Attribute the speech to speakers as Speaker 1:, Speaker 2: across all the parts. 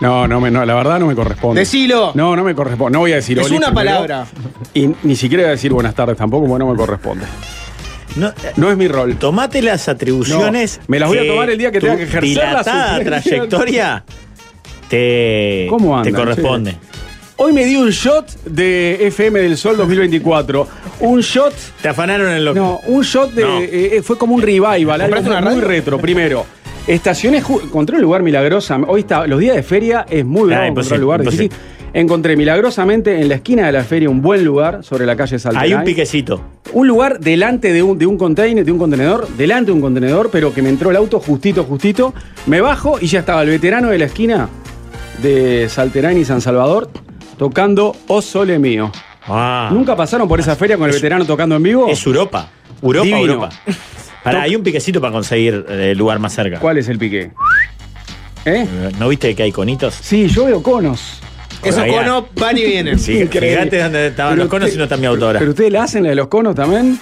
Speaker 1: No, no, me- no, la verdad no me corresponde.
Speaker 2: Decilo.
Speaker 1: No, no me corresponde. No voy a decir
Speaker 2: Es
Speaker 1: Oli
Speaker 2: una
Speaker 1: primero.
Speaker 2: palabra.
Speaker 1: Y ni siquiera voy a decir buenas tardes tampoco, porque no me corresponde.
Speaker 3: No, eh,
Speaker 1: No es mi rol.
Speaker 3: tomate las atribuciones.
Speaker 1: No, me las voy a
Speaker 3: que
Speaker 1: tomar el día que
Speaker 3: tu
Speaker 1: tenga que ejercer la
Speaker 3: dilatada
Speaker 1: supremacía.
Speaker 3: trayectoria te,
Speaker 1: ¿Cómo andan,
Speaker 3: Eh, te corresponde.
Speaker 1: Hoy me di un shot de FM del Sol 2024. Un shot.
Speaker 3: Te afanaron el loco.
Speaker 1: No, un shot de.
Speaker 3: No.
Speaker 1: eh, eh, fue como un revival, algo
Speaker 2: ¿Compraste una
Speaker 1: muy
Speaker 2: radio?
Speaker 1: retro. Primero, estaciones. ju- Encontré un lugar milagrosa. Hoy está. Los días de feria es muy bravo encontrar
Speaker 3: Ah, imposible,
Speaker 1: lugar.
Speaker 3: imposible.
Speaker 1: difícil. Encontré milagrosamente en la esquina de la feria un buen lugar sobre la calle Salta.
Speaker 3: Hay un piquecito.
Speaker 1: Un lugar delante de un, de un container, de un contenedor, delante de un contenedor, pero que me entró el auto justito, justito. Me bajo y ya estaba el veterano de la esquina de Salterán y San Salvador tocando O Sole Mío.
Speaker 3: Ah,
Speaker 1: ¿Nunca pasaron por esa feria con el veterano tocando en vivo?
Speaker 3: Es Europa. Europa,
Speaker 1: Divino.
Speaker 3: Europa. Pará, hay un piquecito para conseguir eh, el lugar más cerca.
Speaker 1: ¿Cuál es el piqué? ¿Eh?
Speaker 3: Eh, ¿No viste que hay conitos?
Speaker 1: Sí, yo veo conos.
Speaker 2: Esos
Speaker 3: Todavía.
Speaker 2: conos van y vienen.
Speaker 3: Sí,
Speaker 1: Increíble.
Speaker 3: fíjate dónde estaban
Speaker 1: Pero
Speaker 3: los conos
Speaker 1: usted-
Speaker 3: y no está mi autora.
Speaker 1: ¿Pero ustedes la hacen la de los conos también?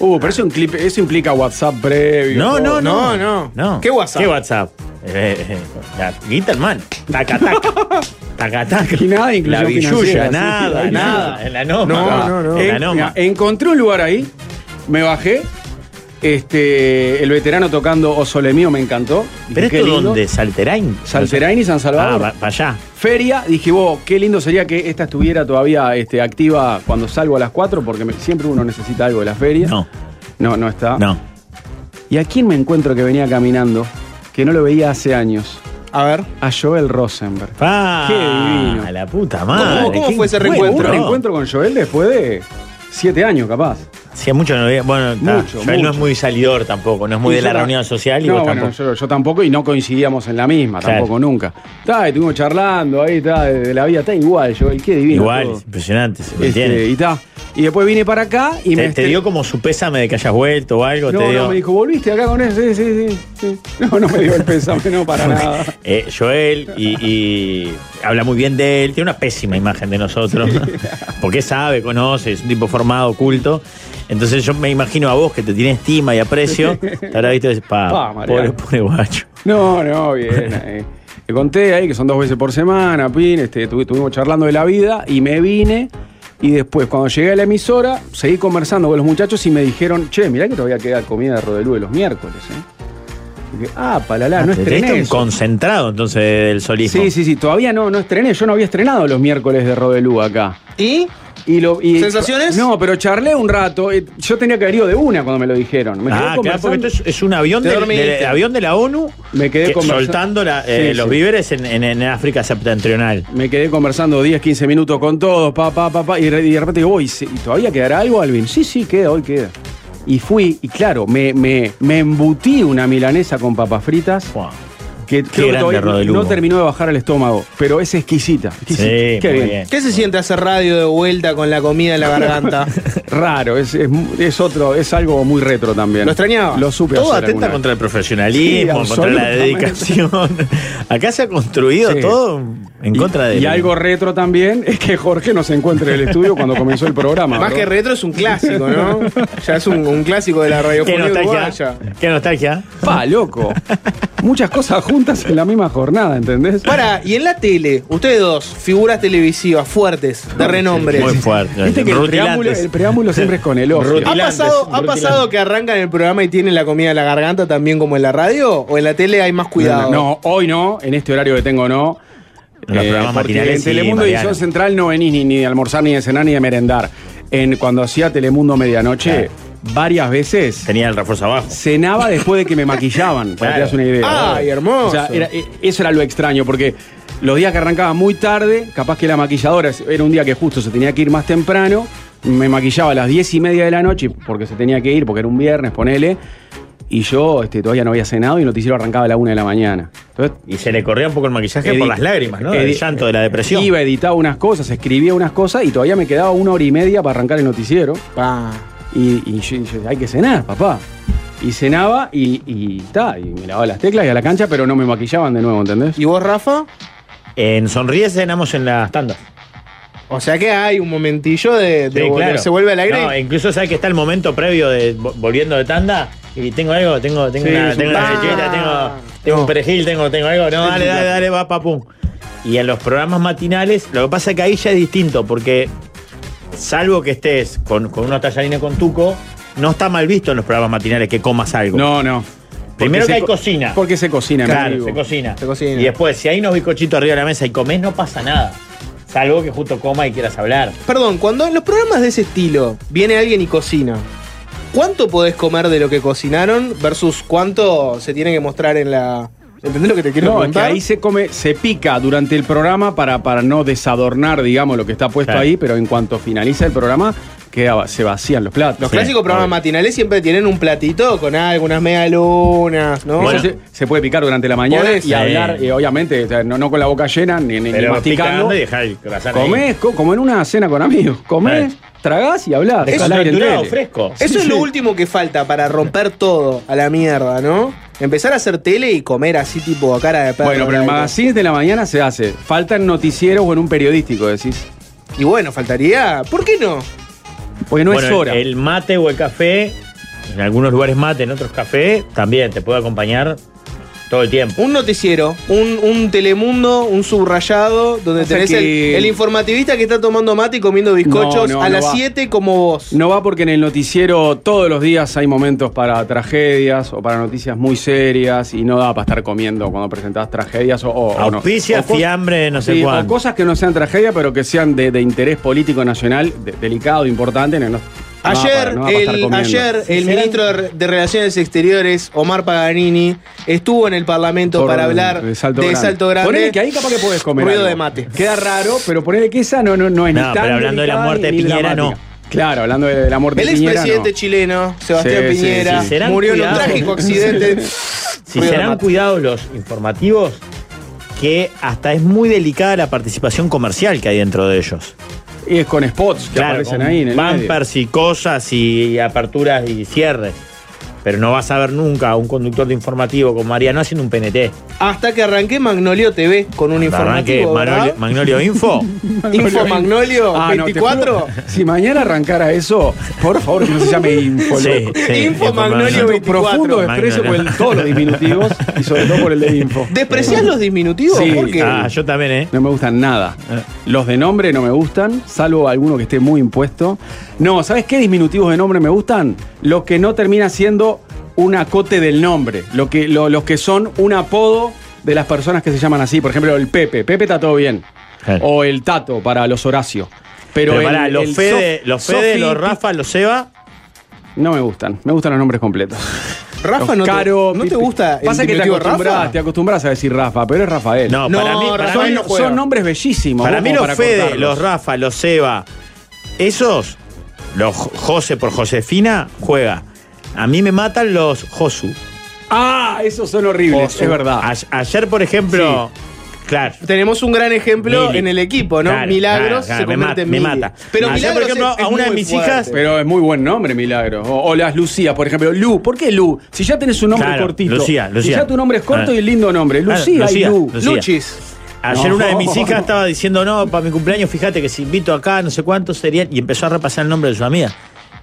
Speaker 1: Uh, pero eso, inclip- eso implica WhatsApp previo.
Speaker 3: No, no, no,
Speaker 2: No, no.
Speaker 3: no.
Speaker 2: ¿Qué WhatsApp?
Speaker 3: ¿Qué WhatsApp? Eh, eh, eh, la Guitarman. Taca, taca. taca, taca.
Speaker 1: Y nada de inclusión financiera,
Speaker 3: La billulla,
Speaker 1: sí,
Speaker 3: nada,
Speaker 1: sí,
Speaker 3: nada.
Speaker 2: nada.
Speaker 3: En la noma.
Speaker 2: No, no, no.
Speaker 3: En la
Speaker 1: En-
Speaker 3: noma.
Speaker 1: mira, encontré un lugar ahí, me bajé. Este, el veterano tocando O Sole Mío me encantó. Dije,
Speaker 3: ¿Pero
Speaker 1: qué
Speaker 3: esto
Speaker 1: lindo.
Speaker 3: dónde? ¿Salterain?
Speaker 1: Salserain y San
Speaker 3: Ah,
Speaker 1: Salvador.
Speaker 3: para allá.
Speaker 1: Feria, dije vos, qué lindo sería que esta estuviera todavía este, activa cuando salgo a las 4, porque me- siempre uno necesita algo de la feria.
Speaker 3: No,
Speaker 1: No, no está.
Speaker 3: no.
Speaker 1: ¿Y a quién me encuentro que venía caminando? Que no lo veía hace años.
Speaker 2: A ver.
Speaker 1: A Joel Rosenberg.
Speaker 3: Ah,
Speaker 1: Qué divino.
Speaker 3: A la puta madre.
Speaker 2: ¿Cómo- cómo
Speaker 3: qué
Speaker 2: fue ese
Speaker 3: encuentro?
Speaker 1: Un
Speaker 2: reencuentro?
Speaker 1: reencuentro con Joel después de siete años, capaz.
Speaker 3: Hacía mucho que no veía. Bueno, está.
Speaker 1: Mucho,
Speaker 3: Joel no
Speaker 1: mucho.
Speaker 3: es muy salidor tampoco, no es muy
Speaker 1: Y
Speaker 3: de la
Speaker 1: yo ta-
Speaker 3: reunión social y
Speaker 1: no,
Speaker 3: vos
Speaker 1: bueno,
Speaker 3: tampoco.
Speaker 1: Yo, yo tampoco y no coincidíamos en la misma,
Speaker 3: Claro.
Speaker 1: tampoco nunca. Está, y estuvimos charlando ahí, está, de de la vida, está igual, yo, qué divino.
Speaker 3: Igual,
Speaker 1: todo.
Speaker 3: es impresionante, se
Speaker 1: Este,
Speaker 3: mantiene.
Speaker 1: y está. Y después vine para acá y me.
Speaker 3: ¿Te, te dio como su pésame de que hayas vuelto o algo?
Speaker 1: no,
Speaker 3: te dio...
Speaker 1: no, me dijo, ¿volviste acá con ese? Sí, sí, sí, sí. No, no me dio el pésame, no, para nada.
Speaker 3: Eh, Joel y, y habla muy bien de él, tiene una pésima imagen de nosotros, porque sabe, conoce, es un tipo formado, culto. Entonces yo me imagino a vos que te tiene estima y aprecio, te habrá visto y decís, pa,
Speaker 1: Pa, Mariano.
Speaker 3: Ah, pobre, pobre guacho.
Speaker 1: No, no, bien. ahí. Le conté ahí que son dos veces por semana, pin, este, tu- estuvimos charlando de la vida y me vine. Y después, cuando llegué a la emisora, seguí conversando con los muchachos y me dijeron, che, mirá que todavía queda comida de Rodelúe los miércoles, ¿eh? Y dije, ah, palalá, no
Speaker 3: Te tenés
Speaker 1: estrené
Speaker 3: un
Speaker 1: eso".
Speaker 3: concentrado entonces del solismo.
Speaker 1: Sí, sí, sí, todavía no, no estrené. Yo no había estrenado los miércoles de Rodelú acá.
Speaker 2: ¿Y?
Speaker 1: Y lo, y-
Speaker 2: ¿Sensaciones?
Speaker 1: No, pero charlé un rato. eh, Yo tenía que haber ido de una cuando me lo dijeron. Me quedé
Speaker 3: Ah, claro,
Speaker 1: conversando-
Speaker 3: porque esto es, es un avión
Speaker 2: Te
Speaker 3: del- del,
Speaker 2: dormiste.
Speaker 3: avión de la ONU
Speaker 1: Me quedé
Speaker 3: que-
Speaker 1: conversa-
Speaker 3: soltando la- eh,
Speaker 1: Sí,
Speaker 3: los
Speaker 1: sí.
Speaker 3: víveres en, en- en África septentrional.
Speaker 1: Me quedé conversando 10, 15 minutos con todos, pa, pa, pa, pa, y re- y de repente digo, "Uy, ¿se- ¿y todavía quedará algo, Alvin? Sí, sí, queda, hoy queda. Y fui, y claro, me, me, me embutí una milanesa con papas fritas,
Speaker 3: Buah.
Speaker 1: que creo que
Speaker 3: grande
Speaker 1: todavía
Speaker 3: Rodelú.
Speaker 1: no terminó de bajar al estómago, pero es exquisita.
Speaker 3: Sí,
Speaker 1: exquisita. Qué
Speaker 3: muy
Speaker 1: bien.
Speaker 3: bien.
Speaker 2: ¿Qué se siente hacer radio de vuelta con la comida en la garganta?
Speaker 1: Raro, es, es, es otro, es algo muy retro también.
Speaker 2: ¿Lo extrañaba?
Speaker 1: Lo supe
Speaker 3: Todo
Speaker 1: hacer
Speaker 3: atenta
Speaker 1: alguna
Speaker 3: contra el profesionalismo,
Speaker 1: Sí,
Speaker 3: contra la
Speaker 1: absolutamente.
Speaker 3: dedicación. Acá se ha construido
Speaker 1: Sí.
Speaker 3: todo en
Speaker 1: vez.
Speaker 3: contra de.
Speaker 1: Y algo retro también es que Jorge nos encuentre en el estudio cuando comenzó el programa.
Speaker 2: Más
Speaker 1: bro.
Speaker 2: que retro es un clásico, ¿no? Ya es un, un clásico de la
Speaker 3: Qué
Speaker 2: radiofonía
Speaker 3: nostalgia.
Speaker 2: uruguaya.
Speaker 3: Qué nostalgia.
Speaker 1: Pa, loco. Muchas cosas juntas en la misma jornada, ¿entendés?
Speaker 2: Para, y en la tele, ustedes dos, figuras televisivas fuertes, de renombre.
Speaker 3: Muy fuerte.
Speaker 1: Viste que el preámbulo,
Speaker 3: Rutilantes.
Speaker 1: el preámbulo siempre es con el ojo.
Speaker 2: ¿Ha pasado, ¿Ha pasado que arrancan el programa y tienen la comida en la garganta también como en la radio? ¿O en la tele hay más cuidado?
Speaker 1: No, hoy no, en este horario que tengo no. Eh,
Speaker 3: En los programas
Speaker 1: porque
Speaker 3: matinales
Speaker 1: en
Speaker 3: sí,
Speaker 1: Telemundo
Speaker 3: Mariano.
Speaker 1: Edición Central no venís ni, ni de almorzar, ni de cenar, ni de merendar. En, cuando hacía Telemundo Medianoche,
Speaker 3: Claro.
Speaker 1: varias veces
Speaker 3: Tenía el refuerzo abajo.
Speaker 1: cenaba después de que me maquillaban, para que te
Speaker 3: Claro.
Speaker 1: das una idea.
Speaker 2: Ay, hermoso.
Speaker 1: O sea, era- e- eso era lo extraño, porque los días que arrancaba muy tarde, capaz que la maquilladora era un día que justo se tenía que ir más temprano, me maquillaba a las diez y media de la noche, porque se tenía que ir, porque era un viernes, ponele, y yo este, todavía no había cenado y el noticiero arrancaba a la una de la mañana. Entonces,
Speaker 3: Y se le corría un poco el maquillaje
Speaker 1: Edith-
Speaker 3: por las lágrimas, ¿no? El
Speaker 1: Edith-
Speaker 3: llanto de la depresión.
Speaker 1: iba, editaba unas cosas, escribía unas cosas y todavía me quedaba una hora y media para arrancar el noticiero.
Speaker 2: Pa.
Speaker 1: Y, y yo, y yo, hay que cenar, papá. Y cenaba y, y ta, y me lavaba las teclas y a la cancha, pero no me maquillaban de nuevo, ¿entendés?
Speaker 2: ¿Y vos, Rafa?
Speaker 3: En Sonríe cenamos en las tandas.
Speaker 2: O sea que hay un momentillo de, de
Speaker 3: Sí,
Speaker 2: volver-
Speaker 3: claro.
Speaker 2: se vuelve al aire.
Speaker 3: No, incluso sabes que está el momento previo de vo- volviendo de tanda y tengo algo, tengo, tengo
Speaker 1: Sí,
Speaker 3: una,
Speaker 1: es
Speaker 3: tengo
Speaker 1: un
Speaker 3: una
Speaker 2: pan.
Speaker 3: lechera, tengo, tengo
Speaker 2: No.
Speaker 3: un perejil, tengo, tengo algo. No, dale, dale, dale, va papum. Y en los programas matinales, lo que pasa es que ahí ya es distinto, porque salvo que estés con, con unos tallarines con tuco, no está mal visto en los programas matinales que comas algo.
Speaker 1: No, no.
Speaker 3: Primero
Speaker 1: Porque
Speaker 3: que
Speaker 1: se
Speaker 3: hay
Speaker 1: co-
Speaker 3: cocina.
Speaker 1: Porque se cocina, en
Speaker 3: Claro,
Speaker 1: vivo.
Speaker 3: se cocina.
Speaker 2: Se cocina.
Speaker 3: Y después, si hay unos bizcochitos arriba de la mesa y comés, no pasa nada. Salvo que justo coma y quieras hablar.
Speaker 2: Perdón, cuando en los programas de ese estilo viene alguien y cocina, ¿cuánto podés comer de lo que cocinaron versus cuánto se tiene que mostrar en la. ¿Entendés lo que te quiero
Speaker 1: No, es que
Speaker 2: preguntar?
Speaker 1: ahí se come, se pica durante el programa para, para no desadornar, digamos, lo que está puesto
Speaker 3: Claro.
Speaker 1: ahí, pero en cuanto finaliza el programa, queda, se vacían los platos.
Speaker 2: Los
Speaker 3: Sí,
Speaker 2: clásicos programas
Speaker 3: obvio.
Speaker 2: matinales siempre tienen un platito con algunas medialunas, ¿no?
Speaker 1: Eso
Speaker 3: Bueno.
Speaker 1: se, se puede picar durante la mañana
Speaker 2: Podés.
Speaker 1: y hablar,
Speaker 3: Sí.
Speaker 1: eh, obviamente, o sea, no, no con la boca llena ni, ni- ni
Speaker 3: Pero
Speaker 1: masticando.
Speaker 3: picando y dejá el croissant ahí.
Speaker 1: Comés, co- como en una cena con amigos. Comés,
Speaker 3: Claro.
Speaker 1: tragás y hablás. al aire en
Speaker 3: Descontracturado,
Speaker 1: tele.
Speaker 3: fresco.
Speaker 2: Eso es lo último que falta para romper todo a la mierda, ¿no? Empezar a hacer tele y comer así tipo a cara de perro.
Speaker 1: Bueno, pero en
Speaker 2: ¿no?
Speaker 1: magazines de la mañana se hace. Falta en noticieros o en un periodístico, decís.
Speaker 2: Y bueno, faltaría. ¿Por qué no?
Speaker 1: Porque no
Speaker 3: Bueno,
Speaker 1: es hora.
Speaker 3: El mate o el café, en algunos lugares mate, en otros café, también te puede acompañar todo el tiempo.
Speaker 2: Un noticiero, un, un telemundo, un subrayado, donde
Speaker 1: O sea
Speaker 2: tenés
Speaker 1: que-
Speaker 2: el, el informativista que está tomando mate y comiendo bizcochos
Speaker 1: No, no,
Speaker 2: a
Speaker 1: no
Speaker 2: las
Speaker 1: va.
Speaker 2: 7 como vos.
Speaker 1: No va porque en el noticiero todos los días hay momentos para tragedias o para noticias muy serias y no da para estar comiendo cuando presentás tragedias o, o- o no.
Speaker 3: Auspicia,
Speaker 1: O co-
Speaker 3: fiambre, no sé
Speaker 1: Sí, o
Speaker 3: cuánto.
Speaker 1: cosas que no sean tragedia pero que sean de, de interés político nacional, de- delicado, importante. No, no- no da para-
Speaker 2: Ayer,
Speaker 1: no da para estar
Speaker 2: el,
Speaker 1: comiendo.
Speaker 2: ayer el ministro de, Re- de Relaciones Exteriores, Omar Paganini, estuvo en el Parlamento
Speaker 1: Por-
Speaker 2: para hablar de Salto Grande.
Speaker 1: Ponele que ahí capaz que podés comer.
Speaker 2: Ruido
Speaker 1: algo.
Speaker 2: de mate.
Speaker 1: Queda raro, pero ponele que esa no, no, no es
Speaker 3: No,
Speaker 1: ni tan
Speaker 3: pero hablando de la
Speaker 1: delicada
Speaker 3: muerte de
Speaker 1: ni
Speaker 3: Piñera, no.
Speaker 1: dramática. Claro, hablando de, de la muerte
Speaker 2: El
Speaker 1: de Piñera.
Speaker 2: expresidente
Speaker 1: no.
Speaker 2: chileno, Sebastián
Speaker 1: Sí, sí,
Speaker 2: Piñera,
Speaker 1: sí.
Speaker 3: Serán
Speaker 2: murió en un
Speaker 3: cuidados.
Speaker 2: trágico accidente.
Speaker 3: Si
Speaker 2: Ruido de
Speaker 3: serán
Speaker 2: mate.
Speaker 3: cuidados los informativos, que hasta es muy delicada la participación comercial que hay dentro de ellos.
Speaker 1: Y es con spots que aparecen
Speaker 3: con
Speaker 1: ahí en el medio.
Speaker 3: bumpers y cosas y aperturas y cierres. Pero no vas a ver nunca a un conductor de informativo como Mariano haciendo un PNT.
Speaker 2: Hasta que arranqué Magnolio TV con un
Speaker 3: Arranque
Speaker 2: informativo.
Speaker 3: Magnolio,
Speaker 2: ¿verdad?
Speaker 3: Magnolio Info.
Speaker 2: Info Magnolio
Speaker 1: Ah, no, te
Speaker 2: 24.
Speaker 1: juro, si mañana arrancara eso, por favor, que no se llame Info.
Speaker 3: Sí,
Speaker 1: loco.
Speaker 3: sí,
Speaker 2: Info Magnolio
Speaker 1: Siento
Speaker 2: 24.
Speaker 1: Profundo desprecio por el- todos los diminutivos y sobre todo por el de Info.
Speaker 2: ¿Despreciás los diminutivos?
Speaker 1: Sí.
Speaker 2: ¿Por qué?
Speaker 3: Ah, yo también, ¿eh?
Speaker 1: No me gustan nada. Los de nombre no me gustan, salvo alguno que esté muy impuesto. No, ¿sabes qué disminutivos de nombre me gustan? Los que no termina siendo un acote del nombre. Lo que, lo- los que son un apodo de las personas que se llaman así. Por ejemplo, el Pepe. Pepe está todo bien.
Speaker 3: Claro.
Speaker 1: O el Tato para los Horacio. Pero,
Speaker 3: Eh. Pero,
Speaker 1: el-
Speaker 3: pará, los
Speaker 1: el
Speaker 3: Fede,
Speaker 1: Sof-
Speaker 3: los, Fede,
Speaker 1: Sofi-
Speaker 3: los Rafa, los Seba.
Speaker 1: No me gustan. Me gustan los nombres completos.
Speaker 2: Rafa,
Speaker 1: Los
Speaker 2: no,
Speaker 1: Caro,
Speaker 2: te, ¿no
Speaker 1: Pipi.
Speaker 2: te gusta el
Speaker 1: Pasa que te
Speaker 2: diminutivo
Speaker 1: acostumbras,
Speaker 2: Rafa?
Speaker 1: te acostumbras a decir Rafa, pero es Rafael.
Speaker 3: No,
Speaker 2: No,
Speaker 3: para mí, para
Speaker 2: Rafael
Speaker 3: mí-
Speaker 2: no juega.
Speaker 1: son nombres bellísimos.
Speaker 3: para
Speaker 1: vos,
Speaker 3: mí
Speaker 1: como
Speaker 3: los Fede,
Speaker 1: cortarlos.
Speaker 3: los Rafa, los Seba, esos, los Jo- José por Josefina, juega. A mí me matan los Josu.
Speaker 1: Ah, esos son horribles,
Speaker 3: Josu.
Speaker 1: es verdad.
Speaker 3: A- ayer, por ejemplo, claro.
Speaker 2: Tenemos un gran ejemplo
Speaker 3: Mili.
Speaker 2: en el equipo, ¿no?
Speaker 3: Claro, claro,
Speaker 2: Milagros
Speaker 3: claro,
Speaker 2: se
Speaker 3: me
Speaker 2: convierte
Speaker 3: mata,
Speaker 2: en
Speaker 3: me
Speaker 2: Mili.
Speaker 3: mata.
Speaker 2: Pero
Speaker 1: Ah,
Speaker 3: Ayer,
Speaker 2: Milagros
Speaker 3: por ejemplo,
Speaker 2: es- es
Speaker 3: a una de
Speaker 2: muy
Speaker 3: mis
Speaker 2: fuerte.
Speaker 3: hijas-
Speaker 1: Pero es muy buen nombre, Milagro. O, o las Lucías, por ejemplo. Lu, ¿por qué Lu? Si ya tenés un nombre
Speaker 3: Claro,
Speaker 1: cortito.
Speaker 3: Lucía, Lucía.
Speaker 1: Si ya tu nombre es corto
Speaker 3: Ah.
Speaker 1: y lindo nombre.
Speaker 3: Claro,
Speaker 1: Lucía,
Speaker 3: Lucía,
Speaker 1: y Lu.
Speaker 3: Lucía.
Speaker 2: Luchis.
Speaker 3: Ayer
Speaker 1: No.
Speaker 3: una de mis hijas estaba diciendo, no, para mi cumpleaños, fíjate que si invito acá, no sé cuánto serían. Y empezó a repasar el nombre de su amiga.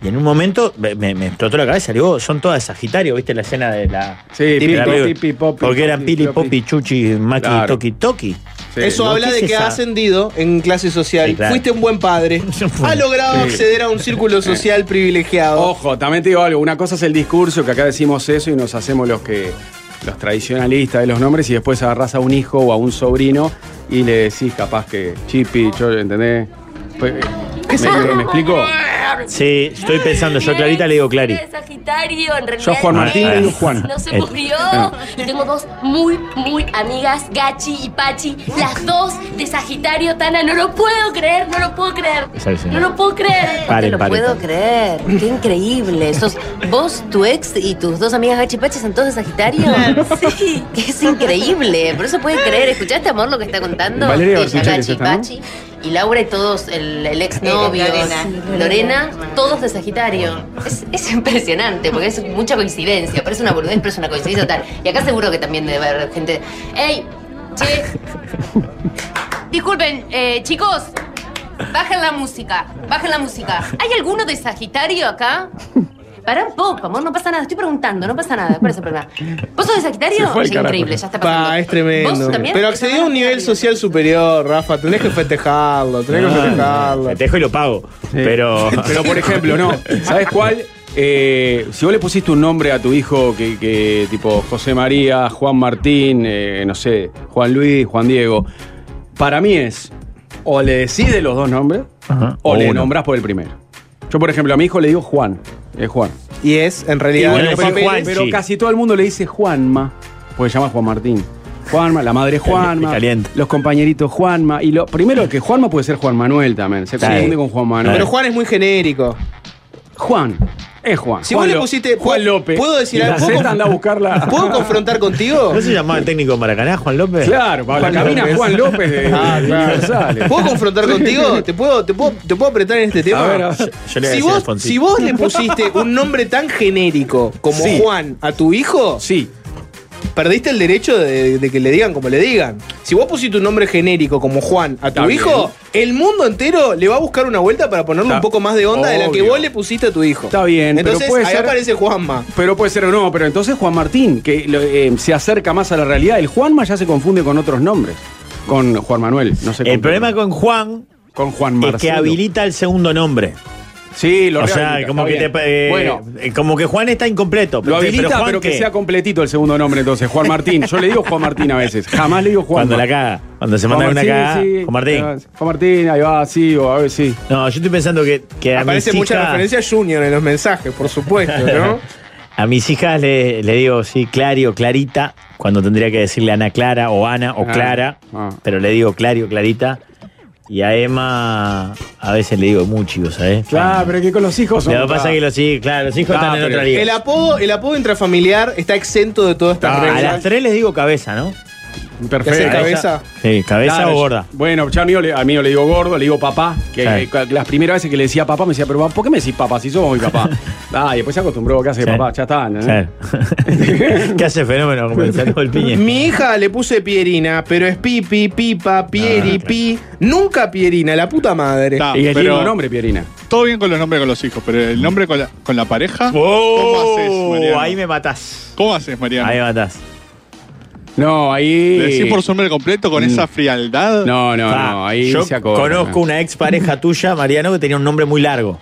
Speaker 3: Y en un momento me, me, me explotó la cabeza. Le digo, "Oh, son todas Sagitario, ¿viste la escena de la.
Speaker 1: Sí,
Speaker 3: de la
Speaker 1: Pipi,
Speaker 3: película?
Speaker 1: Pipi, Popi,
Speaker 3: Porque eran
Speaker 1: Popi,
Speaker 3: Pili,
Speaker 1: Popi.
Speaker 3: Popi, Chuchi, Maki,
Speaker 1: Claro.
Speaker 3: Toki, Toki.
Speaker 1: Sí,
Speaker 2: Eso
Speaker 1: no,
Speaker 2: habla
Speaker 3: ¿qué
Speaker 2: de
Speaker 3: es
Speaker 2: que
Speaker 3: esa?
Speaker 2: ha ascendido en clase social.
Speaker 3: Sí, claro.
Speaker 2: Fuiste un buen padre. ha logrado
Speaker 1: Sí.
Speaker 2: acceder a un círculo social privilegiado.
Speaker 1: Ojo, también te digo algo. Una cosa es el discurso, que acá decimos eso y nos hacemos los que los tradicionalistas de los nombres y después agarrás a un hijo o a un sobrino y le decís capaz que Chipi, yo, ¿entendés? Fue-
Speaker 2: ¿Qué
Speaker 1: ¿Me,
Speaker 2: sé yo?
Speaker 1: me explico?
Speaker 3: Sí, estoy pensando, yo Clarita le digo Clary.
Speaker 4: De Sagitario, en realidad.
Speaker 1: Yo a Juan
Speaker 4: no
Speaker 1: Martín
Speaker 4: es,
Speaker 1: le digo Juan.
Speaker 4: No se
Speaker 3: Eh.
Speaker 4: murió.
Speaker 1: Ah.
Speaker 4: Y tengo dos muy, muy amigas, Gachi y Pachi. Las dos de Sagitario, Tana. No lo puedo creer, no lo puedo creer.
Speaker 3: Sí, sí.
Speaker 4: No lo puedo creer.
Speaker 3: Paren,
Speaker 5: te lo
Speaker 3: paren,
Speaker 5: puedo
Speaker 3: paren.
Speaker 5: creer. Qué increíble. Sos vos, tu ex y tus dos amigas gachipaches son todos de Sagitario. Sí. Es increíble. Por eso puedes creer. ¿Escuchaste, amor, lo que está contando?
Speaker 1: Valeria
Speaker 5: Ella,
Speaker 1: Bertuccelli es
Speaker 5: Gachi,
Speaker 1: esta, ¿no?
Speaker 5: Pachi. Y Laura y todos, el, el exnovio,
Speaker 4: Lorena.
Speaker 5: Lorena. Lorena, todos de Sagitario. Es, es impresionante, porque es mucha coincidencia. Parece una boludez, pero es una coincidencia total. Y acá seguro que también debe haber gente.
Speaker 4: Ey, che. Disculpen, eh, chicos. Bajen la música, bajen la música. ¿Hay alguno de Sagitario acá?
Speaker 5: Pará un poco, amor, no pasa nada. Estoy preguntando, no pasa nada. ¿Cuál es el problema? ¿Vos sos de Sagitario?
Speaker 1: Se fue el
Speaker 5: Es
Speaker 1: carajo.
Speaker 5: increíble, ya está pasando.
Speaker 2: Pa, es tremendo.
Speaker 5: ¿Vos también?
Speaker 2: Pero accedió a un nivel social superior, Rafa. Tenés que festejarlo, tenés que
Speaker 3: Ah,
Speaker 2: festejarlo.
Speaker 3: Te dejo y lo pago. Pero.
Speaker 1: Pero por ejemplo, no. ¿Sabes cuál? Eh, si vos le pusiste un nombre a tu hijo que, que tipo José María, Juan Martín, eh, no sé, Juan Luis, Juan Diego, para mí es o le decís de los dos nombres
Speaker 3: Ajá.
Speaker 1: o,
Speaker 3: O
Speaker 1: le
Speaker 3: uno.
Speaker 1: nombrás por el primero. Yo, por ejemplo, a mi hijo le digo Juan. Es Juan.
Speaker 2: Y es, en
Speaker 1: Y
Speaker 2: realidad,
Speaker 1: bueno,
Speaker 3: le
Speaker 2: los
Speaker 3: decís
Speaker 1: pero,
Speaker 2: papeles-
Speaker 3: Juan.
Speaker 1: pero
Speaker 3: sí.
Speaker 1: casi todo el mundo le dice Juanma, porque se llama Juan Martín. Juanma, la madre Juanma,
Speaker 3: calienta.
Speaker 1: los compañeritos Juanma. Y lo primero que Juanma puede ser Juan Manuel también. Se
Speaker 3: Sí.
Speaker 1: confunde con Juan Manuel.
Speaker 2: pero Juan es muy genérico.
Speaker 1: Juan. Es Juan.
Speaker 2: Si
Speaker 1: Juan
Speaker 2: vos le
Speaker 1: Lo-
Speaker 2: pusiste-
Speaker 1: Juan
Speaker 2: ¿puedo-
Speaker 1: López.
Speaker 2: puedo
Speaker 1: Y
Speaker 2: decir
Speaker 1: la
Speaker 2: algo? ¿Puedo
Speaker 1: Z
Speaker 2: con-
Speaker 1: anda a buscarla.
Speaker 2: ¿Puedo confrontar contigo?
Speaker 3: ¿No se llamaba el técnico de Maracaná, Juan López?
Speaker 1: Claro, Pablo.
Speaker 2: Juan
Speaker 1: camina
Speaker 2: López.
Speaker 1: Juan López de,
Speaker 2: Ah,
Speaker 1: de
Speaker 2: claro.
Speaker 1: Universales.
Speaker 2: ¿Puedo confrontar contigo? ¿Te puedo, te, puedo, ¿Te puedo apretar en este tema?
Speaker 1: A ver, a ver.
Speaker 3: Yo le voy a
Speaker 2: si,
Speaker 3: decir a
Speaker 2: vos,
Speaker 3: Alfonsín.
Speaker 2: si vos le pusiste un nombre tan genérico como
Speaker 1: Sí.
Speaker 2: Juan a tu hijo,
Speaker 1: Sí.
Speaker 2: perdiste el derecho de, de que le digan como le digan. Si vos pusiste un nombre genérico como Juan a tu
Speaker 1: Está
Speaker 2: hijo, el mundo entero le va a buscar una vuelta para ponerle
Speaker 1: Está-
Speaker 2: un poco más de onda de la que
Speaker 1: obvio.
Speaker 2: vos le pusiste a tu hijo.
Speaker 1: Está bien, pero
Speaker 2: Entonces,
Speaker 1: puede
Speaker 2: ahí
Speaker 1: ser-
Speaker 2: aparece Juanma.
Speaker 1: Pero puede ser o no, pero entonces Juan Martín, que lo- eh, se acerca más a la realidad. El Juanma ya se confunde con otros nombres. Con Juan Manuel, no sé
Speaker 3: El problema con Juan
Speaker 1: con Juan
Speaker 3: es que
Speaker 1: Marcelo.
Speaker 3: habilita el segundo nombre.
Speaker 1: Sí, lo
Speaker 3: o sea,
Speaker 1: rehabilita,
Speaker 3: como que,
Speaker 1: está
Speaker 3: te,
Speaker 1: bien.
Speaker 3: eh,
Speaker 1: Bueno,
Speaker 3: eh, como que Juan está incompleto.
Speaker 1: lo habilita, pero,
Speaker 3: Juan,
Speaker 1: que
Speaker 3: ¿qué?
Speaker 1: sea completito el segundo nombre entonces. Juan Martín. Yo le digo Juan Martín a veces. Jamás le digo Juan.
Speaker 3: Cuando la caga, cuando se manda una cagada. Juan Martín.
Speaker 1: Juan Martín, ahí va, sí, o a ver, sí.
Speaker 3: No, yo estoy pensando que, que a
Speaker 2: Aparece
Speaker 3: mis
Speaker 2: mucha
Speaker 3: hijas-
Speaker 2: referencia a Junior ¿eh? en los mensajes, por supuesto, ¿no?
Speaker 3: A mis hijas le, le digo, sí, Clario, Clarita, cuando tendría que decirle Ana Clara o Ana o
Speaker 1: Ah,
Speaker 3: Clara,
Speaker 1: ah.
Speaker 3: pero le digo Clario, Clarita. Y a Emma a veces le digo mucho, ¿sabes?
Speaker 1: Claro, pero que con los hijos.
Speaker 3: Lo que
Speaker 1: son-
Speaker 3: pasa es que los hijos, claro, los hijos
Speaker 1: Ah,
Speaker 3: están en
Speaker 1: pero
Speaker 3: otra
Speaker 2: el,
Speaker 3: liga.
Speaker 2: apodo, el apodo intrafamiliar está exento de todas estas
Speaker 1: Ah,
Speaker 3: A
Speaker 2: reglas.
Speaker 3: las tres les digo cabeza, ¿no?
Speaker 2: ¿Te hace
Speaker 1: Perfecto.
Speaker 2: cabeza?
Speaker 3: Sí, cabeza
Speaker 1: Claro,
Speaker 3: o gorda.
Speaker 1: Bueno, yo a mí, le- a mí yo le digo gordo, le digo papá. Que
Speaker 3: Sí.
Speaker 1: que las primeras veces que le decía papá me decía, pero ¿por qué me decís papá si somos mi papá? ah, y después se acostumbró, ¿qué hace
Speaker 3: Sí.
Speaker 1: papá? Ya está. ¿no?
Speaker 3: Claro. ¿Qué hace fenómeno como el saludo del piñe?
Speaker 2: Mi hija le puse Pierina, pero es Pipi,
Speaker 6: Ah,
Speaker 2: Pipa, Pieri, Pi. Nunca Pierina, la puta madre.
Speaker 6: Está,
Speaker 1: Y el
Speaker 6: pero
Speaker 1: lindo nombre, Pierina.
Speaker 6: Todo bien con los nombres con los hijos, pero el nombre con la, con la pareja. ¿Cómo haces,
Speaker 3: Oh,
Speaker 6: Mariano?
Speaker 3: ahí me matás.
Speaker 6: ¿Cómo haces, Mariano?
Speaker 3: Ahí me matás.
Speaker 1: No, ahí.
Speaker 6: ¿Le decís por su nombre completo con esa frialdad?
Speaker 1: Mm. No, no,
Speaker 3: Ah,
Speaker 1: no. Ahí
Speaker 3: yo
Speaker 1: se acorta.
Speaker 3: conozco una ex pareja tuya, Mariano, que tenía un nombre muy largo.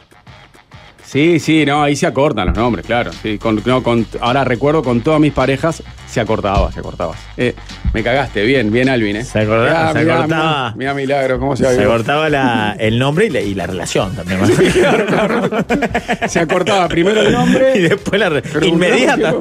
Speaker 1: Sí, sí, no, ahí se acortan los nombres, claro. Sí, con- no, con- ahora recuerdo con todas mis parejas, se acortaba, se acortaba. Eh, me cagaste, bien, bien Alvin, ¿eh?
Speaker 3: Se acordaba, se
Speaker 1: mirá,
Speaker 3: acortaba.
Speaker 1: mirá, mirá, milagro, ¿cómo se
Speaker 3: Se
Speaker 1: avivó?
Speaker 3: cortaba la- el nombre y la, y la relación también. ¿no?
Speaker 1: Se acortaba primero el nombre.
Speaker 3: y después la re-
Speaker 1: Pero un
Speaker 3: inmediata.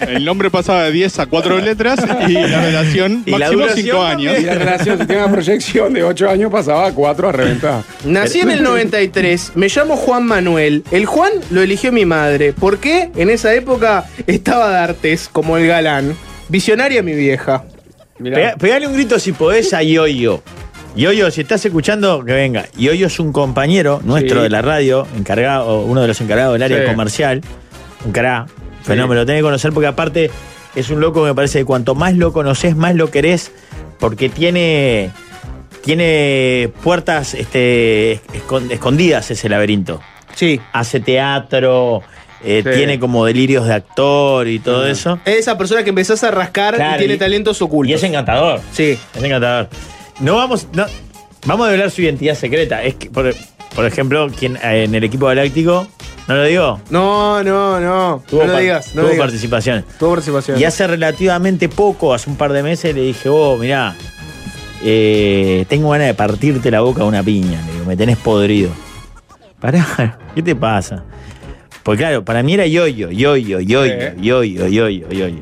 Speaker 6: El nombre pasaba de 10 a 4 letras y la relación
Speaker 3: Y la
Speaker 6: máximo
Speaker 3: duración
Speaker 6: 5 años.
Speaker 1: Y la relación, si tenía una proyección de 8 años, pasaba a 4 a reventar.
Speaker 2: Nací en el 93, me llamo Juan Manuel. El Juan lo eligió mi madre. ¿Por qué? En esa época estaba D'Artes como el galán. Visionaria mi vieja.
Speaker 1: Mirá.
Speaker 3: Pega- Pegale un grito si podés a Yoyo. Yoyo, si estás escuchando, que venga. Yoyo es un compañero nuestro
Speaker 1: Sí.
Speaker 3: de la radio, encargado, uno de los encargados del área
Speaker 1: Sí.
Speaker 3: comercial. Un cará, fenómeno. Tenés que conocer porque aparte es un loco que me parece que cuanto más lo conoces, más lo querés, porque tiene. Tiene puertas este, escon- escondidas ese laberinto.
Speaker 2: Sí.
Speaker 3: hace teatro, eh,
Speaker 1: Sí.
Speaker 3: tiene como delirios de actor y todo eso.
Speaker 2: Es esa persona que empezás a rascar
Speaker 3: Claro,
Speaker 2: y tiene
Speaker 3: y-
Speaker 2: talentos
Speaker 3: Y
Speaker 2: ocultos.
Speaker 3: es encantador.
Speaker 2: Sí.
Speaker 3: Es encantador. No vamos. No, vamos a revelar su identidad secreta. Es que, por, por ejemplo, quien eh, en el equipo galáctico, no lo digo.
Speaker 2: No, no, no.
Speaker 3: Tuvo,
Speaker 2: no lo
Speaker 3: par-
Speaker 2: digas. No
Speaker 3: tuvo
Speaker 2: lo digas.
Speaker 3: participación.
Speaker 2: Tuvo participación.
Speaker 3: Y hace relativamente poco, hace un par de meses, le dije, oh, mirá, eh, tengo ganas de partirte la boca a una piña. Le digo, me tenés podrido. Pará, ¿qué te pasa? Pues claro, para mí era yoyo, yoyo, yoyo,
Speaker 1: Sí.
Speaker 3: yoyo, yoyo, yoyo.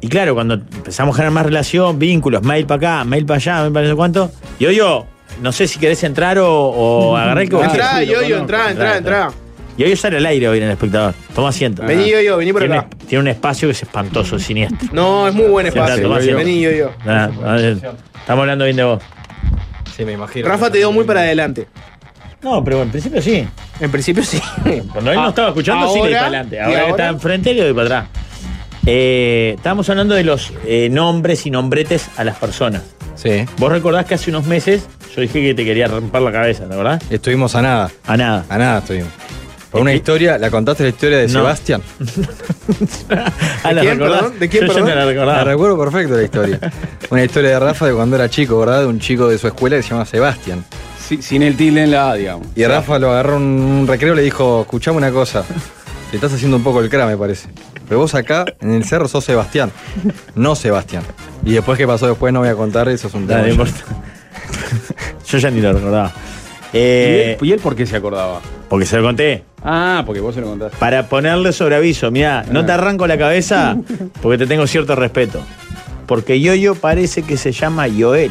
Speaker 3: Y claro, cuando empezamos a generar más relación, vínculos, mail para acá, mail para allá, mail para no sé cuánto, yoyo, no sé si querés entrar o, o agarrar el que vos quieras.
Speaker 2: Entrá,
Speaker 1: Sí, lo
Speaker 2: yo, yo,
Speaker 1: conozco.
Speaker 2: entrá, entrá,
Speaker 3: Entrá,
Speaker 2: entrá.
Speaker 3: Yoyo sale al aire hoy en el espectador. Toma asiento. Ah.
Speaker 2: Vení, yo, yo, vení por
Speaker 3: Tiene
Speaker 2: acá.
Speaker 3: un- tiene un espacio que es espantoso, siniestro.
Speaker 2: No, es muy buen
Speaker 3: Sentate,
Speaker 2: espacio.
Speaker 3: toma asiento.
Speaker 2: Vení, yo, yo.
Speaker 3: Nah, a ver, estamos hablando bien de vos.
Speaker 7: Sí, me imagino.
Speaker 2: Rafa te dio muy para adelante.
Speaker 3: No, pero en principio sí.
Speaker 2: En principio sí.
Speaker 3: Cuando él no
Speaker 2: Ah,
Speaker 3: estaba escuchando, sí le di
Speaker 2: ahora,
Speaker 3: para adelante.
Speaker 2: ¿y
Speaker 3: Ahora, que
Speaker 2: ahora?
Speaker 3: está enfrente, le doy para atrás. Eh, estábamos hablando de los eh, nombres y nombretes a las personas.
Speaker 7: Sí.
Speaker 3: Vos recordás que hace unos meses yo dije que te quería romper la cabeza, ¿te acordás?
Speaker 7: Estuvimos a nada.
Speaker 3: A nada.
Speaker 7: A nada estuvimos. Por una historia, ¿la contaste la historia de
Speaker 3: No.
Speaker 7: Sebastián?
Speaker 3: Ah, la
Speaker 2: quién,
Speaker 3: recordás?
Speaker 2: perdón? ¿De quién,
Speaker 3: Yo ya me la
Speaker 7: La
Speaker 2: perdón?
Speaker 3: recordaba.
Speaker 7: recuerdo perfecto la historia. Una historia de Rafa de cuando era chico, ¿verdad? De un chico de su escuela que se llama Sebastián.
Speaker 1: Si- sin el tilde en la A, digamos.
Speaker 7: Y Rafa lo agarró en un recreo y le dijo, escuchame una cosa, le estás haciendo un poco el cra, me parece. Pero vos acá, en el cerro, sos Sebastián, no Sebastián. Y después qué pasó después no voy a contar, eso es un tema.
Speaker 3: Dale, no importa. Yo ya ni lo recordaba. Eh,
Speaker 1: ¿Y, él, ¿Y él por qué se acordaba?
Speaker 3: porque se lo conté.
Speaker 1: Ah, porque vos se lo contaste. Ah.
Speaker 3: Para ponerle sobre aviso, mira, no te arranco la cabeza porque te tengo cierto respeto. Porque Yoyo parece que se llama Yoel.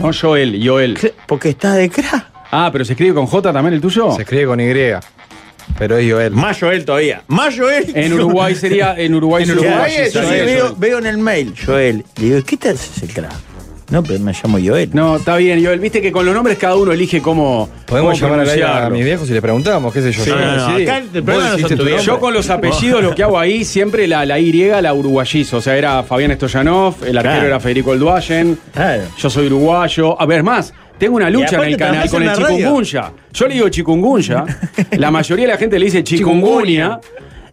Speaker 1: No Joel, Joel.
Speaker 3: Porque está de cra.
Speaker 1: Ah, pero se escribe con J también el tuyo.
Speaker 7: Se escribe con Y, pero es Joel.
Speaker 3: Más Joel todavía. Más Joel.
Speaker 1: En Uruguay sería. En Uruguay,
Speaker 2: En
Speaker 1: se-
Speaker 2: Uruguay
Speaker 1: sí,
Speaker 2: es
Speaker 1: sí,
Speaker 3: Yo
Speaker 2: Joel,
Speaker 1: sí,
Speaker 3: veo,
Speaker 1: Joel.
Speaker 3: veo en el mail, Joel. Le digo, ¿qué te haces el cra? No, pero me llamo Joel.
Speaker 1: No, está bien, Joel. Viste que con los nombres cada uno elige cómo.
Speaker 7: Podemos
Speaker 1: cómo
Speaker 7: llamar a, la, a
Speaker 1: pronunciarlo.
Speaker 7: mis viejos y le preguntamos, qué sé yo.
Speaker 3: Sí, no, no, acá el problema no son
Speaker 7: hiciste
Speaker 3: tu
Speaker 7: tu
Speaker 3: nombre.
Speaker 1: Yo con los apellidos lo que hago ahí siempre la, la Y la uruguayizo. O sea, era Fabián Estoyanov, el arquero
Speaker 3: Claro.
Speaker 1: era Federico Elduayen,
Speaker 3: Claro.
Speaker 1: yo soy uruguayo. A ver, más, tengo una lucha en
Speaker 3: aparte
Speaker 1: el canal
Speaker 3: trabajás
Speaker 1: con
Speaker 3: en
Speaker 1: el
Speaker 3: la radio.
Speaker 1: chikungunya. Yo le digo chikungunya, la mayoría de la gente le dice chikungunya.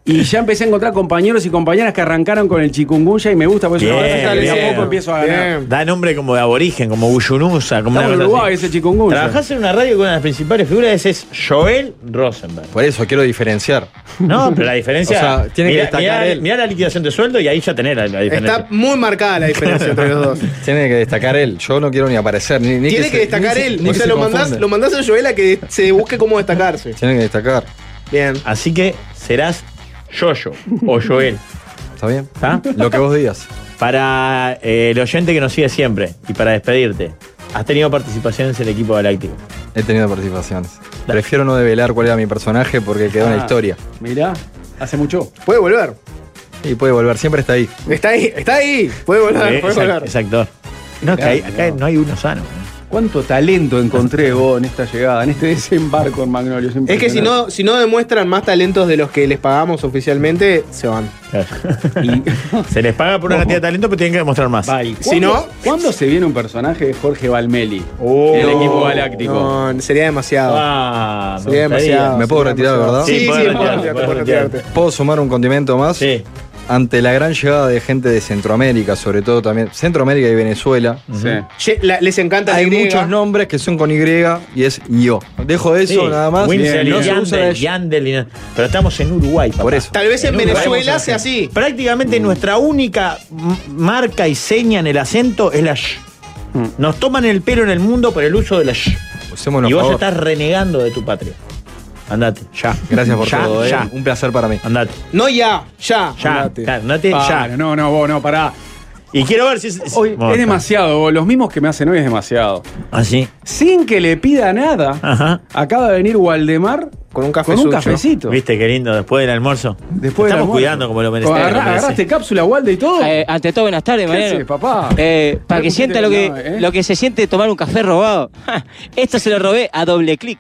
Speaker 1: Y ya empecé a encontrar compañeros y compañeras que arrancaron con el chikungunya y me gusta, por eso
Speaker 3: Bien,
Speaker 1: ahora ya de a
Speaker 3: bien.
Speaker 1: poco empiezo a ganar.
Speaker 2: Bien.
Speaker 3: Da nombre como de aborigen, como Guyunusa, como
Speaker 1: Estamos en
Speaker 3: una cosa
Speaker 1: Uruguay,
Speaker 3: así.
Speaker 1: ese chikungunya.
Speaker 3: Trabajás en una radio con las principales figuras, ese es Joel Rosenberg.
Speaker 7: Por eso quiero diferenciar.
Speaker 3: No, pero la diferencia.
Speaker 7: O sea, tiene que
Speaker 3: mirá,
Speaker 7: destacar
Speaker 3: mirá-
Speaker 7: él.
Speaker 3: mirá la liquidación de sueldo y ahí ya tenés la, la diferencia.
Speaker 2: Está muy marcada la diferencia entre los dos.
Speaker 7: Tiene que destacar él. Yo no quiero ni aparecer. Ni, ni
Speaker 2: Tiene que
Speaker 7: se-
Speaker 2: destacar
Speaker 7: ni se-
Speaker 2: él.
Speaker 7: ni
Speaker 2: O
Speaker 7: que
Speaker 2: sea,
Speaker 7: se
Speaker 2: lo mandás,
Speaker 7: confundan.
Speaker 2: lo mandás a Joel a que se busque cómo destacarse.
Speaker 7: Tiene que destacar.
Speaker 2: Bien.
Speaker 3: Así que serás Yoyo o Joel.
Speaker 7: ¿Está bien?
Speaker 3: ¿Está?
Speaker 7: Lo que vos digas.
Speaker 3: Para eh, el oyente que nos sigue siempre y para despedirte, has tenido participaciones en el equipo galáctico.
Speaker 7: He tenido participaciones. Prefiero no develar cuál era mi personaje porque quedó en la
Speaker 1: Ah,
Speaker 7: historia.
Speaker 1: Mirá, hace mucho.
Speaker 2: Puede volver.
Speaker 7: Y puede volver, siempre está ahí.
Speaker 2: Está ahí, está ahí. Puede volver,
Speaker 3: Eh,
Speaker 2: puede
Speaker 3: exact-
Speaker 2: volver.
Speaker 3: exacto. No, que ahí- acá no hay uno sano. ¿eh?
Speaker 1: ¿Cuánto talento encontré vos en esta llegada, en este desembarco en Magnolio?
Speaker 2: Es que si
Speaker 1: impresionante.
Speaker 2: no, si no demuestran más talentos de los que les pagamos oficialmente, se van.
Speaker 3: Se les paga por una cantidad de talento, pero tienen que demostrar más.
Speaker 1: Bye.
Speaker 2: Si
Speaker 1: ¿Cuándo-
Speaker 2: no-
Speaker 1: ¿Cuándo se viene un personaje de Jorge Valmeli?
Speaker 3: Oh.
Speaker 1: el equipo galáctico.
Speaker 2: No, sería demasiado.
Speaker 3: Ah, me
Speaker 2: sería
Speaker 3: gustaría.
Speaker 2: demasiado.
Speaker 7: ¿Me puedo
Speaker 2: sería
Speaker 7: retirar,
Speaker 2: demasiado.
Speaker 7: verdad?
Speaker 2: Sí, sí,
Speaker 3: Sí, puedes
Speaker 2: puedes
Speaker 3: retirarte,
Speaker 2: retirarte, puedes
Speaker 3: puedes
Speaker 2: retirarte.
Speaker 7: ¿Puedo sumar un condimento más?
Speaker 3: Sí.
Speaker 7: Ante la gran llegada de gente de Centroamérica, sobre todo también Centroamérica y Venezuela,
Speaker 1: Sí.
Speaker 2: Che, la- les encanta
Speaker 7: hay
Speaker 2: la griega.
Speaker 7: muchos nombres que son con Y y es yo. Dejo eso
Speaker 3: Sí.
Speaker 7: nada más.
Speaker 3: Windsor
Speaker 7: Bien,
Speaker 3: y
Speaker 7: no se usa
Speaker 3: Yandel,
Speaker 7: la-
Speaker 3: Yandel y na- Pero estamos en Uruguay, papá.
Speaker 7: Por eso.
Speaker 2: Tal vez en
Speaker 3: Uruguay
Speaker 2: Venezuela
Speaker 3: vamos a
Speaker 2: sea
Speaker 3: hacer.
Speaker 2: así.
Speaker 7: Mm.
Speaker 3: Prácticamente nuestra única m- marca y seña en el acento es la sh.
Speaker 7: Mm.
Speaker 3: Nos toman el pelo en el mundo por el uso de la sh.
Speaker 7: Usémonos,
Speaker 3: y vos
Speaker 7: por favor.
Speaker 3: estás renegando de tu patria. Andate, ya.
Speaker 7: Gracias por
Speaker 3: Ya,
Speaker 7: todo. eh.
Speaker 3: Ya.
Speaker 7: Un placer para mí.
Speaker 3: Andate,
Speaker 2: No ya, ya.
Speaker 3: ya.
Speaker 2: Andate.
Speaker 3: Andate,
Speaker 1: Para,
Speaker 3: ya.
Speaker 1: Ah, no, no, vos no, pará.
Speaker 3: Y quiero ver si es.
Speaker 1: Hoy
Speaker 3: Bueno,
Speaker 1: es demasiado, vos, los mismos que me hacen hoy es demasiado.
Speaker 3: Así.
Speaker 1: Sin que le pida nada,
Speaker 3: ¿Ah, Ajá.
Speaker 1: acaba de venir Waldemar
Speaker 2: Con un
Speaker 1: con un
Speaker 2: cafezucho.
Speaker 1: cafecito.
Speaker 3: ¿Viste qué lindo? Después del almuerzo.
Speaker 1: Después del
Speaker 3: Estamos
Speaker 1: almuerzo.
Speaker 3: cuidando como lo menester,
Speaker 1: Agarra-
Speaker 3: me parece.
Speaker 1: agarraste cápsula, Walde y todo.
Speaker 8: Eh, ante todo, buenas tardes,
Speaker 1: ¿Qué haces,
Speaker 8: Mariano.
Speaker 1: papá?
Speaker 8: Eh, para
Speaker 1: Creo que
Speaker 8: que sienta lo
Speaker 1: usted
Speaker 8: que,
Speaker 1: no, ¿eh?
Speaker 8: lo que se siente tomar un café robado. Ja, Esto se lo robé a doble clic.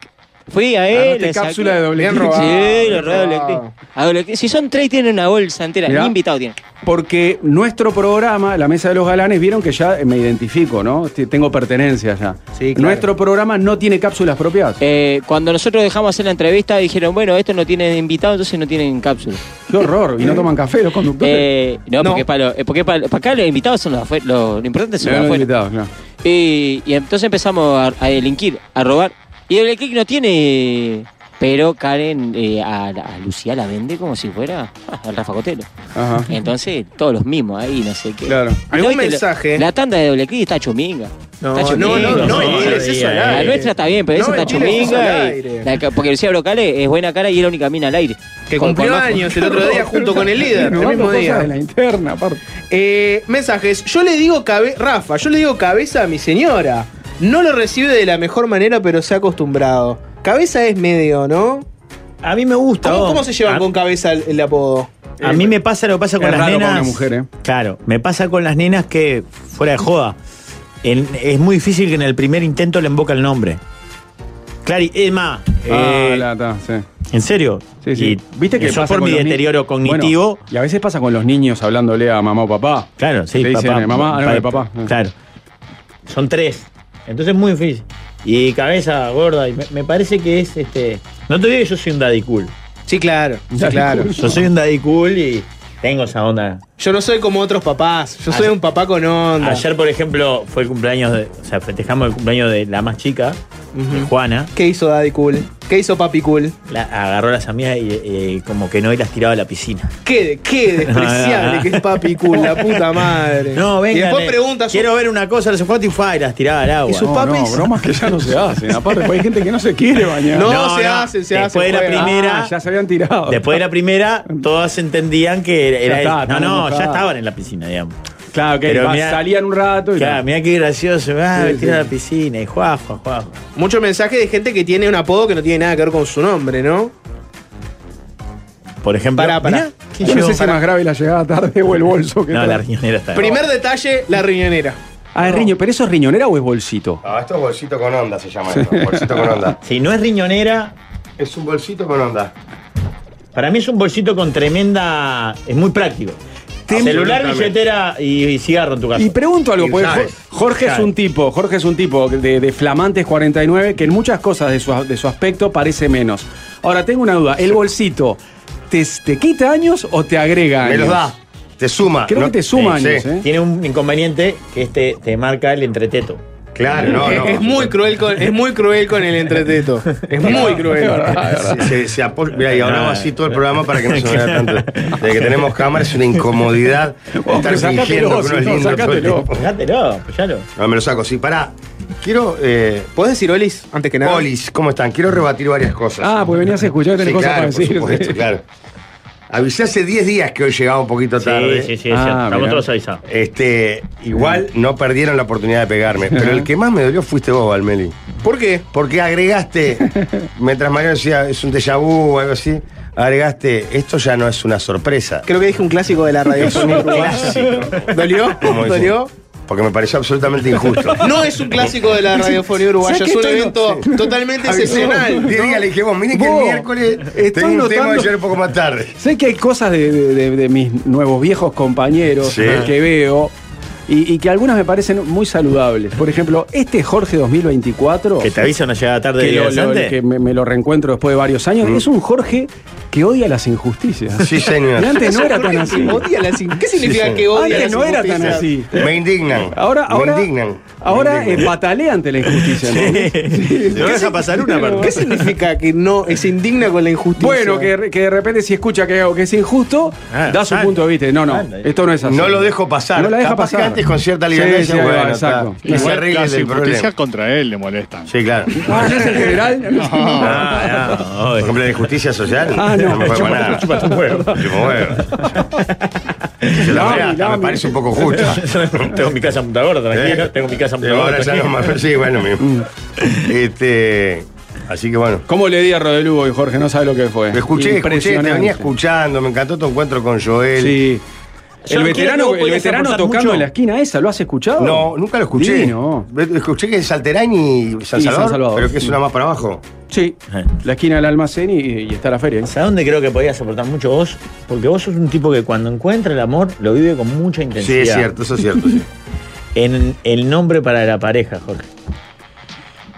Speaker 8: Fui a él.
Speaker 1: Agarraste
Speaker 8: le saqué-
Speaker 1: cápsula de doble
Speaker 2: Bien
Speaker 1: clic.
Speaker 2: robado,
Speaker 8: Sí, lo
Speaker 2: bien
Speaker 8: robé a doble
Speaker 2: robado.
Speaker 8: clic. A doble clic. Si son tres, tienen una bolsa entera.
Speaker 1: Mirá.
Speaker 8: Ni invitado tienen.
Speaker 1: Porque nuestro programa, La Mesa de los Galanes, vieron que ya me identifico, ¿no? T- Tengo pertenencia ya.
Speaker 2: Sí, claro.
Speaker 1: Nuestro programa no tiene cápsulas propias.
Speaker 8: Eh, cuando nosotros dejamos hacer la entrevista, dijeron, bueno, esto no tienen invitado, entonces no tienen cápsula.
Speaker 1: Qué horror. Y
Speaker 2: Eh,
Speaker 1: no toman café los conductores.
Speaker 8: Eh, no,
Speaker 2: No.
Speaker 8: porque, para, lo- eh, porque para, para acá los invitados son los afuera. Lo, lo importante
Speaker 1: No,
Speaker 8: son los
Speaker 1: no
Speaker 8: afuera.
Speaker 1: invitados, no.
Speaker 8: Y, y entonces empezamos a, a delinquir, a robar. Y el click no tiene. Pero Karen eh, a, a Lucía la vende como si fuera ah, al Rafa Cotelo.
Speaker 1: Ajá.
Speaker 8: Entonces, todos los mismos ahí, no sé qué.
Speaker 1: Claro.
Speaker 8: Y
Speaker 2: ¿Algún
Speaker 8: viste, lo-
Speaker 2: mensaje?
Speaker 8: La tanda de doble clic está chuminga.
Speaker 2: No,
Speaker 8: Está
Speaker 2: no,
Speaker 8: chuminga.
Speaker 2: no, no,
Speaker 3: No,
Speaker 2: mentiras,
Speaker 3: no,
Speaker 2: eso al
Speaker 3: no,
Speaker 8: La
Speaker 2: aire.
Speaker 8: nuestra está bien, pero
Speaker 2: No,
Speaker 8: esa está
Speaker 2: mentiras, eso al
Speaker 8: chuminga. y-
Speaker 2: aire.
Speaker 8: la que- porque Lucía Brocale es buena cara y es la única mina al aire.
Speaker 2: Que
Speaker 8: Con-
Speaker 2: cumplió
Speaker 8: con más-
Speaker 2: años el otro día junto con el líder, el
Speaker 1: Renovando
Speaker 2: mismo
Speaker 1: cosas
Speaker 2: día.
Speaker 1: de la interna, aparte.
Speaker 2: Eh, mensajes. Yo le digo cabe Rafa, yo le digo cabeza a mi señora. No lo recibe de la mejor manera, pero se ha acostumbrado. Cabeza es medio, ¿no?
Speaker 3: A mí me gusta.
Speaker 2: ¿Cómo,
Speaker 3: vos.
Speaker 2: cómo se llevan
Speaker 3: A-
Speaker 2: con cabeza el, el apodo?
Speaker 3: A mí me pasa lo que pasa con
Speaker 1: Eh, es
Speaker 3: las
Speaker 1: raro para
Speaker 3: nenas.
Speaker 1: una mujer, ¿eh?
Speaker 3: Claro, me pasa con las nenas que, fuera de joda, en- es muy difícil que en el primer intento le invoca el nombre. Clary, Emma.
Speaker 1: Ah,
Speaker 3: eh,
Speaker 1: la, ta, sí.
Speaker 3: ¿En serio?
Speaker 1: Sí, sí.
Speaker 3: Y eso
Speaker 1: pasa
Speaker 3: por
Speaker 1: con
Speaker 3: mi
Speaker 1: los ni-
Speaker 3: deterioro cognitivo.
Speaker 1: Bueno, y a veces pasa con los niños hablándole a mamá o papá.
Speaker 3: claro, sí,
Speaker 1: Le
Speaker 3: papá.
Speaker 1: dicen, eh, mamá, ah, no, de papá.
Speaker 3: Claro. Son tres. Entonces es muy difícil. Y cabeza gorda. Y me, me parece que es este. No te digo que yo soy un daddy cool.
Speaker 2: Sí, claro, sí, claro.
Speaker 3: Yo soy un daddy cool y tengo esa onda.
Speaker 2: Yo no soy como otros papás. Yo soy
Speaker 3: Ayer-
Speaker 2: un papá con onda.
Speaker 3: Ayer, por ejemplo, fue el cumpleaños de. O sea, festejamos el cumpleaños de la más chica, de Juana.
Speaker 2: ¿Qué hizo Daddy Cool? ¿Qué hizo Papi Cool?
Speaker 3: La- agarró las amigas y eh, como que no y las tiraba a la piscina.
Speaker 2: Qué, qué despreciable que es Papi Cool, la puta madre.
Speaker 3: No, eh. venga.
Speaker 2: Y después preguntas.
Speaker 3: Quiero ver una cosa, no sé cuánto y fue y las tiraba al agua.
Speaker 2: Y su-
Speaker 1: No, no,
Speaker 2: papis.
Speaker 1: bromas que ya no se hacen. Aparte, pues, hay gente que no se quiere bañar.
Speaker 2: No, se hace, se
Speaker 3: Después
Speaker 2: hace,
Speaker 3: de la
Speaker 2: juega.
Speaker 3: primera.
Speaker 1: Ah, ya se habían tirado.
Speaker 3: Después de la primera, todas entendían que era.
Speaker 1: Ya está,
Speaker 3: no, no,
Speaker 1: estamos
Speaker 3: ya
Speaker 1: mojados.
Speaker 3: estaban en la piscina, digamos.
Speaker 1: Claro, que
Speaker 3: Pero
Speaker 1: va-
Speaker 3: mirá-
Speaker 1: salían un rato y.
Speaker 3: Claro, mirá qué gracioso, ah,
Speaker 1: Sí,
Speaker 3: me tira
Speaker 1: sí.
Speaker 3: a la piscina y juá, juá, juá.
Speaker 2: Mucho mensaje de gente que tiene un apodo que no tiene nada que ver con su nombre, ¿no?
Speaker 3: Por ejemplo.
Speaker 2: Pará, pará.
Speaker 3: mirá, ¿quién
Speaker 1: Yo no
Speaker 3: llegó?
Speaker 1: sé si es
Speaker 3: Pará.
Speaker 1: más grave la llegada tarde o el bolso que
Speaker 3: No, la
Speaker 1: trae.
Speaker 3: riñonera está.
Speaker 2: Primer detalle, la riñonera.
Speaker 1: Ah, es riño, pero eso es riñonera o es bolsito?
Speaker 9: Ah, esto es bolsito con onda, se llama esto. Bolsito con onda.
Speaker 3: Si no es riñonera,
Speaker 9: Ah, Es un bolsito con onda.
Speaker 3: para mí es un bolsito con tremenda. Es muy práctico.
Speaker 1: Tem-
Speaker 3: Celular, billetera y, y cigarro en tu casa.
Speaker 1: Y pregunto algo, porque
Speaker 9: Claro.
Speaker 1: Jo- Jorge es
Speaker 3: Claro.
Speaker 1: un tipo, Jorge es un tipo de, de flamantes 49 que en muchas cosas de su, de su aspecto parece menos. Ahora, tengo una duda, ¿el bolsito te, te quita años o te agrega
Speaker 9: Me
Speaker 1: años?
Speaker 9: los da. Te suma.
Speaker 1: Creo
Speaker 9: ¿no?
Speaker 1: que te suma
Speaker 9: Sí,
Speaker 1: años,
Speaker 9: sí.
Speaker 1: ¿eh?
Speaker 3: Tiene un inconveniente que este te marca el entreteto.
Speaker 9: Claro, no, no.
Speaker 2: es, es muy cruel con, es muy cruel con el entreteto. Es muy cruel.
Speaker 9: Se, se, se apo- Mirá, y hablamos así todo el programa para que no se vea
Speaker 3: Claro.
Speaker 9: tanto. Desde que tenemos cámara es una incomodidad
Speaker 1: Oh, pero
Speaker 9: estar
Speaker 1: sacátelo,
Speaker 9: fingiendo que uno
Speaker 1: si
Speaker 9: es
Speaker 1: no,
Speaker 9: lindo todo el
Speaker 1: sacátelo.
Speaker 9: tiempo.
Speaker 3: Fíjatelo, apoyalo.
Speaker 9: No, me lo saco, sí. Pará, quiero... Eh,
Speaker 2: ¿Podés decir Olis antes que nada?
Speaker 9: Olis, ¿cómo están? Quiero rebatir varias cosas.
Speaker 1: Ah, pues venías a escuchar y tenés
Speaker 9: Sí,
Speaker 1: cosas
Speaker 9: claro,
Speaker 1: para
Speaker 9: por
Speaker 1: decir.
Speaker 9: supuesto, claro. Avisé hace 10 días que hoy llegaba un poquito tarde.
Speaker 3: Sí, sí, sí,
Speaker 1: Ah,
Speaker 3: es cierto. estamos
Speaker 1: mirá.
Speaker 3: todos avisados.
Speaker 9: Este, igual no perdieron la oportunidad de pegarme. Pero el que más me dolió fuiste vos, Valmeli.
Speaker 2: ¿Por qué?
Speaker 9: Porque agregaste, mientras Mario decía, es un déjà vu o algo así, agregaste, esto ya no es una sorpresa.
Speaker 2: Creo que dije un clásico de la radiofonía uruguaya. ¿Dolió?
Speaker 9: Como dicen.
Speaker 2: ¿Dolió?
Speaker 9: Porque me pareció absolutamente injusto.
Speaker 2: No es un clásico de la radiofonía uruguaya,
Speaker 1: ¿Sabes que
Speaker 2: es un
Speaker 1: estoy no-
Speaker 2: evento totalmente
Speaker 9: Avisó.
Speaker 2: excepcional.
Speaker 9: Diez días le dije, vos, miren que
Speaker 1: Vos,
Speaker 9: el miércoles
Speaker 1: estoy
Speaker 9: tengo un tema
Speaker 1: notando-
Speaker 9: de llegar un poco más tarde.
Speaker 1: Sé que hay cosas de, de- de- de mis nuevos viejos compañeros
Speaker 9: Sí.
Speaker 1: eh, que veo y, y que algunas me parecen muy saludables. Por ejemplo, este Jorge 2024,
Speaker 3: Que te avisa una llegada tarde
Speaker 1: que
Speaker 3: de
Speaker 1: lo- lo- que me, me lo reencuentro después de varios años, es un Jorge que odia las injusticias.
Speaker 9: Mm. Sí, señor.
Speaker 1: Y antes no era tan así.
Speaker 2: Odia las in- ¿Qué significa
Speaker 9: señor.
Speaker 2: que odia
Speaker 1: Antes
Speaker 2: las
Speaker 1: no era tan
Speaker 2: injusticias?
Speaker 1: así.
Speaker 9: Me indignan.
Speaker 1: Ahora, ahora,
Speaker 9: me indignan.
Speaker 1: ahora
Speaker 9: Me
Speaker 1: eh,
Speaker 9: indignan.
Speaker 1: patalea ante la injusticia. ¿no?
Speaker 3: No deja pasar una, perdón.
Speaker 2: ¿Qué significa que no se indigna con la injusticia?
Speaker 1: Bueno, que, re- que de repente si escucha que algo que es injusto,
Speaker 3: Ah,
Speaker 1: da su
Speaker 3: sale.
Speaker 1: punto de vista. No, no,
Speaker 3: Sale.
Speaker 1: esto no es así.
Speaker 9: No lo dejo pasar.
Speaker 1: No la deja
Speaker 9: Capaz
Speaker 1: pasar.
Speaker 9: que antes con cierta
Speaker 1: Sí,
Speaker 9: libertad
Speaker 1: sí,
Speaker 9: decía,
Speaker 1: ahí va,
Speaker 9: bueno,
Speaker 1: exacto.
Speaker 9: está. Y se
Speaker 6: Igual
Speaker 9: arregla
Speaker 6: las
Speaker 9: el problema.
Speaker 6: injusticias contra él le molestan.
Speaker 9: Sí, claro.
Speaker 1: Ah, ¿no es el general?
Speaker 3: Ah, no,
Speaker 9: Por
Speaker 3: obvio.
Speaker 9: ejemplo, la injusticia social.
Speaker 1: Ah, no.
Speaker 9: me fue
Speaker 1: Chupa-
Speaker 9: para nada. Chupa tu huevo.
Speaker 1: Lami,
Speaker 9: Se la verdad, hasta
Speaker 1: lami.
Speaker 9: me parece un poco justo.
Speaker 3: Tengo mi casa en Punta Gorda, tranquilo. Tengo mi casa en Punta
Speaker 9: Pero
Speaker 3: Gorda.
Speaker 9: ahora ya no
Speaker 3: tranquilo.
Speaker 9: más. pero Sí, bueno, mi- Este. Así que bueno.
Speaker 1: ¿Cómo le di a Rodelugo y Jorge? No sabe lo que fue.
Speaker 9: Te escuché, escuché,
Speaker 1: Impresionante.
Speaker 9: te venía escuchando, me encantó tu encuentro con Joel.
Speaker 1: Sí.
Speaker 3: Yo
Speaker 1: el
Speaker 3: no quiero-
Speaker 1: veterano,
Speaker 3: no
Speaker 1: el
Speaker 3: podías
Speaker 1: veterano
Speaker 3: aportar
Speaker 1: tocando
Speaker 3: mucho.
Speaker 1: en la esquina esa, ¿lo has escuchado?
Speaker 9: No, nunca lo escuché.
Speaker 1: Divino.
Speaker 9: Escuché que es Salterán y San
Speaker 1: Y San
Speaker 9: Salvador,
Speaker 1: Salvador,
Speaker 9: pero que es
Speaker 1: sí.
Speaker 9: una más para abajo.
Speaker 1: Sí,
Speaker 3: Eh.
Speaker 1: la esquina del almacén y, y está la feria. ¿eh?
Speaker 3: ¿Sabes dónde creo que podías aportar mucho vos? Porque vos sos un tipo que cuando encuentra el amor lo vive con mucha intensidad.
Speaker 9: Sí, es cierto, eso es cierto. sí.
Speaker 3: En el nombre para la pareja, Jorge.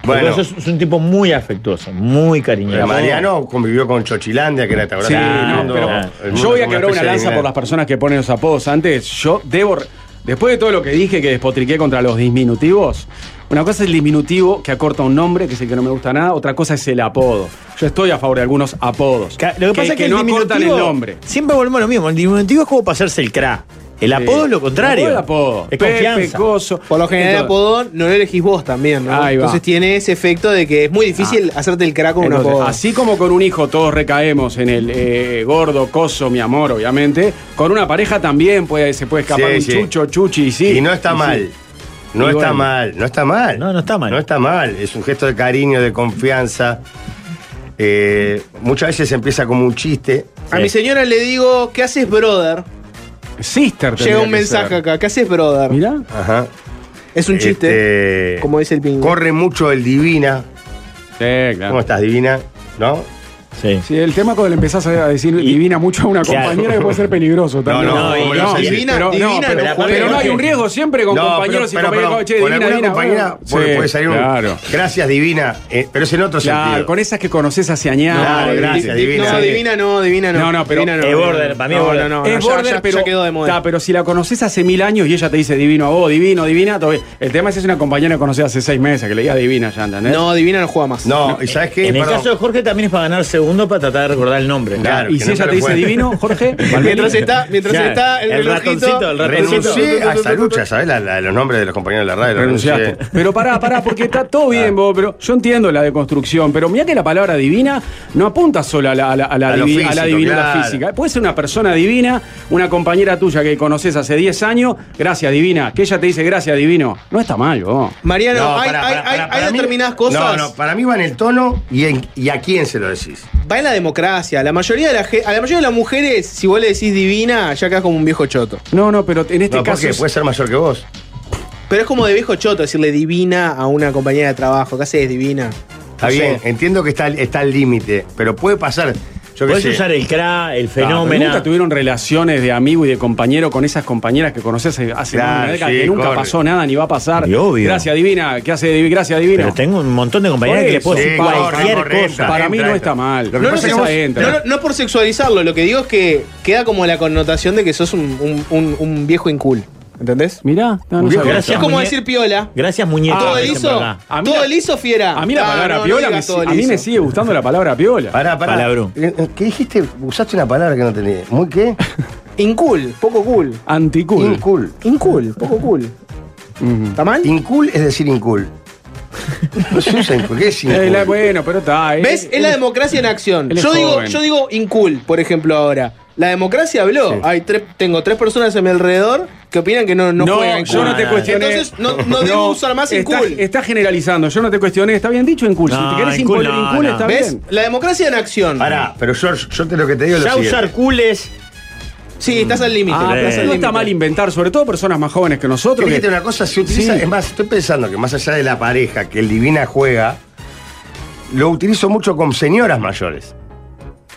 Speaker 3: Porque
Speaker 9: Bueno,
Speaker 3: vos sos, sos un tipo muy afectuoso, muy cariñoso.
Speaker 9: Mariano convivió con Chochilandia, que era esta
Speaker 1: Sí,
Speaker 3: Claro,
Speaker 1: no,
Speaker 3: pero-
Speaker 1: pero yo voy a quebrar una lanza por las personas que ponen los apodos antes. Yo debo. Después de todo lo que dije que despotriqué contra los disminutivos, una cosa es el diminutivo que acorta un nombre, que es el que no me gusta nada, otra cosa es el apodo. Yo estoy a favor de algunos apodos.
Speaker 3: Ca- Lo que pasa es que, el
Speaker 1: no acortan el
Speaker 3: diminutivo-
Speaker 1: nombre.
Speaker 3: Siempre volvemos a lo mismo. El diminutivo es como pasarse el cra. El apodo es lo contrario.
Speaker 1: El apodo.
Speaker 3: Es
Speaker 1: Pepe,
Speaker 3: confianza.
Speaker 1: Coso.
Speaker 2: Por lo general, el
Speaker 1: Entonces-
Speaker 2: apodo no lo elegís vos también, ¿no?
Speaker 1: Ahí va.
Speaker 2: Entonces tiene ese efecto de que es muy difícil
Speaker 3: Ah.
Speaker 2: hacerte el crack con un
Speaker 1: Entonces,
Speaker 2: apodo.
Speaker 1: así como con un hijo todos recaemos en el eh, gordo, coso, mi amor, obviamente, con una pareja también puede, se puede escapar
Speaker 9: Sí,
Speaker 1: un
Speaker 9: sí.
Speaker 1: chucho, chuchi, y sí.
Speaker 9: Y no está
Speaker 1: sí.
Speaker 9: mal. No
Speaker 1: Y
Speaker 9: está
Speaker 1: bueno.
Speaker 9: mal, no está mal.
Speaker 3: No, no está mal.
Speaker 9: No está mal. Es un gesto de cariño, de confianza. Eh, muchas veces empieza como un chiste. Eh,
Speaker 2: A mi señora le digo, ¿qué haces, brother?
Speaker 1: Sister tendría
Speaker 2: Llega un
Speaker 1: que
Speaker 2: mensaje
Speaker 1: ser.
Speaker 2: acá, ¿qué haces, brother?
Speaker 1: Mirá.
Speaker 9: Ajá.
Speaker 2: Es un chiste,
Speaker 9: Este,
Speaker 2: como dice el pingo.
Speaker 9: Corre mucho el divina.
Speaker 1: Sí,
Speaker 9: ¿Cómo
Speaker 1: claro.
Speaker 9: estás, divina? ¿No?
Speaker 3: Sí.
Speaker 1: Sí, el tema cuando le empezás a decir divina mucho a una
Speaker 3: Claro.
Speaker 1: compañera que puede ser peligroso también.
Speaker 9: no,
Speaker 3: no, y-
Speaker 1: pero-
Speaker 2: divina,
Speaker 1: pero,
Speaker 2: divina,
Speaker 1: no, pero,
Speaker 2: no
Speaker 1: pero
Speaker 9: juegues.
Speaker 1: no hay un riesgo siempre con compañeros y compañeras.
Speaker 9: perdón,
Speaker 1: che,
Speaker 9: con
Speaker 1: divina,
Speaker 9: alguna
Speaker 1: divina.
Speaker 9: compañera
Speaker 1: bueno.
Speaker 9: puede,
Speaker 1: Sí,
Speaker 9: puede salir un.
Speaker 1: Claro.
Speaker 9: Gracias, divina. eh, pero es en otro
Speaker 1: Claro,
Speaker 9: sentido.
Speaker 1: con esas que conoces hace años.
Speaker 9: Claro, gracias, divina.
Speaker 2: No, divina no, divina no.
Speaker 1: No, no, pero-
Speaker 2: Divina
Speaker 3: Es border, para mí es
Speaker 2: no,
Speaker 3: border.
Speaker 2: no, no, no,
Speaker 1: es
Speaker 2: ya-
Speaker 1: border,
Speaker 2: ya- ya
Speaker 1: pero,
Speaker 2: quedó de moda.
Speaker 1: Ta, pero si la conoces hace mil años y ella te dice divino a vos, divino, divina, todo bien. el tema es que es una compañera que conocés hace seis meses, que le digas divina ya, ¿entendés?
Speaker 2: No, divina no juega más.
Speaker 9: No, y sabes qué?
Speaker 3: en el
Speaker 9: Perdón.
Speaker 3: caso de Jorge también es para ganar segundo para tratar de recordar el nombre.
Speaker 9: Claro.
Speaker 1: y
Speaker 9: que
Speaker 1: si
Speaker 9: no
Speaker 1: ella
Speaker 9: te
Speaker 1: te
Speaker 9: lo
Speaker 1: dice
Speaker 9: cuente.
Speaker 1: divino, Jorge,
Speaker 2: Mientras está, mientras
Speaker 3: Claro,
Speaker 2: está el,
Speaker 3: el
Speaker 2: relojito,
Speaker 3: ratoncito, el ratoncito.
Speaker 9: Renuncié a esa lucha, ¿sabes? La- la- los nombres de los compañeros de la radio.
Speaker 1: renunciaste.
Speaker 9: renuncié.
Speaker 1: Pero pará, pará, porque está todo
Speaker 9: Ah.
Speaker 1: bien vos, pero yo entiendo la deconstrucción, pero mirá que la palabra divina no apunta solo a la, a la- a la
Speaker 9: A lo
Speaker 1: divi-
Speaker 9: físico,
Speaker 1: a la divinidad
Speaker 9: claro.
Speaker 1: física. Puede ser una persona divina, una compañera tuya que conoces hace 10 años, gracias divina, que ella te dice gracias divino. No está mal, vos.
Speaker 2: Mariano,
Speaker 9: No,
Speaker 2: hay,
Speaker 9: para- para-
Speaker 2: hay- hay-
Speaker 9: para-
Speaker 2: hay
Speaker 9: para mí-
Speaker 2: determinadas
Speaker 9: No,
Speaker 2: cosas.
Speaker 9: no, para mí va en el tono y, en- y a quién se lo decís.
Speaker 2: Va en la democracia. La mayoría de la, ge- a la mayoría de las mujeres, si vos le decís divina, ya quedás como un viejo choto.
Speaker 1: No, no, pero en este
Speaker 9: No, ¿por
Speaker 1: caso.
Speaker 9: qué? Pues, Puede ser mayor que vos.
Speaker 2: Pero es como de viejo choto decirle divina a una compañera de trabajo. ¿Qué haces divina?
Speaker 9: Está
Speaker 2: No sé.
Speaker 9: bien, entiendo que está, está al límite, pero puede pasar. Yo qué
Speaker 3: Puedes
Speaker 9: sé.
Speaker 3: usar el CRA, el
Speaker 1: Ah, pero
Speaker 3: fenómeno.
Speaker 1: ¿Nunca tuvieron relaciones de amigo y de compañero con esas compañeras que conoces hace hace
Speaker 9: Claro,
Speaker 1: más de una década?
Speaker 9: sí,
Speaker 1: que nunca
Speaker 9: corre.
Speaker 1: pasó nada ni va a pasar.
Speaker 3: Y obvio.
Speaker 1: Gracias divina, ¿qué hace divi- Gracias divina.
Speaker 3: pero tengo un montón de compañeros
Speaker 1: Por
Speaker 3: que le
Speaker 1: eso,
Speaker 3: puedo decir
Speaker 1: sí, corre,
Speaker 3: cualquier
Speaker 9: corre,
Speaker 3: cosa.
Speaker 9: entra,
Speaker 1: Para mí no
Speaker 9: entra.
Speaker 1: está mal.
Speaker 9: Lo que
Speaker 2: No, no,
Speaker 9: pasa es
Speaker 2: no,
Speaker 9: que vos-
Speaker 1: entra.
Speaker 2: no, no, no por sexualizarlo, lo que digo es que queda como la connotación de que sos un, un- un- un viejo incool. ¿Entendés?
Speaker 1: Mirá, no, no
Speaker 9: Viejo,
Speaker 1: sabía. Ah,
Speaker 3: gracias.
Speaker 2: Es como
Speaker 3: muñe-
Speaker 2: decir piola.
Speaker 3: Gracias, muñeco.
Speaker 2: todo
Speaker 3: por ejemplo,
Speaker 2: liso,
Speaker 3: acá.
Speaker 1: A mí
Speaker 2: todo
Speaker 1: la-
Speaker 2: liso fiera.
Speaker 1: A mí la
Speaker 2: Ah,
Speaker 1: palabra
Speaker 2: no, no
Speaker 1: piola me,
Speaker 2: digas
Speaker 1: si-
Speaker 2: todo
Speaker 1: a mí
Speaker 2: liso.
Speaker 1: me sigue gustando la palabra piola.
Speaker 9: Pará, pará.
Speaker 3: Palabrón.
Speaker 9: Eh, eh, ¿Qué dijiste? Usaste una palabra que no tenía. ¿Muy qué?
Speaker 2: Incool, poco cool.
Speaker 1: Anticool.
Speaker 9: Incool.
Speaker 2: Incool, poco cool. ¿Está mal?
Speaker 9: Incool es decir incool. No se usa incool. ¿Qué es incool?
Speaker 1: Eh, la- bueno, pero está. eh.
Speaker 2: ¿Ves? Es la democracia en acción.
Speaker 1: él es
Speaker 2: Yo digo,
Speaker 1: joven.
Speaker 2: yo digo incool, por ejemplo, ahora. La democracia habló. Hay tres, tengo tres personas a mi alrededor que opinan que no, no,
Speaker 1: No,
Speaker 2: juegan
Speaker 1: yo
Speaker 2: cool.
Speaker 1: no te cuestioné.
Speaker 2: Entonces no, no debo usar más
Speaker 1: está,
Speaker 2: incool.
Speaker 1: Está generalizando. Yo no te cuestioné. Está bien dicho en cool.
Speaker 3: No,
Speaker 1: si te querés
Speaker 3: en cool
Speaker 1: imponer
Speaker 3: no,
Speaker 1: en cool,
Speaker 3: no.
Speaker 1: está
Speaker 2: ¿Ves?
Speaker 1: bien.
Speaker 2: La democracia en acción.
Speaker 9: Pará, pero George, yo te lo que te digo es lo
Speaker 3: Ya
Speaker 9: siguiente.
Speaker 3: usar cules.
Speaker 2: Sí, estás al límite.
Speaker 1: Ah,
Speaker 2: Estás
Speaker 1: pero
Speaker 2: al
Speaker 1: no está
Speaker 2: límite.
Speaker 1: mal inventar, sobre todo personas más jóvenes que nosotros.
Speaker 9: Fíjate
Speaker 1: que-
Speaker 9: una cosa, se utiliza,
Speaker 1: Sí.
Speaker 9: es más, estoy pensando que más allá de la pareja que el Divina juega, lo utilizo mucho con señoras mayores.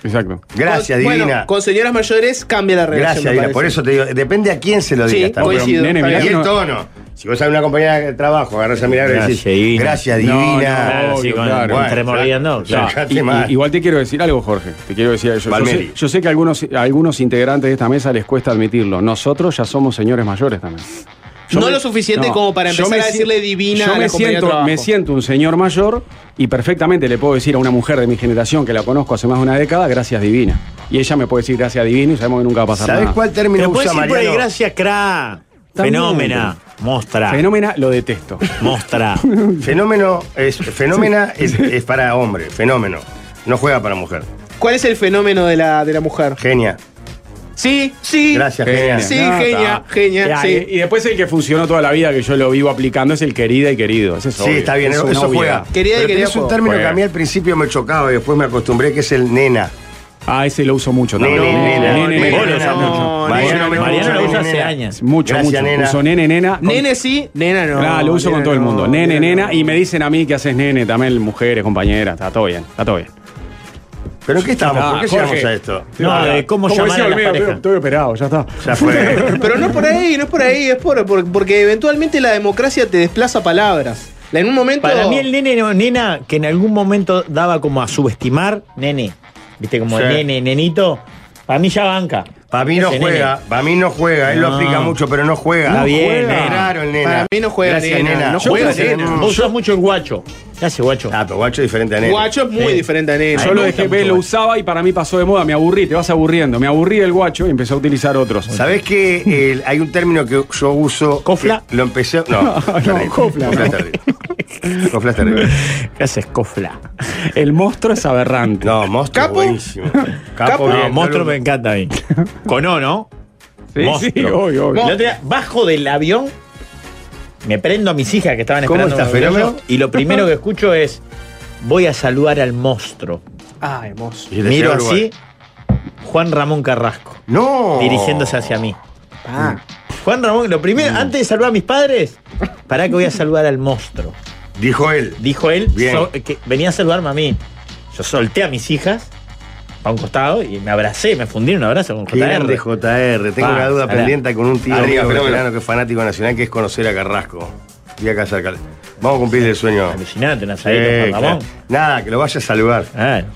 Speaker 1: Exacto.
Speaker 9: Gracias,
Speaker 2: Con-
Speaker 9: Divina.
Speaker 2: Bueno, con señoras mayores cambia la relación.
Speaker 9: Gracias,
Speaker 2: me
Speaker 9: Divina.
Speaker 2: parece.
Speaker 9: Por eso te digo, depende a quién se lo
Speaker 2: Sí,
Speaker 9: digas también.
Speaker 2: coincido.
Speaker 1: Nene,
Speaker 2: está
Speaker 1: mirá
Speaker 9: Y
Speaker 1: que
Speaker 2: bien.
Speaker 9: el
Speaker 1: no-
Speaker 9: tono. Si vos a una compañera de trabajo, agarrás a mirar y
Speaker 3: Gracias,
Speaker 9: decís,
Speaker 3: Divina.
Speaker 9: gracias, divina.
Speaker 3: Claro, sí, con-
Speaker 1: claro.
Speaker 3: con tremordiendo,
Speaker 9: ya-
Speaker 3: claro.
Speaker 9: sacate
Speaker 1: Y- y-
Speaker 9: más.
Speaker 1: igual te quiero decir algo, Jorge. Te quiero decir yo, yo,
Speaker 9: Valmeri.
Speaker 1: sé, yo sé que a algunos, a algunos integrantes de esta mesa les cuesta admitirlo. Nosotros ya somos señores mayores también.
Speaker 2: No lo suficiente como para
Speaker 1: yo
Speaker 2: empezar
Speaker 1: me
Speaker 2: a
Speaker 1: si-
Speaker 2: decirle divina
Speaker 1: Yo
Speaker 2: a la
Speaker 1: me
Speaker 2: compañera de
Speaker 1: siento,
Speaker 2: trabajo.
Speaker 1: me siento un señor mayor y perfectamente le puedo decir a una mujer de mi generación que la conozco hace más de una década, gracias divina. Y ella me puede decir gracias divina y sabemos que nunca va a pasar
Speaker 9: ¿Sabés
Speaker 1: nada.
Speaker 9: cuál término
Speaker 3: Pero puedes ir
Speaker 9: usa
Speaker 2: pues,
Speaker 3: por el
Speaker 9: Mariano?
Speaker 3: gracias, CRA.
Speaker 1: También.
Speaker 3: Fenómena. Mostra.
Speaker 1: Fenómeno lo detesto.
Speaker 3: Mostra.
Speaker 9: Fenómeno es, fenómena es, es para hombre, fenómeno. No juega para mujer.
Speaker 2: ¿Cuál es el fenómeno de la, de la mujer?
Speaker 9: Genia.
Speaker 2: Sí, sí.
Speaker 9: Gracias,
Speaker 1: Genia.
Speaker 9: genia.
Speaker 2: Sí,
Speaker 1: No, Eh,
Speaker 2: genia,
Speaker 1: está.
Speaker 2: genia.
Speaker 1: Ya,
Speaker 2: sí.
Speaker 1: y, y después el que funcionó toda la vida, que yo lo vivo aplicando, es el querida y querido. Ese es
Speaker 9: Sí,
Speaker 1: obvio.
Speaker 9: está bien,
Speaker 1: Es
Speaker 9: eso,
Speaker 1: una
Speaker 9: eso
Speaker 1: obviedad.
Speaker 9: juega.
Speaker 2: Querida y
Speaker 9: Pero
Speaker 2: querido
Speaker 9: tenés un
Speaker 2: juego.
Speaker 9: término que
Speaker 1: Juega.
Speaker 9: a mí al principio me chocaba y después me acostumbré, que es el nena.
Speaker 1: Ah, ese lo uso mucho también.
Speaker 9: Nene, nena,
Speaker 1: nene,
Speaker 9: nena,
Speaker 3: Vos lo
Speaker 1: nena.
Speaker 3: usás
Speaker 2: no,
Speaker 3: mucho.
Speaker 2: nena,
Speaker 3: Mariano
Speaker 2: no,
Speaker 3: Mariano lo
Speaker 9: nena,
Speaker 3: usa hace
Speaker 9: nena.
Speaker 3: años.
Speaker 1: Mucho,
Speaker 9: Gracias,
Speaker 1: mucho.
Speaker 9: nena.
Speaker 1: Uso nene, nena. con-
Speaker 2: Nene sí, nena no.
Speaker 1: Claro, lo uso
Speaker 2: Nena
Speaker 1: con todo el
Speaker 2: no,
Speaker 1: mundo. Nene, nena.
Speaker 2: no.
Speaker 1: Y me dicen a mí que haces nene, también mujeres, compañeras. Está todo bien, está todo bien.
Speaker 9: ¿Pero en qué estamos?
Speaker 1: Ah,
Speaker 9: ¿Por qué
Speaker 1: Jorge.
Speaker 9: llegamos a esto?
Speaker 3: No,
Speaker 1: Ah,
Speaker 3: de cómo
Speaker 1: como
Speaker 3: llamar
Speaker 1: decía
Speaker 3: a la
Speaker 1: Olmedo,
Speaker 3: pareja.
Speaker 1: estoy- Estoy operado, ya está.
Speaker 9: Ya fue.
Speaker 2: Pero no es por ahí, no es por ahí, es por, por- porque eventualmente la democracia te desplaza palabras. La- En un momento.
Speaker 3: Para mí el nene o nena que en algún momento daba como a subestimar, nene. ¿Viste? Como
Speaker 9: Sí.
Speaker 3: nene, nenito. Para mí ya banca.
Speaker 9: Para mí no
Speaker 3: Ese
Speaker 9: juega, para mí no juega, él lo
Speaker 3: No.
Speaker 9: aplica mucho, pero no juega.
Speaker 3: Está bien,
Speaker 9: juega.
Speaker 3: nena.
Speaker 9: Claro, el nena.
Speaker 2: Para mí no juega,
Speaker 9: Gracias,
Speaker 2: nena.
Speaker 9: nena.
Speaker 2: No
Speaker 9: Yo
Speaker 2: juega,
Speaker 9: creo que-
Speaker 2: nena.
Speaker 3: Vos usás mucho el guacho. ¿Qué hace guacho?
Speaker 9: Ah, pero guacho es diferente a nena.
Speaker 2: guacho es muy
Speaker 3: Sí.
Speaker 2: diferente a nene.
Speaker 3: Ay,
Speaker 1: Yo
Speaker 3: me
Speaker 1: lo
Speaker 3: gusta
Speaker 1: dejé,
Speaker 3: mucho
Speaker 1: ve, lo
Speaker 3: guacho.
Speaker 1: usaba y para mí pasó de moda. Me aburrí, te vas aburriendo. Me aburrí el guacho y empecé a utilizar otros.
Speaker 9: ¿Sabés que eh, hay un término que yo uso?
Speaker 3: ¿Cofla?
Speaker 9: que Lo empecé. No, terrible.
Speaker 1: cofla,
Speaker 9: es terrible. Cofla es terrible.
Speaker 3: ¿Qué haces, cofla?
Speaker 1: El monstruo es aberrante.
Speaker 9: No, monstruo
Speaker 2: ¿Capo?
Speaker 9: buenísimo.
Speaker 2: ¿Capo?
Speaker 9: bien,
Speaker 3: No, monstruo
Speaker 9: tal-
Speaker 3: me encanta a mí. Con O, ¿no?
Speaker 1: Sí,
Speaker 3: monstruo.
Speaker 1: sí, obvio, obvio.
Speaker 3: El otro día, bajo del avión, me prendo a mis hijas que estaban
Speaker 9: ¿Cómo
Speaker 3: esperando.
Speaker 9: estás, fenómeno?
Speaker 3: Y lo primero que escucho es: Voy a saludar al monstruo.
Speaker 2: Ah, hermoso.
Speaker 9: Y te
Speaker 3: Miro
Speaker 9: lleva a Uruguay.
Speaker 3: así, Juan Ramón Carrasco,
Speaker 9: No. Mm.
Speaker 3: dirigiéndose hacia mí. Juan Ramón, lo primero, antes de saludar a mis padres, pará que voy a saludar al monstruo.
Speaker 9: Dijo él.
Speaker 3: Dijo él,
Speaker 9: Bien.
Speaker 3: so- que venía a saludarme a mí. Yo solté a mis hijas para un costado y me abracé, me fundí en un abrazo con
Speaker 9: Qué grande
Speaker 3: JR.
Speaker 9: JR. Tengo
Speaker 3: Ah,
Speaker 9: una duda
Speaker 3: pará.
Speaker 9: pendiente con un tío
Speaker 3: Arriba,
Speaker 9: mío
Speaker 3: fenómeno.
Speaker 9: venezolano que es fanático nacional, que es conocer a Carrasco. Y acá cerca. Vamos a cumplir el sueño.
Speaker 3: Alucinante, un
Speaker 9: Eh,
Speaker 3: asadito,
Speaker 9: claro.
Speaker 3: Ramón. Eh.
Speaker 9: Nada, que lo vayas a saludar.
Speaker 3: Claro.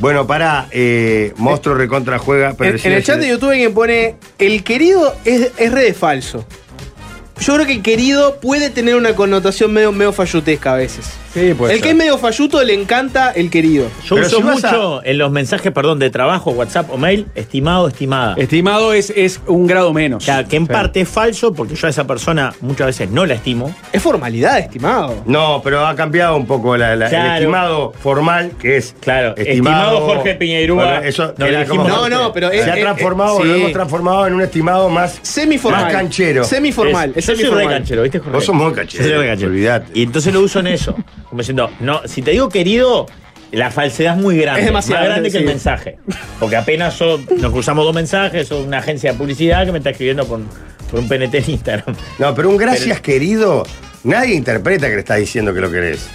Speaker 9: Bueno, para Monstruo recontra juega. pero
Speaker 2: En, en
Speaker 9: decía-
Speaker 2: el chat de YouTube alguien pone, el querido es, es re de falso. Yo creo que el querido puede tener una connotación medio, medio fallutesca a veces.
Speaker 1: Sí,
Speaker 2: el que es medio falluto le encanta el querido.
Speaker 3: Yo
Speaker 9: Pero
Speaker 3: uso
Speaker 9: si vas a-
Speaker 3: mucho en los mensajes, perdón, de trabajo, WhatsApp o mail, estimado, estimada.
Speaker 1: Estimado es, es un grado menos.
Speaker 3: O sea, que en parte es falso porque yo a esa persona muchas veces no la estimo.
Speaker 2: Es formalidad, estimado.
Speaker 9: No, pero ha cambiado un poco la- la- el
Speaker 3: Claro.
Speaker 9: estimado formal, que es.
Speaker 3: Claro, estimado Jorge Piñeirúa.
Speaker 9: Bueno, eso
Speaker 3: No,
Speaker 9: era
Speaker 3: dijimos-
Speaker 9: como-
Speaker 2: No, no, pero es-
Speaker 9: Se ha
Speaker 2: es-
Speaker 9: transformado,
Speaker 2: es-
Speaker 9: lo
Speaker 2: sí.
Speaker 9: hemos transformado en un estimado más.
Speaker 2: Semiformal.
Speaker 9: Más canchero.
Speaker 2: Semiformal.
Speaker 3: Es-
Speaker 2: Es,
Speaker 3: yo soy re
Speaker 2: semiformal.
Speaker 3: canchero, ¿viste, Jorge?
Speaker 9: Vos sos muy
Speaker 3: Yo soy
Speaker 9: canchero.
Speaker 3: re canchero.
Speaker 9: Olvidate.
Speaker 3: Y entonces lo uso en eso. Como diciendo, no, si te digo querido, la falsedad es muy grande.
Speaker 2: Es demasiado,
Speaker 3: Más grande que el
Speaker 2: sí.
Speaker 3: mensaje. Porque apenas yo- nos cruzamos dos mensajes, sos una agencia de publicidad que me está escribiendo por, por un PNT en Instagram.
Speaker 9: No, pero un gracias querido, nadie interpreta que le estás diciendo que lo querés.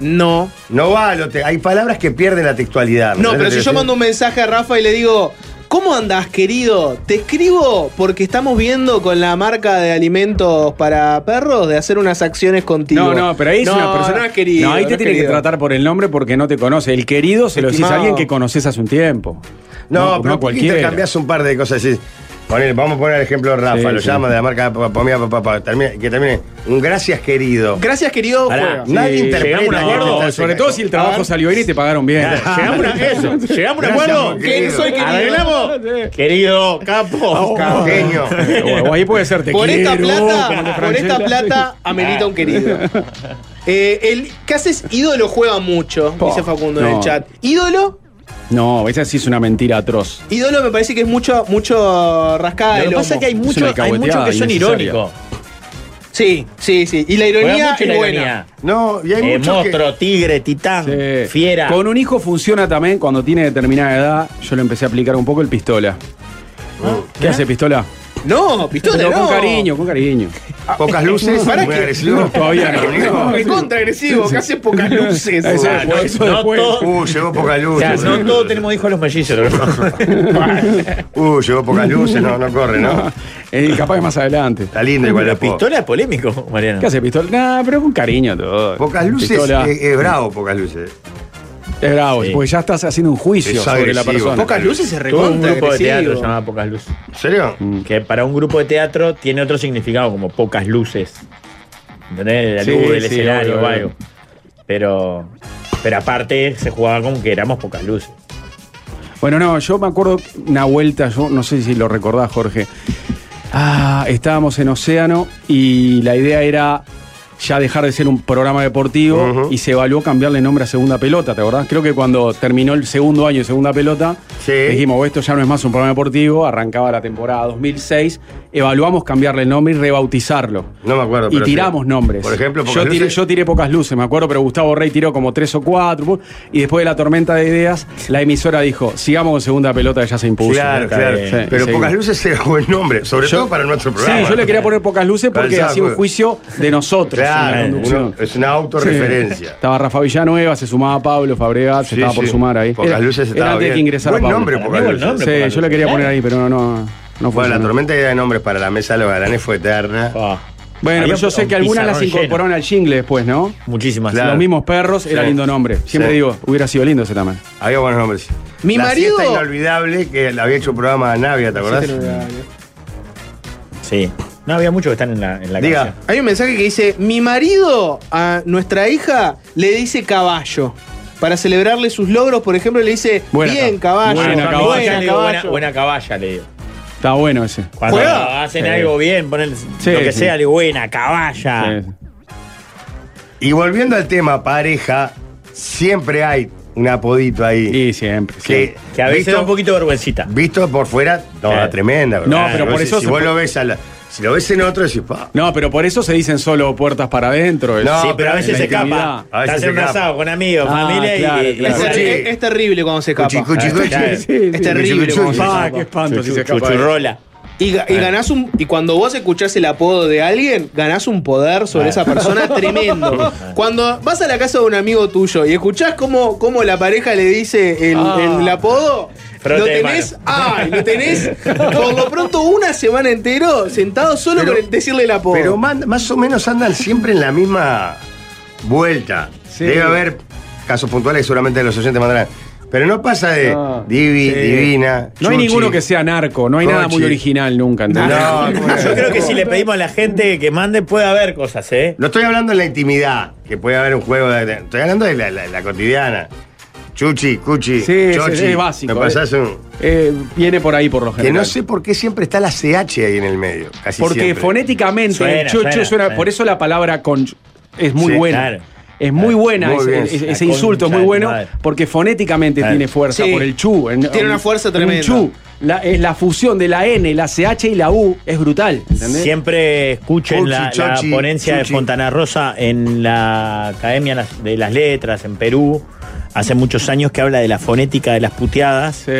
Speaker 2: No.
Speaker 9: No va, lo te- hay palabras que pierden la
Speaker 1: Ah,
Speaker 9: textualidad.
Speaker 2: No, pero si yo mando un mensaje a Rafa y le digo, ¿cómo andás, querido? Te escribo porque estamos viendo con la marca de alimentos para perros de hacer unas acciones
Speaker 1: No,
Speaker 2: contigo.
Speaker 1: no, pero ahí es una persona.
Speaker 2: No, es querido,
Speaker 1: No, ahí te
Speaker 2: no es
Speaker 1: tiene que
Speaker 2: querido.
Speaker 1: tratar por el nombre porque no te conoce. El querido se lo decís a
Speaker 2: Estimado.
Speaker 1: alguien que conoces hace un tiempo.
Speaker 9: No, pero ¿por qué intercambiás un par de cosas. así? Poner- vamos a poner el ejemplo de Rafa,
Speaker 1: Sí,
Speaker 9: lo
Speaker 1: sí.
Speaker 9: llama de la marca pa- pa- mía, pa- pa- pa- termina- que termine un gracias querido.
Speaker 2: Gracias, querido.
Speaker 3: Pará.
Speaker 2: juega.
Speaker 9: Nadie
Speaker 1: Sí,
Speaker 9: interpreta. eh,
Speaker 3: llegamos a un
Speaker 9: que
Speaker 3: acuerdo,
Speaker 9: te estás-
Speaker 1: Sobre todo si el trabajo salió bien y te pagaron bien.
Speaker 3: Llegamos a una- eso, llegamos a un
Speaker 9: Gracias,
Speaker 3: acuerdo.
Speaker 9: Jorge. Que soy querido.
Speaker 3: Arreglamos. Querido capo.
Speaker 9: Ah, Genio.
Speaker 1: O, o ahí puede ser te
Speaker 2: Por esta
Speaker 1: quiero, como
Speaker 2: plata,
Speaker 1: de
Speaker 2: por esta
Speaker 1: Franchella.
Speaker 2: plata amerita un querido. Eh, el Cases ídolo juega mucho,
Speaker 1: Po,
Speaker 2: dice Facundo en
Speaker 1: no.
Speaker 2: el chat. Ídolo,
Speaker 1: No, esa sí es una mentira atroz.
Speaker 2: ídolo me parece que es mucho, mucho rascada
Speaker 3: Lo
Speaker 2: de
Speaker 3: que
Speaker 2: lomo.
Speaker 3: pasa es que hay
Speaker 1: una
Speaker 3: muchos hay mucho
Speaker 1: alcahueteada
Speaker 3: que son
Speaker 1: innecesaria.
Speaker 3: irónicos.
Speaker 2: Sí, sí, sí. Y la
Speaker 3: Juega
Speaker 2: ironía
Speaker 3: mucho
Speaker 2: es
Speaker 3: la
Speaker 2: buena.
Speaker 3: ironía.
Speaker 9: No, y hay
Speaker 3: Eh,
Speaker 9: muchos que-
Speaker 3: monstruo, tigre, titán,
Speaker 1: Sí.
Speaker 3: fiera.
Speaker 1: Con un hijo funciona también cuando tiene determinada edad. Yo lo empecé a aplicar un poco el pistola.
Speaker 3: Ah,
Speaker 1: ¿Qué hace pistola?
Speaker 2: No, pistola,
Speaker 1: Pero
Speaker 2: no.
Speaker 1: con cariño, con cariño.
Speaker 9: Ah, pocas luces,
Speaker 2: Pará
Speaker 9: muy
Speaker 2: que-
Speaker 9: agresivo.
Speaker 1: No, todavía no.
Speaker 9: Hijo.
Speaker 2: No, recontra agresivo, casi pocas luces.
Speaker 1: Eso
Speaker 3: Ah,
Speaker 1: después,
Speaker 3: no-
Speaker 1: eso
Speaker 3: no
Speaker 1: después.
Speaker 3: todo-
Speaker 9: Uh, llegó pocas
Speaker 3: O sea,
Speaker 9: luces.
Speaker 3: no todos tenemos hijos a los mellizos.
Speaker 9: Uh, llegó pocas luces, no, no corre, ¿no?
Speaker 1: Eh, capaz que más adelante.
Speaker 9: Está lindo igual
Speaker 3: La
Speaker 9: la po-
Speaker 3: pistola es polémico, Mariano.
Speaker 1: ¿Qué hace pistola? Nah, pero con cariño todo.
Speaker 9: Pocas luces
Speaker 1: Pistola.
Speaker 9: es, es bravo, pocas luces.
Speaker 1: Es bravo,
Speaker 3: Sí.
Speaker 1: porque ya estás haciendo un juicio
Speaker 9: Es
Speaker 1: sobre la
Speaker 9: agresivo.
Speaker 1: persona.
Speaker 9: Poca-
Speaker 2: Pocas luces se
Speaker 3: Tuve un
Speaker 2: recontra
Speaker 3: grupo de teatro
Speaker 2: agresivo.
Speaker 3: llamado Pocas Luces.
Speaker 9: ¿En serio?
Speaker 3: Que para un grupo de teatro tiene otro significado, como pocas luces. ¿Entendés? La
Speaker 1: Sí,
Speaker 3: luz del
Speaker 1: sí,
Speaker 3: escenario
Speaker 1: obvio,
Speaker 3: o algo.
Speaker 1: obvio.
Speaker 3: Pero, pero aparte se jugaba como que éramos pocas luces.
Speaker 1: Bueno, no, yo me acuerdo una vuelta, yo no sé si lo recordás, Jorge. Ah, estábamos en Océano y la idea era ya dejar de ser un programa deportivo
Speaker 9: Ujú.
Speaker 1: y se evaluó cambiarle nombre a Segunda Pelota, ¿te acordás? Creo que cuando terminó el segundo año de Segunda Pelota,
Speaker 9: Sí.
Speaker 1: dijimos, "Bueno, esto ya no es más un programa deportivo, arrancaba la temporada 2006, evaluamos cambiarle el nombre y rebautizarlo.
Speaker 9: No me acuerdo.
Speaker 1: Y
Speaker 9: pero sí.
Speaker 1: tiramos nombres.
Speaker 9: Por ejemplo,
Speaker 1: yo
Speaker 9: pocas
Speaker 1: tiré,
Speaker 9: luces.
Speaker 1: yo tiré pocas luces, me acuerdo, pero Gustavo Rey tiró como tres o cuatro. pu- Y después de la tormenta de ideas, la emisora dijo: sigamos con segunda pelota, que ya se impuso.
Speaker 9: Claro,
Speaker 3: está
Speaker 9: claro.
Speaker 3: bien.
Speaker 1: Sí,
Speaker 9: pero
Speaker 1: sí.
Speaker 9: pocas luces era buen nombre, sobre todo para nuestro
Speaker 1: Sí,
Speaker 9: programa.
Speaker 1: yo le quería poner pocas luces porque
Speaker 9: Calzado,
Speaker 1: hacía un
Speaker 9: pues.
Speaker 1: juicio de nosotros. en la
Speaker 9: Claro,
Speaker 1: conducción.
Speaker 9: uno- es una autorreferencia.
Speaker 1: Estaba Rafa Villanueva, se sumaba Pablo Fabregat, se
Speaker 9: Sí,
Speaker 1: estaba por
Speaker 9: sí.
Speaker 1: sumar ahí.
Speaker 9: Pocas
Speaker 1: Era-
Speaker 9: luces
Speaker 1: era
Speaker 9: estaba
Speaker 1: antes de
Speaker 9: bien.
Speaker 1: que ingresara
Speaker 9: Buen
Speaker 1: Pablo.
Speaker 9: nombre,
Speaker 3: Para
Speaker 9: pocas
Speaker 3: mí, buen
Speaker 9: luces.
Speaker 3: nombre.
Speaker 1: Sí, yo le quería poner ahí, pero no, no, no
Speaker 9: Bueno, la
Speaker 1: funcionó.
Speaker 9: tormenta idea de nombres para la mesa de los galanes fue eterna.
Speaker 3: Ah.
Speaker 1: Bueno,
Speaker 3: Había
Speaker 1: pero yo sé
Speaker 3: un
Speaker 1: que algunas las
Speaker 3: pizarrón lleno.
Speaker 1: incorporaron al jingle después, ¿no?
Speaker 3: Muchísimas.
Speaker 9: Claro.
Speaker 1: Los mismos perros, era
Speaker 9: Sí.
Speaker 1: lindo nombre. Siempre
Speaker 9: Sí.
Speaker 1: digo, hubiera sido lindo ese también.
Speaker 9: Había buenos nombres.
Speaker 2: Mi
Speaker 9: la
Speaker 2: marido-
Speaker 9: siesta inolvidable que la había hecho un programa a Navia, ¿te acordás?
Speaker 3: Sí. No, había muchos que están en la, en la
Speaker 9: Diga.
Speaker 3: cancha.
Speaker 2: Hay un mensaje que dice: Mi marido a nuestra hija le dice caballo. Para celebrarle sus logros, por ejemplo, le dice:
Speaker 1: Buena
Speaker 2: Bien,
Speaker 1: cab-
Speaker 2: caballo.
Speaker 1: buena
Speaker 3: Buena
Speaker 2: Buena,
Speaker 1: caballo.
Speaker 3: caballa, le digo, buena,
Speaker 2: caballo.
Speaker 3: buena caballa, le digo.
Speaker 1: Está bueno ese.
Speaker 3: Cuando
Speaker 2: ¿Juega?
Speaker 3: hacen algo bien, ponen
Speaker 1: Sí,
Speaker 3: lo que
Speaker 1: sí.
Speaker 3: sea, le digo, buena caballa.
Speaker 1: Sí.
Speaker 9: Y volviendo al tema pareja, siempre hay un apodito ahí.
Speaker 1: Y siempre.
Speaker 9: que,
Speaker 1: siempre.
Speaker 3: Que a veces
Speaker 9: visto-
Speaker 3: da un poquito de vergüencita.
Speaker 9: Visto por fuera, no,
Speaker 3: Claro.
Speaker 9: la tremenda, ¿verdad?
Speaker 1: No, pero por
Speaker 9: Si-
Speaker 1: eso
Speaker 9: Si
Speaker 1: se
Speaker 9: vos
Speaker 1: pu-
Speaker 9: lo ves a la- Si lo ves en otro, decís, pa.
Speaker 1: No, pero por eso se dicen solo puertas para adentro. es-
Speaker 9: No,
Speaker 3: sí,
Speaker 9: pero
Speaker 3: pero a
Speaker 9: en
Speaker 3: veces
Speaker 9: la
Speaker 3: se
Speaker 9: intimidad.
Speaker 3: escapa.
Speaker 9: A veces
Speaker 3: Estás
Speaker 9: se
Speaker 3: en un
Speaker 9: escapa.
Speaker 3: asado con amigos,
Speaker 1: Ah,
Speaker 3: familia
Speaker 1: claro,
Speaker 3: y- y.
Speaker 1: claro.
Speaker 2: Es,
Speaker 3: y-
Speaker 2: ter- es terrible cuando se escapa.
Speaker 9: Cuchi,
Speaker 2: Ah,
Speaker 9: cuchi,
Speaker 3: Claro,
Speaker 9: cuchi.
Speaker 3: claro.
Speaker 1: Sí, sí.
Speaker 2: Es terrible.
Speaker 9: Cuchi, cuchi,
Speaker 2: cuando se
Speaker 9: cuchi.
Speaker 1: Ah,
Speaker 2: escapa.
Speaker 1: qué espanto si se escapa.
Speaker 3: Chuchurrola.
Speaker 2: Y, ga- y ganás un. Y cuando vos escuchás el apodo de alguien, ganás un poder sobre
Speaker 3: Bueno.
Speaker 2: esa persona tremendo. Cuando vas a la casa de un amigo tuyo y escuchás cómo, cómo la pareja le dice el,
Speaker 3: Ah.
Speaker 2: el apodo.
Speaker 3: Frote
Speaker 2: lo
Speaker 3: de
Speaker 2: tenés,
Speaker 3: mano.
Speaker 2: ay, lo tenés por lo pronto una semana entero sentado solo
Speaker 9: Pero-
Speaker 2: con el- decirle el apodo.
Speaker 9: Pero man- más o menos andan siempre en la misma vuelta.
Speaker 1: Sí.
Speaker 9: Debe haber casos puntuales que seguramente los oyentes mandarán. Pero no pasa de
Speaker 1: No.
Speaker 9: divi,
Speaker 1: Sí.
Speaker 9: divina.
Speaker 1: No hay
Speaker 9: chuchi.
Speaker 1: ninguno que sea narco, no hay nada
Speaker 9: Conchi.
Speaker 1: muy original nunca. ¿entendés?
Speaker 9: No,
Speaker 3: Yo creo que si le pedimos a la gente que mande, puede haber cosas, ¿eh?
Speaker 9: No estoy hablando en la intimidad, que puede haber un juego. de- estoy hablando de la, la- la cotidiana. Chuchi, cuchi,
Speaker 1: Sí, sí,
Speaker 9: chochi.
Speaker 1: es básico,
Speaker 9: Me pasás
Speaker 1: eh.
Speaker 9: un-
Speaker 1: Eh, viene por ahí por lo
Speaker 9: Que
Speaker 1: general.
Speaker 9: no sé por qué siempre está la CH ahí en el medio. Casi
Speaker 1: Porque
Speaker 9: siempre.
Speaker 1: fonéticamente el
Speaker 3: Suena,
Speaker 1: chocho
Speaker 3: suena,
Speaker 1: suena,
Speaker 3: suena.
Speaker 1: por eso la palabra con es muy
Speaker 9: Sí,
Speaker 1: buena.
Speaker 3: claro.
Speaker 1: Es muy
Speaker 3: Claro,
Speaker 1: buena,
Speaker 9: muy
Speaker 1: ese-
Speaker 9: bien.
Speaker 1: ese,
Speaker 3: La
Speaker 1: ese insulto es
Speaker 3: concha
Speaker 1: muy
Speaker 3: de
Speaker 1: bueno,
Speaker 3: tu madre.
Speaker 1: porque fonéticamente
Speaker 3: Claro.
Speaker 1: tiene fuerza
Speaker 2: Sí.
Speaker 1: por el chu. en-
Speaker 2: Tiene una fuerza
Speaker 1: en un
Speaker 2: tremenda.
Speaker 1: chu. La, es la fusión de la N, la CH y la U es brutal, ¿entendés?
Speaker 3: Siempre escuchen
Speaker 9: Cuchi,
Speaker 3: la, la
Speaker 9: chochi,
Speaker 3: ponencia
Speaker 9: chuchi.
Speaker 3: de Fontana Rosa en la Academia Nas- de las Letras en Perú, hace muchos años que habla de la fonética de las puteadas,
Speaker 1: Sí.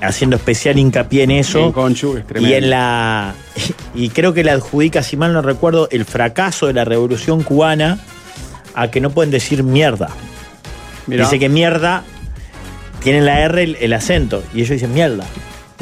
Speaker 3: haciendo especial hincapié en eso.
Speaker 1: Sí, con chu es
Speaker 3: y
Speaker 1: tremendo.
Speaker 3: en la y creo que le adjudica, si mal no recuerdo, el fracaso de la revolución cubana a que no pueden decir mierda.
Speaker 1: Mirá.
Speaker 3: Dice que mierda tiene la R el, el acento y ellos dicen mierda.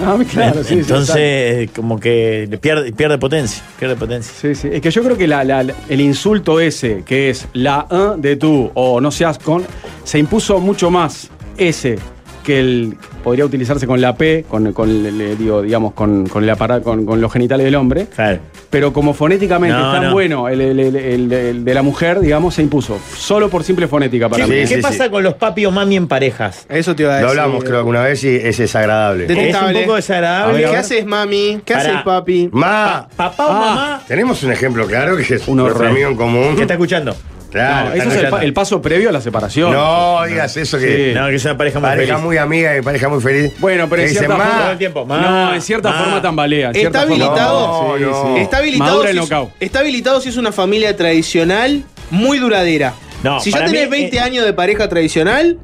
Speaker 1: Ah, claro, sí, sí, total.
Speaker 3: Entonces, como que le pierde, pierde potencia, pierde potencia.
Speaker 1: Sí, sí. Es que yo creo que la- la- la- el insulto ese, que es la "Ah", de tú o no seas con, se impuso mucho más ese que el podría utilizarse con la P, con, con le- le digo, digamos, con, con, la para- con, con los genitales del hombre.
Speaker 3: Claro.
Speaker 1: Pero como fonéticamente
Speaker 3: No,
Speaker 1: es tan
Speaker 3: no.
Speaker 1: bueno el, el- el- el- el de la mujer, digamos, se impuso. Solo por simple fonética para
Speaker 9: Sí,
Speaker 1: mí.
Speaker 3: ¿Qué,
Speaker 9: sí,
Speaker 3: qué pasa
Speaker 9: sí.
Speaker 3: con los papi o mami en parejas?
Speaker 2: Eso te iba a decir. eh.
Speaker 9: Lo hablamos, creo, alguna vez y es desagradable.
Speaker 2: De-
Speaker 3: Es un
Speaker 2: Detestable.
Speaker 3: poco desagradable.
Speaker 2: ¿Qué haces, mami? ¿Qué
Speaker 3: Pará.
Speaker 2: haces, papi?
Speaker 9: Ma,
Speaker 3: Papá o
Speaker 1: Ah.
Speaker 3: mamá
Speaker 9: tenemos un ejemplo claro que es
Speaker 1: Un
Speaker 9: nuestro
Speaker 1: horror.
Speaker 9: amigo en común.
Speaker 3: que está escuchando.
Speaker 9: Claro,
Speaker 1: No,
Speaker 9: está
Speaker 1: eso es el,
Speaker 9: escuchando.
Speaker 1: pa- el paso previo a la separación.
Speaker 9: No digas eso que.
Speaker 1: Sí.
Speaker 3: No, que es una pareja muy
Speaker 9: Pareja
Speaker 3: feliz.
Speaker 9: muy amiga y pareja muy feliz.
Speaker 1: Bueno, pero
Speaker 9: Que
Speaker 1: en
Speaker 9: dice,
Speaker 1: cierta,
Speaker 9: "Ma,
Speaker 3: Todo
Speaker 1: forma,
Speaker 3: el tiempo, ma,
Speaker 1: no, en cierta
Speaker 3: ma.
Speaker 1: forma tambalea. en
Speaker 2: Está
Speaker 1: cierta forma-
Speaker 2: habilitado.
Speaker 1: Sí,
Speaker 9: No,
Speaker 1: sí.
Speaker 2: Está habilitado,
Speaker 1: Madura
Speaker 2: si
Speaker 1: el
Speaker 2: es,
Speaker 1: knockout.
Speaker 2: está habilitado si es una familia tradicional muy duradera.
Speaker 3: No,
Speaker 2: si ya
Speaker 3: para
Speaker 2: tenés
Speaker 3: mí,
Speaker 2: 20
Speaker 3: eh,
Speaker 2: años de pareja tradicional,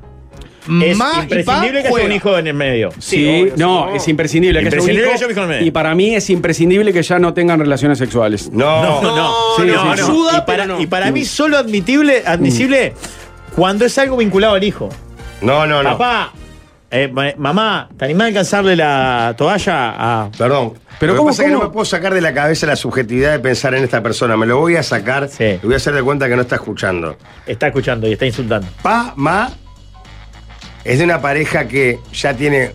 Speaker 3: Es
Speaker 2: ma y pa
Speaker 3: imprescindible que haya
Speaker 2: juega.
Speaker 3: un hijo en el medio.
Speaker 1: Sí, no, es imprescindible que haya un
Speaker 3: Imprescindible
Speaker 1: hijo,
Speaker 3: que haya un hijo en medio.
Speaker 1: Y para mí es imprescindible que ya no tengan relaciones sexuales.
Speaker 9: No,
Speaker 3: No, no,
Speaker 2: Sí,
Speaker 3: no,
Speaker 2: sí,
Speaker 3: no.
Speaker 2: sí. Ayuda,
Speaker 3: y, para,
Speaker 2: pero no.
Speaker 3: y para mí solo admitible, admisible cuando es algo vinculado al hijo.
Speaker 9: no, no. no.
Speaker 3: Papá, eh, ma- mamá, ¿te animás a alcanzarle la toalla a
Speaker 9: Perdón.
Speaker 1: Pero
Speaker 9: Pero
Speaker 1: ¿cómo,
Speaker 9: ¿cómo, pasa es que
Speaker 1: cómo?
Speaker 9: no me puedo sacar de la cabeza la subjetividad de pensar en esta persona. Me lo voy a sacar
Speaker 3: Sí.
Speaker 9: y voy a hacer de cuenta que no está escuchando.
Speaker 3: está escuchando y está insultando?
Speaker 9: Pa, ma, es de una pareja que ya tiene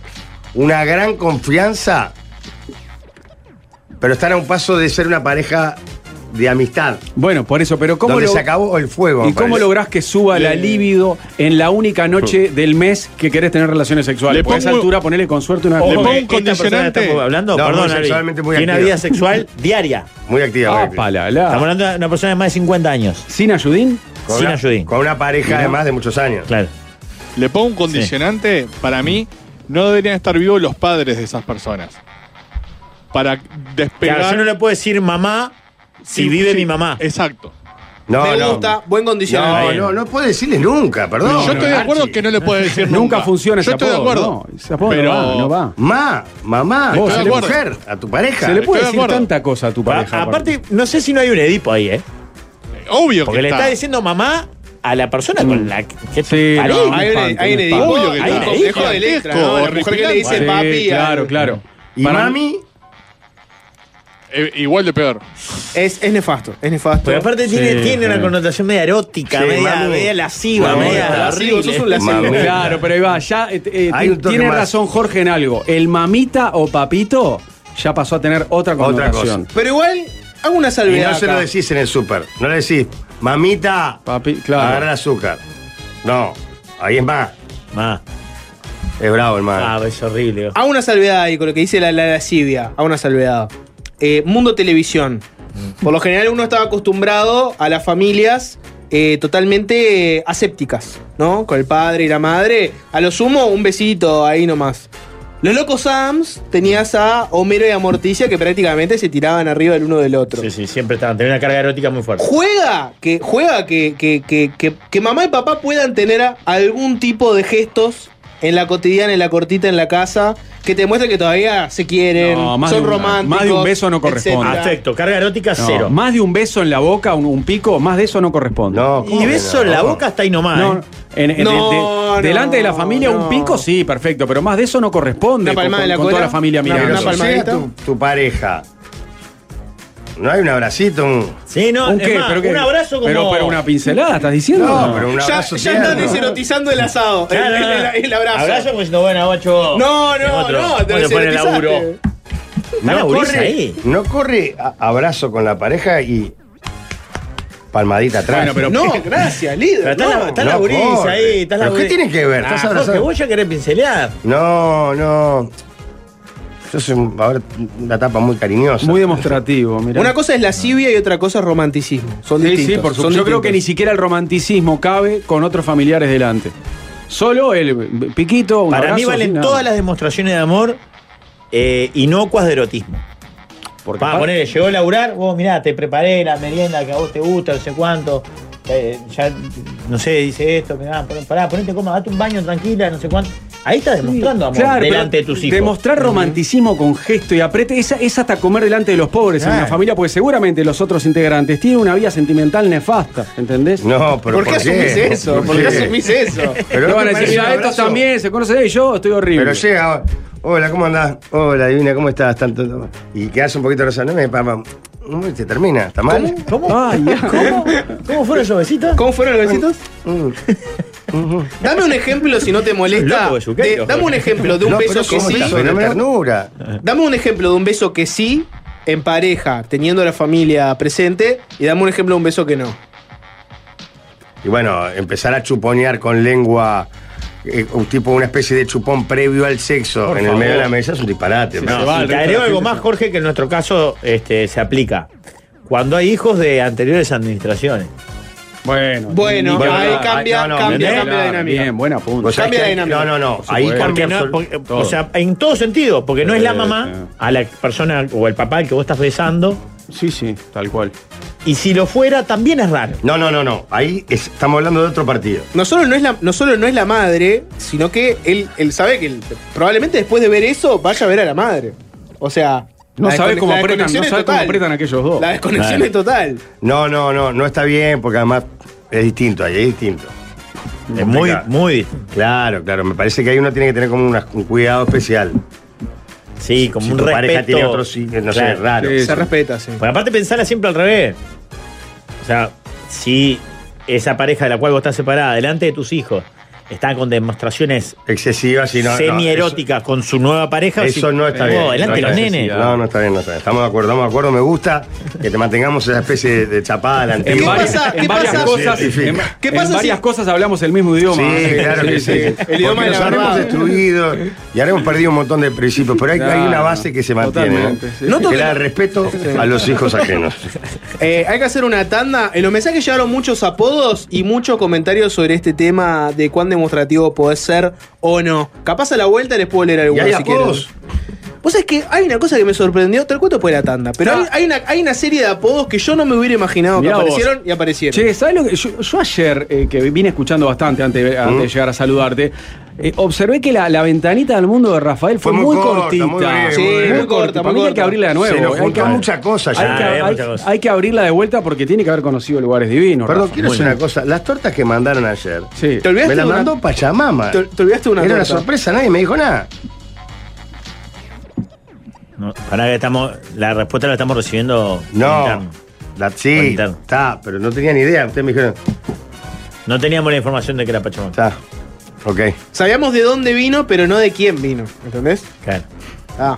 Speaker 9: una gran confianza, pero están a un paso de ser una pareja de amistad.
Speaker 1: Bueno, por eso, pero ¿cómo
Speaker 9: donde
Speaker 1: lo-
Speaker 9: se acabó el fuego.
Speaker 1: ¿Y
Speaker 9: me
Speaker 1: cómo
Speaker 9: parece.
Speaker 1: lográs que suba la libido en la única noche del mes que querés tener relaciones sexuales?
Speaker 6: Le
Speaker 1: Porque a esa
Speaker 6: pongo-
Speaker 1: altura ponerle con suerte una
Speaker 6: Le
Speaker 1: vez.
Speaker 6: pongo un
Speaker 3: Esta persona
Speaker 6: condicionante.
Speaker 3: que estamos hablando,
Speaker 9: No, muy
Speaker 3: perdón,
Speaker 9: sexualmente muy
Speaker 3: Tiene una
Speaker 9: activa.
Speaker 3: vida sexual diaria.
Speaker 9: Muy activa. muy
Speaker 1: Ah,
Speaker 9: activa.
Speaker 1: palala.
Speaker 3: Estamos hablando de una persona de más de 50 años.
Speaker 1: ¿Sin ayudín?
Speaker 9: Con,
Speaker 3: sin
Speaker 9: una,
Speaker 3: ayudín.
Speaker 9: con una pareja además de muchos años.
Speaker 3: Claro.
Speaker 6: Le pongo un condicionante, para mí, no deberían estar vivos los padres de esas personas. Para despegar.
Speaker 3: Claro, yo no le puedo decir mamá si
Speaker 6: Sí,
Speaker 3: vive
Speaker 6: sí,
Speaker 3: mi mamá.
Speaker 6: Exacto.
Speaker 9: No,
Speaker 2: Me
Speaker 9: no.
Speaker 2: gusta, buen
Speaker 9: No,
Speaker 2: condicionante.
Speaker 9: no, no puedo decirles nunca, perdón.
Speaker 6: yo estoy de acuerdo que no le puedo decir nunca.
Speaker 1: Nunca funciona ese
Speaker 6: Yo estoy de
Speaker 1: apodo,
Speaker 6: acuerdo.
Speaker 1: No, ese apodo
Speaker 6: pero
Speaker 1: no va, no va.
Speaker 9: Ma, mamá,
Speaker 1: Vos,
Speaker 9: a
Speaker 1: se
Speaker 9: tu
Speaker 1: le-
Speaker 9: mujer, a tu pareja.
Speaker 1: Se le
Speaker 6: estoy
Speaker 1: puede
Speaker 6: de
Speaker 1: decir
Speaker 6: acuerdo.
Speaker 1: tanta cosa a tu pareja.
Speaker 3: A- aparte, no sé si no hay un Edipo ahí, ¿eh?
Speaker 6: Obvio
Speaker 3: Porque
Speaker 6: que
Speaker 3: le
Speaker 6: está.
Speaker 3: está diciendo mamá a la persona con la que- que
Speaker 1: Sí,
Speaker 3: Ahí.
Speaker 1: no,
Speaker 2: Hay un, hay un
Speaker 1: Hay
Speaker 2: edicto,
Speaker 6: obvio que
Speaker 2: hay un
Speaker 3: está.
Speaker 2: consejo de letra, ¿no? La mujer que le dice
Speaker 1: Sí,
Speaker 2: papi. al-
Speaker 1: claro, claro.
Speaker 9: y
Speaker 1: Para mí-
Speaker 9: mami,
Speaker 6: Eh, igual de peor.
Speaker 2: Es, es nefasto, es nefasto.
Speaker 3: Porque aparte tiene, tiene una connotación media erótica,
Speaker 9: Sí,
Speaker 3: media,
Speaker 9: mami.
Speaker 3: media lasciva,
Speaker 9: Mami,
Speaker 3: media
Speaker 2: lascivo, sos un
Speaker 3: horrible.
Speaker 2: lascivo.
Speaker 9: Mami.
Speaker 1: Claro, pero ahí va, ya eh, eh,
Speaker 9: Hay un toque
Speaker 1: tiene
Speaker 9: más.
Speaker 1: razón Jorge en algo. El mamita o papito ya pasó a tener otra
Speaker 9: Otra
Speaker 1: connotación.
Speaker 2: Pero igual, hago una
Speaker 9: y
Speaker 2: salvedad.
Speaker 9: no se lo
Speaker 2: acá.
Speaker 9: decís en el súper. No le decís, mamita,
Speaker 1: Papi, claro.
Speaker 9: agarra el azúcar. No, ahí es más.
Speaker 3: Ma,
Speaker 9: Es bravo el
Speaker 3: ah,
Speaker 9: más.
Speaker 3: es horrible.
Speaker 2: Hago una salvedad ahí con lo que dice la, la lascivia. Hago una salvedad. Eh, mundo televisión.
Speaker 3: Mm.
Speaker 2: Por lo general uno estaba acostumbrado a las familias eh, totalmente eh, asépticas, ¿no? Con el padre y la madre. A lo sumo, un besito ahí nomás. Los locos Sams tenías a Homero y a Morticia que prácticamente se tiraban arriba el uno del otro.
Speaker 3: Sí, sí, siempre estaban. Tenía una carga erótica muy fuerte.
Speaker 2: Juega que, juega que, que, que, que- que mamá y papá puedan tener a- algún tipo de gestos en la cotidiana, en la cortita, en la casa, que te muestre que todavía se quieren,
Speaker 1: No, más
Speaker 2: son
Speaker 1: de un-
Speaker 2: románticos.
Speaker 1: más de un beso no corresponde.
Speaker 2: etcétera.
Speaker 3: Afecto, carga erótica
Speaker 1: No,
Speaker 3: cero.
Speaker 1: Más de un beso en la boca, un, un pico, más de eso no corresponde.
Speaker 9: No, ¿cómo
Speaker 3: Y
Speaker 9: que
Speaker 3: beso
Speaker 9: no?
Speaker 3: en la boca está ahí nomás.
Speaker 1: No,
Speaker 3: ¿eh?
Speaker 1: en- en- de-
Speaker 2: No,
Speaker 1: de-
Speaker 2: no,
Speaker 1: delante de la familia un
Speaker 2: no.
Speaker 1: pico sí, perfecto, pero más de eso no corresponde
Speaker 2: Una
Speaker 1: con,
Speaker 2: palmada en
Speaker 1: con-
Speaker 2: la
Speaker 1: con toda
Speaker 2: cola.
Speaker 1: la familia
Speaker 2: Una-
Speaker 1: mirando.
Speaker 9: Pero
Speaker 2: una
Speaker 9: si sea
Speaker 2: palmadita.
Speaker 9: tu, tu pareja. No hay un abracito, un.
Speaker 3: Sí, no,
Speaker 1: ¿Un
Speaker 3: es
Speaker 1: qué?
Speaker 3: más,
Speaker 1: ¿Pero qué?
Speaker 3: un abrazo como.
Speaker 1: Pero, pero una pincelada, ¿estás diciendo?
Speaker 9: No, pero un
Speaker 2: Ya,
Speaker 9: abrazo.
Speaker 2: ya están
Speaker 9: tierno.
Speaker 2: deserotizando el asado, el,
Speaker 3: Claro,
Speaker 2: el- el- el abrazo.
Speaker 3: Abrazo como diciendo, bueno, guacho.
Speaker 2: No,
Speaker 3: El
Speaker 2: no,
Speaker 3: otro.
Speaker 2: no, te
Speaker 3: Bueno, pone el
Speaker 2: deserotizaste.
Speaker 3: laburo. Está la
Speaker 9: No
Speaker 3: gurisa
Speaker 9: corre,
Speaker 3: ahí.
Speaker 9: no corre a- abrazo con la pareja y palmadita
Speaker 1: Bueno,
Speaker 9: atrás.
Speaker 1: pero-
Speaker 2: No, gracias,
Speaker 3: Pero
Speaker 2: líder.
Speaker 3: está la,
Speaker 2: no.
Speaker 3: está
Speaker 9: no
Speaker 3: la gurisa
Speaker 9: corre.
Speaker 3: ahí. Está la
Speaker 9: ¿Pero qué
Speaker 3: gurisa.
Speaker 9: tiene que ver?
Speaker 3: Ah,
Speaker 9: Estás
Speaker 3: Jorge,
Speaker 9: abrazando.
Speaker 3: vos ya querés pincelear.
Speaker 9: No, no. Yo soy un- ahora una tapa muy cariñosa.
Speaker 1: Muy demostrativo, mira.
Speaker 2: Una cosa es lascivia y otra cosa es romanticismo. Son
Speaker 1: Sí,
Speaker 2: distintos.
Speaker 1: sí, por
Speaker 2: son
Speaker 1: supuesto. Yo creo que ni
Speaker 2: distintos.
Speaker 1: siquiera el romanticismo cabe con otros familiares delante. Solo el piquito, un
Speaker 3: Para mí
Speaker 1: abrazo, sí,
Speaker 3: valen
Speaker 1: nada.
Speaker 3: todas las demostraciones de amor eh, inocuas de erotismo.
Speaker 1: Porque
Speaker 3: Va,
Speaker 1: pa-
Speaker 3: ponele, llegó a laburar, vos mirá, te preparé la merienda que a vos te gusta, no sé cuánto. eh, ya, no sé, dice esto, mirá, pon- pará, ponete coma, date un baño tranquila, no sé cuánto. Ahí estás demostrando amor
Speaker 1: Claro,
Speaker 3: delante de
Speaker 1: pero
Speaker 3: tus hijos.
Speaker 1: Demostrar romanticismo con gesto y aprete es, es hasta comer delante de los pobres en
Speaker 3: Claro.
Speaker 1: una familia, porque seguramente los otros integrantes tienen una vida sentimental nefasta, ¿entendés?
Speaker 9: No, pero
Speaker 2: ¿Por qué asumís eso? ¿Por qué asumís eso?
Speaker 9: Pero
Speaker 1: Pero
Speaker 9: no
Speaker 1: van a
Speaker 9: te
Speaker 1: decir,
Speaker 9: parece un
Speaker 1: ya estos
Speaker 9: abrazo".
Speaker 1: también se conocen y yo estoy horrible.
Speaker 9: Pero llega, hola, ¿cómo andás? Hola, divina, ¿cómo estás? Tanto... Y quedás un poquito rozando. No me papá. No, y te termina, ¿está mal?
Speaker 3: ¿Cómo?
Speaker 1: Ay, ya.
Speaker 3: ¿Cómo? ¿Cómo fueron esos besitos?
Speaker 2: ¿Cómo fueron los besitos?
Speaker 9: Mm.
Speaker 2: Dame un ejemplo si no te molesta.
Speaker 3: Loco, Yuqueiro.
Speaker 2: de- dame un ejemplo de un
Speaker 9: No, pero
Speaker 2: beso que
Speaker 9: ¿cómo
Speaker 2: sí.
Speaker 9: estás? Pero ternura.
Speaker 2: Dame un ejemplo de un beso que sí en pareja, teniendo la familia presente, y dame un ejemplo de un beso que no.
Speaker 9: Y bueno, empezar a chuponear con lengua, eh, un tipo una especie de chupón previo al sexo en el medio de la mesa es un disparate.
Speaker 3: No,
Speaker 9: ¿no?
Speaker 3: y te agrego algo más, Jorge, que en nuestro caso este, se aplica. Cuando hay hijos de anteriores administraciones.
Speaker 1: Bueno, ah,
Speaker 2: Bueno,
Speaker 9: Bueno,
Speaker 2: ahí
Speaker 9: no,
Speaker 2: cambia,
Speaker 9: no, no,
Speaker 2: cambia,
Speaker 3: bien,
Speaker 1: Claro,
Speaker 2: cambia la dinámica.
Speaker 1: Bien, buena punta.
Speaker 9: O sea,
Speaker 2: Cambia
Speaker 9: que-
Speaker 2: la dinámica.
Speaker 9: No, no, no.
Speaker 1: Por
Speaker 9: Ahí
Speaker 1: supuesto.
Speaker 9: cambia
Speaker 3: Porque
Speaker 9: Eh,
Speaker 3: no-
Speaker 9: absolut-
Speaker 3: porque-
Speaker 1: todo.
Speaker 3: o sea, en todo sentido, porque no es la
Speaker 1: Sí,
Speaker 3: mamá
Speaker 1: sí.
Speaker 3: a la persona o el papá al que vos estás besando,
Speaker 1: Sí, sí, tal cual.
Speaker 3: y si lo fuera, también es raro.
Speaker 9: No, no, no, no. Ahí es- estamos hablando de otro partido.
Speaker 2: No solo no es la, no solo no es la madre, sino que él, él sabe que él- probablemente después de ver eso vaya a ver a la madre. O sea.
Speaker 1: No
Speaker 2: la
Speaker 1: sabés
Speaker 2: descone-
Speaker 1: cómo
Speaker 2: la
Speaker 1: apretan,
Speaker 2: desconexión
Speaker 1: no
Speaker 2: es
Speaker 1: sabés cómo
Speaker 2: total.
Speaker 1: apretan aquellos dos.
Speaker 2: La desconexión
Speaker 3: Claro.
Speaker 2: es total.
Speaker 9: No, no, no. No está bien porque además es distinto ahí, es distinto.
Speaker 3: Es muy,
Speaker 9: Complicado.
Speaker 3: muy.
Speaker 9: Claro, claro. Me parece que ahí uno tiene que tener como una- un cuidado especial.
Speaker 3: Sí, como
Speaker 9: si
Speaker 3: un
Speaker 9: tu
Speaker 3: respeto.
Speaker 9: pareja tiene otro sí, no sé,
Speaker 3: Claro.
Speaker 9: raro.
Speaker 1: Sí.
Speaker 2: Se respeta, sí.
Speaker 3: Porque aparte pensarla siempre al revés. O sea, si esa pareja de la cual vos estás separada, delante de tus hijos, está con demostraciones
Speaker 9: Excesiva, si no. no,
Speaker 3: semi-eróticas con su nueva pareja.
Speaker 9: eso- Eso
Speaker 3: si-
Speaker 9: no está
Speaker 3: Oh,
Speaker 9: bien.
Speaker 3: Delante de
Speaker 9: no
Speaker 3: los
Speaker 9: está bien.
Speaker 3: nenes.
Speaker 9: No, no está bien, no está bien. Estamos de acuerdo, estamos de acuerdo. Me gusta que te mantengamos esa especie de, de chapada a la
Speaker 1: En
Speaker 9: antigua.
Speaker 1: varias,
Speaker 2: pasa?
Speaker 1: en
Speaker 2: ¿Qué
Speaker 1: varias
Speaker 2: pasa?
Speaker 1: cosas,
Speaker 9: Sí, sí.
Speaker 1: en-
Speaker 2: ¿Qué
Speaker 1: en
Speaker 2: pasa si-
Speaker 1: varias cosas hablamos el mismo idioma.
Speaker 9: Sí, claro que sí.
Speaker 2: El idioma
Speaker 9: Porque
Speaker 2: de
Speaker 9: nos
Speaker 2: la
Speaker 9: habremos
Speaker 2: verdad.
Speaker 9: destruido y habremos perdido un montón de principios, pero hay,
Speaker 1: Claro,
Speaker 9: hay una base que se mantiene. ¿no?
Speaker 1: totalmente, sí.
Speaker 2: Noto
Speaker 9: que
Speaker 2: que-
Speaker 9: era el respeto a los hijos ajenos.
Speaker 2: Eh, hay que hacer una tanda. En los mensajes llegaron muchos apodos y muchos comentarios sobre este tema de cuán demostrativo podés ser o no. Capaz a la vuelta les puedo leer
Speaker 9: ¿Y
Speaker 2: algunos
Speaker 9: hay
Speaker 2: si quieren.
Speaker 9: apodos?
Speaker 2: Vos sabés que hay una cosa que me sorprendió, te lo cuento después de la tanda, pero hay, hay una, hay una serie de apodos que yo no me hubiera imaginado
Speaker 1: Ah. Mirá
Speaker 2: que
Speaker 1: vos.
Speaker 2: aparecieron y aparecieron.
Speaker 1: Che, ¿sabes lo que? Yo, yo ayer, eh, que vine escuchando bastante antes, de- antes
Speaker 9: Mm.
Speaker 1: de llegar a saludarte, eh, observé que la, la ventanita del mundo de Rafael fue,
Speaker 9: Fue muy
Speaker 1: muy
Speaker 9: corta,
Speaker 1: cortita.
Speaker 9: muy breve,
Speaker 2: Sí, muy muy breve. corta,
Speaker 1: Para
Speaker 2: muy
Speaker 1: mí hay que
Speaker 2: corta.
Speaker 1: abrirla de nuevo. eh,
Speaker 9: Se nos
Speaker 1: hay que-
Speaker 9: juntan muchas cosas
Speaker 1: hay,
Speaker 9: ya.
Speaker 1: que,
Speaker 3: Ah, eh,
Speaker 1: hay-
Speaker 3: muchas cosas.
Speaker 1: hay que abrirla de vuelta porque tiene que haber conocido lugares divinos.
Speaker 9: Perdón,
Speaker 1: Rafa.
Speaker 9: quiero decir una cosa. Las tortas que mandaron ayer,
Speaker 1: Sí.
Speaker 2: Te olvidaste
Speaker 9: me las
Speaker 2: de una-
Speaker 9: mandó Pachamama.
Speaker 2: Te, te olvidaste de una
Speaker 9: Era una
Speaker 2: torta.
Speaker 9: sorpresa, nadie me dijo nada.
Speaker 3: No, pará que estamos, la respuesta la estamos recibiendo.
Speaker 9: No.
Speaker 3: interno.
Speaker 9: La,
Speaker 3: Por
Speaker 9: sí,
Speaker 3: interno.
Speaker 9: está, pero no tenía ni idea. Ustedes me dijeron,
Speaker 3: No teníamos la información de que era Pachamama.
Speaker 9: está, ok.
Speaker 2: Sabíamos de dónde vino, pero no de quién vino, ¿entendés?
Speaker 3: Claro.
Speaker 2: Ah.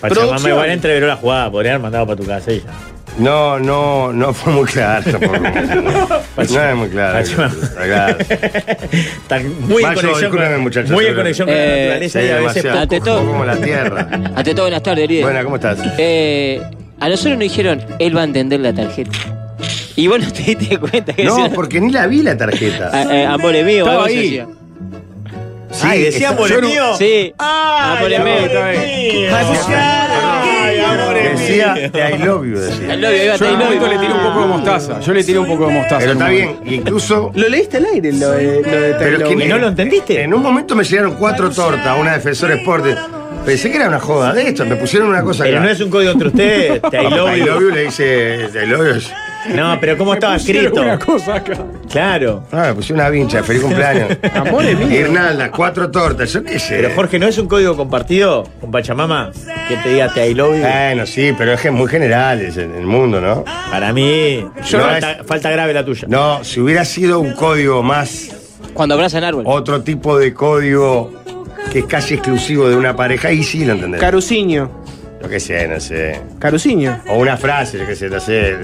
Speaker 3: Pachamama
Speaker 2: Producción.
Speaker 3: igual entreveró la jugada, podría haber mandado para tu casa ella.
Speaker 9: No, no, no fue muy claro tampoco. no es muy claro.
Speaker 3: Pachamama.
Speaker 9: Claro.
Speaker 3: Está muy en
Speaker 9: Mayo,
Speaker 8: Ah,
Speaker 3: conexión con,
Speaker 9: discúlpame, muchacho,
Speaker 3: muy en
Speaker 9: seguro.
Speaker 3: conexión con la
Speaker 8: Eh,
Speaker 3: naturaleza
Speaker 9: Sí,
Speaker 3: y a veces
Speaker 9: demasiado.
Speaker 8: ante todo-
Speaker 9: Como la tierra.
Speaker 8: Ante todo, buenas tardes, líder.
Speaker 9: Buena, ¿cómo estás?
Speaker 8: Eh, a nosotros nos dijeron, él va a entender la tarjeta. Y vos no te diste cuenta que
Speaker 9: No,
Speaker 8: decía,
Speaker 9: porque ni la vi la tarjeta.
Speaker 8: "Ah, eh, amor es mío,
Speaker 1: Estaba
Speaker 8: algo así
Speaker 1: ahí.
Speaker 8: decía.
Speaker 3: Ay, decía
Speaker 9: está-
Speaker 3: amor
Speaker 9: yo no-
Speaker 3: mío.
Speaker 8: Sí.
Speaker 1: Ah,
Speaker 3: Ay,
Speaker 8: Amor es mío.
Speaker 3: amor es mío. Ay, amor amores
Speaker 9: Decía,
Speaker 3: míos.
Speaker 9: I love you, decía.
Speaker 8: Al novio, iba a
Speaker 1: Yo en un
Speaker 8: Taylor.
Speaker 1: momento le tiré un poco de mostaza. Yo le tiré un poco de mostaza.
Speaker 9: Pero
Speaker 1: en un
Speaker 9: está
Speaker 1: momento.
Speaker 9: bien, incluso.
Speaker 2: Lo leíste al aire, lo de, lo de
Speaker 9: Pero es
Speaker 2: Taylor.
Speaker 9: que
Speaker 3: ¿Y no lo entendiste?
Speaker 9: En un momento me llegaron cuatro tortas, una de Defensor Sport. Pensé que era una joda de esto, me pusieron una cosa
Speaker 3: Pero
Speaker 9: acá.
Speaker 3: no es un código entre ustedes. Te I love
Speaker 9: I
Speaker 3: you.
Speaker 9: love you le dice I love you.
Speaker 3: No, pero ¿cómo estaba escrito?
Speaker 1: Una cosa acá.
Speaker 3: Claro.
Speaker 9: Ah, me pusieron una vincha, feliz cumpleaños.
Speaker 2: Amores míos.
Speaker 9: Guirnaldas, cuatro tortas, yo qué sé.
Speaker 3: Pero Jorge, ¿no es un código compartido con Pachamama? Que te diga te I love you.
Speaker 9: Bueno, sí, pero es que es muy general es en el mundo, ¿no?
Speaker 3: Para mí,
Speaker 9: Yo-
Speaker 3: falta, falta grave la tuya.
Speaker 9: No, si hubiera sido un código más,
Speaker 8: Cuando abrazan árbol.
Speaker 9: otro tipo de código que es casi exclusivo de una pareja, ahí sí lo entendés.
Speaker 2: Caruciño.
Speaker 9: Yo qué sé, no sé.
Speaker 2: Caruciño.
Speaker 9: O una frase, yo qué sé, no sé.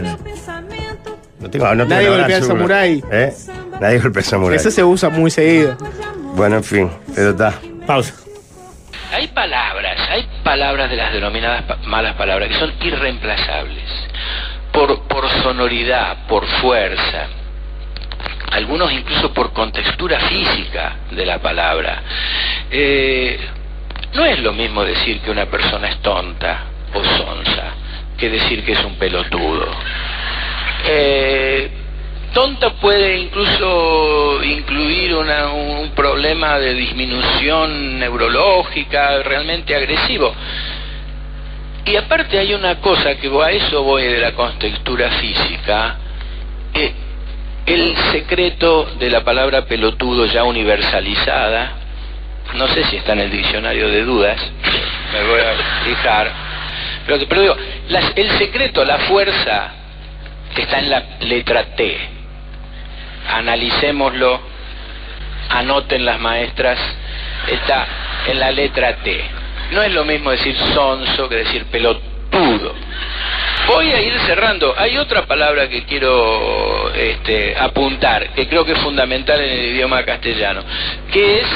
Speaker 9: No tengo, no tengo
Speaker 2: Nadie
Speaker 9: la verdad
Speaker 2: golpea al
Speaker 9: segura.
Speaker 2: samurái.
Speaker 9: ¿Eh? Nadie golpea al samurái.
Speaker 2: Eso se usa muy seguido.
Speaker 9: Bueno, en fin, pero está.
Speaker 3: Pausa.
Speaker 10: Hay palabras, hay palabras de las denominadas pa- malas palabras que son irreemplazables por, por sonoridad, por fuerza, algunos incluso por contextura física de la palabra. Eh, no es lo mismo decir que una persona es tonta o sonsa que decir que es un pelotudo. Eh, tonta puede incluso incluir una- un problema de disminución neurológica realmente agresivo. Y aparte hay una cosa que a eso voy de la contextura física. eh, el secreto de la palabra pelotudo ya universalizada, no sé si está en el diccionario de dudas, me voy a fijar, pero, pero digo, las- el secreto, la fuerza está en la letra T. Analicémoslo, anoten las maestras, está en la letra T. No es lo mismo decir sonso que decir pelotudo. Voy a ir cerrando. Hay otra palabra que quiero este, apuntar, que creo que es fundamental en el idioma castellano, que es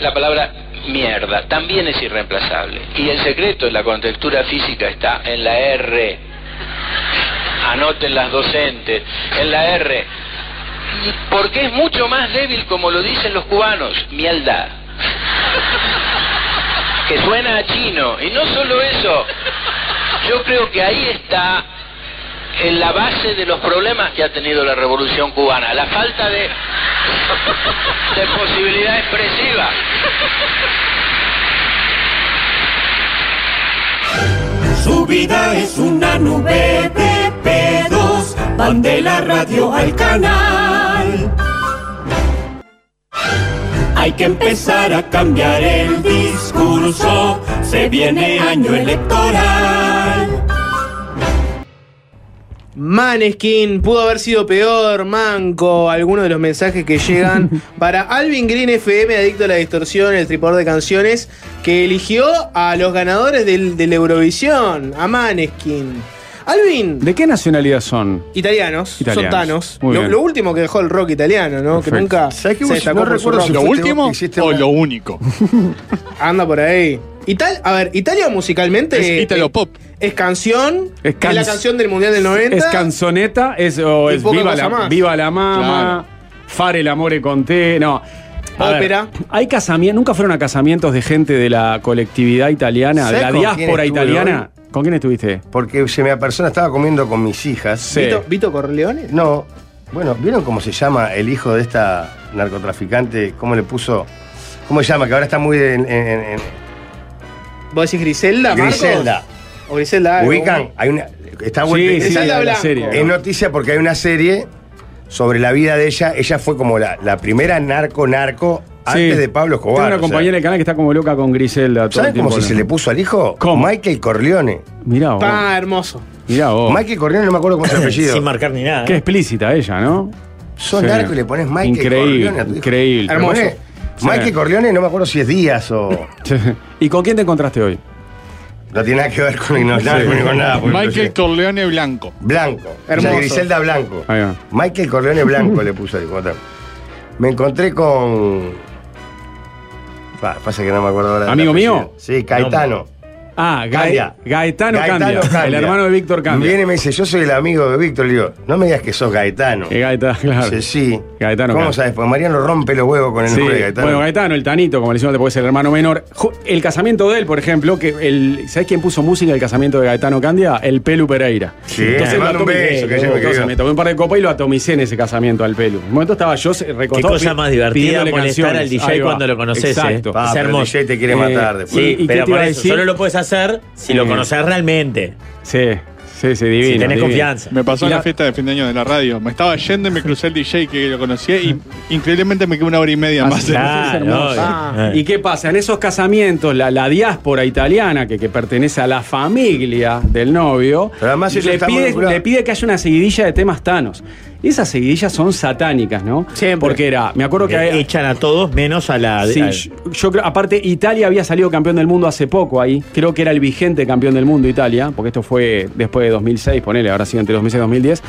Speaker 10: la palabra mierda. También es irreemplazable. Y el secreto de la contextura física está en la R anoten las docentes, en la R, Y porque es mucho más débil como lo dicen los cubanos, mielda, que suena a chino, y no solo eso, yo creo que ahí está en la base de los problemas que ha tenido la revolución cubana, la falta de, de posibilidad expresiva.
Speaker 11: Su vida es una nube de pedos. Van de la radio al canal. Hay que empezar a cambiar el discurso. Se viene año electoral.
Speaker 2: Maneskin, pudo haber sido peor, manco. Algunos de los mensajes que llegan para Alvin Green FM, adicto a la distorsión, el tripador de canciones, que eligió a los ganadores del, del Eurovisión, a Maneskin. Alvin,
Speaker 1: ¿De qué nacionalidad son?
Speaker 2: italianos,
Speaker 1: Italianos.
Speaker 2: sotanos.
Speaker 1: Muy
Speaker 2: Lo,
Speaker 1: bien.
Speaker 2: lo último que dejó el rock italiano, ¿no?
Speaker 1: Perfecto.
Speaker 2: Que nunca
Speaker 9: ¿Sabés que
Speaker 2: se
Speaker 9: vos-
Speaker 2: destacó
Speaker 9: no
Speaker 2: por su
Speaker 9: recuerdo
Speaker 2: rock.
Speaker 9: si
Speaker 6: ¿Lo
Speaker 9: Existe-
Speaker 6: último
Speaker 9: existe
Speaker 6: o
Speaker 9: una-
Speaker 6: lo único?
Speaker 2: Anda por ahí. Ital- a ver, Italia musicalmente
Speaker 6: Es
Speaker 2: eh,
Speaker 6: Italo Pop.
Speaker 2: es canción,
Speaker 1: Es
Speaker 2: es,
Speaker 1: can-
Speaker 2: la canción del Mundial del 90.
Speaker 1: ¿Es canzoneta? ¿Es, o
Speaker 2: Y
Speaker 1: es
Speaker 2: poca
Speaker 1: viva
Speaker 2: cosa
Speaker 1: la,
Speaker 2: más.
Speaker 1: viva la mama? Fare el amore con te. No. A ver,
Speaker 2: Ópera.
Speaker 1: hay casamientos, nunca fueron a casamientos de gente de la colectividad italiana, de
Speaker 9: ¿Sabés
Speaker 1: la
Speaker 9: con quién
Speaker 1: diáspora
Speaker 9: estuve
Speaker 1: italiana. ¿Con quién estuviste?
Speaker 9: Porque se me persona estaba comiendo con mis hijas.
Speaker 1: Sí.
Speaker 2: Vito, Vito Corleone.
Speaker 9: No, bueno, ¿vieron cómo se llama el hijo de esta narcotraficante? ¿Cómo le puso? ¿Cómo se llama? Que ahora está muy en, en- en- en-
Speaker 2: ¿Vos decís Griselda, Marcos? Ah,
Speaker 9: Griselda.
Speaker 2: O Griselda. algo.
Speaker 9: Ubican, hay una. Está
Speaker 1: Sí,
Speaker 9: vuelta-
Speaker 1: sí,
Speaker 9: esa-
Speaker 2: Griselda
Speaker 1: de la
Speaker 2: Blanco.
Speaker 1: serie.
Speaker 9: Es noticia porque hay una serie sobre la vida de ella. Ella fue como la, la primera narco narco antes
Speaker 1: Sí.
Speaker 9: de Pablo Escobar.
Speaker 1: Tengo
Speaker 9: o
Speaker 1: una
Speaker 9: sea.
Speaker 1: compañera del canal que está como loca con Griselda. Todo
Speaker 9: ¿Saben
Speaker 1: el tiempo,
Speaker 9: cómo se,
Speaker 1: ¿no?
Speaker 9: se le puso al hijo?
Speaker 1: ¿Cómo?
Speaker 9: Michael Corleone.
Speaker 1: Mirá vos.
Speaker 2: Pa, hermoso.
Speaker 1: Oh. Mirá vos.
Speaker 9: Michael Corleone, no me acuerdo cómo es el apellido.
Speaker 3: Sin marcar ni nada.
Speaker 1: Qué explícita ella, ¿no?
Speaker 9: Son
Speaker 1: Sí.
Speaker 9: narco y le pones Michael
Speaker 1: Increíble,
Speaker 9: Corleone a tu hijo.
Speaker 1: increíble.
Speaker 9: Le ponés
Speaker 2: Hermoso.
Speaker 9: Michael
Speaker 1: Sí.
Speaker 9: Corleone, no me acuerdo si es Díaz o.
Speaker 1: ¿Y con quién te encontraste hoy?
Speaker 9: No tiene nada que ver con, no, nada, con- con nada. porque-
Speaker 6: Michael Corleone Blanco.
Speaker 9: Blanco.
Speaker 2: Hermoso.
Speaker 9: O sea, Griselda Blanco.
Speaker 1: Ahí va.
Speaker 9: Michael Corleone Blanco le puso ahí. como tal. Me encontré con. Pa- pasa que no me acuerdo ahora. del
Speaker 1: ¿Amigo
Speaker 9: apellido.
Speaker 1: mío?
Speaker 9: Sí, Caetano.
Speaker 1: Ah, Gae-
Speaker 9: Cambia.
Speaker 1: Gaetano Candia, el hermano de Víctor Candia.
Speaker 9: Viene y me dice, yo soy el amigo de Víctor. Le digo, no me digas que sos Gaetano.
Speaker 1: Gaetano, claro.
Speaker 9: Dice, sí.
Speaker 1: Gaetano
Speaker 9: ¿Cómo
Speaker 1: Candia.
Speaker 9: sabes? Pues Mariano rompe los huevos con el
Speaker 1: Sí,
Speaker 9: nombre de Gaetano.
Speaker 1: Bueno, Gaetano, el Tanito, como le decimos, después el hermano menor. Ju- El casamiento de él, por ejemplo, que el, ¿sabés quién puso música al casamiento de Gaetano Candia? El Pelu Pereira.
Speaker 9: Sí, le mando un
Speaker 1: atomicé,
Speaker 9: beso, que
Speaker 1: boludo,
Speaker 9: yo me
Speaker 1: entonces
Speaker 9: creo.
Speaker 1: me tomé un par de copas y lo atomicé en ese casamiento al Pelu. En un momento estaba yo recostado.
Speaker 3: Qué cosa
Speaker 1: pi-
Speaker 3: más divertida
Speaker 1: pidiéndole
Speaker 3: molestar
Speaker 1: canciones.
Speaker 3: al DJ
Speaker 1: Ahí va.
Speaker 3: cuando lo conoces,
Speaker 1: Exacto.
Speaker 9: Ah,
Speaker 3: eh. Es hermoso.
Speaker 1: Eh,
Speaker 3: Sí,
Speaker 1: ¿y qué
Speaker 3: pero
Speaker 1: te
Speaker 3: por
Speaker 1: iba a
Speaker 3: eso,
Speaker 1: decir?
Speaker 3: solo lo puedes hacer si lo
Speaker 1: Sí.
Speaker 3: conoces realmente.
Speaker 1: Sí, sí, sí, divino.
Speaker 3: Si tenés
Speaker 1: divino.
Speaker 3: confianza.
Speaker 6: Me pasó
Speaker 1: Y
Speaker 6: en la
Speaker 1: la-
Speaker 6: fiesta de fin de año de la radio. Me estaba yendo y me crucé el DJ que lo conocí y increíblemente me quedé una hora y
Speaker 3: Ah,
Speaker 6: media más.
Speaker 1: Claro, obvio. Ah, ¿Y qué pasa? En esos casamientos, la, la diáspora italiana, que, que pertenece a la familia del novio,
Speaker 9: además eso
Speaker 1: le,
Speaker 9: está
Speaker 1: pide,
Speaker 9: manipulado.
Speaker 1: le pide que haya una seguidilla de temas tanos. Y esas seguidillas son satánicas, ¿no? Porque era, me acuerdo que...
Speaker 3: Que
Speaker 1: había-
Speaker 3: echan a todos menos a la.
Speaker 1: Sí,
Speaker 3: al-
Speaker 1: yo, yo creo, aparte Italia había salido campeón del mundo hace poco ahí, creo que era el vigente campeón del mundo Italia, porque esto fue después de 2006, ponele, ahora sí, entre 2006 y 2010.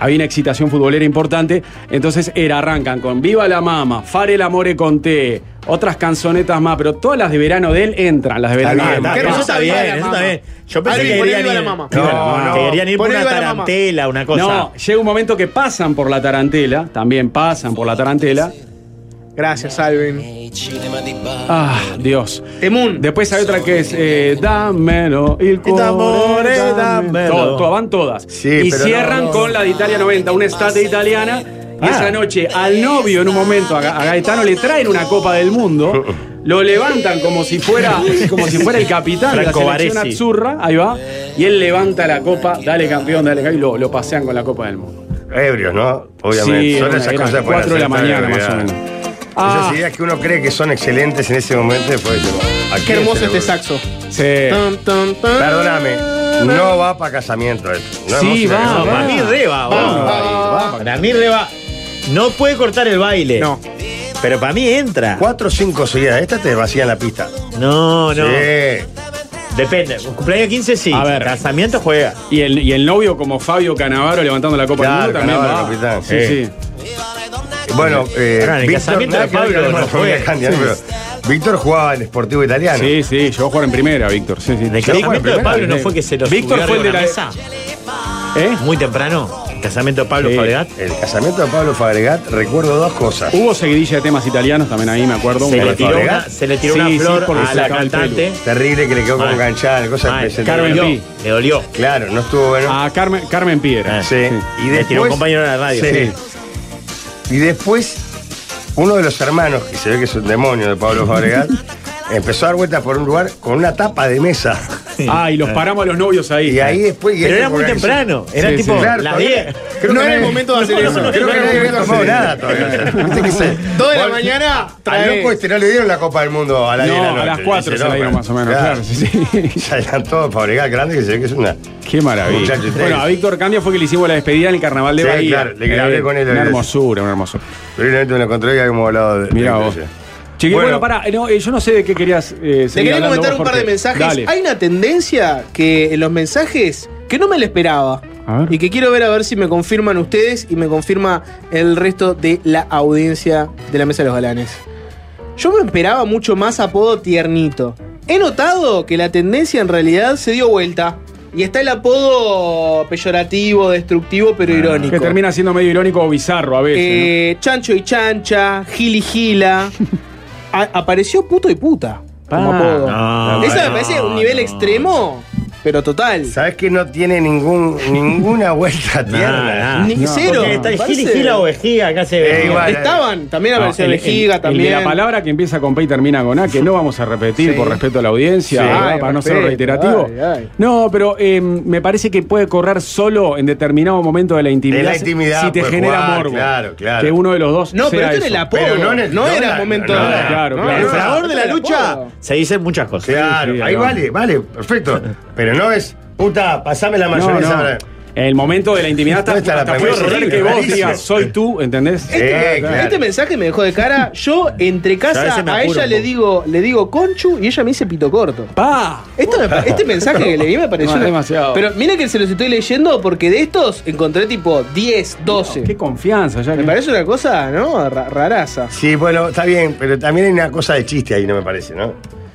Speaker 1: Había una excitación futbolera importante, entonces era, arrancan con Viva la Mama, Fare l'amore con te, otras canzonetas más, pero todas las de verano de él entran, las de
Speaker 3: Está
Speaker 1: verano.
Speaker 3: bien,
Speaker 1: de él.
Speaker 3: está bien, eso está bien, eso está bien. Yo pensé
Speaker 1: Alguien
Speaker 3: que
Speaker 1: ponele
Speaker 3: querían
Speaker 1: Viva
Speaker 3: ir,
Speaker 1: la Mama.
Speaker 3: Viva la
Speaker 1: No,
Speaker 3: Mama.
Speaker 1: no.
Speaker 3: Que querían ir por
Speaker 1: Ponele
Speaker 3: una
Speaker 1: Viva la Mama.
Speaker 3: tarantela, una cosa.
Speaker 1: No, llega un momento que pasan por la tarantela, también pasan por la tarantela.
Speaker 2: Gracias, Alvin.
Speaker 1: Ah, Dios. Después hay otra que es eh, Dámelo, il cuore,
Speaker 2: amore,
Speaker 1: dámelo. Todo, todo, van todas. y
Speaker 2: eh, pero
Speaker 1: cierran
Speaker 2: no, Ah, no.
Speaker 1: con la de Italia 90, una estate italiana. Y
Speaker 2: Ah.
Speaker 1: esa noche, al novio, en un momento, a, Ga- a Gaetano le traen una Copa del Mundo, lo levantan como si fuera, como si fuera el capitán de la
Speaker 3: Franco
Speaker 1: selección
Speaker 3: Baresi.
Speaker 1: azzurra, ahí va, y él levanta la copa, dale campeón, dale campeón, y lo, lo pasean con la Copa del Mundo.
Speaker 9: Ebrios, ¿no? Obviamente.
Speaker 1: Sí,
Speaker 9: son
Speaker 1: una-
Speaker 9: esas
Speaker 1: eran
Speaker 9: cosas
Speaker 1: cuatro de la mañana, más o menos. Ah.
Speaker 9: Esas ideas que uno cree que son excelentes en ese momento después dice, ¿a
Speaker 2: Qué
Speaker 9: quién
Speaker 2: hermoso
Speaker 9: se le
Speaker 2: este
Speaker 9: ocurre?
Speaker 2: saxo.
Speaker 1: Sí.
Speaker 9: Eh, Perdóname, no va para casamiento esto. No
Speaker 3: sí,
Speaker 9: hemos-
Speaker 3: va, Para mí reba, Para mí reba. No puede cortar el baile. No. Pero para mí entra.
Speaker 9: Cuatro o cinco seguidas. Esta te vacían la pista.
Speaker 3: No, no.
Speaker 9: Sí.
Speaker 3: Depende. Un cumpleaños 15 sí.
Speaker 1: A ver.
Speaker 3: Casamiento juega.
Speaker 1: Y el, y el novio como Fabio Canavaro levantando la Copa del
Speaker 9: Claro,
Speaker 1: Mundo también
Speaker 9: Cannavaro,
Speaker 1: va.
Speaker 9: capitán.
Speaker 1: Sí,
Speaker 9: Eh.
Speaker 1: sí.
Speaker 9: Bueno, eh,
Speaker 3: Ahora, en el
Speaker 9: Víctor-
Speaker 3: casamiento de
Speaker 9: nada que ver
Speaker 3: Pablo
Speaker 9: con
Speaker 3: no
Speaker 9: la familia
Speaker 3: fue.
Speaker 9: Candia, ¿no? Pero Víctor jugaba en Sportivo Italiano.
Speaker 1: Sí, sí, yo voy a jugar en primera, Víctor. Sí, sí.
Speaker 3: El
Speaker 1: Yo voy a jugar en
Speaker 3: casamiento de
Speaker 1: primera.
Speaker 3: Pablo no fue que se lo
Speaker 1: Víctor
Speaker 3: subió
Speaker 1: fue el de
Speaker 3: arriba
Speaker 1: la ¿Eh?
Speaker 3: una mesa. Muy temprano. El casamiento de Pablo
Speaker 1: Sí.
Speaker 3: Fabregat.
Speaker 9: El casamiento de Pablo Fabregat, recuerdo dos cosas.
Speaker 1: Hubo seguidilla de temas italianos también ahí, me acuerdo.
Speaker 3: Se
Speaker 1: un
Speaker 3: le
Speaker 1: par de
Speaker 3: tiró
Speaker 1: Fabregat.
Speaker 3: una- se le tiró
Speaker 1: Sí,
Speaker 3: una
Speaker 1: sí,
Speaker 3: flor
Speaker 1: porque
Speaker 3: a
Speaker 1: se
Speaker 3: la
Speaker 1: sacaba el pelo.
Speaker 3: cantante. Ah.
Speaker 9: Terrible que le quedó como
Speaker 3: Mal.
Speaker 9: enganchada, cosas
Speaker 3: Mal.
Speaker 9: que se le-
Speaker 1: Carmen
Speaker 3: Le
Speaker 1: Pi.
Speaker 3: dolió. Le dolió.
Speaker 9: Claro, no estuvo bueno.
Speaker 1: A Carmen, Carmen Piedra.
Speaker 3: Ah.
Speaker 9: Sí. Y
Speaker 3: Le tiró un compañero de la radio.
Speaker 9: Sí. Y después, uno de los hermanos, que se ve que es un demonio de Pablo Fabregat, empezó a dar vueltas por un lugar con una tapa de mesa.
Speaker 1: Ah, y los paramos a los novios ahí. Ah.
Speaker 9: Y ahí después. y
Speaker 3: Pero
Speaker 9: él
Speaker 3: era muy
Speaker 9: organizó-
Speaker 3: temprano. Era
Speaker 1: Sí,
Speaker 3: tipo
Speaker 1: sí.
Speaker 9: Claro,
Speaker 3: las
Speaker 9: todavía-
Speaker 3: 10.
Speaker 9: creo
Speaker 2: No
Speaker 9: que
Speaker 2: era el
Speaker 9: nadie-
Speaker 2: momento de hacer
Speaker 3: No,
Speaker 2: eso.
Speaker 3: no, no,
Speaker 9: Creo que no había tomado nada todavía. Viste que se-
Speaker 2: Dos de la
Speaker 9: Vol-
Speaker 2: mañana,
Speaker 9: Al
Speaker 2: trae.
Speaker 9: loco este no le dieron la Copa del Mundo a la
Speaker 1: No,
Speaker 9: 10 de la
Speaker 1: a
Speaker 9: noche.
Speaker 1: las 4
Speaker 9: Dice,
Speaker 1: se la
Speaker 9: no,
Speaker 1: dieron
Speaker 9: pero-
Speaker 1: más o menos, claro. sí, sí.
Speaker 9: Ya eran todos Fabregat grande que se ve que es una.
Speaker 1: Qué maravilla.
Speaker 9: Muchacho, ustedes-
Speaker 1: Bueno, a Víctor Candia fue que le hicimos la despedida en el carnaval de
Speaker 9: Sí,
Speaker 1: Bahía. Eh,
Speaker 9: claro, le- le hablé con él,
Speaker 1: Una
Speaker 9: le-
Speaker 1: hermosura, una hermosura.
Speaker 9: Probablemente me lo encontré y habíamos hablado de.
Speaker 1: Mirá
Speaker 9: de-
Speaker 1: vos.
Speaker 9: de-
Speaker 1: Chiqui,
Speaker 9: Bueno.
Speaker 1: bueno, pará, eh, no, eh, yo no sé de qué querías eh,
Speaker 2: Te
Speaker 1: seguir
Speaker 2: quería
Speaker 1: hablando
Speaker 2: comentar un
Speaker 1: vos,
Speaker 2: par de
Speaker 1: Jorge.
Speaker 2: mensajes.
Speaker 1: Dale.
Speaker 2: Hay una tendencia que en los mensajes que no me la esperaba.
Speaker 1: A ver.
Speaker 2: Y que quiero ver a ver si me confirman ustedes y me confirma el resto de la audiencia de la Mesa de los Galanes. Yo me esperaba mucho más apodo tiernito. He notado que la tendencia en realidad se dio vuelta. Y está el apodo peyorativo, destructivo, pero irónico.
Speaker 1: Ah, Que termina siendo medio irónico o bizarro a veces. ¿no?
Speaker 2: Eh, Chancho y chancha, gil y gila. A- apareció puto y puta. Como
Speaker 1: Ah,
Speaker 2: apodo.
Speaker 3: no,
Speaker 2: Eso me
Speaker 3: no,
Speaker 2: parece un nivel
Speaker 3: no.
Speaker 2: extremo, pero total.
Speaker 9: ¿Sabes que no tiene ningún, ninguna vuelta tierna?
Speaker 3: nah.
Speaker 2: Ni-
Speaker 1: No,
Speaker 2: cero.
Speaker 3: Porque está el
Speaker 2: Parece-
Speaker 3: gil y gila o vejiga acá se
Speaker 9: Eh,
Speaker 3: ve.
Speaker 9: igual.
Speaker 2: Estaban, también
Speaker 1: No,
Speaker 2: apareció
Speaker 1: el- el-
Speaker 2: vejiga,
Speaker 1: el
Speaker 2: también.
Speaker 1: de la palabra que empieza con P y termina con A, que no vamos a repetir
Speaker 2: Sí.
Speaker 1: por respeto a la audiencia,
Speaker 2: Sí.
Speaker 1: ¿verdad?
Speaker 2: Ay,
Speaker 1: para no ser
Speaker 2: respeto,
Speaker 1: reiterativo.
Speaker 2: ay, ay.
Speaker 1: No, pero eh, me parece que puede correr solo en determinado momento de la intimidad.
Speaker 9: En la intimidad
Speaker 1: si te
Speaker 9: puede
Speaker 1: genera
Speaker 9: jugar,
Speaker 1: morbo.
Speaker 9: claro, claro.
Speaker 1: Que uno de los dos.
Speaker 2: no, pero
Speaker 1: sea
Speaker 2: esto era el
Speaker 1: eso.
Speaker 2: apodo.
Speaker 9: Pero no
Speaker 2: no,
Speaker 9: en el- no
Speaker 2: era
Speaker 9: la-
Speaker 2: momento.
Speaker 9: no,
Speaker 2: de-
Speaker 9: claro,
Speaker 1: claro.
Speaker 2: no,
Speaker 1: El
Speaker 2: no,
Speaker 3: fragor de la
Speaker 2: era
Speaker 3: lucha
Speaker 2: apodo.
Speaker 3: se dicen muchas cosas.
Speaker 9: Claro,
Speaker 1: sí,
Speaker 9: ahí
Speaker 1: no.
Speaker 9: vale, vale, perfecto. Pero no es, puta, pasame la
Speaker 1: No,
Speaker 9: mayonesa.
Speaker 1: no.
Speaker 9: ahora.
Speaker 1: El momento de la intimidad está,
Speaker 9: ¿Dónde está la
Speaker 1: hasta puede
Speaker 9: vergüenza?
Speaker 1: correr que
Speaker 9: Es
Speaker 1: vos
Speaker 9: rarísimo.
Speaker 1: digas, soy tú, ¿entendés?
Speaker 9: Eh,
Speaker 2: Este,
Speaker 9: claro.
Speaker 2: este mensaje me dejó de cara. Yo entre
Speaker 3: a
Speaker 2: casa
Speaker 3: veces me
Speaker 2: a,
Speaker 3: apuro
Speaker 2: ella
Speaker 3: un
Speaker 2: le
Speaker 3: poco.
Speaker 2: digo, le digo conchu y ella me dice pito corto.
Speaker 1: ¡Pa!
Speaker 2: Esto me pa- este mensaje que leí me pareció.
Speaker 1: No,
Speaker 2: una-
Speaker 1: demasiado.
Speaker 2: Pero mira que se los estoy leyendo porque de estos encontré tipo 10, 12.
Speaker 1: Qué confianza, ya
Speaker 2: me
Speaker 1: que-
Speaker 2: parece una cosa, ¿no? Ra- raraza.
Speaker 9: Sí, bueno, está bien, pero también hay una cosa de chiste ahí, no me parece, ¿no?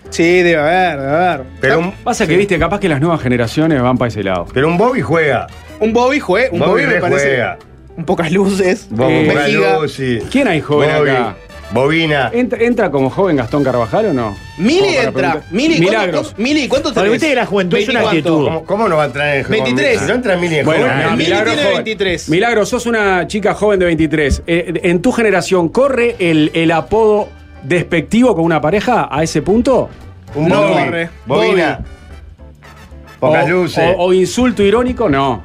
Speaker 2: Sí, debe haber, debe haber.
Speaker 9: Pero
Speaker 1: Pasa que, viste, capaz que las nuevas generaciones van para ese lado.
Speaker 9: Pero un Bobby juega.
Speaker 2: Un Bobby juega. Un Bobby, me parece.
Speaker 9: juega.
Speaker 2: Un pocas luces.
Speaker 9: Bobby
Speaker 1: Eh,
Speaker 9: juega
Speaker 1: Giga.
Speaker 9: Lucy.
Speaker 1: ¿Quién hay joven
Speaker 9: Bobby.
Speaker 1: acá?
Speaker 9: Bobina.
Speaker 1: ¿Entra, entra como joven Gastón Carvajal o no? Como
Speaker 2: Mili
Speaker 1: para
Speaker 2: entra.
Speaker 1: preguntar.
Speaker 2: Mili, ¿cuánto-
Speaker 1: Milagros.
Speaker 2: cuánto- Mili, ¿cuánto
Speaker 3: Pero
Speaker 2: tenés?
Speaker 3: viste que la juventud es una
Speaker 2: ¿Veinticuatro?
Speaker 3: actitud.
Speaker 9: ¿Cómo, cómo no va a entrar en el
Speaker 2: 23.
Speaker 9: Si no entra Mili en
Speaker 1: Bueno,
Speaker 9: joven,
Speaker 1: no,
Speaker 9: Mili.
Speaker 2: Mili
Speaker 1: Milagro
Speaker 2: tiene
Speaker 1: joven.
Speaker 2: 23.
Speaker 1: Milagro, sos una chica joven de 23. Eh, ¿En tu generación corre el, el apodo despectivo con una pareja a ese punto?
Speaker 9: un
Speaker 2: No,
Speaker 9: Bobby.
Speaker 2: corre.
Speaker 9: Bobina. Pocas
Speaker 1: O-
Speaker 9: luces.
Speaker 1: O, o insulto irónico, no.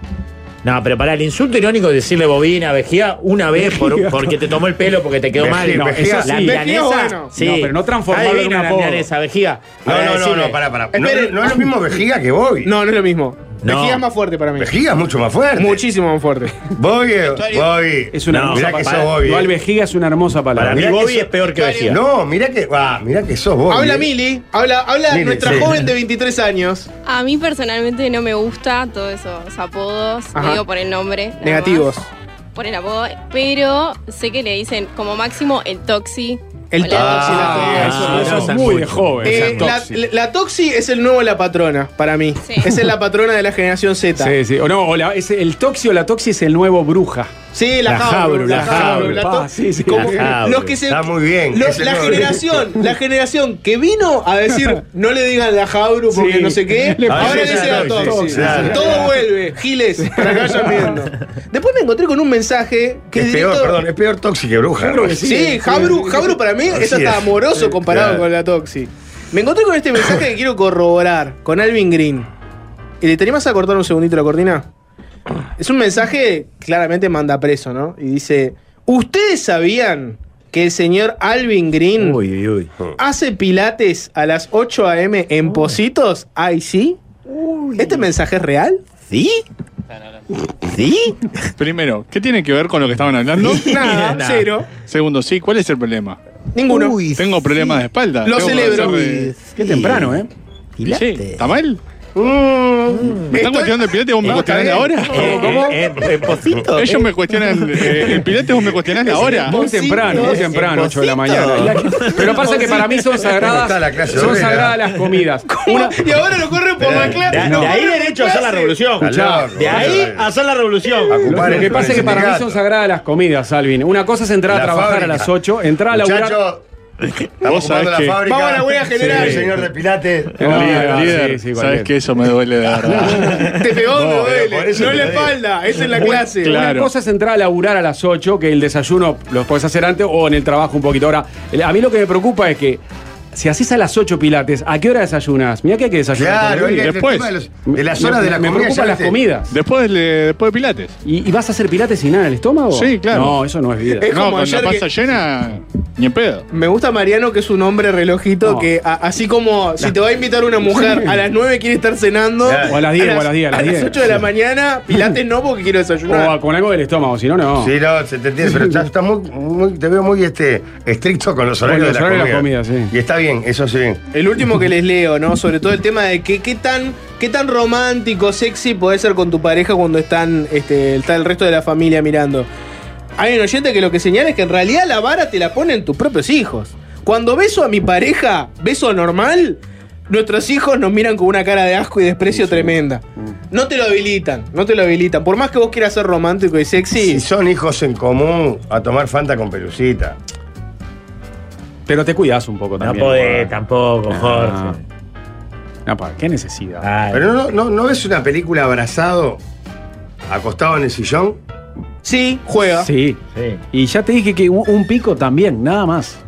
Speaker 3: No, pero para el insulto irónico de decirle bobina, vejía, una vez por, porque te tomó el pelo, porque te quedó
Speaker 9: Vejiga,
Speaker 3: mal.
Speaker 9: no,
Speaker 1: eso sí.
Speaker 3: La
Speaker 1: Vejiga,
Speaker 3: milanesa,
Speaker 2: bueno.
Speaker 3: sí.
Speaker 1: No, pero no transformarlo
Speaker 3: Adivina
Speaker 1: en un
Speaker 3: la
Speaker 1: apodo.
Speaker 3: milanesa, vejiga.
Speaker 9: no,
Speaker 3: Ahora
Speaker 9: no, no,
Speaker 3: decirle-
Speaker 9: no, pará, pará. No,
Speaker 2: Esperen.
Speaker 9: no es lo mismo vejiga que Bobby.
Speaker 2: No, no es lo mismo.
Speaker 3: No.
Speaker 2: Vejiga es más fuerte para mí.
Speaker 9: Vejiga es mucho más fuerte.
Speaker 2: Muchísimo más fuerte.
Speaker 9: Bobby, Bobby.
Speaker 1: Es una
Speaker 3: No,
Speaker 1: hermosa
Speaker 9: mirá que
Speaker 1: palabra.
Speaker 9: sos Bobby.
Speaker 1: Igual vejiga es una hermosa
Speaker 3: Para
Speaker 1: palabra.
Speaker 3: mí
Speaker 9: Mirá que
Speaker 3: Bobby
Speaker 9: eso-
Speaker 3: es peor que vejiga.
Speaker 9: No, mirá que. Ah, mirá que sos Bobby.
Speaker 2: Habla Mili, habla, habla
Speaker 9: Mili,
Speaker 2: nuestra
Speaker 9: sí.
Speaker 2: joven de 23 años.
Speaker 12: A mí personalmente no me gusta todos esos apodos,
Speaker 2: Ajá.
Speaker 12: no digo por el nombre. nada
Speaker 2: Negativos.
Speaker 12: más, por el apodo, pero sé que le dicen como máximo el toxi.
Speaker 2: El
Speaker 12: Hola,
Speaker 2: Toxi.
Speaker 1: Ah,
Speaker 2: la-
Speaker 3: eso-
Speaker 1: eso-
Speaker 3: no,
Speaker 1: eso
Speaker 3: no,
Speaker 1: es muy de
Speaker 3: no.
Speaker 1: joven.
Speaker 2: Eh,
Speaker 1: esa
Speaker 2: la,
Speaker 1: toxi.
Speaker 2: la Toxi es el nuevo La Patrona, para mí.
Speaker 12: Sí.
Speaker 2: Es el La Patrona de la generación Z.
Speaker 1: Sí, sí. O no, o la- es el toxi o la toxi es el nuevo bruja.
Speaker 2: Sí, la,
Speaker 3: La
Speaker 2: Jabro,
Speaker 3: Jabro, la Jabro.
Speaker 2: la
Speaker 1: Pa,
Speaker 2: Tox-
Speaker 1: Ah, sí, sí.
Speaker 2: como
Speaker 3: La Jabro.
Speaker 2: los que se-
Speaker 9: Está muy bien.
Speaker 2: los-
Speaker 9: Ese
Speaker 2: la
Speaker 9: no-
Speaker 2: generación, la generación que vino a decir no le digan la Jabru porque
Speaker 1: Sí.
Speaker 2: no sé qué,
Speaker 1: Le
Speaker 2: ahora le
Speaker 9: pasó
Speaker 2: dicen
Speaker 9: la
Speaker 2: la
Speaker 9: Toxi,
Speaker 2: Toxi.
Speaker 9: sí, sí, sí.
Speaker 2: Todo vuelve, Giles, para que vayan viendo. Después me encontré con un mensaje que
Speaker 9: Es
Speaker 2: es
Speaker 9: peor,
Speaker 2: directo-
Speaker 9: perdón, es peor Toxi que Bruja.
Speaker 1: creo que
Speaker 2: Sí, Jabru, Jabru para mí
Speaker 9: Así
Speaker 2: es hasta
Speaker 9: es.
Speaker 2: amoroso comparado
Speaker 9: Claro.
Speaker 2: con la Toxi. Me encontré con este mensaje que quiero corroborar con Alvin Green. ¿Y le tenías a cortar un segundito la cortina? Es un mensaje claramente manda preso, ¿no? Y dice, ¿ustedes sabían que el señor Alvin Green
Speaker 3: Uy, uy, uy.
Speaker 2: hace pilates a las 8 a.m. en Positos? Ay, sí. ¿Este mensaje es real?
Speaker 3: ¿Sí? ¿Sí?
Speaker 6: Primero, ¿qué tiene que ver con lo que estaban hablando?
Speaker 2: Nada,
Speaker 3: Nada.
Speaker 2: cero.
Speaker 6: Segundo, sí, ¿cuál es el problema?
Speaker 2: Ninguno.
Speaker 6: Tengo problemas de espalda.
Speaker 2: Lo
Speaker 6: tengo que
Speaker 2: celebro.
Speaker 6: hacer de-
Speaker 1: Qué temprano, ¿eh?
Speaker 6: Y Sí,
Speaker 3: Pilate.
Speaker 6: ¿está mal? ¿Me
Speaker 2: Mm.
Speaker 9: Estoy-
Speaker 6: están cuestionando el pilate y vos me
Speaker 9: No, está
Speaker 6: cuestionás
Speaker 9: bien.
Speaker 6: ahora?
Speaker 3: Eh, eh, eh, eh, pocito,
Speaker 6: Ellos
Speaker 3: eh.
Speaker 6: me cuestionan eh, el pilate vos me cuestionás la hora.
Speaker 1: Muy temprano, muy temprano, 8 de la mañana. Pero pasa que para mí son
Speaker 9: Está la
Speaker 1: sagradas,
Speaker 9: clase
Speaker 1: son
Speaker 9: obrera.
Speaker 1: sagradas las comidas. Una-
Speaker 2: Y ahora lo corre por la
Speaker 3: De,
Speaker 2: clase.
Speaker 3: de ahí derecho a hacer la revolución.
Speaker 9: Escuchá,
Speaker 3: De ahí a hacer la revolución.
Speaker 9: Ocupar
Speaker 1: Lo que
Speaker 9: el-
Speaker 1: pasa es que
Speaker 9: el
Speaker 1: para mí
Speaker 9: sindicato.
Speaker 1: son sagradas las comidas, Alvin. Una cosa es entrar a
Speaker 9: La
Speaker 1: trabajar
Speaker 9: fábrica.
Speaker 1: a las 8, entrar a laburar.
Speaker 9: Muchacho,
Speaker 6: Vos sabés
Speaker 9: estamos ocupando la
Speaker 6: que...
Speaker 9: fábrica.
Speaker 2: Vamos a la huelga general.
Speaker 9: El señor de Pilates.
Speaker 1: Ah,
Speaker 6: Líder,
Speaker 1: sí,
Speaker 6: líder,
Speaker 1: sí, cualquier.
Speaker 6: sabes que eso me duele de verdad.
Speaker 2: Te pegó,
Speaker 9: No,
Speaker 2: no,
Speaker 9: pero por
Speaker 2: duele.
Speaker 9: eso
Speaker 2: No
Speaker 9: te
Speaker 2: la
Speaker 9: digo.
Speaker 2: espalda, esa es la clase.
Speaker 1: Una
Speaker 6: Claro.
Speaker 1: cosa es entrar a laburar a las 8, que el desayuno lo puedes hacer antes o en el trabajo un poquito. Ahora, el- a mí lo que me preocupa es que si haces a las 8 pilates, ¿a qué hora desayunas? Mira que hay que desayunar.
Speaker 9: Claro,
Speaker 1: también.
Speaker 9: oiga, el
Speaker 6: Después.
Speaker 9: tema de, los- de las horas
Speaker 1: Me-
Speaker 9: de la
Speaker 1: Me
Speaker 9: comida. ya
Speaker 1: preocupan las
Speaker 9: viste.
Speaker 1: comidas.
Speaker 6: Después, de, después de Pilates.
Speaker 1: ¿Y, y vas a hacer pilates sin nada en el estómago?
Speaker 6: Sí, claro.
Speaker 1: No, eso no es vida.
Speaker 2: Es
Speaker 6: No,
Speaker 2: como
Speaker 6: con
Speaker 2: ayer
Speaker 6: la panza
Speaker 2: que-
Speaker 6: llena, ni en pedo.
Speaker 2: Me gusta Mariano, que es un hombre relojito,
Speaker 1: No.
Speaker 2: que a- así como si te va a invitar una mujer a las 9 quiere estar cenando.
Speaker 9: Claro.
Speaker 1: O a las 10, o a las 10, a las 10.
Speaker 2: 8 de la mañana, pilates no porque quiero
Speaker 1: O a-
Speaker 2: desayunar.
Speaker 1: Ah, con algo del estómago, si no, no.
Speaker 9: Sí, no, se te entiende, pero estás, estás muy, muy- te veo muy este, estricto con los
Speaker 1: Con
Speaker 9: horarios
Speaker 1: los
Speaker 9: de la
Speaker 1: horarios de la
Speaker 9: comida.
Speaker 1: comida, sí.
Speaker 9: Y está bien, eso sí.
Speaker 2: El último que les leo, ¿no? Sobre todo el tema de que qué tan, qué tan romántico, sexy puede ser con tu pareja cuando están, este, está el resto de la familia mirando. Hay un oyente que lo que señala es que en realidad la vara te la ponen tus propios hijos. Cuando beso a mi pareja, beso normal, nuestros hijos nos miran con una cara de asco y desprecio tremenda. No te lo habilitan, no te lo habilitan. Por más que vos quieras ser romántico y sexy,
Speaker 9: Si son hijos en común, a tomar Fanta con pelucita.
Speaker 1: Pero te cuidas un poco
Speaker 3: No
Speaker 1: también.
Speaker 3: podés tampoco, Jorge.
Speaker 1: Ah. No, pa, qué necesidad.
Speaker 3: Ay.
Speaker 9: Pero no, no, ¿no ves una película abrazado, acostado en el sillón?
Speaker 2: sí, juega.
Speaker 1: Sí.
Speaker 3: Sí.
Speaker 1: Y ya te dije que un, un pico también, nada más.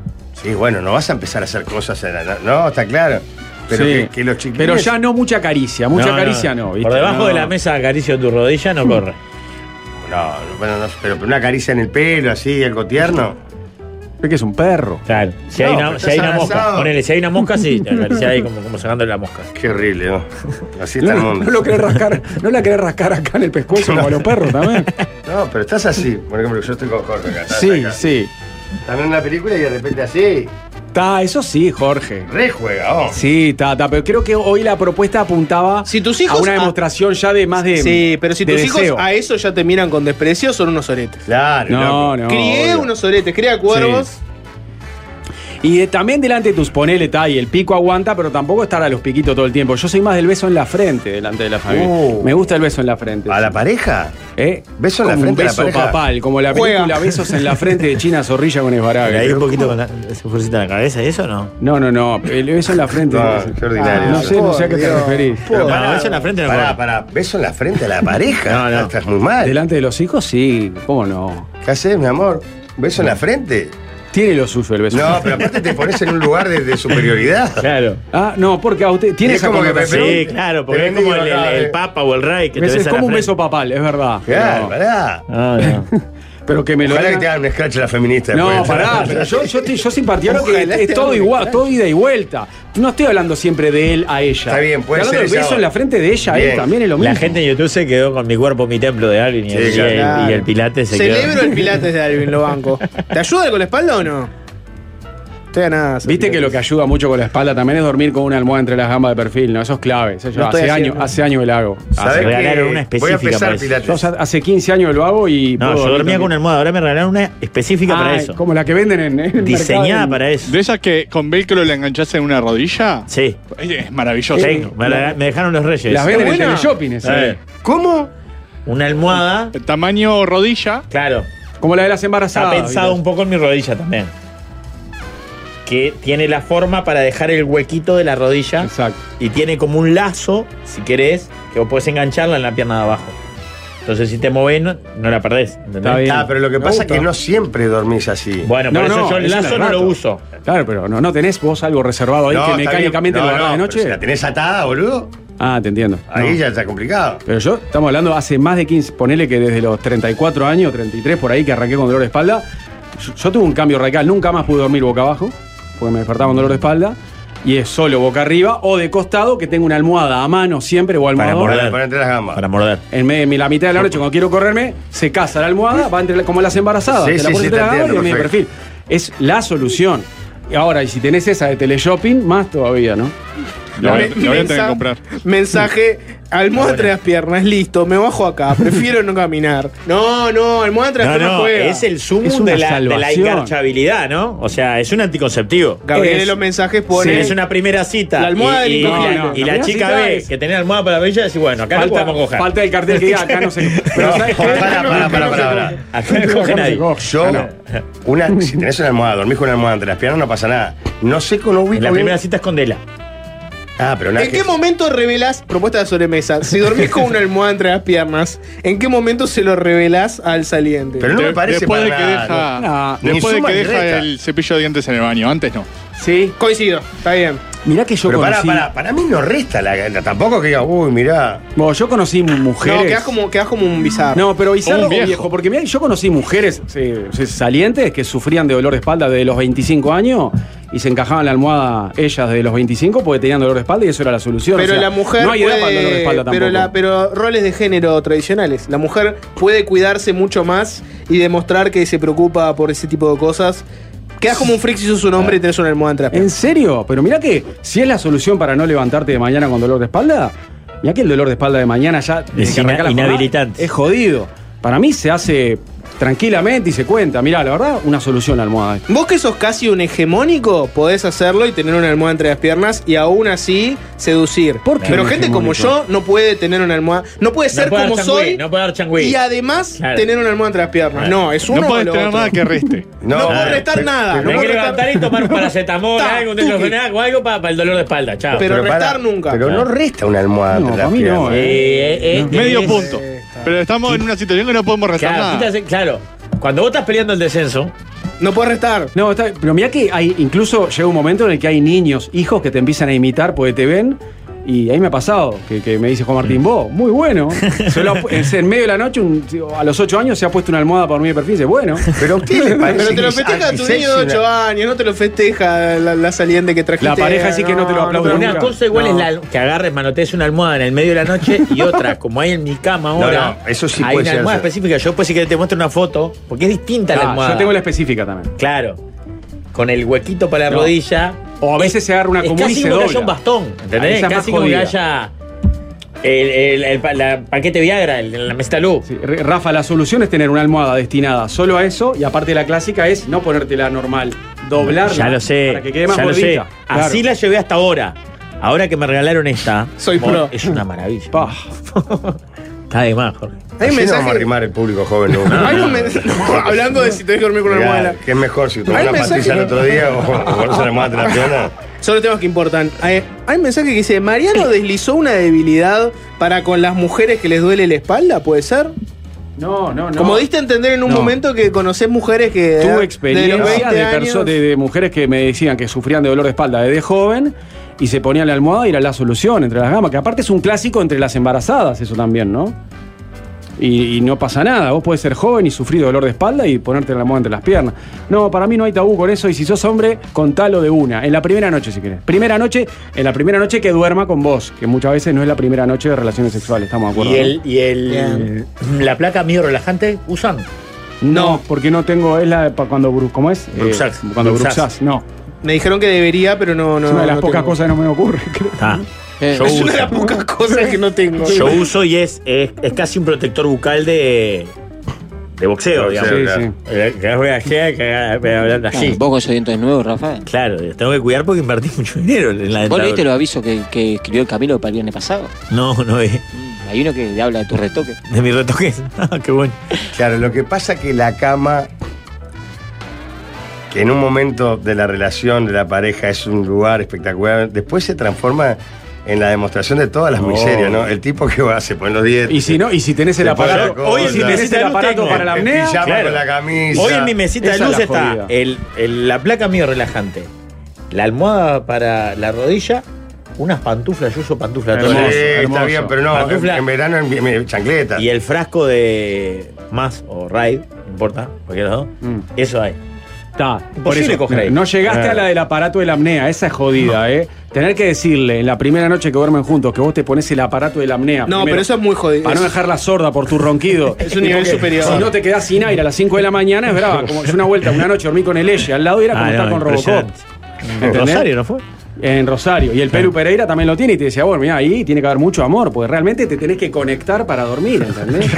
Speaker 9: Sí, bueno, no vas a empezar a hacer cosas. en la- No, está claro. Pero
Speaker 1: Sí.
Speaker 9: que, que los chiquilines...
Speaker 1: Pero ya no mucha caricia, mucha
Speaker 3: No, no.
Speaker 1: caricia no. ¿viste?
Speaker 3: Por debajo
Speaker 1: No. Hmm.
Speaker 3: de la mesa acaricio tu rodilla, no corre.
Speaker 9: No, no, bueno, no, pero una caricia en el pelo, así, algo tierno.
Speaker 1: Es que es un perro.
Speaker 3: Claro. Si
Speaker 9: No,
Speaker 3: hay
Speaker 9: pero
Speaker 3: una, si hay
Speaker 9: estás
Speaker 3: una mosca,
Speaker 9: abrazado.
Speaker 3: ponele, si hay una mosca, sí, te acariciás ahí como, como sacándole la mosca.
Speaker 9: Qué horrible, ¿no? Así está
Speaker 1: No,
Speaker 9: el
Speaker 1: no,
Speaker 9: mundo.
Speaker 1: lo querés rascar, no la querés rascar acá en el pescuezo como a los perros también.
Speaker 9: No, pero estás así. Por ejemplo, yo estoy con Jorge acá. estás
Speaker 1: Sí,
Speaker 9: acá.
Speaker 1: sí.
Speaker 9: Están en una película y de repente así,
Speaker 1: Ta, eso sí, Jorge.
Speaker 9: rejuega, oh.
Speaker 1: Sí, ta, ta, pero creo que hoy la propuesta apuntaba
Speaker 2: Si tus hijos
Speaker 1: a una
Speaker 2: a-
Speaker 1: demostración ya de más de.
Speaker 2: Sí, pero si
Speaker 1: de
Speaker 2: tus hijos
Speaker 1: deseo.
Speaker 2: a eso ya te miran con desprecio, son unos oretes.
Speaker 9: Claro,
Speaker 1: No,
Speaker 9: loco.
Speaker 1: no.
Speaker 2: crié
Speaker 1: obvio.
Speaker 2: unos oretes, crié a cuervos.
Speaker 1: Sí. Y de- también delante de tus ponele, ta, y el pico aguanta, pero tampoco estar a los piquitos todo el tiempo. Yo soy más del beso en la frente delante de la familia.
Speaker 9: Oh.
Speaker 1: Me gusta el beso en la frente. ¿A
Speaker 9: la pareja?
Speaker 1: ¿Eh?
Speaker 9: ¿Beso en la
Speaker 1: Como
Speaker 9: frente a
Speaker 1: Un
Speaker 9: la
Speaker 1: beso
Speaker 9: pareja?
Speaker 1: papal, como la
Speaker 9: Juega.
Speaker 1: película Besos en la frente de China Zorrilla con Esbaraga.
Speaker 3: Ahí un poquito con la, se furcita en la cabeza, ¿y eso no?
Speaker 1: No, no, no. El beso en la frente.
Speaker 9: No, qué ordinario.
Speaker 1: Ah, No sé, no sé a qué te
Speaker 9: Por Dios.
Speaker 1: referís.
Speaker 9: Pero pará, beso en la frente no pará,
Speaker 1: va.
Speaker 9: pará, beso en la frente a la pareja.
Speaker 1: No, no.
Speaker 9: Estás muy mal.
Speaker 1: Delante de los hijos, sí. ¿Cómo no?
Speaker 9: ¿Qué haces, mi amor? ¿Beso en la frente?
Speaker 1: Tiene lo suyo el beso. en la
Speaker 9: No,
Speaker 1: frente.
Speaker 9: pero aparte te pones en un lugar de, de superioridad.
Speaker 3: Claro.
Speaker 1: Ah, no, porque a usted tiene
Speaker 9: Es
Speaker 1: esa
Speaker 9: como que me
Speaker 1: connotación.
Speaker 9: pregunto- Sí, claro, porque
Speaker 1: Te
Speaker 9: es como
Speaker 1: bendigo
Speaker 9: el-
Speaker 1: acá,
Speaker 9: el- el
Speaker 1: eh.
Speaker 3: Papa o el rey que te
Speaker 1: Es-
Speaker 3: besa
Speaker 1: Es
Speaker 3: la
Speaker 1: como un
Speaker 3: frente.
Speaker 1: beso papal, es verdad. Pero-
Speaker 9: Claro, pará.
Speaker 1: Pero que me lo
Speaker 9: Ah, Ojalá
Speaker 1: diga-
Speaker 9: que te hagan un scratch a la feminista.
Speaker 1: No,
Speaker 9: después.
Speaker 1: pará, pero yo, yo, estoy- yo soy partidario que
Speaker 9: Ojalá
Speaker 1: es
Speaker 9: te
Speaker 1: todo
Speaker 9: hagan
Speaker 1: igual, todo ida y vuelta. No estoy hablando siempre de él a ella.
Speaker 3: Está bien, puede
Speaker 1: Estoy hablando
Speaker 3: ser
Speaker 1: del
Speaker 3: esa
Speaker 1: beso
Speaker 3: hora.
Speaker 1: en la frente de ella, él también es lo mismo.
Speaker 3: La gente en YouTube se quedó con mi cuerpo, mi templo de alguien y,
Speaker 2: Sí,
Speaker 3: el, y el-
Speaker 2: claro.
Speaker 3: y el Pilates se
Speaker 2: Celebro
Speaker 3: quedó.
Speaker 2: el pilates de Alvin, lo banco. ¿Te ayuda con la espalda o no? Estoy a nada.
Speaker 1: Viste que lo que ayuda mucho con la espalda también es dormir con una almohada entre las gambas de perfil, ¿no? Eso es clave. Eso yo
Speaker 2: No estoy
Speaker 1: hace,
Speaker 2: haciendo.
Speaker 1: años, hace años que lo hago.
Speaker 3: ¿Sabés
Speaker 1: Hace-
Speaker 3: qué? Regalaron una específica Voy a empezar para eso. Pilates.
Speaker 1: Yo hace- hace 15 años lo hago y.
Speaker 3: No,
Speaker 1: puedo
Speaker 3: yo
Speaker 1: dormir
Speaker 3: dormía con
Speaker 1: tranquilo.
Speaker 3: una almohada, ahora me regalaron una específica para
Speaker 1: Ah,
Speaker 3: eso.
Speaker 1: Como la que venden en. en el mercado en-
Speaker 3: para eso.
Speaker 6: ¿De esas que con velcro le enganchás en una rodilla?
Speaker 3: Sí.
Speaker 6: Es maravilloso.
Speaker 3: Sí, me, la- me dejaron los reyes.
Speaker 6: Las venden en Buena.
Speaker 1: teleshopping,
Speaker 6: esa.
Speaker 9: ¿Cómo?
Speaker 3: Una almohada.
Speaker 6: Tamaño rodilla.
Speaker 3: Claro.
Speaker 1: Como la de las embarazadas.
Speaker 3: Está pensado
Speaker 1: ¿viste?
Speaker 3: un poco en mi rodilla también. Que tiene la forma para dejar el huequito de la rodilla.
Speaker 1: Exacto.
Speaker 3: Y tiene como un lazo, si querés, que vos podés engancharla en la pierna de abajo. Entonces, si te movés, no, no la perdés. ¿entendés?
Speaker 9: Ah, pero lo que pasa es que no siempre dormís así.
Speaker 3: Bueno, por eso yo el
Speaker 1: es
Speaker 3: lazo
Speaker 1: al
Speaker 3: no lo
Speaker 1: rato.
Speaker 3: uso.
Speaker 1: Claro, pero no, no tenés vos algo reservado ahí
Speaker 9: No,
Speaker 1: que
Speaker 9: está bien.
Speaker 1: mecánicamente
Speaker 9: No,
Speaker 1: lo agarrás
Speaker 9: no,
Speaker 1: de
Speaker 9: pero
Speaker 1: noche.
Speaker 9: si la tenés atada, boludo.
Speaker 1: Ah, te entiendo.
Speaker 9: Ahí
Speaker 1: No.
Speaker 9: ya está complicado.
Speaker 1: Pero yo, estamos hablando hace más de 15, ponele que desde los 34 años, 33 por ahí, que arranqué con dolor de espalda. Yo, yo tuve un cambio radical, nunca más pude dormir boca abajo, porque me despertaba con dolor de espalda. Y es solo boca arriba o de costado, que tengo una almohada a mano siempre o
Speaker 9: Para
Speaker 1: almohadón.
Speaker 9: morder. Para entre las gambas.
Speaker 3: Para morder. pues.
Speaker 1: En medio, en la mitad de la noche, cuando quiero correrme, se casa la almohada, va entre la- como las embarazadas,
Speaker 9: Sí,
Speaker 1: te la
Speaker 9: sí,
Speaker 1: pones
Speaker 9: sí,
Speaker 1: entre
Speaker 9: te
Speaker 1: la
Speaker 9: entiendo,
Speaker 1: gama y en el perfil.
Speaker 9: perfecto.
Speaker 1: Es la solución. Y ahora, y si tenés esa de teleshopping, más todavía, ¿no?
Speaker 6: La voy a- la voy a tener que
Speaker 2: Mensa-
Speaker 6: comprar.
Speaker 2: Mensaje, almohada entre las piernas, listo, me bajo acá, prefiero no caminar. No, no, almohada entre las
Speaker 3: No,
Speaker 2: piernas
Speaker 3: no,
Speaker 2: juega.
Speaker 3: es el zoom de la, de la engarchabilidad, ¿no? O sea, es un anticonceptivo.
Speaker 2: Gabriel
Speaker 3: Es-
Speaker 2: en los mensajes pone.
Speaker 3: Sí, es una primera cita.
Speaker 2: La almohada
Speaker 3: y,
Speaker 2: del
Speaker 3: y-
Speaker 2: incogible.
Speaker 3: no, no, y
Speaker 2: La
Speaker 3: la
Speaker 2: primera
Speaker 3: chica
Speaker 2: cita
Speaker 3: ve
Speaker 2: es-
Speaker 3: que tenés la almohada para la bella y dice, bueno, acá
Speaker 1: Falta-
Speaker 3: no podemos coger.
Speaker 1: falta el cartel que diga, acá no se- pero ¿sabes qué?
Speaker 9: Pará, pará, pará, pará, pará.
Speaker 3: Acá no coge nadie.
Speaker 9: Yo, una, si tenés una almohada, dormís con una almohada entre las piernas, no pasa nada. No sé con ubico.
Speaker 3: En la
Speaker 9: bien-
Speaker 3: primera cita escondela.
Speaker 9: Ah, pero una
Speaker 2: ¿En qué momento revelás propuesta de sobremesa? Si dormís con una almohada entre las piernas, ¿en qué momento se lo revelás al saliente?
Speaker 9: Pero no me parece
Speaker 6: después de
Speaker 9: para
Speaker 6: que
Speaker 9: nada,
Speaker 6: deja,
Speaker 9: no. No,
Speaker 6: después
Speaker 9: ni
Speaker 6: de
Speaker 9: suma
Speaker 6: que
Speaker 9: ni
Speaker 6: deja
Speaker 9: resta.
Speaker 6: el cepillo de dientes en el baño, antes no.
Speaker 1: Sí.
Speaker 2: Coincido, está bien.
Speaker 1: Mirá que yo
Speaker 9: Pero para,
Speaker 1: conocí.
Speaker 9: para, para mí no resta la, la- tampoco que diga, uy, mirá.
Speaker 1: Bueno, yo conocí mujeres.
Speaker 2: No, quedás como, quedás como un bizarro.
Speaker 1: No, pero Izarro
Speaker 2: Como
Speaker 1: o viejo. porque mirá, yo conocí mujeres eh, se- salientes que sufrían de dolor de espalda desde los 25 años y se encajaban la almohada ellas desde los 25 porque tenían dolor de espalda y eso era la solución.
Speaker 2: Pero
Speaker 1: O sea,
Speaker 2: la mujer
Speaker 1: No hay edad
Speaker 2: puede-
Speaker 1: para el dolor de espalda tampoco.
Speaker 2: pero, la- pero roles de género tradicionales. La mujer puede cuidarse mucho más y demostrar que se preocupa por ese tipo de cosas. Quedas como un freak si sos un hombre y tenés una almohada entre las
Speaker 1: ¿En serio? Pero mirá que si es la solución para no levantarte de mañana con dolor de espalda, mirá que el dolor de espalda de mañana ya desde
Speaker 3: Es
Speaker 1: que arranca
Speaker 3: ina-
Speaker 1: la jornada,
Speaker 3: inhabilitante.
Speaker 1: Es jodido. Para mí se hace tranquilamente y se cuenta. Mirá, la verdad, una solución la almohada. esta.
Speaker 2: Vos que sos casi un hegemónico, podés hacerlo y tener una almohada entre las piernas y aún así seducir.
Speaker 1: qué
Speaker 2: Pero
Speaker 1: un
Speaker 2: gente como yo
Speaker 1: hegemónico?
Speaker 2: no puede tener una almohada. No puede ser
Speaker 3: puede dar
Speaker 2: como
Speaker 3: changüí,
Speaker 2: soy
Speaker 3: no puede dar changüí.
Speaker 2: y además
Speaker 3: Claro.
Speaker 2: tener una almohada entre las piernas.
Speaker 3: Claro.
Speaker 2: No, es
Speaker 3: No
Speaker 2: uno
Speaker 3: podés
Speaker 2: o lo
Speaker 3: tener
Speaker 2: otro.
Speaker 3: nada que
Speaker 6: reste.
Speaker 2: No,
Speaker 3: Claro.
Speaker 2: puedo restar
Speaker 3: Te-
Speaker 2: nada.
Speaker 3: te
Speaker 2: no
Speaker 3: tenés
Speaker 2: puedo
Speaker 3: que
Speaker 2: restar-
Speaker 3: levantar y tomar un paracetamol,
Speaker 2: Ta,
Speaker 3: algo, un diclofenac o algo para, para el dolor de espalda. Chao.
Speaker 2: Pero restar
Speaker 9: para-
Speaker 2: nunca.
Speaker 9: Pero no resta una almohada entre las
Speaker 3: eh,
Speaker 9: piernas. eh,
Speaker 6: Medio punto. Pero estamos en una situación que no podemos restar
Speaker 3: Claro,
Speaker 6: nada.
Speaker 3: quítase- claro, cuando vos estás peleando el descenso,
Speaker 2: No puedes restar.
Speaker 1: No, está- pero mirá que hay, incluso llega un momento en el que hay niños, hijos que te empiezan a imitar porque te ven. Y ahí me ha pasado, que, que me dice Juan
Speaker 9: Mm.
Speaker 1: Martín, vos, muy bueno. Se lo ha pu- en, en medio de la noche, un- a los 8 años, se ha puesto una almohada para mí de perfil. Dice, bueno.
Speaker 9: Pero a usted le parece
Speaker 2: Pero te lo
Speaker 9: que es
Speaker 2: festeja a tu
Speaker 9: antisexy
Speaker 2: niño de 8
Speaker 9: una-
Speaker 2: años, no te lo festeja la, la saliente que trajiste.
Speaker 1: La pareja sí que no te lo aplaude
Speaker 3: una
Speaker 1: nunca.
Speaker 3: cosa igual
Speaker 2: No.
Speaker 3: es la, que agarres, manotees una almohada en el medio de la noche y otra, como hay en mi cama ahora.
Speaker 9: No, no, eso sí
Speaker 3: Hay
Speaker 9: puede
Speaker 3: una
Speaker 9: ser.
Speaker 3: almohada específica. Yo, pues, si querés, te muestro una foto, porque es distinta la
Speaker 1: Ah,
Speaker 3: almohada.
Speaker 1: yo tengo la específica también.
Speaker 3: Claro. Con el huequito para la
Speaker 1: No.
Speaker 3: rodilla.
Speaker 1: O a veces se agarra una
Speaker 3: es
Speaker 1: común y
Speaker 3: casi
Speaker 1: se
Speaker 3: como que haya
Speaker 1: dobla.
Speaker 3: un bastón,
Speaker 1: Ah, esa
Speaker 3: ¿entendés?
Speaker 1: es más
Speaker 3: casi como que
Speaker 1: jodida.
Speaker 3: haya el, el- el pa- la paquete Viagra, el- la mesita luz.
Speaker 1: Sí, R- Rafa, la solución es tener una almohada destinada solo a eso y aparte la clásica es no ponértela normal. Doblarla
Speaker 3: Ya lo sé.
Speaker 1: para que quede más
Speaker 3: ya lo sé.
Speaker 1: gordita. Claro.
Speaker 3: Así la llevé hasta ahora. Ahora que me regalaron esta.
Speaker 9: Soy
Speaker 3: vos-
Speaker 9: pro.
Speaker 3: Es una maravilla. Está de más, Jorge.
Speaker 9: Hay
Speaker 2: un mensaje-
Speaker 9: vamos a arrimar el público joven. ¿no?
Speaker 2: Hay un men- Hablando de si tenés que dormir con una
Speaker 9: Mirá,
Speaker 2: almohada.
Speaker 9: ¿Qué es mejor si tomás
Speaker 2: Hay
Speaker 9: una
Speaker 2: un mensaje-
Speaker 9: pastilla el otro día o o ponerse una almohada entre la pierna?
Speaker 2: Son los temas que importan. Hay, hay un mensaje que dice, Mariano deslizó una debilidad para con las mujeres que les duele la espalda, ¿puede ser?
Speaker 1: No, no, no.
Speaker 2: Como diste a entender en un
Speaker 1: No.
Speaker 2: momento que conocés mujeres que... eh, de los
Speaker 1: Tuve experiencia
Speaker 2: 20
Speaker 1: de,
Speaker 2: años-
Speaker 1: perso- de- de mujeres que me decían que sufrían de dolor de espalda desde joven y se ponían la almohada y era la solución entre las gamas, que aparte es un clásico entre las embarazadas, eso también, ¿no? Y, y no pasa nada, vos podés ser joven y sufrir dolor de espalda y ponerte la almohada entre las piernas. No, para mí no hay tabú con eso y si sos hombre, contalo de una, en la primera noche si querés. Primera noche, en la primera noche que duerma con vos, que muchas veces no es la primera noche de relaciones sexuales, estamos de acuerdo.
Speaker 3: Y
Speaker 1: ¿no?
Speaker 3: el, y el- la placa mío relajante usan.
Speaker 1: No, porque no tengo, es la de pa- cuando, bru- ¿cómo es? Eh,
Speaker 3: Bruxás.
Speaker 1: cuando
Speaker 3: Bruxás.
Speaker 1: bruxás, no.
Speaker 2: Me dijeron que debería, pero no... no
Speaker 1: es una de las
Speaker 2: no
Speaker 1: pocas
Speaker 2: tengo.
Speaker 1: cosas que no me ocurre. creo.
Speaker 3: Yo
Speaker 2: Eh, es una
Speaker 3: uso.
Speaker 2: de las pocas cosas que no tengo.
Speaker 3: Yo uso y es, es, es casi un protector bucal de, de boxeo,
Speaker 8: De boxeo,
Speaker 3: digamos.
Speaker 8: Sí,
Speaker 3: Eh, Que voy allá, que voy hablando así.
Speaker 8: Claro, vos con esos dientes nuevos, Rafa.
Speaker 3: Claro, tengo que cuidar porque invertí mucho dinero en la
Speaker 8: ¿Vos
Speaker 3: dentadura.
Speaker 8: leíste los avisos que, que escribió el Camilo para el viernes pasado?
Speaker 3: No, no es.
Speaker 8: Hay uno que habla de tu retoque.
Speaker 3: De mi retoque. Ah, Qué bueno.
Speaker 9: Claro, lo que pasa que la cama, que en un momento de la relación de la pareja es un lugar espectacular, después se transforma en la demostración de todas las
Speaker 1: Oh.
Speaker 9: miserias, ¿no? El tipo que va, se pone los dientes.
Speaker 1: Y si no, y si tenés el
Speaker 9: se pone
Speaker 1: aparato-
Speaker 9: la cosa,
Speaker 1: hoy si tenés el
Speaker 9: la
Speaker 1: aparato
Speaker 9: técnica,
Speaker 1: para la
Speaker 9: el
Speaker 1: apnea,
Speaker 9: pijama
Speaker 1: claro.
Speaker 9: con la camisa.
Speaker 3: Hoy en mi mesita de
Speaker 9: Esa es
Speaker 3: luz
Speaker 9: la
Speaker 3: está
Speaker 9: jodida.
Speaker 3: el- el- la placa mío relajante, la almohada para la rodilla, unas pantuflas, yo uso pantuflas
Speaker 9: Hermoso,
Speaker 3: todas.
Speaker 9: Sí, está bien, pero no,
Speaker 3: Pantufla
Speaker 9: en verano en, en chancleta.
Speaker 3: y el frasco de más o raid, no importa, cualquiera de los dos.
Speaker 9: Mm.
Speaker 3: Eso hay.
Speaker 1: Está. Por
Speaker 3: Imposible
Speaker 1: eso,
Speaker 3: coger ahí.
Speaker 1: no llegaste
Speaker 2: Eh.
Speaker 1: a la del aparato de la apnea, esa es jodida, ¿eh? Tener que decirle en la primera noche que duermen juntos que vos te pones el aparato de la apnea.
Speaker 2: No,
Speaker 1: primero,
Speaker 2: pero eso es muy jodido.
Speaker 1: Para no
Speaker 2: Eso-
Speaker 1: dejarla sorda por tu ronquido.
Speaker 2: Es un nivel
Speaker 1: Porque
Speaker 2: superior.
Speaker 1: Si no te quedás sin aire a las 5 de la mañana, es brava. Como yo una vuelta, una noche dormí con el Eye al lado y era como
Speaker 3: Ah,
Speaker 1: estar
Speaker 3: no,
Speaker 1: con Robocop.
Speaker 3: impresionante.
Speaker 1: ¿Entendés?
Speaker 3: Rosario, ¿no fue?
Speaker 1: En Rosario. Y el Pelu Pereira también lo tiene y te decía, bueno, mira, ahí tiene que haber mucho amor, porque realmente te tenés que conectar para dormir, ¿entendés?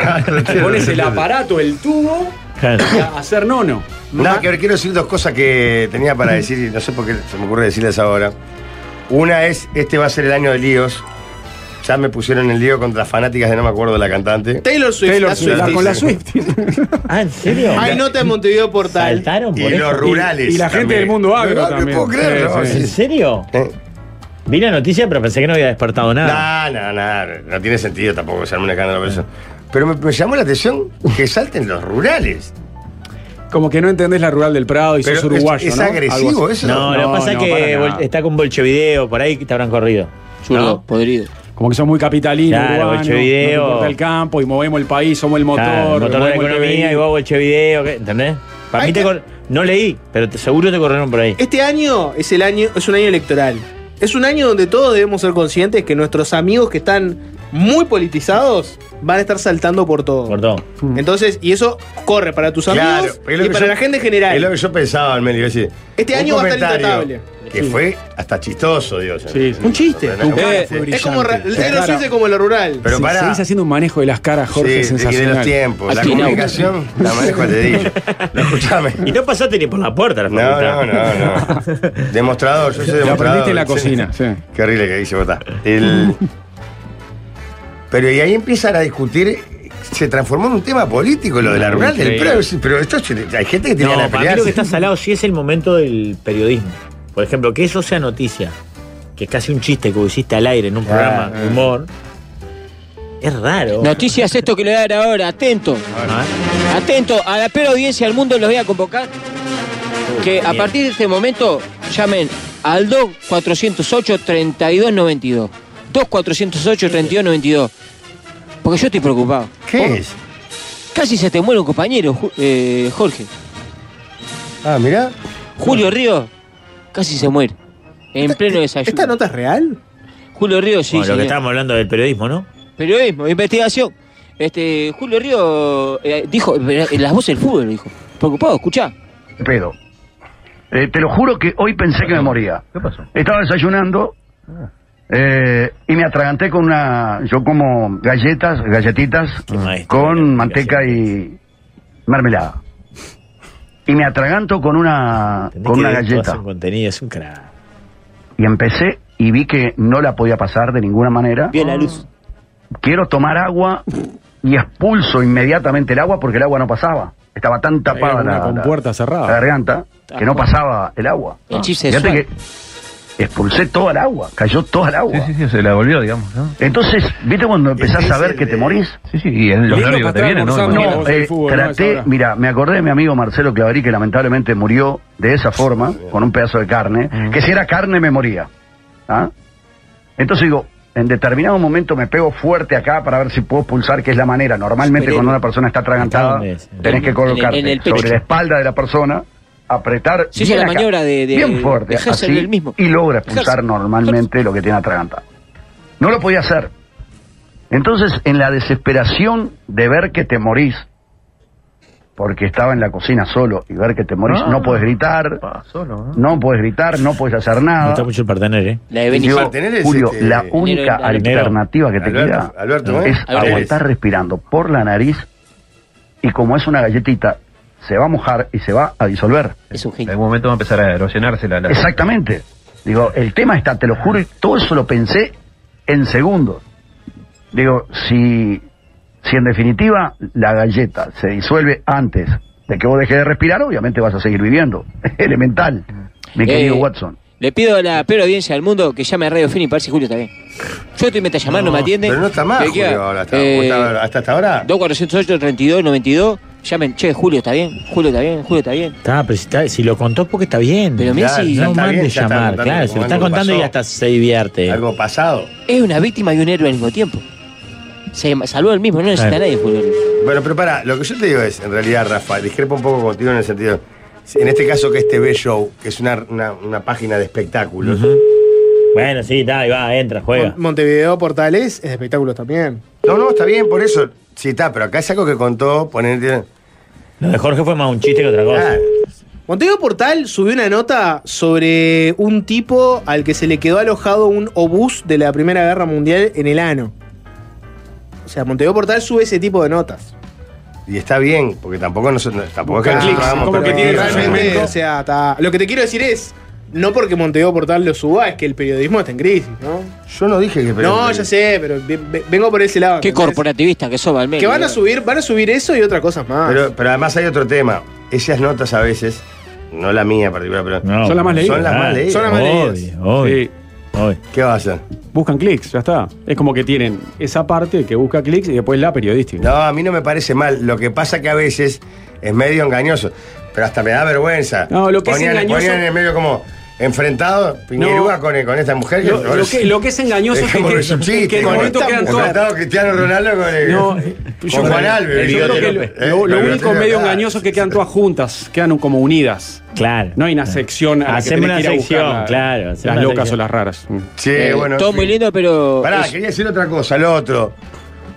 Speaker 1: Te pones el aparato, el tubo, y a hacer nono.
Speaker 9: Nada que ver, quiero decir dos cosas que tenía para decir y no sé por qué se me ocurre decirles ahora. Una es, este va a ser el año de líos. Ya me pusieron en lío contra fanáticas de no me acuerdo de la cantante.
Speaker 2: Taylor Swift,
Speaker 9: Taylor
Speaker 2: la
Speaker 9: Swift,
Speaker 2: Swifties.
Speaker 9: con la
Speaker 3: Ah, ¿en serio?
Speaker 2: Hay nota en Montevideo Portal.
Speaker 3: Saltaron
Speaker 9: Y los rurales. también. No, No puedo Eh. creer, ¿no?
Speaker 3: ¿En
Speaker 9: Sí, sí.
Speaker 3: serio? Vi la noticia, pero pensé que no había despertado nada.
Speaker 9: No, no, no, no tiene sentido tampoco ser un escándalo por eso. Pero me, me llamó la atención que salten los rurales.
Speaker 1: Como que no entendés la rural del Prado y
Speaker 9: Pero
Speaker 1: sos uruguayo,
Speaker 9: es- es
Speaker 1: ¿no?
Speaker 9: agresivo
Speaker 1: Algo así.
Speaker 9: eso.
Speaker 3: No, lo que pasa es
Speaker 1: no, para
Speaker 3: que
Speaker 1: nada.
Speaker 3: Bol- está con Bolchevideo, por ahí que te habrán corrido.
Speaker 1: Zurdo,
Speaker 8: podrido.
Speaker 1: Como que sos muy capitalino,
Speaker 3: Claro,
Speaker 1: urbano,
Speaker 3: Bolchevideo.
Speaker 1: nos importa el campo y movemos el país, somos el motor.
Speaker 3: Claro, el motor de la
Speaker 1: movemos el
Speaker 3: economía
Speaker 1: PBI.
Speaker 3: y vos Bolchevideo, ¿qué? ¿entendés? Para mí te cor- No leí, pero te- seguro te corrieron por ahí.
Speaker 2: Este año es el año, es un año electoral. Es un año donde todos debemos ser conscientes que nuestros amigos que están muy politizados van a estar saltando por todo. Por
Speaker 3: todo.
Speaker 2: Entonces, y eso corre para tus amigos
Speaker 9: Mm. es lo
Speaker 2: y
Speaker 9: que
Speaker 2: para
Speaker 9: yo-
Speaker 2: la gente en
Speaker 9: Es lo
Speaker 2: general.
Speaker 9: que yo pensaba, Armel, iba a decir,
Speaker 2: Este
Speaker 9: un
Speaker 2: año va a estar
Speaker 9: comentario
Speaker 2: intratable.
Speaker 9: Que
Speaker 2: Sí.
Speaker 9: fue hasta chistoso, Dios.
Speaker 2: Un chiste.
Speaker 9: No, no,
Speaker 2: Eh,
Speaker 9: no,
Speaker 2: es como ra- el
Speaker 9: Sí,
Speaker 2: Taylor
Speaker 9: claro.
Speaker 2: Swift es como lo rural.
Speaker 9: Pero
Speaker 1: Sí,
Speaker 9: pará.
Speaker 1: Seguís haciendo un manejo de las caras, Jorge,
Speaker 9: Sí, y de
Speaker 1: sensacional.
Speaker 9: los tiempos, la comunicación, la manejo al dedillo. No, escuchame.
Speaker 3: Y no pasaste ni por la puerta la
Speaker 9: No, no, no, no. Demostrador, yo soy
Speaker 1: Lo
Speaker 9: demostrador.
Speaker 1: aprendiste en la
Speaker 9: Sí.
Speaker 1: cocina, sí.
Speaker 9: Qué horrible que dice votá. El... Pero y ahí empiezan a discutir. Se transformó en un tema político lo de la rural del
Speaker 3: Increíble.
Speaker 9: Prado. Pero esto es- hay gente que tiene
Speaker 3: No,
Speaker 9: ganas de
Speaker 3: para mí lo que
Speaker 9: pelearse.
Speaker 3: está salado sí es el momento del periodismo. Por ejemplo, que eso sea noticia, que es casi un chiste que vos hiciste al aire en
Speaker 9: Ah,
Speaker 3: un
Speaker 8: Claro.
Speaker 3: programa de humor. Es raro.
Speaker 8: Noticias esto que le voy a dar ahora, atento. Atento, a la peor audiencia del mundo los voy a convocar. Que a
Speaker 3: bien.
Speaker 8: partir de este momento llamen al 2408-3292. 2408-3292. Porque yo estoy preocupado.
Speaker 9: ¿Qué es?
Speaker 8: Casi se te muere un compañero, Ju- eh, Jorge.
Speaker 9: Ah, mirá.
Speaker 8: Julio Ríos casi se muere. En pleno desayuno. ¿Esta
Speaker 2: nota es real?
Speaker 8: Julio Ríos, sí.
Speaker 3: Bueno, lo
Speaker 8: señor.
Speaker 3: que estábamos hablando del periodismo, ¿no?
Speaker 8: Periodismo, investigación. Este, Julio Río eh, dijo, eh, las voces del fútbol, dijo. Preocupado, escuchá.
Speaker 13: pedo. Eh, te lo juro que hoy pensé que me moría.
Speaker 8: ¿Qué pasó?
Speaker 13: Estaba desayunando eh, y me atraganté con una. Yo como galletas, galletitas con manteca y mermelada. y me atraganto con una, con una
Speaker 3: Esto hace
Speaker 13: galleta.
Speaker 3: un contenido, es un crack.
Speaker 13: Y empecé y vi que no la podía pasar de ninguna manera.
Speaker 3: Vio la luz.
Speaker 13: Quiero tomar agua y expulso inmediatamente el agua porque el agua no pasaba. Estaba tan tapada
Speaker 1: una
Speaker 13: la, la-
Speaker 1: compuerta cerrada.
Speaker 13: la garganta que no pasaba el agua.
Speaker 1: El chip
Speaker 13: Fíjate
Speaker 1: sexual.
Speaker 13: que expulsé toda el agua, cayó toda el agua.
Speaker 14: Sí, se la volvió, digamos, ¿no?
Speaker 13: Entonces, ¿viste cuando empezás
Speaker 14: Ese
Speaker 13: a ver
Speaker 14: es
Speaker 13: que
Speaker 14: el
Speaker 13: te
Speaker 14: de-
Speaker 13: morís?
Speaker 14: Sí, sí, y el- los Lindo nervios que te estar vienen, ¿no? almorzando Imagino. vos del
Speaker 13: eh,
Speaker 14: fútbol, ¿no? A esa
Speaker 13: traté,
Speaker 14: hora.
Speaker 13: mira, me acordé de mi amigo Marcelo Claverí que lamentablemente murió de esa forma, con un pedazo de carne, que si era carne me moría. ¿ah? Entonces digo, en determinado momento me pego fuerte acá para ver si puedo pulsar, que es la manera. Normalmente
Speaker 14: Superhéroe.
Speaker 13: cuando una persona está atragantada,
Speaker 14: Acá donde es.
Speaker 13: tenés que
Speaker 14: En- en el-
Speaker 13: colocarte
Speaker 14: en el pecho.
Speaker 13: sobre la espalda de la persona, apretar
Speaker 8: Se hizo
Speaker 13: bien
Speaker 8: la
Speaker 13: acá,
Speaker 8: maniobra de- de-
Speaker 13: bien fuerte,
Speaker 8: de Hessel,
Speaker 13: así,
Speaker 8: el mismo.
Speaker 13: y logra expulsar
Speaker 8: Hessel.
Speaker 13: normalmente lo que tiene atragantado. No lo podía hacer. Entonces, en la desesperación de ver que te morís, porque estaba en la cocina solo y ver que te morís,
Speaker 14: Ah.
Speaker 13: no puedes gritar,
Speaker 14: Solo, ¿no?
Speaker 13: no puedes gritar, no puedes hacer
Speaker 3: Me
Speaker 13: nada.
Speaker 3: gusta mucho el partener, ¿eh?
Speaker 13: La de Benny Hill. Partener es Julio, este- ¿eh? la única alternativa que te queda es aguantar respirando por la nariz y como es una galletita, se va a mojar y se va a disolver.
Speaker 14: En algún momento va a empezar a erosionarse la... la-
Speaker 13: Exactamente. Digo, el tema está, te lo juro, y todo eso lo pensé en segundos. Digo, si, si en definitiva la galleta se disuelve antes de que vos dejes de respirar, obviamente vas a seguir viviendo. Elemental, mi querido
Speaker 8: Eh,
Speaker 13: Watson.
Speaker 8: Le pido a la peor audiencia del mundo que llame a Radio Fini para ver si Julio está bien. Yo estoy meta a llamar, no, me atiende.
Speaker 9: Pero no está más,
Speaker 8: ¿Qué queda?
Speaker 9: Julio, ahora. Está,
Speaker 8: Eh,
Speaker 9: está- hasta, hasta ahora.
Speaker 8: 2408 32 92 Llamen, che, Julio está bien, Julio está bien, Julio está bien.
Speaker 3: Está, pero si, está- si lo contó es porque está bien.
Speaker 8: Pero mirá Ya, si- ya
Speaker 3: no
Speaker 8: está
Speaker 3: mande
Speaker 8: bien, ya está
Speaker 3: llamar,
Speaker 8: contando
Speaker 3: claro,
Speaker 8: como
Speaker 3: se lo está
Speaker 8: algo
Speaker 3: contando y
Speaker 8: pasó.
Speaker 3: hasta se divierte.
Speaker 9: Algo pasado.
Speaker 8: Es una víctima y un héroe al mismo tiempo. Se salvó el mismo, no necesita a nadie, Julio.
Speaker 9: Bueno, pero para, lo que yo te digo es, en realidad, Rafa, discrepo un poco contigo en el sentido. si En este caso, que es TV Show, que es una, una- una página de espectáculos.
Speaker 3: Bueno, sí, está, ahí va, entra, juega.
Speaker 2: Montevideo Portales es de espectáculos también.
Speaker 9: No, no, está bien, por eso. Sí, está, pero acá es algo que contó, ponerte.
Speaker 3: Lo de Jorge fue más un chiste que otra cosa.
Speaker 2: Montevideo Portal subió una nota sobre un tipo al que se le quedó alojado un obús de la Primera Guerra Mundial en el ano. O sea, Montevideo Portal sube ese tipo de notas.
Speaker 9: Y está bien, porque tampoco nos, no- tampoco es que
Speaker 2: Busca
Speaker 9: nos
Speaker 2: clics,
Speaker 9: hagamos
Speaker 2: como que
Speaker 9: perder
Speaker 2: tiene
Speaker 9: el
Speaker 2: realmente,
Speaker 9: argumento.
Speaker 2: o sea, está- lo que te quiero decir es, no porque Montevideo Portal lo suba, es que el periodismo está en crisis, ¿no?
Speaker 9: Yo no dije que
Speaker 2: No, ya sé, pero ve- ve- vengo por ese lado.
Speaker 8: Qué
Speaker 2: ¿entendés?
Speaker 8: corporativista que soba al menos.
Speaker 2: Que van a subir, van a subir eso y otras cosas más.
Speaker 9: Pero, pero además hay otro tema. Esas notas a veces, no la mía en particular, pero.
Speaker 1: Son las más leídas.
Speaker 9: Son las más leídas.
Speaker 1: Son las más leídas. Sí.
Speaker 9: ¿Qué va a hacer?
Speaker 1: Buscan clics, ya está. Es como que tienen esa parte que busca clics y después la periodística.
Speaker 9: No, a mí no me parece mal. Lo que pasa que a veces es medio engañoso. Pero hasta me da vergüenza.
Speaker 1: No, lo que es
Speaker 9: ponían,
Speaker 1: engañoso-
Speaker 9: ponían en el medio como enfrentado Piñerúa
Speaker 1: No.
Speaker 9: con, con esta mujer.
Speaker 1: Lo- lo que- lo que es engañoso es que-
Speaker 9: Dejémoslo, es un
Speaker 1: que-
Speaker 9: chiste,
Speaker 1: que
Speaker 9: con
Speaker 1: con esto
Speaker 9: esta
Speaker 1: quedan
Speaker 9: mujer.
Speaker 1: todas-
Speaker 9: Enfrentado Cristiano Ronaldo con,
Speaker 1: No,
Speaker 9: con
Speaker 1: yo
Speaker 9: Juan
Speaker 1: creo-
Speaker 9: Alves.
Speaker 1: yo creo que
Speaker 9: Eh,
Speaker 1: lo, lo
Speaker 9: el
Speaker 1: único
Speaker 9: bigotero,
Speaker 1: medio
Speaker 9: claro.
Speaker 1: engañoso es que quedan todas juntas, quedan como unidas.
Speaker 3: Claro.
Speaker 1: No hay una sección a la que
Speaker 3: Haceme
Speaker 1: tenés
Speaker 3: una
Speaker 1: que ir a buscar
Speaker 3: sección,
Speaker 1: la-
Speaker 3: claro, haceme
Speaker 1: Las
Speaker 3: una
Speaker 1: locas
Speaker 3: sección.
Speaker 1: o las raras.
Speaker 9: Sí,
Speaker 1: Eh,
Speaker 9: bueno.
Speaker 1: todo
Speaker 9: en
Speaker 1: muy
Speaker 9: fin.
Speaker 8: lindo, pero.
Speaker 9: Pará,
Speaker 1: es-
Speaker 9: quería decir otra cosa, lo otro.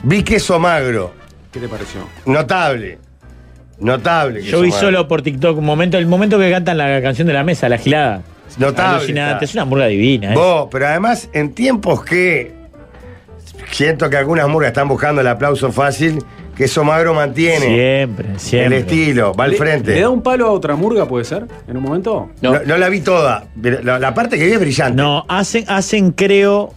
Speaker 9: Vi queso magro.
Speaker 1: ¿Qué te pareció?
Speaker 9: Notable. Notable. queso
Speaker 3: Yo vi
Speaker 9: magro.
Speaker 3: solo por TikTok un momento, el momento que cantan la canción de la mesa, la gilada.
Speaker 9: Notable,
Speaker 3: Alucinante,
Speaker 9: está.
Speaker 3: es una hamburga divina. ¿eh?
Speaker 9: Vos, pero además, en tiempos que siento que algunas murgas están buscando el aplauso fácil, queso magro mantiene.
Speaker 3: Siempre,
Speaker 9: El estilo, va al
Speaker 1: ¿Le-
Speaker 9: frente.
Speaker 1: ¿Le da un palo a otra murga, puede ser? ¿En un momento?
Speaker 9: No. no la vi toda. pero La, la parte que vi es brillante.
Speaker 3: No, hacen, hacen creo.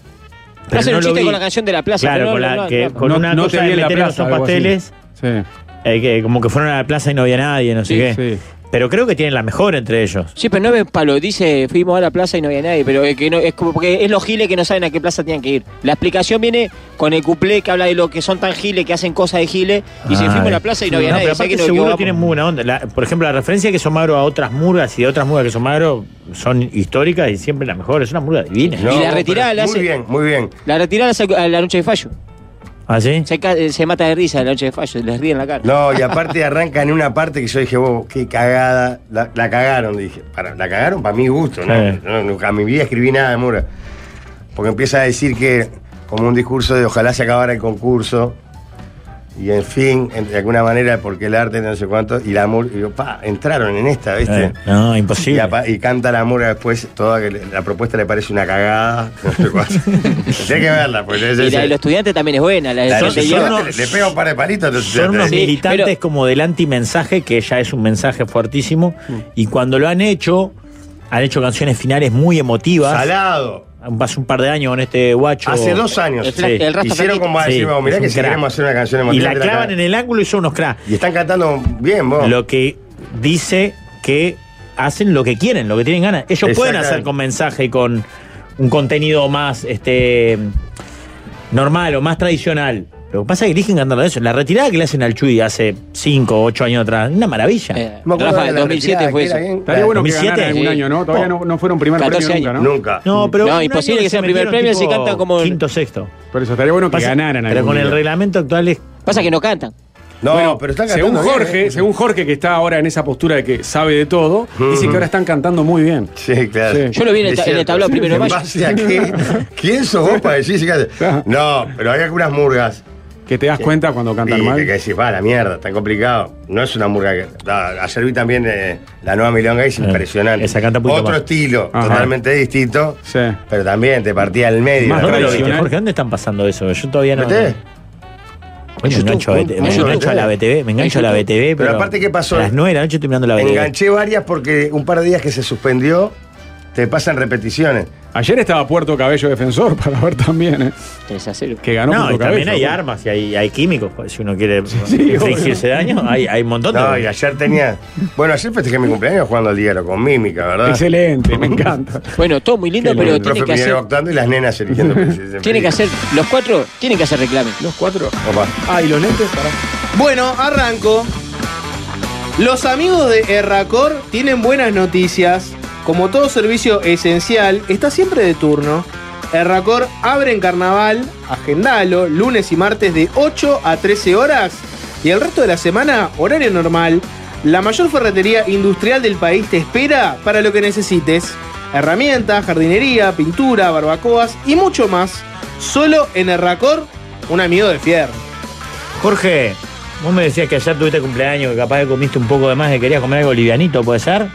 Speaker 3: pero
Speaker 8: Hacen
Speaker 3: no
Speaker 8: un
Speaker 3: lo
Speaker 8: chiste
Speaker 3: vi.
Speaker 8: con la canción de la plaza.
Speaker 3: Claro,
Speaker 8: pero
Speaker 3: con,
Speaker 8: no,
Speaker 3: la-
Speaker 8: no, no,
Speaker 3: que-
Speaker 8: no.
Speaker 3: con una
Speaker 1: no te
Speaker 3: cosa
Speaker 1: vi
Speaker 3: de
Speaker 1: en la
Speaker 3: meter los
Speaker 1: plaza, algo así.
Speaker 3: pasteles, eh, que como que fueron a la plaza y no había nadie, no sé
Speaker 8: Sí,
Speaker 3: qué. Pero creo que tienen la mejor entre ellos.
Speaker 8: Sí, pero no ven palo, dice, fuimos a la plaza y no había nadie, pero es que no, es como porque es los giles que no saben a qué plaza tenían que ir. La explicación viene con el cuplé que habla de lo que son tan giles, que hacen cosas de giles, y se
Speaker 3: Ay.
Speaker 8: fuimos a la plaza y no había nadie.
Speaker 3: pero aparte
Speaker 8: ¿sabes qué es lo que
Speaker 3: seguro
Speaker 8: vamos?
Speaker 3: tienen muy buena onda. La- por ejemplo, la referencia que son magro a otras murgas y de otras murgas que son magro son históricas y siempre las mejores. Es una murga divina.
Speaker 8: No, Y la retirada pero la muy hace- bien,
Speaker 9: muy bien.
Speaker 8: La retirada se- a la noche de fallo.
Speaker 3: ¿Ah, sí?
Speaker 8: Se, ca- eh, se mata de risa la noche de fallo, les ríen la cara.
Speaker 9: No, y aparte arranca en una parte que yo dije, vos, qué cagada. La, la cagaron, dije. Para, la cagaron para mi gusto, ¿no?
Speaker 3: Sí.
Speaker 9: No, nunca en mi vida escribí nada de Mura. Porque empieza a decir que, como un discurso de ojalá se acabara el concurso. y en fin, en- de alguna manera, porque el arte no sé cuánto, y la murga, y digo, pa, entraron en esta, ¿viste?
Speaker 3: Eh, no, imposible.
Speaker 9: Y, apa- y canta la murga después, toda que le- la propuesta le parece una cagada, no sé cuánto. Tienes que verla, porque es-
Speaker 8: Y
Speaker 9: es-
Speaker 8: la de los estudiantes también es buena. La de
Speaker 9: La de
Speaker 8: Sol
Speaker 9: los
Speaker 8: de
Speaker 9: estudiantes,
Speaker 8: Hierro.
Speaker 9: le pega un par de palitos. a los
Speaker 3: Son unos
Speaker 9: estudiantes.
Speaker 3: militantes como del antimensaje, que ya es un mensaje fuertísimo. Y cuando lo han hecho, han hecho canciones finales muy emotivas.
Speaker 9: Salado.
Speaker 3: Hace un par de años con este guacho.
Speaker 9: Hace dos años.
Speaker 3: Sí.
Speaker 9: Hicieron como a decir, vamos, mirá
Speaker 3: es un
Speaker 9: que si
Speaker 3: crack.
Speaker 9: queremos hacer una canción
Speaker 3: Y
Speaker 9: emotiva.
Speaker 3: la clavan en el ángulo y son unos cracks.
Speaker 9: Y están cantando bien, vos.
Speaker 3: Lo que dice que hacen lo que quieren, lo que tienen ganas. Ellos pueden
Speaker 9: Exactamente.
Speaker 3: hacer con mensaje y con un contenido más este normal o más tradicional. Lo que pasa es que eligen cantar eso. La retirada que le hacen al Chuy hace 5 o 8 años atrás, una maravilla.
Speaker 9: me acuerdo Rafa, de la 2007 retirada, fue que era eso. bien-
Speaker 1: Estaría bueno que
Speaker 3: 2007,
Speaker 1: ganaran algún
Speaker 3: sí.
Speaker 1: año, ¿no? Todavía no, no fueron primer
Speaker 3: 14
Speaker 1: premio nunca, ¿no?
Speaker 3: años. No, pero un año se metieron tipo Quinto, sexto.
Speaker 1: Por eso estaría bueno que
Speaker 3: Pasa-
Speaker 1: ganaran
Speaker 3: Pero
Speaker 1: algún
Speaker 3: con el
Speaker 1: día.
Speaker 3: reglamento actual es.
Speaker 8: Pasa que no cantan.
Speaker 9: No,
Speaker 1: Bueno,
Speaker 9: pero están
Speaker 1: según
Speaker 9: cantando bien,
Speaker 1: Jorge,
Speaker 9: ¿eh?
Speaker 1: según Jorge que está ahora en esa postura de que sabe de todo, dice que ahora están cantando muy bien.
Speaker 9: Sí, claro.
Speaker 8: Yo lo vi en el ta- en el tablado primero de
Speaker 9: ¿En
Speaker 8: mayo.
Speaker 9: base a qué? ¿Quién sos vos para decir si cantas? No, pero hay algunas murgas.
Speaker 1: Que te das cuenta cuando cantan mal.
Speaker 9: Que decís, va, la mierda, tan complicado. No es una murga que. da, ayer vi también eh, la nueva Milonga y es impresionante.
Speaker 3: esa canta un poquito
Speaker 9: Otro
Speaker 3: más.
Speaker 9: estilo,
Speaker 3: Ajá.
Speaker 9: totalmente distinto.
Speaker 1: Sí.
Speaker 9: Pero también te partía al medio.
Speaker 3: Más
Speaker 9: la
Speaker 3: ¿Dónde lo viste,
Speaker 9: tradicional.
Speaker 3: Jorge? ¿Dónde están pasando eso? Yo todavía no.
Speaker 9: ¿Viste?
Speaker 3: Yo me engancho, a
Speaker 9: YouTube,
Speaker 3: BTV, me
Speaker 9: mucho
Speaker 3: engancho a la
Speaker 9: BTV.
Speaker 3: BTV, me engancho a la
Speaker 9: En
Speaker 3: BTV.
Speaker 9: YouTube.
Speaker 3: Pero,
Speaker 9: Pero aparte, ¿qué pasó?
Speaker 3: A las 9 de la noche estoy mirando la BTV.
Speaker 9: Enganché varias porque un par de días que se suspendió, te pasan repeticiones.
Speaker 1: Ayer estaba Puerto Cabello defensor para ver también, ¿eh?
Speaker 8: 3 a 0.
Speaker 1: Que ganó
Speaker 3: No,
Speaker 1: Puerto
Speaker 3: y también
Speaker 1: Cabello.
Speaker 3: hay armas y hay, hay químicos. pues, Si uno quiere infligirse daño, hay, hay un montón de.
Speaker 9: No, y ayer tenía. Bueno, ayer festejé mi cumpleaños jugando al diálogo con mímica, ¿verdad?
Speaker 1: Excelente, me encanta.
Speaker 8: Bueno, todo muy lindo,
Speaker 9: El
Speaker 8: pero
Speaker 9: profe
Speaker 8: tiene que hacer.
Speaker 9: Piñero optando y las nenas eligiendo.
Speaker 8: Tiene que hacer. Los cuatro tienen que hacer reclamen.
Speaker 1: Los cuatro.
Speaker 9: Opa.
Speaker 1: Ah, y los lentes,
Speaker 2: Bueno, arranco. Los amigos de Erracor tienen buenas noticias. Como todo servicio esencial, está siempre de turno. Erracor abre en carnaval, agendalo, lunes y martes de 8 a 13 horas. Y el resto de la semana, horario normal. La mayor ferretería industrial del país te espera para lo que necesites. Herramientas, jardinería, pintura, barbacoas y mucho más. Solo en Erracor, un amigo de fierro.
Speaker 3: Jorge, vos me decías que ayer tuviste cumpleaños, que capaz que comiste un poco de más, que querías comer algo livianito, ¿puede ser?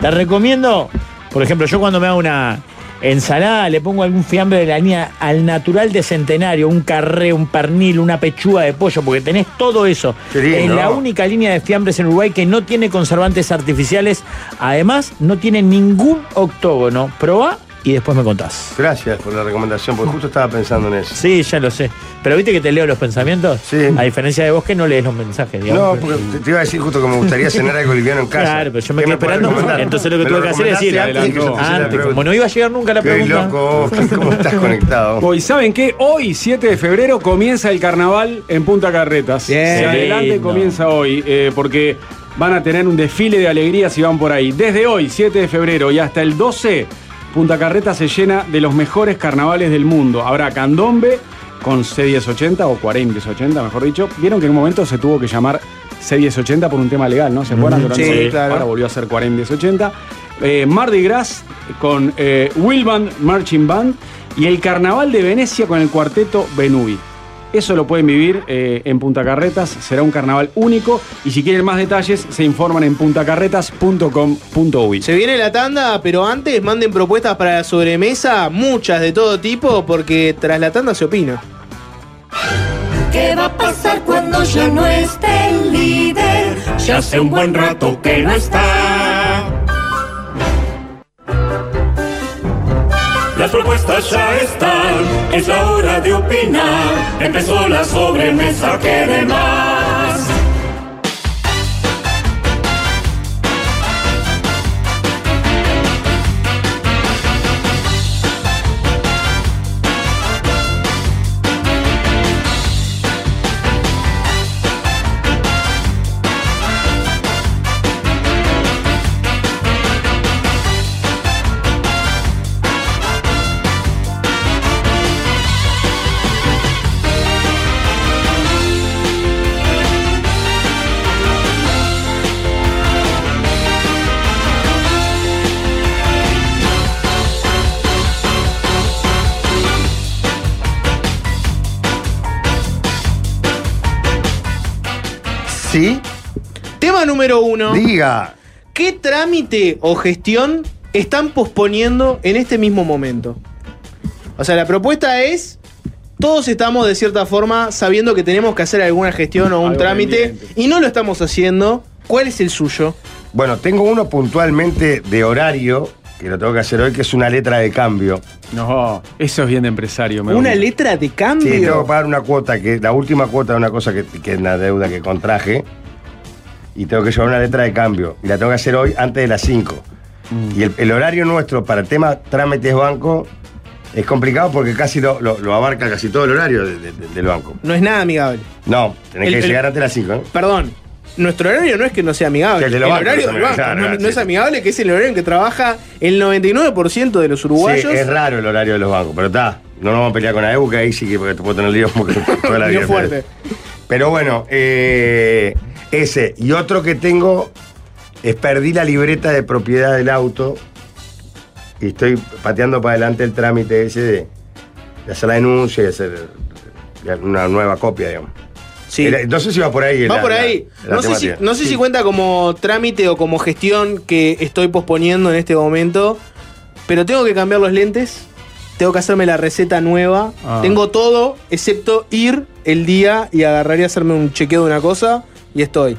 Speaker 3: Te recomiendo, por ejemplo, yo cuando me hago una ensalada le pongo algún fiambre de la línea al natural de centenario, un carré, un pernil, una pechuga de pollo, porque tenés todo eso.
Speaker 9: Qué lindo.
Speaker 3: Es la única línea de fiambres en Uruguay que no tiene conservantes artificiales. Además, no tiene ningún octógono. Probá y después me contás.
Speaker 9: Gracias por la recomendación, porque justo estaba pensando en eso.
Speaker 3: Sí, ya lo sé. Pero viste que te leo los pensamientos. A diferencia de vos que no lees los mensajes, digamos.
Speaker 9: No, porque te- te iba a decir justo que me gustaría cenar algo liviano en casa.
Speaker 3: Claro, pero yo me
Speaker 9: ¿Qué
Speaker 3: quedé
Speaker 9: podés
Speaker 3: esperando.
Speaker 9: recomendar?
Speaker 3: Entonces lo que
Speaker 9: Me
Speaker 3: tuve que hacer es ir
Speaker 9: recomendaste antes de que yo te hiciera la
Speaker 3: antes.
Speaker 9: pregunta.
Speaker 3: Como no iba a llegar nunca la
Speaker 9: Qué
Speaker 3: pregunta.
Speaker 9: loco, ¿cómo estás conectado?
Speaker 1: Hoy, ¿saben qué? Hoy, 7 de febrero, comienza el carnaval en Punta Carretas. Se adelante
Speaker 3: Lindo.
Speaker 1: comienza hoy, eh, porque van a tener un desfile de alegrías si van por ahí. Desde hoy, 7 de febrero, y hasta el 12, Punta Carretas se llena de los mejores carnavales del mundo. Habrá candombe con C1080 o 4080, mejor dicho. Vieron que en un momento se tuvo que llamar C1080 por un tema legal, ¿no? ¿Se acuerdan?
Speaker 3: Mm,
Speaker 1: Durante-
Speaker 3: sí, claro.
Speaker 1: Ahora volvió a ser 4080. Eh, Mardi Gras con eh, Wilband Marching Band y el Carnaval de Venecia con el cuarteto Benubi. Eso lo pueden vivir eh, en Punta Carretas, será un carnaval único y si quieren más detalles se informan en puntacarretas.com.uy.
Speaker 2: Se viene la tanda, pero antes manden propuestas para la sobremesa, muchas de todo tipo, porque tras la tanda se opina.
Speaker 11: ¿Qué va a pasar cuando ya no esté el líder? Ya hace un buen rato que no está. Las propuestas ya están, es la hora de opinar. Empezó la sobremesa, ¿qué más?
Speaker 9: ¿Sí?
Speaker 2: Tema número uno.
Speaker 9: Diga.
Speaker 2: ¿Qué trámite o gestión están posponiendo en este mismo momento? O sea, la propuesta es. Todos estamos de cierta forma sabiendo que tenemos que hacer alguna gestión o un
Speaker 9: Algo
Speaker 2: trámite y no lo estamos haciendo. ¿Cuál es el suyo?
Speaker 9: Bueno, tengo uno puntualmente de horario que lo tengo que hacer hoy, que es una letra de cambio.
Speaker 1: No, eso es bien de empresario. me
Speaker 2: ¿Una
Speaker 1: gusta.
Speaker 2: letra de cambio?
Speaker 9: Sí, tengo que pagar una cuota, que la última cuota de una cosa que, que es una deuda que contraje. Y tengo que llevar una letra de cambio. Y la tengo que hacer hoy antes de las 5.
Speaker 1: Mm.
Speaker 9: Y el, el horario nuestro para el tema trámites banco es complicado porque casi lo, lo- lo abarca casi todo el horario de- de- de- del banco.
Speaker 2: No es nada amigable.
Speaker 9: No, tenés
Speaker 2: El-
Speaker 9: que
Speaker 2: el-
Speaker 9: llegar antes de las ¿eh? 5, ¿no?
Speaker 2: Perdón, nuestro horario no es que no sea amigable.
Speaker 9: Que el de los bancos
Speaker 2: horario
Speaker 9: no es
Speaker 2: del banco
Speaker 9: amigable,
Speaker 2: no,
Speaker 9: claro,
Speaker 2: no
Speaker 9: sí.
Speaker 2: es amigable, que es el horario en que trabaja el 99% de los uruguayos.
Speaker 9: Sí, es raro el horario de los bancos, pero está. No nos vamos a pelear con AEU, que ahí sí que porque te puedo tener líos porque toda la
Speaker 2: Lío
Speaker 9: vida.
Speaker 2: fuerte.
Speaker 9: Pero bueno, eh, ese. Y otro que tengo es perdí la libreta de propiedad del auto y estoy pateando para adelante el trámite ese de, de hacer la denuncia y hacer una nueva copia, digamos. Era- no sé si va por ahí.
Speaker 2: Va
Speaker 9: la-
Speaker 2: por
Speaker 9: la-
Speaker 2: ahí.
Speaker 9: la
Speaker 2: no, sé si,
Speaker 9: temática.
Speaker 2: no sé si cuenta como trámite o como gestión que estoy posponiendo en este momento, pero tengo que cambiar los lentes, tengo que hacerme la receta nueva,
Speaker 1: Ah.
Speaker 2: tengo todo excepto ir el día y agarrar y hacerme un chequeo de una cosa y estoy.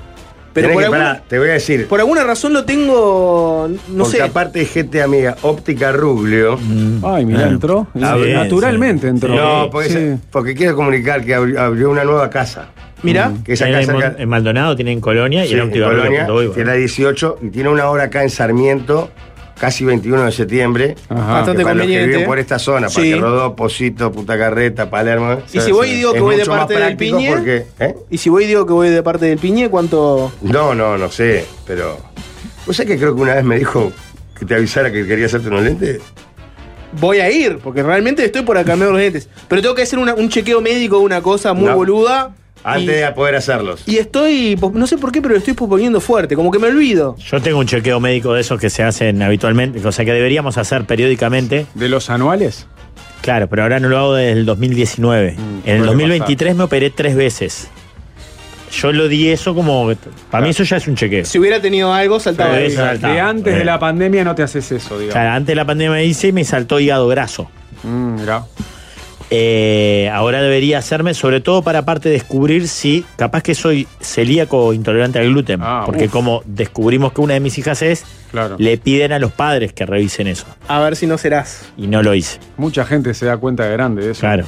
Speaker 2: Pero
Speaker 9: Tenés
Speaker 2: por
Speaker 9: que
Speaker 2: alguna,
Speaker 9: parar, te voy a decir.
Speaker 2: por alguna razón lo tengo, no
Speaker 9: porque
Speaker 2: sé.
Speaker 9: aparte de gente amiga, óptica Ruglio.
Speaker 1: Ay, mira, entró.
Speaker 9: Ah, bien,
Speaker 1: Naturalmente entró.
Speaker 9: No, porque,
Speaker 1: Sí.
Speaker 9: porque quiero comunicar que abri- abrió, una nueva casa. Mm.
Speaker 2: Mirá.
Speaker 9: Que esa
Speaker 3: Tienen
Speaker 9: casa
Speaker 3: en,
Speaker 9: acá-
Speaker 3: Mon- en Maldonado tienen Colonia y
Speaker 9: sí,
Speaker 3: el
Speaker 9: en
Speaker 3: óptico
Speaker 9: Colonia,
Speaker 3: Arroyo punto hoy,
Speaker 9: tiene
Speaker 3: bueno.
Speaker 9: la 18 y tiene una hora acá en Sarmiento, casi 21 de septiembre.
Speaker 2: Ajá. Bastante
Speaker 9: Que para Los
Speaker 2: conveniente. ¿eh?
Speaker 9: que viven por esta zona, para
Speaker 2: Sí.
Speaker 9: que Rodó, Posito, Puta Carreta, Palermo.
Speaker 2: Y si voy y digo que
Speaker 9: Es
Speaker 2: voy de
Speaker 9: mucho más
Speaker 2: parte del
Speaker 9: práctico
Speaker 2: Piñe.
Speaker 9: porque- ¿eh?
Speaker 2: Y si voy y digo que voy de parte del piñe, ¿cuánto?
Speaker 9: No, no, no sé, pero. ¿Vos sabés que creo que una vez me dijo que te avisara que quería hacerte unos lentes?
Speaker 2: voy a ir, porque realmente estoy por cambiar los dientes. Pero tengo que hacer una- un chequeo médico, una cosa muy
Speaker 9: No.
Speaker 2: boluda.
Speaker 9: Antes de poder hacerlos.
Speaker 2: Y estoy, pos- no sé por qué, pero estoy posponiendo fuerte, como que me olvido.
Speaker 3: Yo tengo un chequeo médico de esos que se hacen habitualmente, cosa que deberíamos hacer periódicamente.
Speaker 1: ¿De los anuales? Mm,
Speaker 3: Claro, pero ahora no lo hago desde el 2019. en el
Speaker 1: puede
Speaker 3: 2023 me operé tres veces. Yo lo di eso como. Para mí eso ya es un chequeo.
Speaker 2: Si hubiera tenido algo, saltaba.
Speaker 3: Pero
Speaker 2: ahí.
Speaker 3: esa-
Speaker 1: De antes de la pandemia no te haces eso,
Speaker 3: O
Speaker 1: digamos. Mm,
Speaker 3: sea, antes de la pandemia me hice y me saltó hígado graso. Eh, ahora debería hacerme, sobre todo para aparte descubrir si capaz que soy celíaco o intolerante al gluten.
Speaker 1: Ah,
Speaker 3: porque
Speaker 2: uf.
Speaker 3: como descubrimos que una de mis hijas es, le piden a los padres que revisen eso.
Speaker 2: A ver si no serás.
Speaker 3: Y no lo hice.
Speaker 1: Mucha gente se da cuenta de grande de eso. Claro.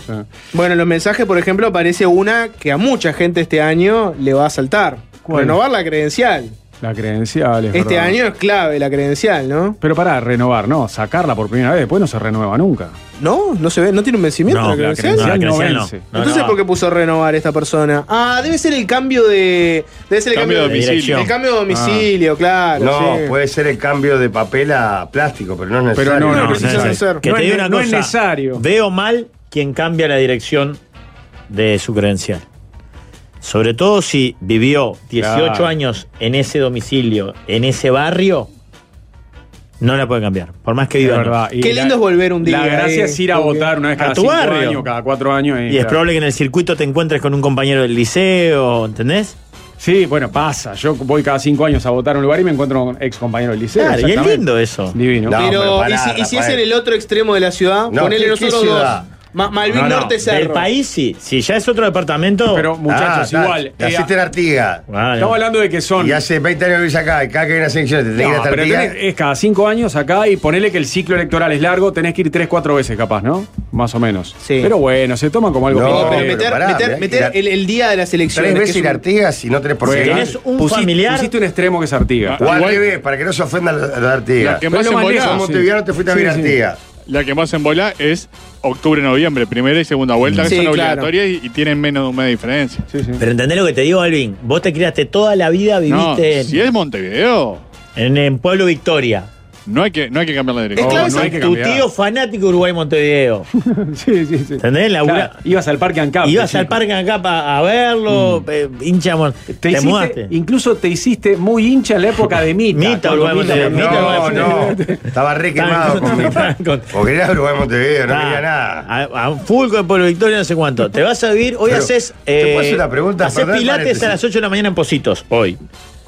Speaker 2: Bueno, en los mensajes, por ejemplo, aparece una que a mucha gente este año le va a saltar.
Speaker 1: ¿Cuál?
Speaker 2: Renovar la credencial.
Speaker 1: la credencial es
Speaker 2: este
Speaker 1: verdad.
Speaker 2: año es clave la credencial, ¿no?
Speaker 1: Pero para renovar, no, sacarla por primera vez, después no se renueva nunca.
Speaker 2: No, no se ve, no tiene un vencimiento
Speaker 1: No,
Speaker 2: la
Speaker 1: la
Speaker 2: credencial.
Speaker 1: credencial no, la credencial no. vence. No,
Speaker 2: Entonces,
Speaker 1: no.
Speaker 2: ¿por qué puso renovar esta persona? Ah, debe ser el cambio de. Debe ser el cambio,
Speaker 9: Cambio de domicilio.
Speaker 2: El cambio de domicilio, claro.
Speaker 9: No,
Speaker 2: sí.
Speaker 9: puede ser el cambio de papel a plástico, pero no es necesario.
Speaker 1: Pero no, no, no,
Speaker 3: es necesario. Que te diga una cosa, Veo mal quien cambia la dirección de su credencial. Sobre todo si vivió 18
Speaker 1: Claro.
Speaker 3: años en ese domicilio, en ese barrio, no la puede cambiar. Por más que viva.
Speaker 1: Es
Speaker 3: en-
Speaker 1: verdad. Y
Speaker 2: Qué
Speaker 1: la-
Speaker 2: lindo es volver un día.
Speaker 1: La gracia
Speaker 2: eh,
Speaker 1: es ir a
Speaker 2: porque-
Speaker 1: votar una vez
Speaker 3: A
Speaker 1: cada
Speaker 3: tu
Speaker 1: cinco
Speaker 3: barrio.
Speaker 1: años, cada cuatro años.
Speaker 3: Y es
Speaker 1: claro.
Speaker 3: probable que en el circuito te encuentres con un compañero del liceo, ¿entendés?
Speaker 1: Sí, bueno, pasa. Yo voy cada cinco años a votar a un lugar y me encuentro con ex compañero del liceo.
Speaker 3: Claro, y es
Speaker 1: exactamente.
Speaker 3: lindo eso.
Speaker 1: Divino.
Speaker 2: pero, ¿y si- y si, es en el otro extremo de la ciudad,
Speaker 1: No, ¿qué-
Speaker 2: ponele
Speaker 1: qué
Speaker 2: nosotros dos.
Speaker 1: ciudad?
Speaker 2: Ma- Malvin
Speaker 3: No, no,
Speaker 2: Norte
Speaker 3: Del
Speaker 2: Cerro.
Speaker 3: país sí. Si ya es otro departamento. ah,
Speaker 1: Pero, muchachos, igual.
Speaker 9: Te
Speaker 1: eh,
Speaker 9: hiciste la artiga.
Speaker 1: Estamos hablando de que son.
Speaker 9: Y hace 20 años que vivís acá, y cada que hay una selección te tenés que ir
Speaker 1: No,
Speaker 9: a esta
Speaker 1: pero
Speaker 9: artiga.
Speaker 1: tenés- es cada cinco años acá y ponele que el ciclo electoral es largo, tenés que ir tres, cuatro veces capaz, ¿no? Más o menos. Pero bueno, se toma como algo
Speaker 9: No,
Speaker 1: pintoresco.
Speaker 9: pero
Speaker 2: Meter,
Speaker 9: pará,
Speaker 2: meter-
Speaker 9: mirá que
Speaker 2: meter
Speaker 9: la-
Speaker 2: el, el día de las elecciones.
Speaker 9: Tres
Speaker 2: que
Speaker 9: veces
Speaker 2: es
Speaker 9: ir a
Speaker 2: un-
Speaker 9: Artigas y no tenés por qué.
Speaker 1: Bueno,
Speaker 9: ganar.
Speaker 1: pusi- Pusiste un extremo que es Artiga.
Speaker 9: O al revés, para que no se ofenda la, la Artiga.
Speaker 6: La que más
Speaker 9: Fue lo más
Speaker 6: embolá.
Speaker 9: lejos, Montevideo, te fuiste a ver Artiga.
Speaker 6: La que más embola es octubre, noviembre, primera y segunda vuelta, que
Speaker 3: Sí,
Speaker 6: son
Speaker 3: claro.
Speaker 6: obligatorias y, y tienen menos de un mes de diferencia.
Speaker 3: Pero entendés lo que te digo, Alvin. Vos te criaste toda la vida, viviste
Speaker 6: No,
Speaker 3: en.
Speaker 6: si es Montevideo.
Speaker 3: En, en Pueblo Victoria.
Speaker 6: No hay que, no hay que cambiar la
Speaker 3: Es
Speaker 6: dirección.
Speaker 3: claro,
Speaker 6: no hay
Speaker 3: es tu tío fanático Uruguay Montevideo.
Speaker 1: sí, sí, sí.
Speaker 3: ¿Entendés?
Speaker 1: Claro, ibas al parque Ancap.
Speaker 3: Ibas al
Speaker 1: chico.
Speaker 3: parque acá pa- a verlo, eh, hincha. mon- Te,
Speaker 1: Te hiciste-
Speaker 3: mudaste.
Speaker 1: Incluso te hiciste muy hincha en la época de Mita.
Speaker 3: Mita,
Speaker 1: cuando
Speaker 3: Uruguay Montevideo. Mita, Uruguay
Speaker 9: No, no. Estaba re quemado con mi Porque era Uruguay Montevideo, no
Speaker 3: Ah,
Speaker 9: quería nada.
Speaker 3: A, a un full con Pueblo Victoria, no sé cuánto. Te vas a vivir, hoy
Speaker 9: Pero,
Speaker 3: haces. eh,
Speaker 9: ¿te puedo hacer una pregunta?
Speaker 3: Haces
Speaker 9: Perdón,
Speaker 3: pilates
Speaker 9: paréntesis.
Speaker 3: a las 8 de la mañana en Positos, hoy.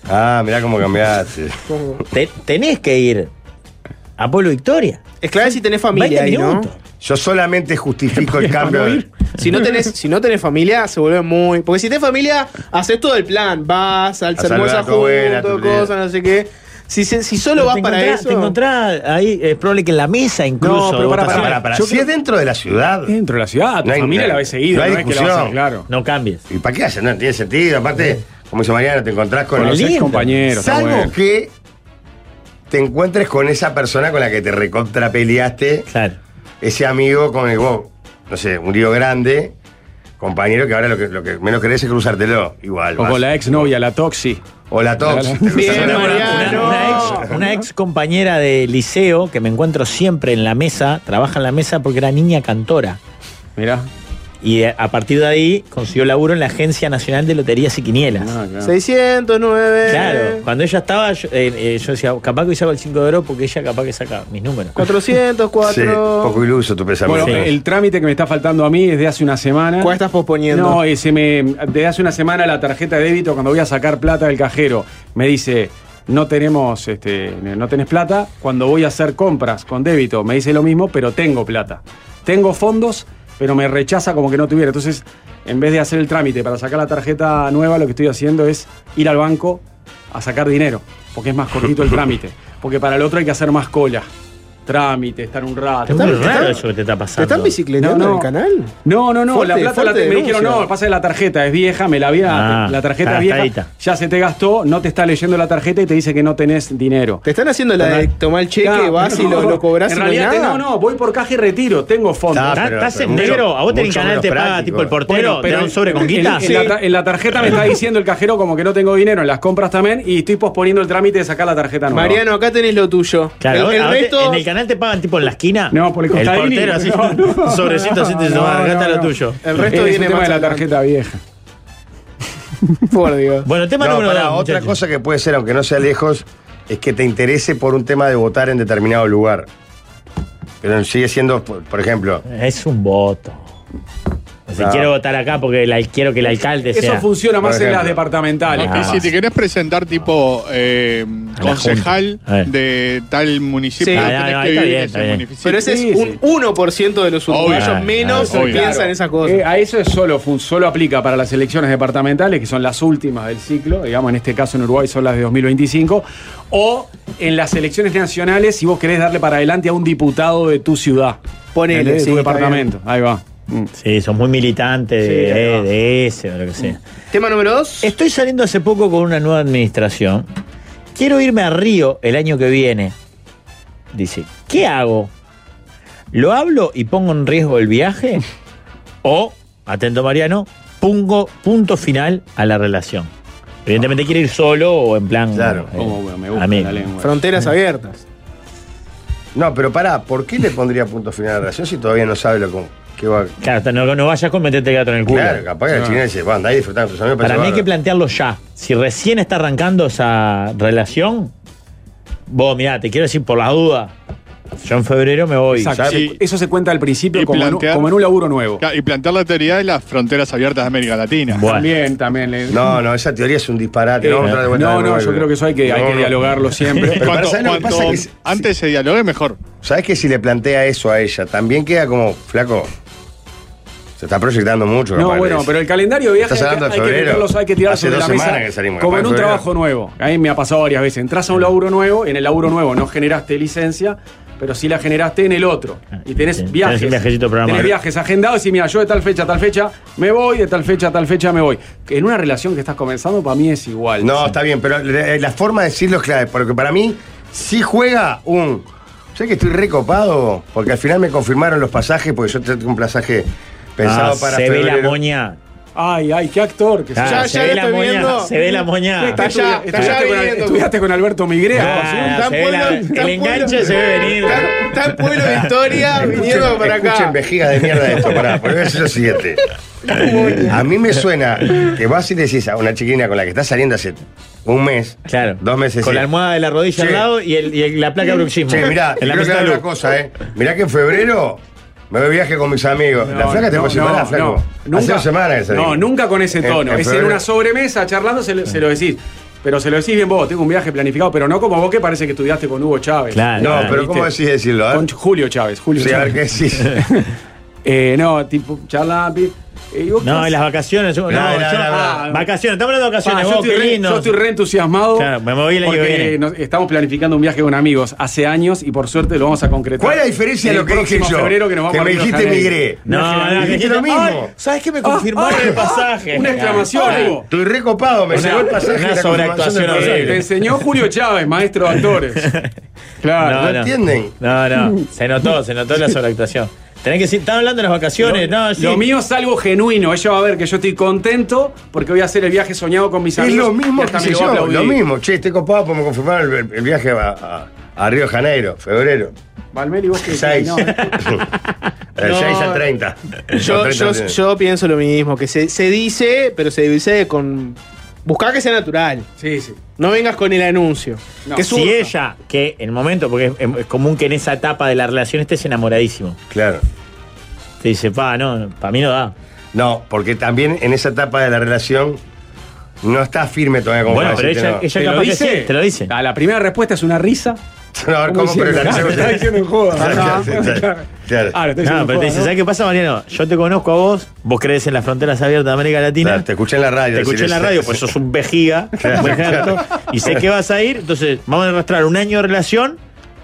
Speaker 9: Ah, mirá cómo cambiaste.
Speaker 3: Te- tenés que ir a Pueblo Victoria.
Speaker 2: Es claro si tenés familia
Speaker 3: 20
Speaker 2: ahí, ¿no?
Speaker 3: minutos.
Speaker 9: Yo solamente justifico el cambio. de-
Speaker 2: Si no, tenés, si no tenés familia, se vuelve muy. Porque si tenés familia, haces todo el plan. Vas, al
Speaker 9: A saludar
Speaker 2: almuerzas
Speaker 9: a tu abuela,
Speaker 2: juntos,
Speaker 9: tu tía.
Speaker 2: cosas, no sé qué. Si, se- si solo vas
Speaker 3: te
Speaker 2: para
Speaker 3: encontrás-
Speaker 2: eso.
Speaker 3: Te encontrás ahí, es probable que en la mesa incluso.
Speaker 9: No, pero para,
Speaker 3: vos
Speaker 9: para,
Speaker 3: pasás.
Speaker 9: para, Si es dentro de la ciudad.
Speaker 1: Dentro de la ciudad, tu
Speaker 9: hay-
Speaker 1: familia la ves seguido,
Speaker 9: No hay
Speaker 1: no es que la vas a-
Speaker 9: discusión.
Speaker 1: claro.
Speaker 3: No cambies.
Speaker 9: ¿Y para qué haces? No tiene sentido. Aparte, como dice Mariana, te encontrás con,
Speaker 1: Con los
Speaker 9: Lindo.
Speaker 1: excompañeros, está
Speaker 9: Salvo
Speaker 1: bueno.
Speaker 9: que te encuentres con esa persona con la que te recontrapeleaste. Ese amigo con el que vos, no sé, un lío grande, compañero que ahora lo que, lo que menos querés es cruzártelo. Igual.
Speaker 1: O
Speaker 9: vas.
Speaker 1: con la ex novia, la Toxi.
Speaker 9: O la Toxi. te cruzas
Speaker 2: Bien,
Speaker 9: una-
Speaker 2: Mariano.
Speaker 3: Una ex, una ex compañera de liceo que me encuentro siempre en la mesa, trabaja en la mesa porque era niña cantora.
Speaker 1: Mirá.
Speaker 3: Y eh, a a partir de ahí consiguió laburo en la Agencia Nacional de Loterías y Quinielas.
Speaker 1: Ah, claro.
Speaker 2: 609.
Speaker 3: Ah. Claro, cuando ella estaba, yo, eh, eh, yo decía, capaz que hoy saco el 5 de oro porque ella capaz que saca mis números.
Speaker 2: 404.
Speaker 9: Sí, poco iluso tu
Speaker 1: Bueno,
Speaker 9: pensamiento.
Speaker 1: el trámite que me está faltando a mí es de hace una semana.
Speaker 2: ¿Cuál estás posponiendo?
Speaker 1: No, eh, se me, desde hace una semana la tarjeta de débito, cuando voy a sacar plata del cajero, me dice, no tenemos, este, no tenés plata. Cuando voy a hacer compras con débito, me dice lo mismo, pero tengo plata. Tengo fondos, pero me rechaza como que no tuviera. Entonces, en vez de hacer el trámite para sacar la tarjeta nueva, lo que estoy haciendo es ir al banco a sacar dinero, porque es más cortito el trámite. Porque para el otro hay que hacer más cola. Trámite, estar un rato.
Speaker 3: Es muy raro eso que te está
Speaker 2: ¿Te
Speaker 3: pasando.
Speaker 2: están
Speaker 1: No,
Speaker 2: bicicleteando
Speaker 1: no.
Speaker 2: en el canal?
Speaker 1: No, no, no,
Speaker 2: Fuerte,
Speaker 1: la plata la
Speaker 2: fuerte
Speaker 1: te- me
Speaker 2: denuncia.
Speaker 1: dijeron, no, pasa que la tarjeta es vieja, me la había,
Speaker 3: Ah,
Speaker 1: la tarjeta
Speaker 3: está
Speaker 1: es vieja,
Speaker 3: gastadita.
Speaker 1: ya se te gastó, no te está leyendo la tarjeta y te dice que no tenés dinero.
Speaker 2: ¿Te están haciendo la de tomar el cheque,
Speaker 1: Claro,
Speaker 2: vas y lo,
Speaker 1: no.
Speaker 2: lo cobras
Speaker 1: En
Speaker 2: y no hay
Speaker 1: realidad, te- no,
Speaker 2: nada?
Speaker 1: no, voy por caja y retiro, tengo fondos.
Speaker 9: Ah,
Speaker 3: ¿Estás-
Speaker 9: pero-
Speaker 3: estás
Speaker 9: pero
Speaker 3: en
Speaker 9: mucho-
Speaker 3: negro? ¿A vos te
Speaker 9: mucho
Speaker 3: canal
Speaker 9: menos
Speaker 3: te paga
Speaker 9: práctico.
Speaker 3: tipo el portero?
Speaker 1: Bueno,
Speaker 3: ¿Te da un sobre con guita?
Speaker 1: En, en la, ta- en la tarjeta me está diciendo el cajero como que no tengo dinero, en las compras también, y estoy posponiendo el trámite de sacar la tarjeta nueva.
Speaker 2: Mariano, acá tenés lo tuyo.
Speaker 3: Claro,
Speaker 2: el, el
Speaker 3: a vos te-
Speaker 2: resto.
Speaker 3: en el canal te pagan tipo en la esquina.
Speaker 1: No, por el
Speaker 3: El
Speaker 1: costadín.
Speaker 3: portero así,
Speaker 1: No, no.
Speaker 3: un sobrecito así te dice,
Speaker 1: No,
Speaker 3: "Tomá, acá
Speaker 1: no,
Speaker 3: está lo
Speaker 1: no.
Speaker 3: tuyo.
Speaker 2: el
Speaker 1: Es
Speaker 2: resto
Speaker 1: un
Speaker 2: viene
Speaker 1: tema
Speaker 2: más
Speaker 1: de la
Speaker 2: adelante.
Speaker 1: tarjeta vieja.
Speaker 2: Por Dios.
Speaker 3: Bueno, tema
Speaker 9: No,
Speaker 3: número
Speaker 9: pará,
Speaker 3: dos.
Speaker 9: otra
Speaker 3: muchachos.
Speaker 9: cosa que puede ser, aunque no sea lejos, es que te interese por un tema de votar en determinado lugar. Pero sigue siendo, por por ejemplo,
Speaker 3: Es un voto. O sea,
Speaker 9: No.
Speaker 3: quiero votar acá porque la- quiero que el alcalde
Speaker 1: Eso
Speaker 3: sea.
Speaker 1: funciona
Speaker 9: Por
Speaker 1: más en las
Speaker 9: ejemplo.
Speaker 1: departamentales.
Speaker 3: Ah,
Speaker 6: Que si te querés presentar tipo eh, concejal
Speaker 3: junta. A ver.
Speaker 6: de tal municipio,
Speaker 2: Sí.
Speaker 6: tenés
Speaker 3: Ah, no, no,
Speaker 6: que
Speaker 3: está
Speaker 6: vivir
Speaker 3: bien,
Speaker 6: en
Speaker 3: está
Speaker 6: ese
Speaker 3: bien.
Speaker 6: municipio.
Speaker 2: Pero ese
Speaker 1: sí,
Speaker 2: es un
Speaker 1: sí.
Speaker 2: 1% de los
Speaker 6: Obvio.
Speaker 2: uruguayos
Speaker 3: Ah,
Speaker 2: menos
Speaker 6: obvio.
Speaker 2: que piensan en esas cosas.
Speaker 1: Eh, a eso es solo, fun- solo aplica para las elecciones departamentales, que son las últimas del ciclo, digamos, en este caso en Uruguay son las de 2025, o en las elecciones nacionales si vos querés darle para adelante a un diputado de tu ciudad,
Speaker 2: Ponele,
Speaker 1: de
Speaker 2: sí,
Speaker 1: tu
Speaker 2: está Mm.
Speaker 1: departamento. Ahí va.
Speaker 3: Sí, son muy militantes de,
Speaker 1: Sí, Mm. ahí va.
Speaker 3: de ese o lo que sea.
Speaker 2: bien. Tema número 2.
Speaker 3: Estoy saliendo hace poco con una nueva administración. Quiero irme a Río el año que viene. Dice, ¿qué hago? ¿Lo hablo y pongo en riesgo el viaje? ¿O, atento Mariano, pongo punto final a la relación? Evidentemente quiere ir solo o en plan...
Speaker 9: Claro,
Speaker 3: eh,
Speaker 1: Cómo Oh, me gusta
Speaker 3: amigo.
Speaker 1: la lengua.
Speaker 2: Fronteras abiertas.
Speaker 9: No, pero pará, ¿por qué le pondría punto final a la relación si todavía no sabe lo que, que va a.
Speaker 3: Claro, hasta no, no vayas con meterte el gato en el culo. Ah.
Speaker 9: Claro, capaz que la chilena dice, va, andá ahí disfrutando con tus amigos.
Speaker 3: Para mí hay
Speaker 9: parece
Speaker 3: que
Speaker 9: bárbaro".
Speaker 3: plantearlo ya. Si recién está arrancando esa relación, vos, mirá, te quiero decir por las dudas. Yo en febrero me voy.
Speaker 1: Exacto.
Speaker 6: ¿sabes?
Speaker 1: Sí. Eso se cuenta al principio
Speaker 6: Y
Speaker 1: como, en, un-
Speaker 6: plantear-
Speaker 1: como en un laburo nuevo.
Speaker 6: Claro, Y plantear la teoría de las fronteras abiertas de América Latina.
Speaker 3: Bueno.
Speaker 1: También, también. le-
Speaker 9: No, no, esa teoría es un disparate.
Speaker 1: Eh,
Speaker 9: no, vamos a tratar
Speaker 1: no,
Speaker 9: de vuelta de
Speaker 1: no,
Speaker 9: nuevo,
Speaker 1: yo creo que eso hay que, hay
Speaker 9: No,
Speaker 1: que
Speaker 9: no.
Speaker 1: dialogarlo siempre.
Speaker 9: Pero
Speaker 6: Cuanto-
Speaker 9: ¿sabes lo que pasa?
Speaker 6: cuanto
Speaker 9: Que es-
Speaker 6: antes se dialogue, mejor.
Speaker 9: ¿Sabes que si le plantea eso a ella, también queda como, flaco? Se está proyectando mucho,
Speaker 1: No,
Speaker 9: capaz,
Speaker 1: bueno,
Speaker 9: es-
Speaker 1: pero el calendario de viaje
Speaker 9: Estás
Speaker 1: hay, que-
Speaker 9: hablando de
Speaker 1: hay que
Speaker 9: febrero.
Speaker 1: tenerlos, hay que tirarlos
Speaker 9: Hace
Speaker 1: sobre
Speaker 9: dos
Speaker 1: la mesa.
Speaker 9: semanas que salimos,
Speaker 1: como
Speaker 9: capaz
Speaker 1: en un
Speaker 9: febrero.
Speaker 1: trabajo nuevo. A mí me ha pasado varias veces. Entras a un laburo nuevo, en el laburo nuevo no generaste licencia, pero sí la generaste en el otro.
Speaker 9: Ah,
Speaker 1: Y tenés
Speaker 3: Sí, tenés
Speaker 1: viajes.
Speaker 3: un viajecito programado.
Speaker 1: Tenés viajes agendados y mira, yo de tal fecha a tal fecha me voy, de tal fecha a tal fecha me voy. En una relación que estás comenzando, para mí es igual.
Speaker 9: No, está bien, pero la la forma de decirlo es clave, porque para mí sí juega un. Sé que estoy recopado, porque al final me confirmaron los pasajes, porque yo tengo un pasaje pensado
Speaker 3: Ah,
Speaker 9: para
Speaker 3: se ve la
Speaker 9: febrero.
Speaker 3: moña.
Speaker 1: Ay, ay, qué actor. Que
Speaker 3: Ah,
Speaker 1: sos.
Speaker 3: Ya, se ya ve lo la estoy moña, viendo. se ve la moña.
Speaker 1: ¿Qué- qué
Speaker 3: Está
Speaker 1: estudia-
Speaker 3: ya, está ya
Speaker 1: estudiaste con-
Speaker 3: viniendo.
Speaker 1: Estudiaste con Alberto Migrea.
Speaker 3: Ah,
Speaker 1: ¿sí?
Speaker 3: se ve la- el enganche se ve venir.
Speaker 2: Está en pueblo de historia
Speaker 9: Escuchen-
Speaker 2: viniendo para acá.
Speaker 9: Escuchen vejiga de mierda esto, pará, porque voy a decir lo siguiente. A mí me suena que vas y le decís a una chiquina con la que estás saliendo hace un mes, dos meses.
Speaker 3: Con la almohada de la rodilla al lado y, el- y el- la placa de bruxismo.
Speaker 9: Che, mirá,
Speaker 3: En
Speaker 9: te
Speaker 3: la
Speaker 9: quiero
Speaker 3: mesa
Speaker 9: aclarar
Speaker 3: de
Speaker 9: una
Speaker 3: luz.
Speaker 9: cosa, ¿eh? Mirá que en febrero me voy de viaje con mis amigos. la flaca te
Speaker 1: no,
Speaker 9: fue semana,
Speaker 1: no,
Speaker 9: flaco.
Speaker 1: no.
Speaker 9: Hace
Speaker 1: Nunca-
Speaker 9: dos semanas que salimos.
Speaker 1: No, nunca con ese
Speaker 9: En-
Speaker 1: tono.
Speaker 9: en
Speaker 1: es en
Speaker 9: febrero.
Speaker 1: una sobremesa charlando, se, lo- se lo decís. Pero se lo decís bien vos, tengo un viaje planificado, pero no como vos que parece que estudiaste con Hugo Chávez.
Speaker 9: no, pero ¿cómo decís decirlo?
Speaker 1: Con Julio Chávez, Julio
Speaker 9: Sí, a ver qué
Speaker 1: Chávez.
Speaker 9: decís.
Speaker 1: Eh, no, tipo, charla, pi- eh, ¿y vos qué
Speaker 3: No, en
Speaker 1: haces?
Speaker 3: las vacaciones. No,
Speaker 1: No,
Speaker 3: yo-
Speaker 1: no, no,
Speaker 3: ah,
Speaker 1: no.
Speaker 3: Vacaciones, estamos hablando de
Speaker 1: Pa,
Speaker 3: vacaciones. vos,
Speaker 1: Ah, yo, estoy
Speaker 3: qué
Speaker 1: re,
Speaker 3: lindo.
Speaker 1: yo estoy re entusiasmado.
Speaker 3: Claro, me moví el año que
Speaker 1: porque
Speaker 3: viene.
Speaker 1: nos- estamos planificando un viaje con amigos hace años y por suerte lo vamos a concretar.
Speaker 9: ¿Cuál es la diferencia
Speaker 1: en
Speaker 9: de lo
Speaker 1: el
Speaker 9: que dije
Speaker 1: próximo
Speaker 9: yo?
Speaker 1: febrero que nos vamos
Speaker 9: Que
Speaker 1: a
Speaker 9: me
Speaker 1: Río de
Speaker 9: dijiste
Speaker 1: Janeiro.
Speaker 9: migré.
Speaker 3: No, no,
Speaker 1: Nacional. Ah,
Speaker 3: que
Speaker 9: dijiste lo mismo. Ah,
Speaker 3: ¿Sabes qué me
Speaker 1: confirmaron
Speaker 3: el pasaje?
Speaker 1: Una exclamación.
Speaker 3: Ah,
Speaker 1: Hugo.
Speaker 9: Estoy recopado, me
Speaker 1: Una-
Speaker 9: llegó el pasaje.
Speaker 3: una
Speaker 9: y la confirmación del
Speaker 3: sobreactuación
Speaker 9: pasaje.
Speaker 3: horrible.
Speaker 1: Te enseñó Julio Chávez, maestro de actores. Claro.
Speaker 9: ¿No entienden?
Speaker 3: No, no. Se notó, se notó la sobreactuación. Tenés que decir, están hablando de las vacaciones.
Speaker 1: Lo,
Speaker 3: no, sí.
Speaker 1: lo mío es algo genuino. Ella va a ver que yo estoy contento porque voy a hacer el viaje soñado con mis
Speaker 9: Es
Speaker 1: amigos.
Speaker 9: lo mismo
Speaker 1: y
Speaker 9: que
Speaker 1: hasta
Speaker 9: hice
Speaker 1: me lo va a
Speaker 9: yo, lo
Speaker 1: aplaudir.
Speaker 9: mismo. Che, estoy copado porque me confirmaron el, el viaje a, a- a Río de Janeiro, febrero.
Speaker 1: Valmeli, vos que
Speaker 9: Seis.
Speaker 1: no,
Speaker 9: Del
Speaker 2: No.
Speaker 9: 6 al 30.
Speaker 2: Yo, yo, yo pienso lo mismo, que se, se dice, pero se dice con. Buscar que sea natural.
Speaker 1: Sí, sí.
Speaker 2: No vengas con el anuncio. Que es
Speaker 3: si
Speaker 2: un-
Speaker 3: ella, que en el momento, porque es, es común que en esa etapa de la relación estés enamoradísimo.
Speaker 9: Claro.
Speaker 3: Te dice, pa, no, para mí no da.
Speaker 9: No, porque también en esa etapa de la relación no está firme todavía como
Speaker 3: Bueno,
Speaker 9: para
Speaker 3: pero
Speaker 9: decirte
Speaker 3: ella-
Speaker 9: no.
Speaker 3: ella capaz que sí, te lo dice.
Speaker 1: A la primera respuesta es una risa.
Speaker 9: No, a ver, ¿cómo? Pero la
Speaker 1: diciendo? "Ah,
Speaker 9: segunda-
Speaker 1: Está diciendo en joda.
Speaker 9: Claro,
Speaker 1: No,
Speaker 9: claro,
Speaker 1: claro.
Speaker 9: claro.
Speaker 1: Ah, lo estoy diciendo
Speaker 3: No, pero
Speaker 1: joda,
Speaker 3: te dice,
Speaker 1: ¿no?
Speaker 3: ¿sabes qué pasa, Mariano? Yo te conozco a vos, vos crees en las fronteras abiertas de América Latina.
Speaker 9: Claro, te escuché en la radio
Speaker 3: Te escuché
Speaker 9: decir
Speaker 3: en la
Speaker 9: eso.
Speaker 3: radio, pues sos un vejiga,
Speaker 9: Claro,
Speaker 3: un vejato,
Speaker 9: claro.
Speaker 3: y sé que vas a ir, entonces vamos a arrastrar un año de relación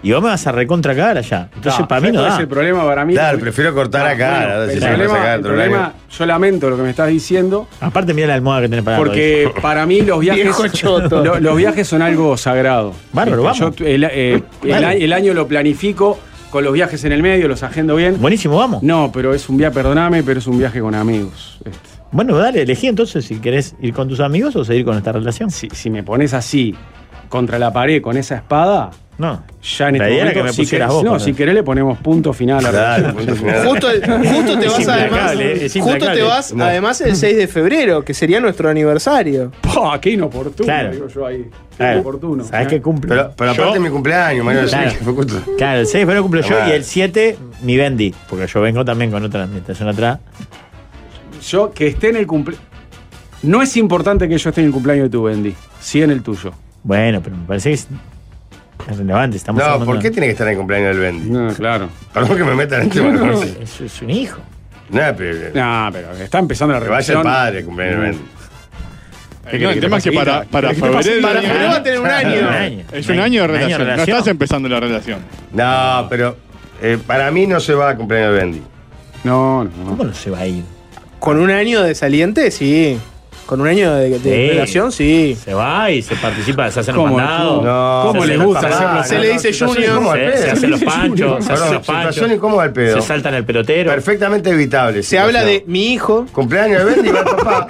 Speaker 3: y vos me vas a recontra cagar allá. Entonces,
Speaker 1: No,
Speaker 3: para mí
Speaker 1: ¿sabes
Speaker 3: no
Speaker 1: cuál
Speaker 3: da.
Speaker 1: es el problema para mí?
Speaker 9: Claro, prefiero cortar
Speaker 1: Ah,
Speaker 9: acá.
Speaker 1: bueno,
Speaker 9: ahora, si
Speaker 1: el
Speaker 9: se me
Speaker 1: problema-
Speaker 9: saca
Speaker 1: el
Speaker 9: otro horario.
Speaker 1: problema, yo lamento lo que me estás diciendo.
Speaker 3: Aparte, mira la almohada que tenés para
Speaker 1: Porque
Speaker 3: Rodolfo.
Speaker 1: para mí los
Speaker 3: Viejo
Speaker 1: viajes,
Speaker 3: choto.
Speaker 1: lo- los viajes son algo sagrado.
Speaker 3: Bárbaro,
Speaker 1: Este,
Speaker 3: vamos.
Speaker 1: Yo el, eh, el
Speaker 3: Dale.
Speaker 1: a- el año lo planifico con los viajes en el medio, los agendo bien.
Speaker 3: Buenísimo, vamos.
Speaker 1: No, pero es un viaje, perdóname, pero es un viaje con amigos. este.
Speaker 3: Bueno, dale, elegí entonces si querés ir con tus amigos o seguir con esta relación.
Speaker 1: Si, si me pones así, contra la pared con esa espada,
Speaker 3: No.
Speaker 1: ya en
Speaker 3: La
Speaker 1: este
Speaker 3: idea era
Speaker 1: momento,
Speaker 3: que me
Speaker 1: si
Speaker 3: pusieras
Speaker 1: querés,
Speaker 3: vos,
Speaker 1: no,
Speaker 3: Fernando.
Speaker 1: si querés le ponemos punto final a la
Speaker 9: Claro,
Speaker 1: relación.
Speaker 9: punto final.
Speaker 2: Justo, justo te
Speaker 3: Es
Speaker 2: vas además.
Speaker 3: implacable, es
Speaker 2: Justo te
Speaker 3: implacable.
Speaker 2: vas
Speaker 3: No.
Speaker 2: además el 6 de febrero, que sería nuestro aniversario.
Speaker 1: Pah, qué inoportuno,
Speaker 3: Claro.
Speaker 1: digo yo ahí. Qué
Speaker 3: Claro.
Speaker 1: inoportuno.
Speaker 3: ¿Sabés qué cumple?
Speaker 9: Pero, pero aparte
Speaker 3: Yo-
Speaker 9: es mi cumpleaños, Mariano.
Speaker 3: Claro.
Speaker 9: sí, fue justo.
Speaker 3: Claro, el 6 de febrero cumplo yo
Speaker 9: Tomá.
Speaker 3: y el 7 mi Bendy, porque yo vengo también con otra administración atrás.
Speaker 1: Yo que esté en el cumpleaños. No es importante que yo esté en el cumpleaños de tu Bendy, sí en el tuyo.
Speaker 3: Bueno, pero me parece que es es relevante. Estamos
Speaker 9: No,
Speaker 3: hablando-
Speaker 9: ¿por qué tiene que estar en el cumpleaños del Bendy?
Speaker 1: No, claro.
Speaker 9: Perdón que me metan en este
Speaker 3: No,
Speaker 9: balcón.
Speaker 3: es, es un hijo.
Speaker 9: Nada, pero.
Speaker 1: No, pero está empezando la
Speaker 9: Que vaya el
Speaker 1: relación.
Speaker 9: padre, el cumpleaños del Bendy.
Speaker 1: ¿Qué
Speaker 6: No,
Speaker 1: querés
Speaker 6: el
Speaker 1: que
Speaker 6: tema es que
Speaker 1: te pase
Speaker 6: para,
Speaker 1: guita?
Speaker 6: para
Speaker 1: ¿Querés que te pase
Speaker 6: febrero. del
Speaker 1: guita?
Speaker 6: año-
Speaker 2: Febrero va a tener un año.
Speaker 9: Un
Speaker 6: Es un año de
Speaker 9: Un año de
Speaker 6: relación. No
Speaker 9: relación.
Speaker 6: estás empezando la relación.
Speaker 9: No, pero eh, para mí no se va al cumpleaños del Bendy.
Speaker 1: No, no.
Speaker 3: ¿Cómo no se va a ir?
Speaker 2: Con un año de saliente, sí. Con un año de, de
Speaker 3: Sí.
Speaker 2: relación, sí.
Speaker 3: Se va y se participa, se hacen los
Speaker 1: ¿Cómo?
Speaker 3: mandados.
Speaker 9: No,
Speaker 1: ¿Cómo
Speaker 3: se
Speaker 1: le
Speaker 3: hacen
Speaker 1: gusta
Speaker 3: los
Speaker 1: hacerlo?
Speaker 3: mandados,
Speaker 2: Se le dice
Speaker 9: situación
Speaker 2: Junior.
Speaker 9: incómoda al
Speaker 3: se-
Speaker 9: pedo.
Speaker 3: se hacen los panchos, se hacen
Speaker 9: Perdón,
Speaker 3: los
Speaker 9: situación
Speaker 3: panchos.
Speaker 9: incómoda al pedo.
Speaker 3: Se saltan el pelotero.
Speaker 9: Perfectamente evitable.
Speaker 2: Se habla de mi hijo.
Speaker 9: Cumpleaños del Bendy, va el papá.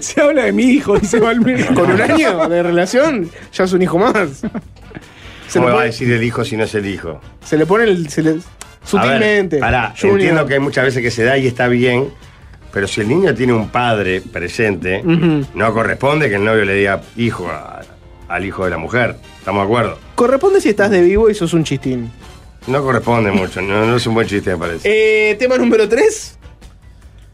Speaker 1: Se habla de mi hijo, dice Valmir.
Speaker 2: Con un año de relación, ya es un hijo más. Se
Speaker 9: ¿Cómo
Speaker 2: le
Speaker 9: me va a
Speaker 2: pone,
Speaker 9: decir el hijo si no es el hijo?
Speaker 2: se le pone el. se le- sutilmente.
Speaker 9: A ver, pará,
Speaker 2: Junior.
Speaker 9: entiendo que hay muchas veces que se da y está bien, pero si el niño tiene un padre presente,
Speaker 2: Ujú.
Speaker 9: no corresponde que el novio le diga hijo a- al hijo de la mujer. ¿Estamos de acuerdo?
Speaker 2: Corresponde si estás de vivo y sos un chistín.
Speaker 9: No corresponde mucho, no, no es un buen chiste, me parece.
Speaker 2: Eh, tema número 3.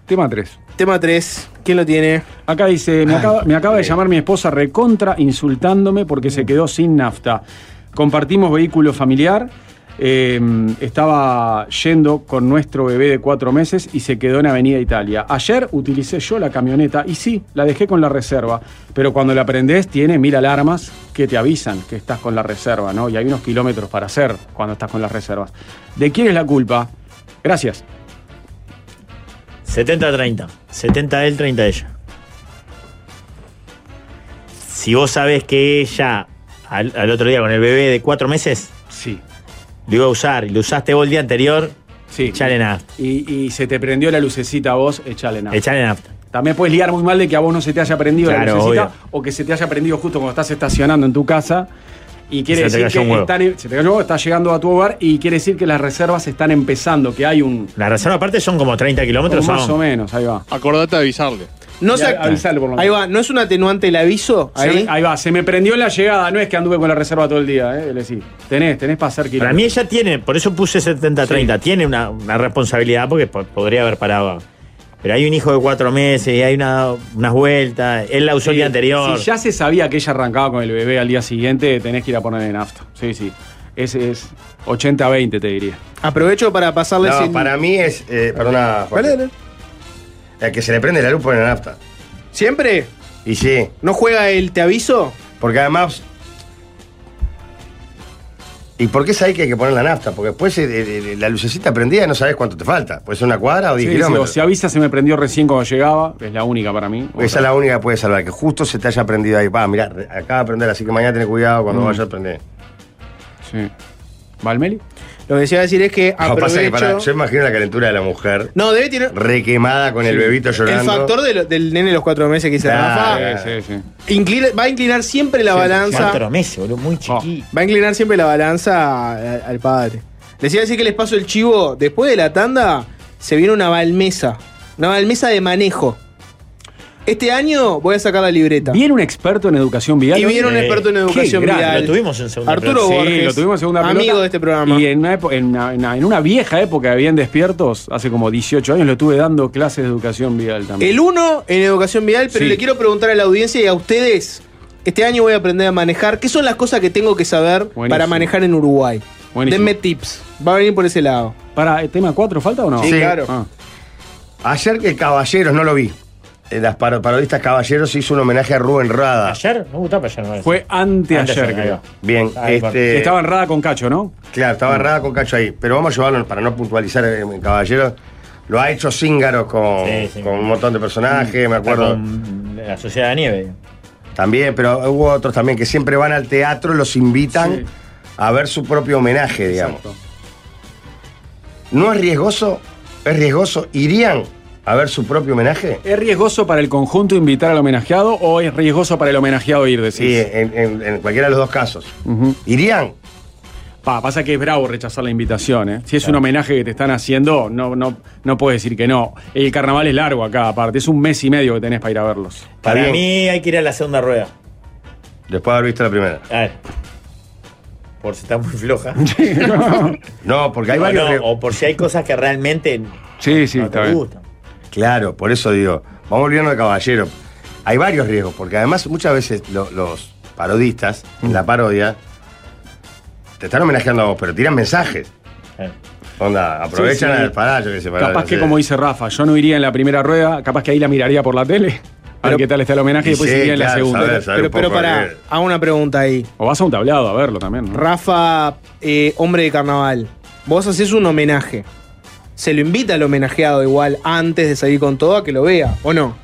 Speaker 1: Tema 3.
Speaker 2: Tema 3. ¿Quién lo tiene? eh.
Speaker 1: Acá dice, me acaba, me acaba de llamar mi esposa recontra insultándome porque se quedó sin nafta. Compartimos vehículo familiar. eh, estaba yendo con nuestro bebé de cuatro meses y se quedó en Avenida Italia. Ayer utilicé yo la camioneta y sí, la dejé con la reserva. Pero cuando la prendés tiene mil alarmas que te avisan que estás con la reserva, ¿no? Y hay unos kilómetros para hacer cuando estás con las reservas. ¿De quién es la culpa? Gracias.
Speaker 3: 70-30. 70 él, 30 ella. Si vos sabés que ella, al, al otro día con el bebé de cuatro meses,
Speaker 1: Sí.
Speaker 3: lo iba a usar y lo usaste vos el día anterior,
Speaker 1: Sí.
Speaker 3: echale nafta.
Speaker 1: Y, y se te prendió la lucecita a vos, echale nafta.
Speaker 3: Echale nafta.
Speaker 1: También puedes liar muy mal de que a vos no se te haya prendido la
Speaker 3: Claro,
Speaker 1: lucecita
Speaker 3: obvio.
Speaker 1: o que se te haya prendido justo cuando estás estacionando en tu casa. Y quiere
Speaker 3: Se te
Speaker 1: decir
Speaker 3: cayó un
Speaker 1: que
Speaker 3: huevo.
Speaker 1: están en- se te cayó un huevo, está llegando a tu hogar y quiere decir que las reservas están empezando, que hay un.
Speaker 3: La reserva aparte son como 30 kilómetros.
Speaker 1: Más
Speaker 3: son.
Speaker 1: o menos, ahí va.
Speaker 6: Acordate de avisarle.
Speaker 2: No
Speaker 1: se
Speaker 2: se- Ahí va, ¿no es un atenuante el aviso?
Speaker 1: Ahí.
Speaker 2: Ahí.
Speaker 1: va, se me prendió en la llegada, no es que anduve con la reserva todo el día, ¿eh? Le decís, tenés, tenés para hacer kilómetros.
Speaker 3: Para mí ella tiene, por eso puse 70-30, tiene una, una responsabilidad porque po- podría haber parado. Pero hay un hijo de cuatro meses, y hay una- unas vueltas, él la usó el día anterior.
Speaker 1: Si ya se sabía que ella arrancaba con el bebé al día siguiente, tenés que ir a ponerle nafta. Sí, sí. Ese es 80-20, te diría.
Speaker 2: Aprovecho para pasarles.
Speaker 9: No,
Speaker 2: el-
Speaker 9: para mí es. eh, perdona. Juan. El que se le prende la luz pone la nafta.
Speaker 2: ¿Siempre?
Speaker 9: Y sí.
Speaker 2: ¿No juega el te aviso?
Speaker 9: Porque además. ¿Y por qué sabés que hay que poner la nafta? Porque después eh, eh, la lucecita prendida no sabes cuánto te falta. Puede ser una cuadra o 10
Speaker 1: Sí, sí, o
Speaker 9: kilómetros.
Speaker 1: si avisa, se me prendió recién cuando llegaba. Es la única para mí.
Speaker 9: Esa es la única que puede salvar, que justo se te haya prendido ahí. Va, mirá, acaba de prender, así que mañana tenés cuidado cuando
Speaker 1: Mm.
Speaker 9: vayas a prender. Ah,
Speaker 1: Sí. ¿Valmeli?
Speaker 2: Lo que se iba a decir es que
Speaker 9: No, pasa que pará,
Speaker 2: aprovecho.
Speaker 9: yo imagino la calentura de la mujer
Speaker 2: No, debe tener.
Speaker 9: requemada con el
Speaker 2: Sí.
Speaker 9: bebito llorando.
Speaker 2: El factor de lo- del nene de los cuatro meses que dice
Speaker 9: Claro.
Speaker 2: Rafa
Speaker 9: Sí,
Speaker 2: inclina- va a inclinar siempre la balanza.
Speaker 3: Cuatro meses, boludo, muy
Speaker 9: Ah.
Speaker 3: chiquito.
Speaker 2: Va a inclinar siempre la balanza al, al padre. Les iba a decir que les paso el chivo. Después de la tanda, se viene una balmesa. Una balmesa de manejo. Este año voy a sacar la libreta.
Speaker 1: Viene un experto en educación vial.
Speaker 2: Y viene un
Speaker 1: Eh,
Speaker 2: experto en
Speaker 1: qué
Speaker 2: educación
Speaker 1: grande.
Speaker 2: vial. Lo tuvimos
Speaker 3: en segunda
Speaker 2: Arturo
Speaker 1: Sí,
Speaker 2: Borges.
Speaker 1: lo tuvimos en segunda
Speaker 2: Amigo
Speaker 1: pelota.
Speaker 2: de este programa.
Speaker 1: Y en una, epo- en una- en una- en una vieja época de Bien Despiertos, hace como 18 años, lo estuve dando clases de educación vial también.
Speaker 2: El uno en educación vial, pero
Speaker 1: Sí.
Speaker 2: le quiero preguntar a la audiencia y a ustedes. Este año voy a aprender a manejar. ¿Qué son las cosas que tengo que saber para manejar en Uruguay?
Speaker 1: Buenísimo.
Speaker 2: Denme tips. Va a venir por ese lado.
Speaker 1: Para, ¿el tema 4 falta o no? Ah.
Speaker 9: Sí, claro. Ayer que Caballeros, no lo vi. eh, Las paro- parodistas Caballeros hizo un homenaje a Rubén Rada.
Speaker 3: ¿Ayer? No gustaba ayer, no
Speaker 1: Fue anteayer,
Speaker 9: Anteayer,
Speaker 1: creo.
Speaker 9: Bien,
Speaker 1: Ah,
Speaker 9: este-
Speaker 1: Estaba enrada con Cacho, ¿no? Mm.
Speaker 9: Claro, estaba errada con Cacho ahí. Pero vamos a llevarlo, para no puntualizar en, en Caballeros, lo ha hecho Zíngaro con,
Speaker 3: Sí, sí.
Speaker 9: con un montón de personajes,
Speaker 3: Está
Speaker 9: me acuerdo.
Speaker 3: con la Sociedad de la Nieve.
Speaker 9: También, pero hubo otros también que siempre van al teatro, los invitan a ver su propio homenaje, digamos. ¿No es riesgoso? ¿Es riesgoso? ¿Irían a ver su propio homenaje?
Speaker 1: ¿Es riesgoso para el conjunto invitar al homenajeado o es riesgoso para el homenajeado ir, decís?
Speaker 9: Sí, en, en- en cualquiera de los dos casos. ¿Irían?
Speaker 1: Pa, pasa que es bravo rechazar la invitación, ¿eh? Si es un homenaje que te están haciendo, no, no, no puedes decir que no. El carnaval es largo acá, aparte. Es un mes y medio que tenés para ir a verlos.
Speaker 3: Para mí hay que ir a la segunda rueda.
Speaker 9: Después de haber visto la primera.
Speaker 3: A ver. Por si está muy floja.
Speaker 9: No, porque hay
Speaker 3: o,
Speaker 9: varios
Speaker 3: no,
Speaker 9: riesgos.
Speaker 3: o por si hay cosas que realmente
Speaker 1: Sí, sí,
Speaker 3: no te gustan.
Speaker 9: Claro, por eso digo, vamos volviendo de caballero. Hay varios riesgos, porque además muchas veces lo- los parodistas,
Speaker 1: Mm.
Speaker 9: en la parodia, te están homenajeando a vos, pero tiran mensajes. Onda, aprovechan
Speaker 1: Eh. Sí, sí.
Speaker 9: el parayo que se paró,
Speaker 1: Capaz
Speaker 9: no
Speaker 1: que,
Speaker 9: sé.
Speaker 1: como dice Rafa, yo no iría en la primera rueda, capaz que ahí la miraría por la tele. A ver qué tal está el homenaje y
Speaker 9: Y
Speaker 1: después
Speaker 9: sí,
Speaker 1: iría en la
Speaker 9: claro,
Speaker 1: segunda.
Speaker 9: saber, saber
Speaker 2: Pero, pero para, hago una pregunta ahí.
Speaker 1: O vas a un tablado a verlo también. ¿no?
Speaker 2: Rafa, eh, hombre de carnaval, vos haces un homenaje. Se lo invita al homenajeado igual antes de salir con todo a que lo vea, ¿o no?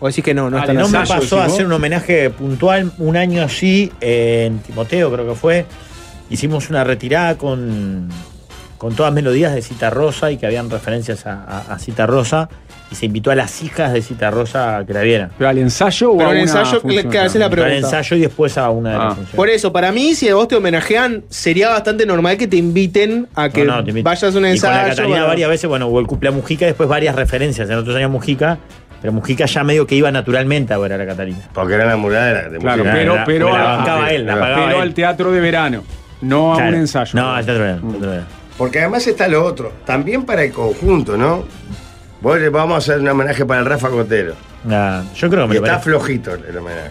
Speaker 2: O decís que no, no
Speaker 9: Ah,
Speaker 3: Dale,
Speaker 2: está
Speaker 3: no me pasó a hacer un homenaje puntual un año así eh, en Timoteo, creo que fue. Hicimos una retirada con, con todas melodías de Cita Rosa y que habían referencias a, a- a Cita Rosa. Y se invitó a las hijas de Cita Rosa a que la vieran.
Speaker 1: ¿Pero al ensayo o
Speaker 2: Pero
Speaker 1: a
Speaker 2: al
Speaker 1: una
Speaker 2: ensayo,
Speaker 1: función?
Speaker 2: que haces la
Speaker 3: Invitó Al
Speaker 2: pregunta.
Speaker 3: ensayo y después a una de las
Speaker 1: Ah.
Speaker 3: funciones.
Speaker 2: Por eso, para mí, si a vos te homenajean, sería bastante normal que te inviten a que
Speaker 3: No, no, te invito.
Speaker 2: vayas a un
Speaker 3: Y con
Speaker 2: ensayo.
Speaker 3: la Catalina
Speaker 2: bueno.
Speaker 3: varias veces, bueno, hubo el cumple a Mujica, después varias referencias. En otros años Mujica, pero Mujica ya medio que iba naturalmente a ver a la Catalina.
Speaker 9: Porque era la murada de, la- de
Speaker 1: Claro,
Speaker 9: Mujica.
Speaker 1: pero,
Speaker 9: Era-
Speaker 1: pero,
Speaker 9: me la
Speaker 1: a-
Speaker 9: bancaba
Speaker 1: pero-
Speaker 9: él, la
Speaker 1: pero
Speaker 9: pagaba él.
Speaker 1: al teatro de verano, no a un
Speaker 9: Claro.
Speaker 1: ensayo.
Speaker 3: No, al teatro de verano, al teatro de verano.
Speaker 9: Porque además está lo otro, también para el conjunto, ¿no? Vos le- Vamos a hacer un homenaje para el Rafa Cotero.
Speaker 3: Ah, yo creo que me
Speaker 9: Y
Speaker 3: lo
Speaker 9: está
Speaker 3: merezco.
Speaker 9: flojito el homenaje.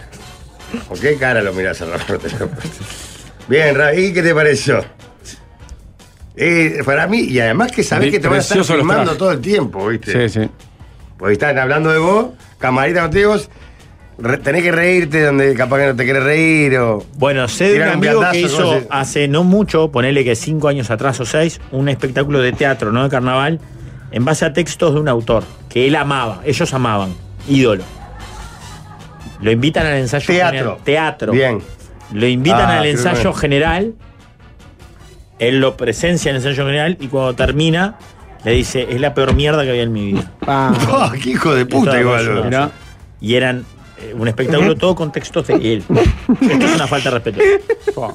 Speaker 9: ¿Por qué cara lo mirás a Rafa Cotero? Bien, Rafa, ¿y qué te pareció? Eh, para mí, y además que sabés que te van a estar
Speaker 1: Precioso los
Speaker 9: filmando
Speaker 1: trajes.
Speaker 9: todo el tiempo, ¿viste?
Speaker 1: Sí, sí.
Speaker 9: Porque están hablando de vos, camarita contigo, re- tenés que reírte donde capaz que no te querés reír o...
Speaker 3: Bueno, sé de un
Speaker 9: Tirar un
Speaker 3: amigo que
Speaker 9: viandazo,
Speaker 3: hizo
Speaker 9: ¿cómo se-
Speaker 3: hace no mucho, ponele que cinco años atrás o seis, un espectáculo de teatro, no de carnaval, en base a textos de un autor que él amaba, ellos amaban, ídolo. Lo invitan al ensayo
Speaker 9: Teatro.
Speaker 3: general- Teatro.
Speaker 9: Bien.
Speaker 3: Lo invitan
Speaker 9: Ah,
Speaker 3: al
Speaker 9: creo que
Speaker 3: ensayo
Speaker 9: no.
Speaker 3: general, él lo presencia en el ensayo general y cuando termina, Le dice, es la peor mierda que había en mi vida.
Speaker 9: Ah, qué hijo de puta
Speaker 3: Estaba
Speaker 9: igual,
Speaker 3: con
Speaker 9: boludo.
Speaker 3: Jonás. Y eran eh, un espectáculo todo con textos de él. Esto es una falta de respeto.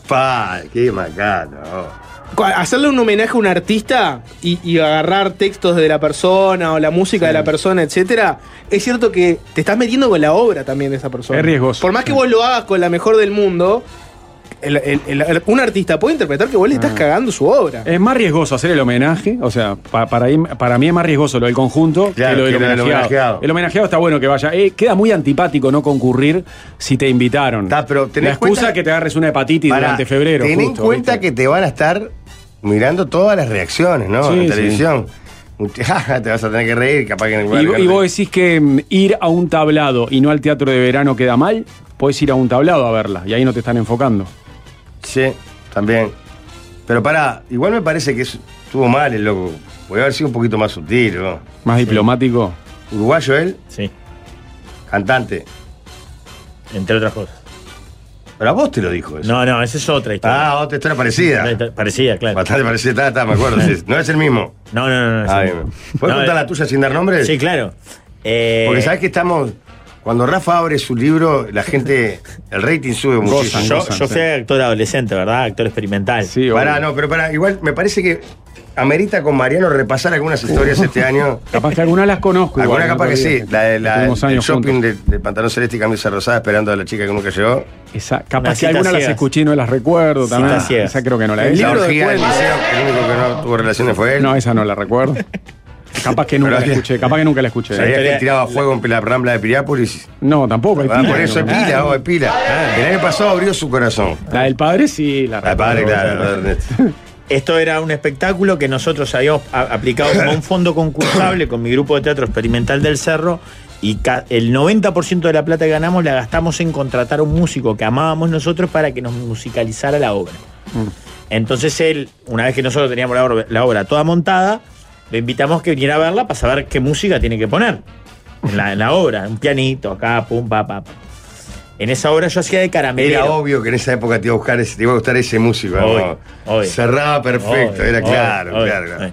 Speaker 9: Pa, qué macano.
Speaker 2: Cu- Hacerle un homenaje a un artista y, y agarrar textos de la persona o la música de la persona, etcétera, es cierto que te estás metiendo con la obra también de esa persona.
Speaker 1: Es riesgoso.
Speaker 2: Por más que vos lo hagas con la mejor del mundo, el- el- el- el- un artista puede interpretar que vos le estás cagando su obra.
Speaker 1: Ah. Es más riesgoso hacer el homenaje, o sea, pa- para, ir- para mí es más riesgoso lo del conjunto
Speaker 9: Claro,
Speaker 1: que lo del
Speaker 9: que lo del
Speaker 1: homenajeado.
Speaker 9: homenajeado.
Speaker 1: El homenajeado está bueno que vaya. Eh, queda muy antipático no concurrir si te invitaron.
Speaker 9: tenés
Speaker 1: La excusa
Speaker 9: cuenta-
Speaker 1: es que te agarres una hepatitis
Speaker 9: Pará,
Speaker 1: durante febrero.
Speaker 9: Ten en
Speaker 1: justo,
Speaker 9: cuenta que te van a estar mirando todas las reacciones, ¿no?
Speaker 1: Sí,
Speaker 9: en
Speaker 1: sí.
Speaker 9: televisión. te vas a tener que reír, capaz que en
Speaker 1: ¿viste? Y, y vos decís que mm, ir a un tablado y no al teatro de verano queda mal, podés ir a un tablado a verla y ahí no te están enfocando.
Speaker 9: Sí, también. Pero pará, igual me parece que es- estuvo mal el loco. Podría haber sido un poquito más sutil, ¿no?
Speaker 1: Más diplomático.
Speaker 9: ¿Uruguayo él?
Speaker 3: Sí.
Speaker 9: Cantante.
Speaker 3: Entre otras cosas.
Speaker 9: Pero a vos te lo dijo eso.
Speaker 3: No, no, esa es otra historia.
Speaker 9: Ah, otra historia parecida.
Speaker 3: Parecida, claro.
Speaker 9: Bastante parecida, Ah, está, está, me acuerdo. sí. No es el mismo.
Speaker 3: No, no, no. no
Speaker 9: Ah,
Speaker 3: es el
Speaker 9: bien.
Speaker 3: mismo.
Speaker 9: ¿Puedes
Speaker 3: No,
Speaker 9: contar
Speaker 3: eh,
Speaker 9: la tuya sin dar nombres?
Speaker 3: Sí, claro. Eh,
Speaker 9: Porque sabes que estamos. Cuando Rafa abre su libro, la gente. El rating sube muchísimo.
Speaker 3: yo, yo fui actor adolescente, ¿verdad? Actor experimental. Sí,
Speaker 9: Pará, no, pero pará, igual me parece que amerita con Mariano repasar algunas historias este año.
Speaker 1: Capaz que algunas las conozco.
Speaker 9: Alguna
Speaker 1: igual,
Speaker 9: capaz
Speaker 1: no
Speaker 9: que sí,
Speaker 1: sabía.
Speaker 9: la, de- la,
Speaker 1: Tuvimos
Speaker 9: el
Speaker 1: años
Speaker 9: shopping de, de pantalón celeste y camisa rosada esperando a la chica que nunca llegó.
Speaker 1: Esa, Capaz que algunas las escuché y no las recuerdo
Speaker 9: Citas
Speaker 1: también.
Speaker 9: ciegas.
Speaker 1: Esa creo que no la
Speaker 9: El
Speaker 1: he
Speaker 9: libro La de orgía del cuentos. liceo, el único que no tuvo relaciones fue él.
Speaker 1: No, esa no la recuerdo. capaz que nunca la
Speaker 9: Pero-
Speaker 1: escuché, capaz que nunca la escuché.
Speaker 9: Sabía que tiraba fuego en la rambla de Piriápolis.
Speaker 1: No, tampoco. hay
Speaker 9: Ah,
Speaker 1: pila,
Speaker 9: por eso es
Speaker 1: ¿no? Ah.
Speaker 9: pila, oh, es pila. El año pasado abrió su corazón.
Speaker 1: La del padre sí, la
Speaker 9: La del padre, claro, la de Ernesto.
Speaker 3: Esto era un espectáculo que nosotros habíamos a- aplicado como un fondo concursable con mi grupo de teatro experimental del Cerro y ca- el 90% de la plata que ganamos la gastamos en contratar a un músico que amábamos nosotros para que nos musicalizara la obra. Entonces él, una vez que nosotros teníamos la obra, la obra toda montada, lo invitamos que viniera a verla para saber qué música tiene que poner en la, en la obra. Un pianito acá, pum, pa, pa. pa. En esa obra yo hacía de
Speaker 9: Era
Speaker 3: caramelero.
Speaker 9: obvio que en esa época te iba a, buscar ese, te iba a gustar ese músico. ¿no?
Speaker 3: Obvio, obvio.
Speaker 9: Cerraba perfecto,
Speaker 3: Obvio,
Speaker 9: era
Speaker 3: obvio,
Speaker 9: claro,
Speaker 3: obvio,
Speaker 9: claro.
Speaker 3: obvio.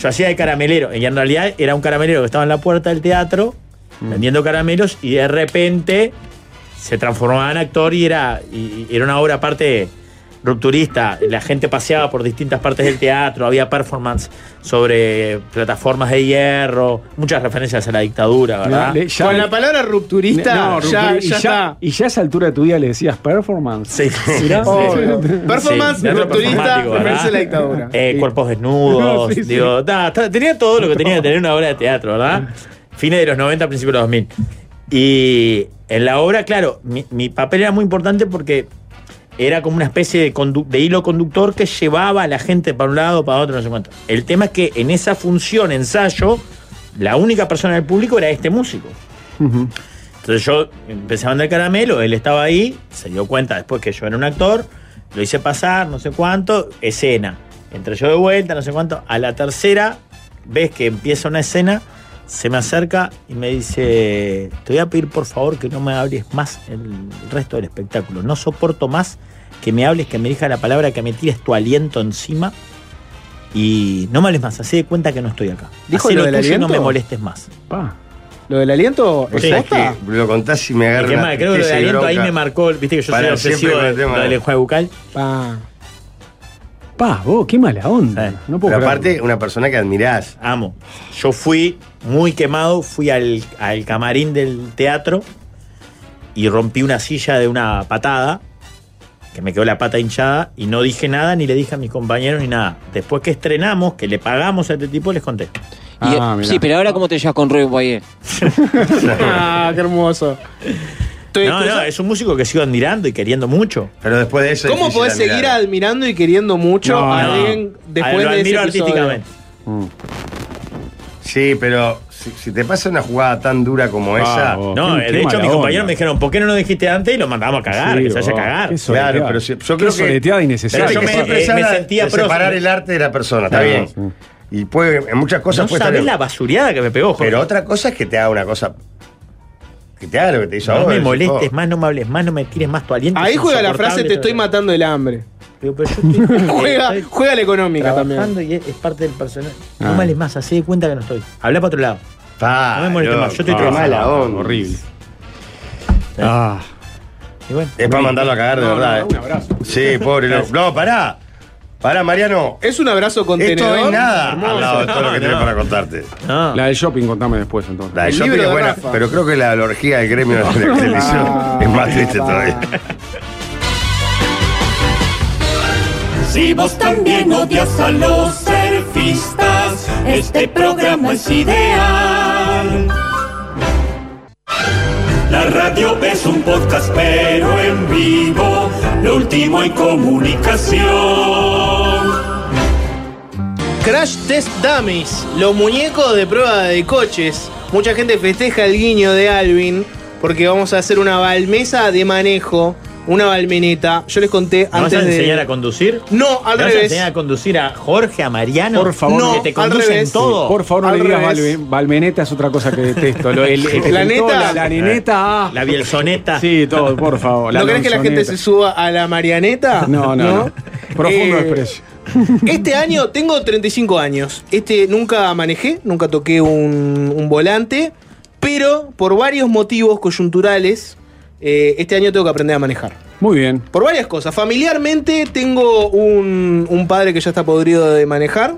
Speaker 3: Yo hacía de caramelero, y en realidad era un caramelero que estaba en la puerta del teatro
Speaker 1: Mm.
Speaker 3: vendiendo caramelos y de repente se transformaba en actor y era, y- y era una obra aparte rupturista. La gente paseaba por distintas partes del teatro, había performance sobre plataformas de hierro, muchas referencias a la dictadura, ¿verdad?
Speaker 1: Le- ya- Con la
Speaker 2: palabra rupturista,
Speaker 1: No,
Speaker 2: ya-
Speaker 1: Rupert, y,
Speaker 2: ya está.
Speaker 1: y ya a esa altura de tu vida le decías performance.
Speaker 3: Sí.
Speaker 1: Mirá.
Speaker 2: Obvio. Performance,
Speaker 3: teatro
Speaker 2: rupturista,
Speaker 3: performático, ¿verdad?
Speaker 2: referencia a la dictadura.
Speaker 3: Eh, Cuerpos desnudos.
Speaker 2: Sí, sí.
Speaker 3: digo, da, ta- tenía todo lo que tenía que tener una obra de teatro, ¿verdad? Fines de los 90, principios de los 2000. Y en la obra, claro, mi, mi papel era muy importante porque era como una especie de, condu- de hilo conductor que llevaba a la gente para un lado, para otro, no sé cuánto. El tema es que en esa función, ensayo, la única persona del público era este músico. Entonces yo empecé a vender caramelo, él estaba ahí, se dio cuenta después que yo era un actor, lo hice pasar, no sé cuánto, escena. Entré yo de vuelta, no sé cuánto. A la tercera vez que empieza una escena, se me acerca y me dice, te voy a pedir por favor que no me hables más el resto del espectáculo. No soporto más que me hables, que me digas la palabra, que me tires tu aliento encima. Y no me hables más, así de cuenta que no estoy acá.
Speaker 2: ¿Dijo
Speaker 3: Hacé
Speaker 2: lo
Speaker 3: lo
Speaker 2: del
Speaker 3: tuyo y no me
Speaker 2: aliento?
Speaker 3: molestes más.
Speaker 2: ¿Lo del aliento?
Speaker 9: Vos
Speaker 3: Sí.
Speaker 9: sabés que lo contás y me agarra.
Speaker 3: Y que
Speaker 9: una
Speaker 3: más, creo que lo de
Speaker 9: tristeza y
Speaker 3: aliento ahí me
Speaker 9: bronca.
Speaker 3: marcó, viste que yo soy
Speaker 9: Para
Speaker 3: obsesivo
Speaker 9: siempre con el
Speaker 3: de-
Speaker 9: tema.
Speaker 3: lo del enjuague bucal.
Speaker 1: Pa, vos, qué mala onda. No puedo
Speaker 9: Pero
Speaker 1: creer.
Speaker 9: aparte, una persona que admirás.
Speaker 3: Amo. Yo fui muy quemado, fui al, al camarín del teatro y rompí una silla de una patada, que me quedó la pata hinchada, y no dije nada, ni le dije a mis compañeros ni nada. Después que estrenamos, que le pagamos a este tipo, les conté.
Speaker 8: Y- sí, pero ahora cómo te llevas con Rubén Boyer.
Speaker 2: ah, qué hermoso.
Speaker 3: No, no, es un músico que sigo admirando y queriendo mucho.
Speaker 9: Pero después de eso.
Speaker 2: ¿Cómo podés seguir admirando y queriendo mucho
Speaker 3: No,
Speaker 2: a
Speaker 3: no.
Speaker 2: alguien después
Speaker 3: Lo
Speaker 2: de ese
Speaker 3: admiro
Speaker 2: episodio?
Speaker 3: artísticamente.
Speaker 9: Sí, pero si, si te pasa una jugada tan dura como
Speaker 3: Ah,
Speaker 9: esa.
Speaker 3: vos, No, qué- de qué hecho, mala mis compañeros onda. me dijeron, ¿por qué no nos dijiste antes? Y lo mandamos a cagar, que se
Speaker 9: oh.
Speaker 3: vaya a cagar.
Speaker 9: Claro, pero si- yo creo que.
Speaker 3: Pero yo me, eh, me sentía próximo.
Speaker 9: separar el arte de la persona, está
Speaker 3: Claro.
Speaker 9: bien. Y puede, en muchas cosas
Speaker 3: No
Speaker 9: puede estar
Speaker 3: sabés
Speaker 9: bien.
Speaker 3: la basureada que me pegó, Jorge.
Speaker 9: Pero otra cosa es que te haga una cosa. Que te haga lo que te hizo a
Speaker 3: No
Speaker 9: vos,
Speaker 3: me
Speaker 9: decís,
Speaker 3: molestes
Speaker 9: oh.
Speaker 3: más, no me hables más, no me tires más tu aliento.
Speaker 2: Ahí
Speaker 3: es
Speaker 2: juega la
Speaker 3: insoportable.
Speaker 2: frase te estoy matando el hambre.
Speaker 15: Digo, pero yo estoy-
Speaker 2: Juega-
Speaker 15: estoy
Speaker 2: juega la económica también.
Speaker 15: trabajando y es, es parte del personaje.
Speaker 2: Ah.
Speaker 15: No males más, así de cuenta que no estoy. Habla para otro lado.
Speaker 9: Ah,
Speaker 15: no me molestes más, yo estoy
Speaker 9: qué
Speaker 15: trabajando.
Speaker 9: mala onda.
Speaker 1: Horrible.
Speaker 9: Ah. es para mandarlo a cagar, de verdad. eh. Sí, pobre. loco. No, pará. Pará, Mariano.
Speaker 2: Es un abrazo contenedor.
Speaker 9: Esto es nada.
Speaker 2: Hermoso.
Speaker 9: al lado de todo lo que tenés para contarte.
Speaker 15: Ah.
Speaker 1: La del shopping, contame después entonces.
Speaker 9: La de shopping es buena, pero creo que la, la orgía del gremio de la televisión es más triste todavía.
Speaker 11: Si vos también odias a los surfistas, este programa es ideal. La radio es un podcast, pero en vivo, lo último en comunicación.
Speaker 2: Crash Test Dummies, los muñecos de prueba de coches. Mucha gente festeja el guiño de Alvin porque vamos a hacer una balmesa de manejo, una balmeneta. Yo les conté
Speaker 3: ¿No vas
Speaker 2: antes
Speaker 3: a
Speaker 2: de.
Speaker 3: enseñar a conducir?
Speaker 2: No, al
Speaker 3: ¿Me vas a
Speaker 2: revés.
Speaker 3: enseñar a conducir a Jorge, a Mariano?
Speaker 1: Por favor,
Speaker 3: que te conducen todo.
Speaker 1: Por favor, no
Speaker 3: Al
Speaker 1: le digas
Speaker 3: revés.
Speaker 1: balme- balmeneta, es otra cosa que detesto. Lo- el- el-
Speaker 2: La
Speaker 1: el-
Speaker 2: neta.
Speaker 1: la, la neneta, ah.
Speaker 3: La bielsoneta.
Speaker 1: Sí, todo, por favor.
Speaker 2: ¿No crees que la gente se suba a la Marianeta?
Speaker 1: No, no, no. Profundo
Speaker 2: Eh,
Speaker 1: desprecio.
Speaker 2: Este año tengo 35 años. Este nunca manejé, nunca toqué un, un volante, pero por varios motivos coyunturales, eh, este año tengo que aprender a manejar.
Speaker 1: Muy bien.
Speaker 2: Por varias cosas. Familiarmente tengo un, un padre que ya está podrido de manejar.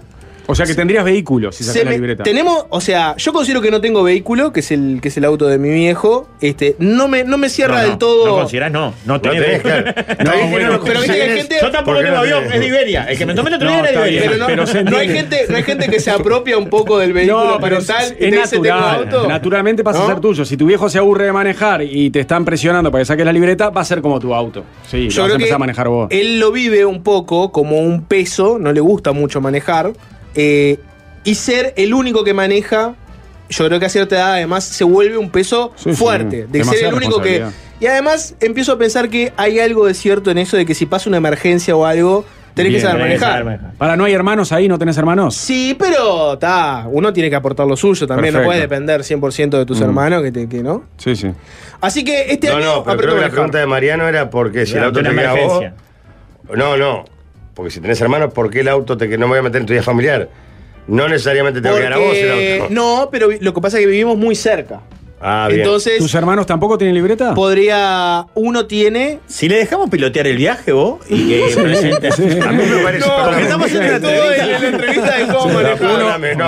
Speaker 1: O sea que tendrías vehículos si sacas
Speaker 2: Se
Speaker 1: la
Speaker 2: me-
Speaker 1: libreta.
Speaker 2: tenemos, o sea, yo considero que no tengo vehículo, que es el, que es el auto de mi viejo. Este, no me, no me cierra
Speaker 3: No, no,
Speaker 2: del todo.
Speaker 3: No considerás, no. No tenés.
Speaker 2: tenés,
Speaker 3: vehículo.
Speaker 2: No,
Speaker 3: Ahí
Speaker 2: bueno,
Speaker 3: no lo
Speaker 2: pero viste que hay
Speaker 3: considerás.
Speaker 2: gente-
Speaker 3: Yo tampoco
Speaker 2: ¿Por qué
Speaker 3: tengo
Speaker 2: no
Speaker 3: avión,
Speaker 2: tenés?
Speaker 3: es de Iberia. El que me tomé el otro
Speaker 2: No,
Speaker 3: día era de
Speaker 2: está bien,
Speaker 3: Iberia.
Speaker 2: pero no- no hay gente- no hay gente que se apropia un poco del vehículo parental
Speaker 1: es-
Speaker 2: y te
Speaker 1: es
Speaker 2: dice, "Tengo
Speaker 1: natural.
Speaker 2: este auto".
Speaker 1: Naturalmente pasa a
Speaker 2: ¿No?
Speaker 1: ser tuyo. Si tu viejo se aburre de manejar y te están presionando para que saques la libreta, va a ser como tu auto. Sí, lo
Speaker 2: Yo
Speaker 1: vas a
Speaker 2: creo que
Speaker 1: empezar a manejar vos.
Speaker 2: él lo vive un poco como un peso, no le gusta mucho manejar. eh, y ser el único que maneja, yo creo que a cierta edad además se vuelve un peso
Speaker 1: Sí, sí,
Speaker 2: fuerte. De ser
Speaker 1: demasiada
Speaker 2: el único que.
Speaker 1: responsabilidad.
Speaker 2: Y además empiezo a pensar que hay algo de cierto en eso de que si pasa una emergencia o algo, tenés
Speaker 1: Bien,
Speaker 2: que saber
Speaker 1: tenés que
Speaker 2: manejar.
Speaker 1: saber Para, ¿no hay hermanos ahí? ¿No tenés hermanos?
Speaker 2: Sí, pero está. Uno tiene que aportar lo suyo también. No
Speaker 1: Perfecto.
Speaker 2: puedes depender 100% de tus
Speaker 1: Mm.
Speaker 2: hermanos, que, te- que no.
Speaker 1: Sí, sí.
Speaker 2: Así que este
Speaker 9: No,
Speaker 2: año.
Speaker 9: no, pero creo
Speaker 2: aprendo a
Speaker 9: que la
Speaker 2: manejar.
Speaker 9: pregunta de Mariano era porque si el
Speaker 3: Durante
Speaker 9: auto te
Speaker 3: una
Speaker 9: queda a vos.
Speaker 3: emergencia.
Speaker 9: No, no. Porque si tenés hermanos, ¿por qué el auto te que no me voy a meter en tu vida familiar? No necesariamente te va a quedar a vos
Speaker 2: Porque-
Speaker 9: el auto.
Speaker 2: No, pero vi- lo que pasa es que vivimos muy cerca.
Speaker 9: Ah,
Speaker 2: bien. Entonces-
Speaker 1: ¿Tus hermanos tampoco tienen libreta?
Speaker 2: Podría. Uno tiene.
Speaker 3: Si le dejamos pilotear el viaje vos y que
Speaker 1: Sí,
Speaker 3: presentes.
Speaker 1: sí.
Speaker 3: A mí me parece.
Speaker 1: No,
Speaker 3: porque estamos haciendo una
Speaker 9: todo
Speaker 3: entrevista.
Speaker 9: en la
Speaker 2: entrevista
Speaker 9: de cómo manejar. No,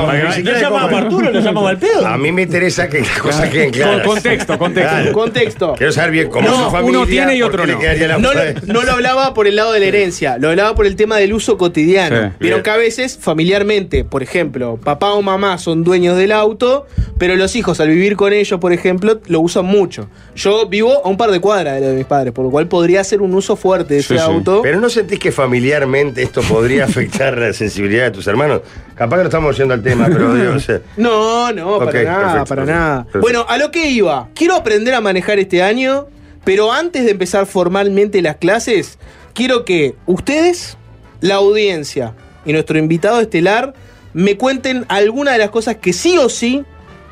Speaker 3: Para que-
Speaker 9: ni
Speaker 3: ¿no
Speaker 9: siquiera de
Speaker 3: llamamos
Speaker 9: cómo
Speaker 3: a Arturo,
Speaker 9: manejar.
Speaker 3: lo llamamos al pedo?
Speaker 9: A mí me interesa que las cosas queden claras.
Speaker 1: Con contexto, contexto.
Speaker 2: Contexto.
Speaker 9: Quiero saber bien cómo
Speaker 2: No,
Speaker 9: es su
Speaker 2: uno
Speaker 9: familia.
Speaker 2: tiene y
Speaker 9: por
Speaker 2: otro
Speaker 9: qué le
Speaker 2: no.
Speaker 9: quedaría la
Speaker 2: No lo,
Speaker 9: mujer.
Speaker 2: no lo hablaba por el lado de la herencia, lo hablaba por el tema del uso cotidiano.
Speaker 9: Sí.
Speaker 2: Vieron
Speaker 9: Bien.
Speaker 2: que a veces, familiarmente, por ejemplo, papá o mamá son dueños del auto, pero los hijos al vivir con ellos, por ejemplo, lo usan mucho. Yo vivo a un par de cuadras de lo de mis padres, por lo cual podría ser un uso fuerte de ese auto.
Speaker 9: Pero no sentís que familiarmente esto podría afectar la sensibilidad de tus hermanos. Capaz que no estamos yendo al tema, pero digo, o sea,
Speaker 2: No, no,
Speaker 9: Ok,
Speaker 2: para nada,
Speaker 9: perfecto,
Speaker 2: para
Speaker 9: perfecto,
Speaker 2: nada.
Speaker 9: perfecto.
Speaker 2: Bueno, a lo que iba. Quiero aprender a manejar este año, pero antes de empezar formalmente las clases, quiero que ustedes, la audiencia y nuestro invitado estelar me cuenten alguna de las cosas que sí o sí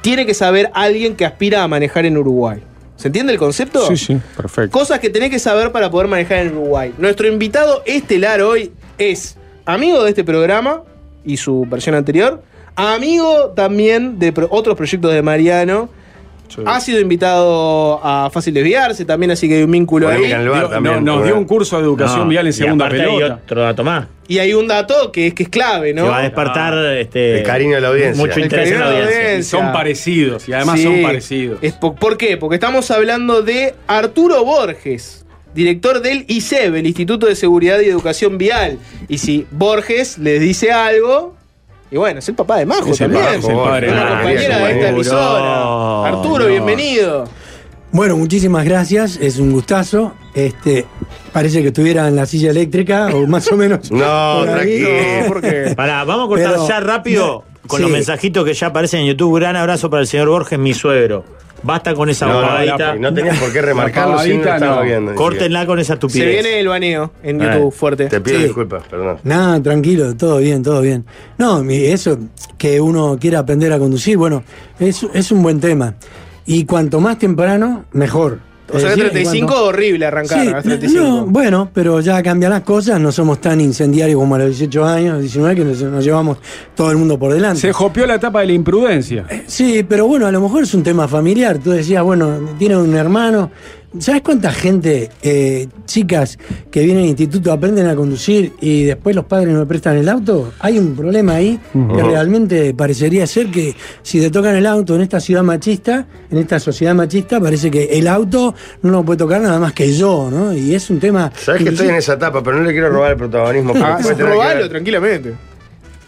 Speaker 2: tiene que saber alguien que aspira a manejar en Uruguay. ¿Se entiende el concepto?
Speaker 1: Sí, sí, perfecto.
Speaker 2: Cosas que tenés que saber para poder manejar en Uruguay. Nuestro invitado estelar hoy es amigo de este programa y su versión anterior, amigo también de pro- otros proyectos de Mariano. Ha sido invitado a Fácil Desviarse también, así que hay un vínculo ahí.
Speaker 1: Dio- no, nos dio un curso de educación
Speaker 3: No,
Speaker 1: vial en
Speaker 3: y
Speaker 1: segunda
Speaker 3: aparte hay
Speaker 1: pelota.
Speaker 3: otro dato más.
Speaker 2: Y hay un dato que es, que es clave, ¿no?
Speaker 3: Se va a despertar este,
Speaker 9: El cariño de la audiencia.
Speaker 3: Mucho interés en la audiencia.
Speaker 1: Ah. Son parecidos y además
Speaker 2: Sí.
Speaker 1: son parecidos.
Speaker 2: Es po- ¿Por qué? Porque estamos hablando de Arturo Borges, director del ISEB, el Instituto de Seguridad y Educación Vial. Y si Borges les dice algo, y bueno, es el papá de Majo
Speaker 1: Es el
Speaker 2: también.
Speaker 1: Majo, es el padre.
Speaker 2: Una
Speaker 1: Ah,
Speaker 2: compañera
Speaker 1: bien,
Speaker 2: de esta
Speaker 1: seguro.
Speaker 2: emisora. Arturo,
Speaker 1: No.
Speaker 2: bienvenido.
Speaker 16: Bueno, muchísimas gracias, es un gustazo. Este, parece que estuviera en la silla eléctrica o más o menos.
Speaker 9: No,
Speaker 16: por ahí.
Speaker 3: Pará, vamos a cortar
Speaker 16: Pero-
Speaker 3: ya rápido con
Speaker 16: Sí.
Speaker 3: los mensajitos que ya aparecen en YouTube. Gran abrazo para el señor Borges, mi suegro. Basta con esa
Speaker 9: No, no,
Speaker 3: bobadita.
Speaker 9: la- no tenías por qué remarcarlo si no lo
Speaker 3: Bobadita,
Speaker 9: estaba viendo, ni
Speaker 3: Córtenla
Speaker 9: siquiera.
Speaker 3: con esa estupidez.
Speaker 2: Se viene el baneo en
Speaker 3: Ah,
Speaker 2: YouTube fuerte.
Speaker 9: Te pido
Speaker 16: Sí.
Speaker 9: disculpas, perdón.
Speaker 16: Nada, tranquilo, todo bien, todo bien. No, mi- eso, que uno quiera aprender a conducir, bueno, es, es un buen tema. Y cuanto más temprano, mejor.
Speaker 2: O sea,
Speaker 16: Es
Speaker 2: que
Speaker 16: decir, en
Speaker 2: 35
Speaker 16: cuanto-
Speaker 2: horrible arrancar.
Speaker 16: Eh, Sí,
Speaker 2: a los 35.
Speaker 16: no, bueno, pero ya cambian las cosas, no somos tan incendiarios como a los 18 años, 19, que nos, nos llevamos todo el mundo por delante. Eh,
Speaker 1: Se jopió la etapa de la imprudencia.
Speaker 16: Sí, pero bueno, a lo mejor es un tema familiar. Tú decías, bueno, tiene un hermano. ¿Sabes cuánta gente, eh, chicas que vienen al instituto, aprenden a conducir y después los padres no le prestan el auto? Hay un problema ahí que
Speaker 17: Ujú.
Speaker 16: realmente parecería ser que si te tocan el auto en esta ciudad machista, en esta sociedad machista, parece que el auto no lo puede tocar nada más que yo, ¿no? Y es un tema...
Speaker 9: Sabes que estoy en esa etapa, pero no le quiero robar el protagonismo. porque
Speaker 16: Ah,
Speaker 9: puede tener que
Speaker 2: Robalo
Speaker 9: ver.
Speaker 2: tranquilamente.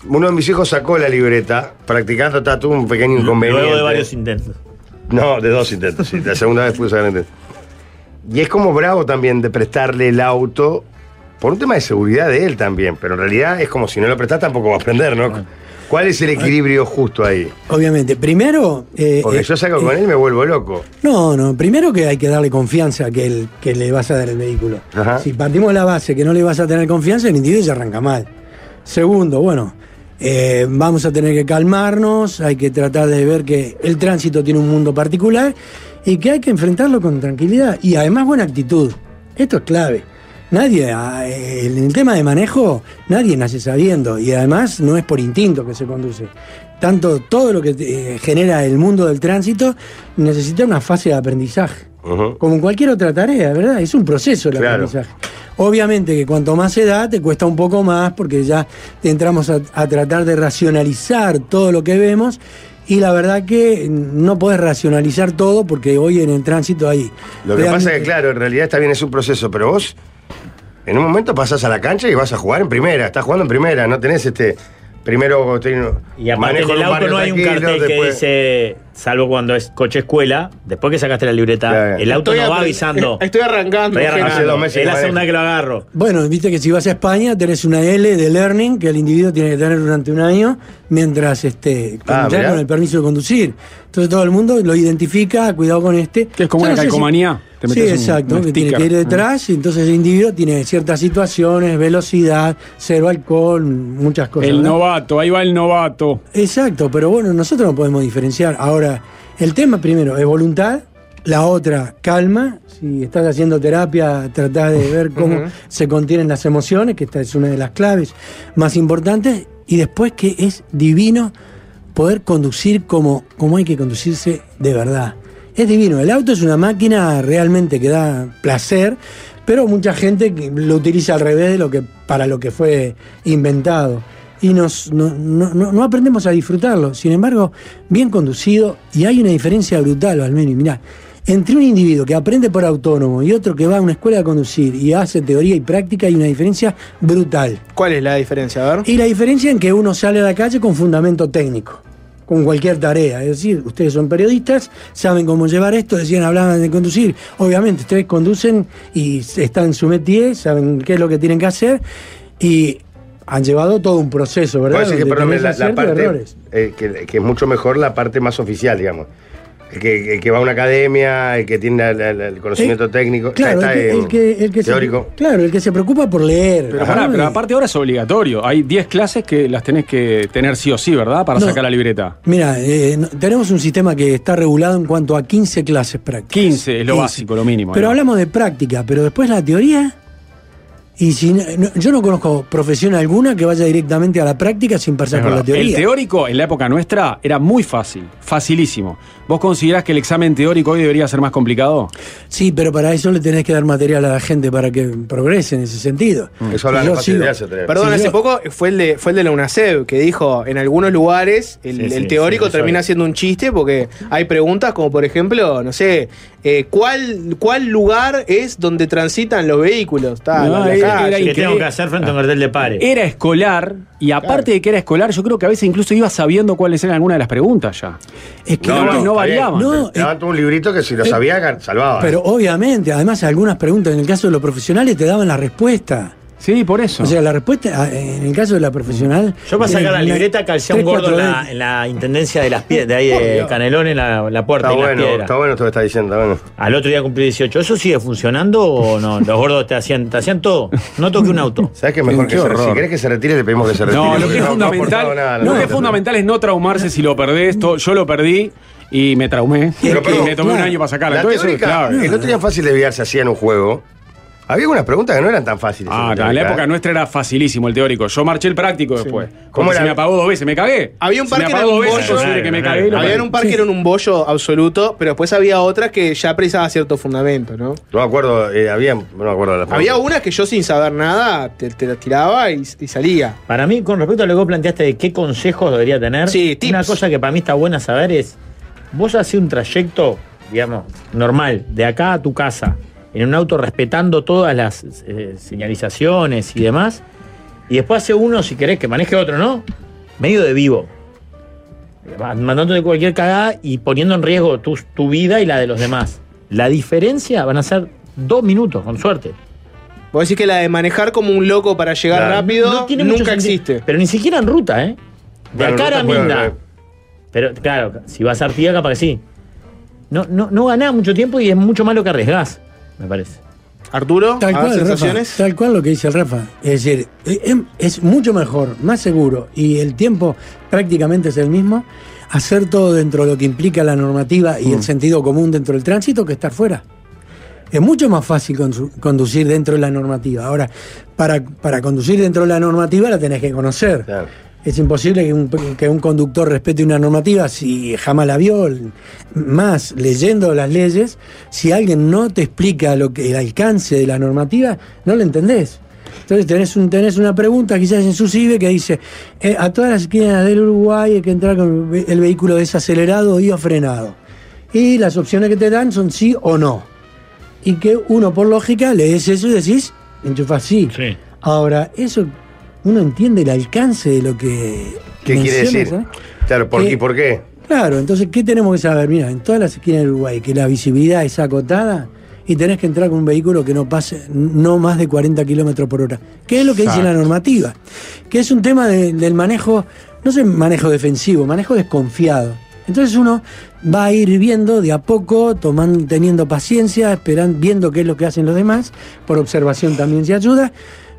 Speaker 9: Uno de mis hijos sacó la libreta practicando tatu un pequeño inconveniente.
Speaker 3: Luego de varios intentos.
Speaker 9: No, de dos intentos, sí. La segunda vez pude sacar el intento. Y es como bravo también de prestarle el auto por un tema de seguridad de él también, pero en realidad es como si no lo prestás tampoco va a aprender, ¿no? ¿Cuál es el equilibrio justo ahí?
Speaker 16: Obviamente, primero... eh,
Speaker 9: Porque
Speaker 16: eh,
Speaker 9: yo saco
Speaker 16: eh,
Speaker 9: con él y me vuelvo loco.
Speaker 16: No, no, primero que hay que darle confianza que, el, que le vas a dar el vehículo.
Speaker 9: Ajá.
Speaker 16: Si partimos de la base que no le vas a tener confianza, el individuo se arranca mal. Segundo, bueno, eh, vamos a tener que calmarnos, hay que tratar de ver que el tránsito tiene un mundo particular y que hay que enfrentarlo con tranquilidad y además buena actitud. Esto es clave. Nadie, ah, eh, en el tema de manejo, nadie nace sabiendo y además no es por instinto que se conduce. Tanto todo lo que eh, genera el mundo del tránsito necesita una fase de aprendizaje como en cualquier otra tarea, ¿verdad? Es un proceso el
Speaker 9: Claro.
Speaker 16: aprendizaje. Obviamente que cuanto más edad te cuesta un poco más porque ya entramos a, a tratar de racionalizar todo lo que vemos y la verdad que no podés racionalizar todo porque hoy en el tránsito hay...
Speaker 9: Lo que
Speaker 16: realmente-
Speaker 9: pasa es que, claro, en realidad está bien, es un proceso, pero vos en un momento pasás a la cancha y vas a jugar en primera, estás jugando en primera, no tenés este. Primero te-
Speaker 3: Y aparte en
Speaker 9: en
Speaker 3: el
Speaker 9: un
Speaker 3: auto
Speaker 9: barrio
Speaker 3: no hay un
Speaker 9: tranquilo,
Speaker 3: cartel que
Speaker 9: después-
Speaker 3: dice, salvo cuando es coche escuela, después que sacaste la libreta, el auto
Speaker 2: Estoy
Speaker 3: no va
Speaker 2: apre-
Speaker 3: avisando.
Speaker 2: Estoy arrancando.
Speaker 3: Estoy
Speaker 2: gente.
Speaker 3: arrancando. es la segunda que lo agarro.
Speaker 16: Bueno, viste que si vas a España tenés una L de learning que el individuo tiene que tener durante un año mientras este, con-
Speaker 1: Ah,
Speaker 16: ya
Speaker 1: mirá.
Speaker 16: con el permiso de conducir. Entonces todo el mundo lo identifica, cuidado con este. Que
Speaker 1: es como una calcomanía, te
Speaker 16: sí,
Speaker 1: metes un-
Speaker 16: exacto,
Speaker 1: un
Speaker 16: que tiene que ir
Speaker 1: sticker. Mm.
Speaker 16: detrás y entonces el individuo tiene ciertas situaciones, velocidad, cero alcohol, muchas cosas.
Speaker 1: El
Speaker 16: ¿verdad?
Speaker 1: novato, ahí va el novato.
Speaker 16: Exacto, pero bueno, nosotros no podemos diferenciar. Ahora, el tema primero es voluntad, la otra, calma. Si estás haciendo terapia, tratá de ver cómo
Speaker 2: Ujú.
Speaker 16: se contienen las emociones, que esta es una de las claves más importantes. Y después que es divino poder conducir como, como hay que conducirse de verdad. Es divino, el auto es una máquina realmente que da placer, pero mucha gente que lo utiliza al revés de lo que, para lo que fue inventado. Y nos, no, no- no- no aprendemos a disfrutarlo. Sin embargo, bien conducido, y hay una diferencia brutal, al menos, mirá, entre un individuo que aprende por autónomo y otro que va a una escuela a conducir y hace teoría y práctica, hay una diferencia brutal.
Speaker 2: ¿Cuál es la diferencia? A ver.
Speaker 16: Y la diferencia en que uno sale a la calle con fundamento técnico, con cualquier tarea. Es decir, ustedes son periodistas, saben cómo llevar esto, decían, hablaban de conducir. Obviamente, ustedes conducen y están en su métier, saben qué es lo que tienen que hacer y han llevado todo un proceso, ¿verdad?
Speaker 9: Puedo decir que,
Speaker 16: Donde
Speaker 9: perdón,
Speaker 16: tenés
Speaker 9: la, la
Speaker 16: aciertos y
Speaker 9: parte
Speaker 16: errores.
Speaker 9: eh, que, que es mucho mejor la parte más oficial, digamos. El que, el que va a una academia, el que tiene la- la- la- el conocimiento técnico,
Speaker 16: Eh, Claro,
Speaker 9: está,
Speaker 16: el que,
Speaker 9: en
Speaker 16: el que- el que se-
Speaker 9: teórico.
Speaker 16: claro, el que se preocupa por leer. Ah,
Speaker 1: Pero,
Speaker 16: Ajá.
Speaker 1: pará, pero aparte ahora es obligatorio. Hay 10 clases que las tenés que tener sí o sí, ¿verdad? Para
Speaker 16: No.
Speaker 1: sacar la libreta.
Speaker 16: Mira, eh, no- tenemos un sistema que está regulado en cuanto a 15 clases prácticas.
Speaker 1: 15 es lo básico, lo mínimo.
Speaker 16: Pero
Speaker 1: ¿no?
Speaker 16: hablamos de práctica, pero después la teoría. Y si no- no- yo no conozco profesión alguna que vaya directamente a la práctica sin pasar
Speaker 1: Es
Speaker 16: por la
Speaker 1: verdad. El
Speaker 16: teoría.
Speaker 1: teórico en la época nuestra era muy fácil, facilísimo. ¿Vos considerás que el examen teórico hoy debería ser más complicado?
Speaker 16: sí, pero para eso le tenés que dar material a la gente para que progrese en ese sentido.
Speaker 3: Mm.
Speaker 9: Eso
Speaker 16: Si yo sigo-
Speaker 2: Perdón,
Speaker 16: si
Speaker 2: hace
Speaker 16: yo-
Speaker 2: poco fue el, de, fue el de la UNACEB que dijo en algunos lugares el,
Speaker 16: Sí,
Speaker 2: el
Speaker 16: sí,
Speaker 2: teórico
Speaker 16: sí, lo
Speaker 2: termina
Speaker 16: sabe.
Speaker 2: siendo un chiste porque hay preguntas como por ejemplo, no sé, eh, ¿cuál, ¿cuál lugar es donde transitan los vehículos? Está,
Speaker 1: No,
Speaker 2: la- la
Speaker 1: era-
Speaker 2: calle.
Speaker 1: era
Speaker 3: ¿Qué tengo que hacer frente a
Speaker 9: Ah.
Speaker 3: un cartel de pares?
Speaker 1: Era escolar, y aparte de que era escolar, yo creo que a veces incluso iba sabiendo cuáles eran algunas de las preguntas ya.
Speaker 16: Es
Speaker 1: que antes no variaban.
Speaker 9: No, te daban todo un librito que si lo sabía, gan- salvaba.
Speaker 16: eh, Pero obviamente, además algunas preguntas en el caso de los profesionales te daban la respuesta.
Speaker 1: Sí, por eso.
Speaker 16: O sea, la respuesta ah, en el caso de la profesional.
Speaker 3: Yo para sacar la
Speaker 16: eh,
Speaker 3: libreta calcé a un
Speaker 16: tres,
Speaker 3: gordo en
Speaker 16: cuatro
Speaker 3: la, en la intendencia de las piedras, de ahí
Speaker 16: Por
Speaker 3: de
Speaker 16: Dios.
Speaker 3: Canelón en la, la puerta
Speaker 9: Está
Speaker 3: y las
Speaker 9: bueno,
Speaker 3: piedras.
Speaker 9: está bueno esto que está diciendo. está bueno.
Speaker 3: Al otro día cumplí 18. ¿Eso sigue funcionando o no? Los gordos te hacían, te hacían todo. No toqué un auto.
Speaker 9: ¿Sabes qué mejor
Speaker 3: Qué
Speaker 9: que se retire?
Speaker 3: horror.
Speaker 9: Si querés que se retire, le pedimos que se retire.
Speaker 1: No, lo
Speaker 9: porque
Speaker 1: que es
Speaker 9: ha aportado
Speaker 1: fundamental,
Speaker 9: nada a la
Speaker 1: lo que
Speaker 9: nota.
Speaker 1: es fundamental es no traumarse si lo perdés. to- yo lo perdí y me traumé.
Speaker 9: Pero,
Speaker 1: y
Speaker 9: perdón,
Speaker 1: me tomé un
Speaker 9: claro,
Speaker 1: año para sacarla.
Speaker 9: la
Speaker 1: Entonces eso es
Speaker 9: teórica,
Speaker 1: clave.
Speaker 9: El otro día fácil de Vidal se hacía en un juego. Había algunas preguntas que no eran tan fáciles.
Speaker 1: Ah, claro, en la época nuestra era facilísimo el teórico. Yo marché el práctico después.
Speaker 9: ¿Cómo
Speaker 1: Como
Speaker 9: era?
Speaker 1: se me apagó dos veces, me cagué.
Speaker 2: Había un
Speaker 1: Se
Speaker 2: par
Speaker 1: me
Speaker 2: que era
Speaker 1: apagó
Speaker 2: un
Speaker 1: dos veces,
Speaker 2: bollo.
Speaker 1: posible que me cagué. y lo
Speaker 2: Había
Speaker 1: perdí.
Speaker 2: un par que era un bollo absoluto, pero después había otras que ya precisaba cierto fundamento, ¿no?
Speaker 9: No me acuerdo, eh, había, no me acuerdo de la
Speaker 2: Había una que yo sin saber nada te, te la tiraba y, y salía.
Speaker 3: Para mí, con respecto a lo que vos planteaste de qué consejos debería tener, una cosa que para mí está buena saber es, vos haces un trayecto, digamos, normal, de acá a tu casa, en un auto respetando todas las eh, señalizaciones y demás, y después hace uno, si querés, que maneje otro, ¿no? Medio de vivo. Mandándote cualquier cagada y poniendo en riesgo tu, tu vida y la de los demás. La diferencia van a ser dos minutos, con suerte.
Speaker 2: Vos decís que la de manejar como un loco para llegar
Speaker 3: Claro.
Speaker 2: rápido
Speaker 3: No tiene mucho
Speaker 2: nunca
Speaker 3: sentido.
Speaker 2: existe.
Speaker 3: Pero ni siquiera en ruta, ¿eh? De
Speaker 2: Bueno,
Speaker 3: acá a
Speaker 2: no
Speaker 3: la
Speaker 2: se puede
Speaker 3: Minda.
Speaker 2: ver.
Speaker 3: Pero claro, si vas a Artigas, capaz que sí. No, no, no ganás mucho tiempo y es mucho más lo que arriesgás, me parece.
Speaker 2: Arturo,
Speaker 16: Tal cual, Rafa, tal cual lo que dice el Rafa. Es decir, eh, em, es mucho mejor, más seguro y el tiempo prácticamente es el mismo hacer todo dentro de lo que implica la normativa y el sentido común dentro del tránsito que estar fuera. Es mucho más fácil condu- conducir dentro de la normativa. Ahora, para, para conducir dentro de la normativa la tenés que conocer. Es imposible que un, que un conductor respete una normativa si jamás la vio. L- Más, leyendo las leyes, si alguien no te explica lo que, el alcance de la normativa, no lo entendés. Entonces tenés, un, tenés una pregunta quizás en su CIBE que dice, eh, a todas las esquinas del Uruguay hay que entrar con el ve- el vehículo desacelerado y o frenado. Y las opciones que te dan son sí o no y que uno por lógica lees eso y decís, enchufás sí. Ahora, eso uno entiende el alcance de lo que.
Speaker 9: ¿Qué quiere
Speaker 16: mencionas,
Speaker 9: decir?
Speaker 16: ¿sabes?
Speaker 9: Claro, ¿por
Speaker 16: Que-
Speaker 9: qué? ¿Por qué?
Speaker 16: Claro, entonces, ¿qué tenemos que saber? Mira, en todas las esquinas del Uruguay, que la visibilidad es acotada y tenés que entrar con un vehículo que no pase no más de 40 kilómetros por hora. ¿Qué es lo que dice la normativa? Que es un tema de- del manejo, no sé, manejo defensivo, manejo desconfiado. Entonces uno va a ir viendo de a poco, tomando, teniendo paciencia, esperando, viendo qué es lo que hacen los demás, por observación también se ayuda,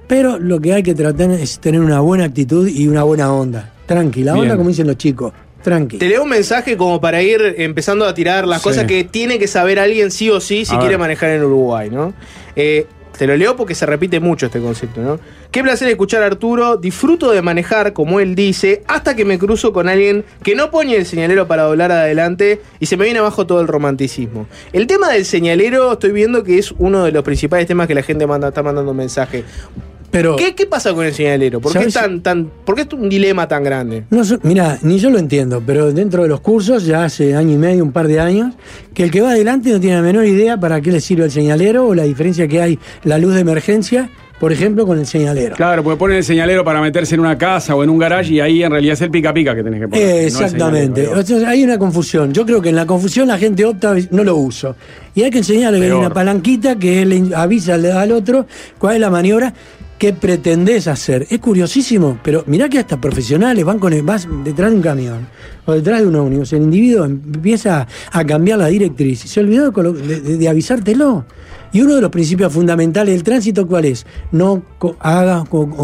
Speaker 16: pero lo que hay que tratar es tener una buena actitud y una buena onda. Tranquila,
Speaker 2: Bien.
Speaker 16: onda como dicen los chicos, tranqui.
Speaker 2: Te leo un mensaje como para ir empezando a tirar las
Speaker 16: Sí.
Speaker 2: cosas que tiene que saber alguien sí o sí si
Speaker 16: A ver.
Speaker 2: quiere manejar en Uruguay, ¿no? Eh, te lo leo porque se repite mucho este concepto, ¿no? Qué placer escuchar a Arturo. Disfruto de manejar, como él dice, hasta que me cruzo con alguien que no pone el señalero para doblar adelante y se me viene abajo todo el romanticismo. El tema del señalero, estoy viendo que es uno de los principales temas que la gente manda, está mandando mensaje.
Speaker 16: Pero,
Speaker 2: ¿Qué, qué pasa con el señalero? ¿Por qué, es
Speaker 16: ¿Sabes?
Speaker 2: tan, tan, ¿Por qué es un dilema tan grande?
Speaker 16: No, mira, ni yo lo entiendo, pero dentro de los cursos, ya hace año y medio, un par de años, que el que va adelante no tiene la menor idea para qué le sirve el señalero o la diferencia que hay la luz de emergencia, por ejemplo, con el señalero.
Speaker 1: Claro, porque ponen el señalero para meterse en una casa o en un garage y ahí en realidad es el pica pica que tenés que poner. no el
Speaker 16: Exactamente.
Speaker 1: señalero.
Speaker 16: O sea, hay una confusión. Yo creo que en la confusión la gente opta, no lo uso. Y hay que enseñarle que hay
Speaker 1: Peor.
Speaker 16: una palanquita que le in- avisa al, al otro cuál es la maniobra que pretendés hacer. Es curiosísimo, pero mirá que hasta profesionales van con el- vas detrás de un camión o detrás de un ómnibus. El individuo empieza a cambiar la directriz y se olvidó de colo- de, de- de avisártelo. Y uno de los principios fundamentales del tránsito, ¿cuál es? No co- hagas o- o-